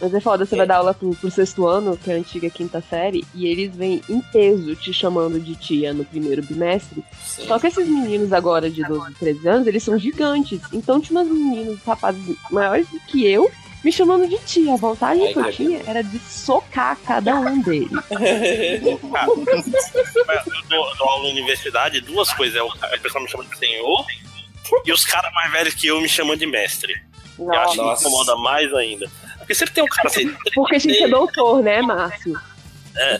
[SPEAKER 7] Mas é foda, você vai dar aula pro, pro sexto ano, que é a antiga quinta série, e eles vêm em peso te chamando de tia no primeiro bimestre. Só que esses meninos agora de 12, 13 anos, eles são gigantes. Então tinha umas meninas, rapazes maiores do que eu, me chamando de tia. A vontade que eu tinha era de socar cada um deles.
[SPEAKER 2] Ah, eu dou, dou aula na universidade, duas coisas. É, o a pessoa me chama de senhor e os caras mais velhos que eu me chamam de mestre. Eu acho que me
[SPEAKER 7] Nossa.
[SPEAKER 2] incomoda mais ainda. Porque sempre tem um cara assim.
[SPEAKER 7] Porque a gente é doutor, né, Márcio?
[SPEAKER 2] É.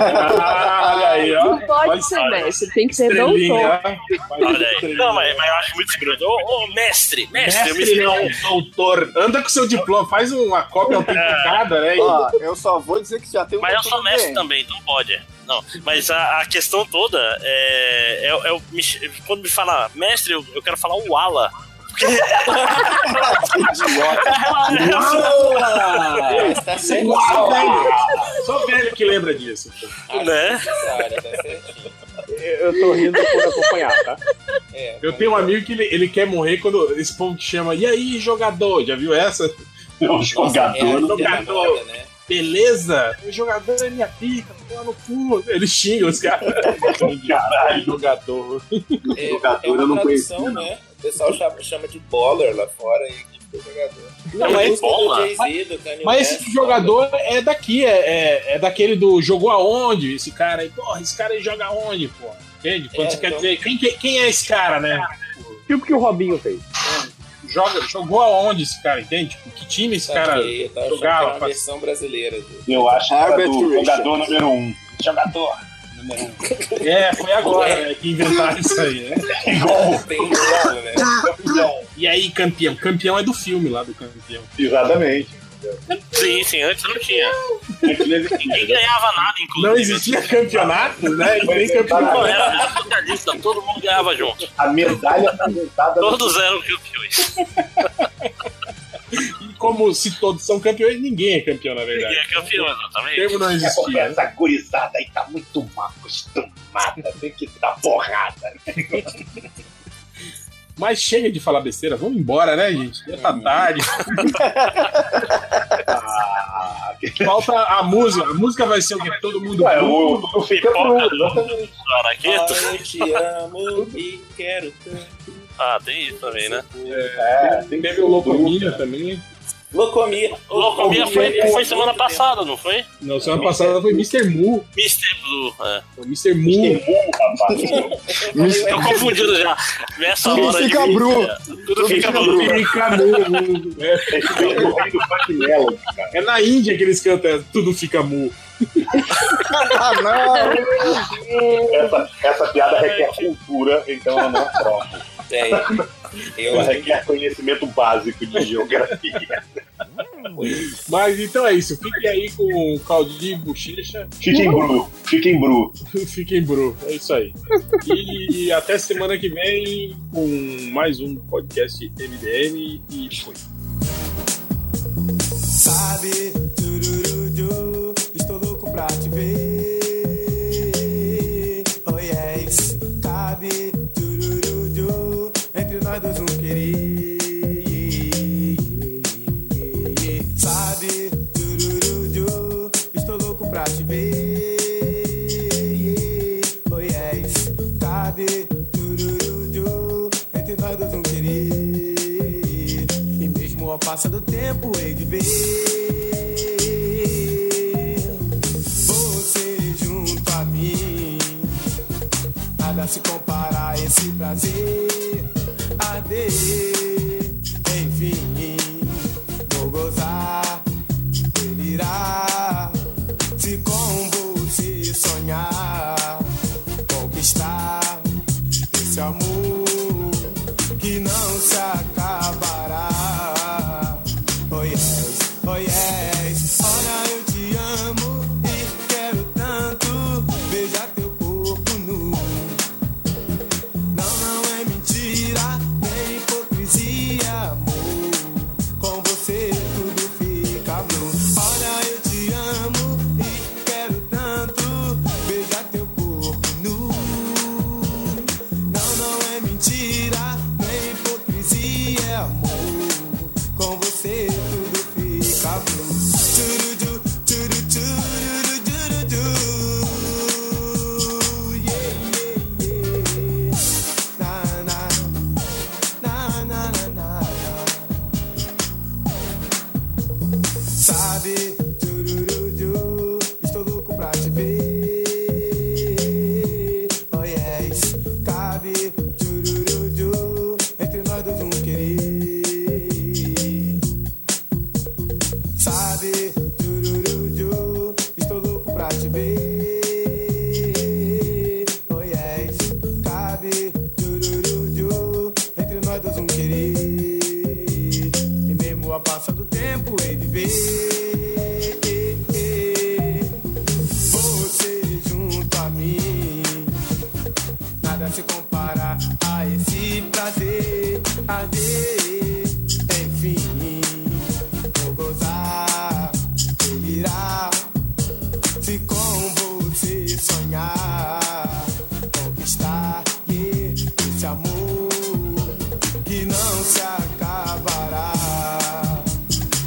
[SPEAKER 4] Olha aí, ó.
[SPEAKER 7] Não pode ser mestre, É, tem que ser
[SPEAKER 4] Estrelinha.
[SPEAKER 7] doutor.
[SPEAKER 2] Olha aí. Não, mas, mas eu acho muito escroto. Ô, ô, mestre, mestre, eu
[SPEAKER 4] É,
[SPEAKER 2] me
[SPEAKER 4] Mestre não, doutor. Anda com seu diploma, faz uma cópia autenticada, né?
[SPEAKER 2] Ó,
[SPEAKER 1] eu só vou dizer que já tem um
[SPEAKER 2] Mas eu
[SPEAKER 1] doutor
[SPEAKER 2] sou mestre
[SPEAKER 1] ambiente.
[SPEAKER 2] também, então pode. Não, mas a, a questão toda é. é, é o- me ch- quando me fala mestre, eu, eu quero falar o Ala. Porque-
[SPEAKER 4] Uala!
[SPEAKER 3] Tá
[SPEAKER 2] Está certo.
[SPEAKER 4] Só velho. Só velho que lembra disso.
[SPEAKER 2] Né?
[SPEAKER 4] Eu tô rindo por acompanhar, tá? Eu tenho um amigo que ele, ele quer morrer quando esse povo te chama. E aí, jogador? Já viu essa?
[SPEAKER 3] Não, jogador
[SPEAKER 4] Nossa, é, né?
[SPEAKER 3] não tem
[SPEAKER 4] jogador. Beleza? O jogador é minha pica, tô lá no cu. Ele xinga os caras. Caralho, jogador.
[SPEAKER 10] é uma tradução, né? O pessoal chama, chama de baller lá fora e que fica jogador.
[SPEAKER 4] Não,
[SPEAKER 10] É
[SPEAKER 4] mas-
[SPEAKER 10] música do
[SPEAKER 4] bola.
[SPEAKER 10] Jay-Z, do Kanye
[SPEAKER 4] Mas
[SPEAKER 10] West.
[SPEAKER 4] esse jogador é daqui, é, é, é daquele do jogou aonde? Esse cara aí, porra, esse cara aí joga aonde, porra? Entende? Quando
[SPEAKER 10] É,
[SPEAKER 4] você quer
[SPEAKER 10] então-
[SPEAKER 4] dizer, quem, quem- quem é esse cara, né? Tipo que o Robinho fez. Joga, jogou aonde esse cara, entende? Tipo, que time esse cara
[SPEAKER 10] Tá Ok, eu tava achando que era
[SPEAKER 4] jogava?
[SPEAKER 10] uma versão brasileira. do-
[SPEAKER 4] Eu acho que era do jogador número
[SPEAKER 3] um. Jogador.
[SPEAKER 4] É, foi agora né, que inventaram isso aí, né?
[SPEAKER 3] Igual.
[SPEAKER 10] Tem um jogo, né?
[SPEAKER 4] E aí, campeão? Campeão é do filme lá do campeão.
[SPEAKER 3] Exatamente.
[SPEAKER 2] Sim, sim, antes não tinha. é? Ninguém ganhava nada, inclusive. assim,
[SPEAKER 4] Não existia campeonato, né? Nem campeonato.
[SPEAKER 2] Era socialista, todo mundo ganhava junto.
[SPEAKER 13] A medalha apresentada.
[SPEAKER 2] Todos eram campeões.
[SPEAKER 4] E como se todos são campeões, ninguém é campeão, na verdade.
[SPEAKER 2] Ninguém é campeão, exatamente.
[SPEAKER 4] O termo
[SPEAKER 13] É
[SPEAKER 4] não
[SPEAKER 13] porque
[SPEAKER 4] existia. né?
[SPEAKER 13] essa gurizada aí tá muito mal acostumada. Tem que dar porrada. né?
[SPEAKER 4] Mas chega de falar besteira, vamos embora, né, gente?
[SPEAKER 2] É,
[SPEAKER 4] Já tá tarde. Ah, Falta a música. A música vai ser o que todo mundo.
[SPEAKER 13] Ué, o- o
[SPEAKER 2] Pipoca do Araqueto?
[SPEAKER 10] Eu te amo e quero tanto.
[SPEAKER 2] Ah, tem isso também, né?
[SPEAKER 13] É, tem
[SPEAKER 4] Teve o Locomina também.
[SPEAKER 10] Locomia.
[SPEAKER 2] Locomia foi, foi semana passada, não foi?
[SPEAKER 4] Não, semana passada foi Mr. Mu.
[SPEAKER 2] Mr. Blue, é.
[SPEAKER 4] Foi Mr. Mu.
[SPEAKER 2] Tô confundido já. Nessa
[SPEAKER 4] Tudo
[SPEAKER 2] hora de
[SPEAKER 4] fica
[SPEAKER 2] mim,
[SPEAKER 4] bru.
[SPEAKER 2] é, Tudo fica bru.
[SPEAKER 4] Fica mu. É. É na Índia que eles cantam é, Tudo Fica Mu.
[SPEAKER 1] Ah, não!
[SPEAKER 13] Essa, essa piada requer cultura, então eu não aprovo.
[SPEAKER 10] Tem.
[SPEAKER 13] Ela requer conhecimento básico de geografia.
[SPEAKER 4] Mas então é isso. Fiquem aí com o caldinho e bochecha.
[SPEAKER 13] Fiquem bru, fiquem bru.
[SPEAKER 4] Fiquem bru. É isso aí. E, até semana que vem com mais um podcast MDM e foi.
[SPEAKER 12] Sabe, turururu, estou louco pra te ver. Oh yes, cabe, turururu, entre nós dois um querer. Sabe, turururu, estou louco pra te ver. Oh yes, cabe, turururu, entre nós dois um querer. E mesmo ao passar do tempo, hei de ver você junto a mim. Nada se compara a esse prazer. Ade, enfim, vou gozar, delirar. Se com você sonhar, conquistar esse amor que não se acabará. Oh yes, oh yes. Olha, eu te amo e quero tanto beijar teu corpo nu. Não, não é mentira, nem hipocrisia, amor. Com você tudo fica blue. Olha, eu te amo e quero tanto beijar teu corpo nu. Não, não é mentira, nem hipocrisia, é amor. Com você tudo fica blue. Turudu, turu, turudu, turudu. Yeah, yeah, yeah. Na, na, na, na, na, na, na. Sabe, tururudu, estou louco pra te ver. Oh yes, cabe, tururudu, entre nós dois um querer. Sabe, tururudu, estou louco pra te ver. Oh yes, cabe, tururudu, entre nós dois um querer. E mesmo a passar do tempo, hei de ver. Você junto a mim, nada se compara a esse prazer. A ver, enfim, vou gozar, delirar. Se com você sonhar, conquistar yeah, esse amor que não se acabará.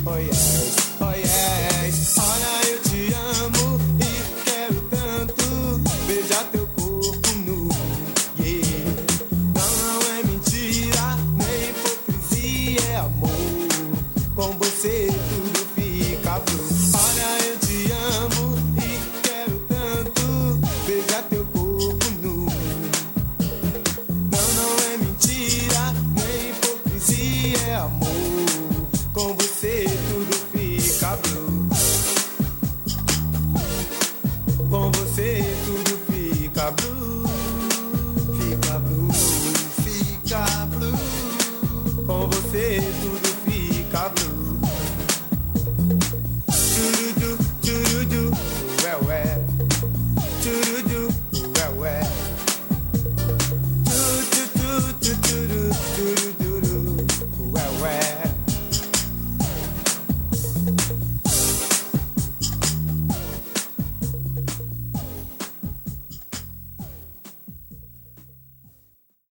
[SPEAKER 12] Oh yes, oh yes, olha eu te amo e quero tanto beijar teu corpo nu. Yeah. Não, não é mentira, nem hipocrisia, é amor. Com você tudo fica blue. Olha, eu te amo e quero tanto beijar teu corpo nu. Não, não é mentira, nem hipocrisia, é amor. Com você tudo fica blue.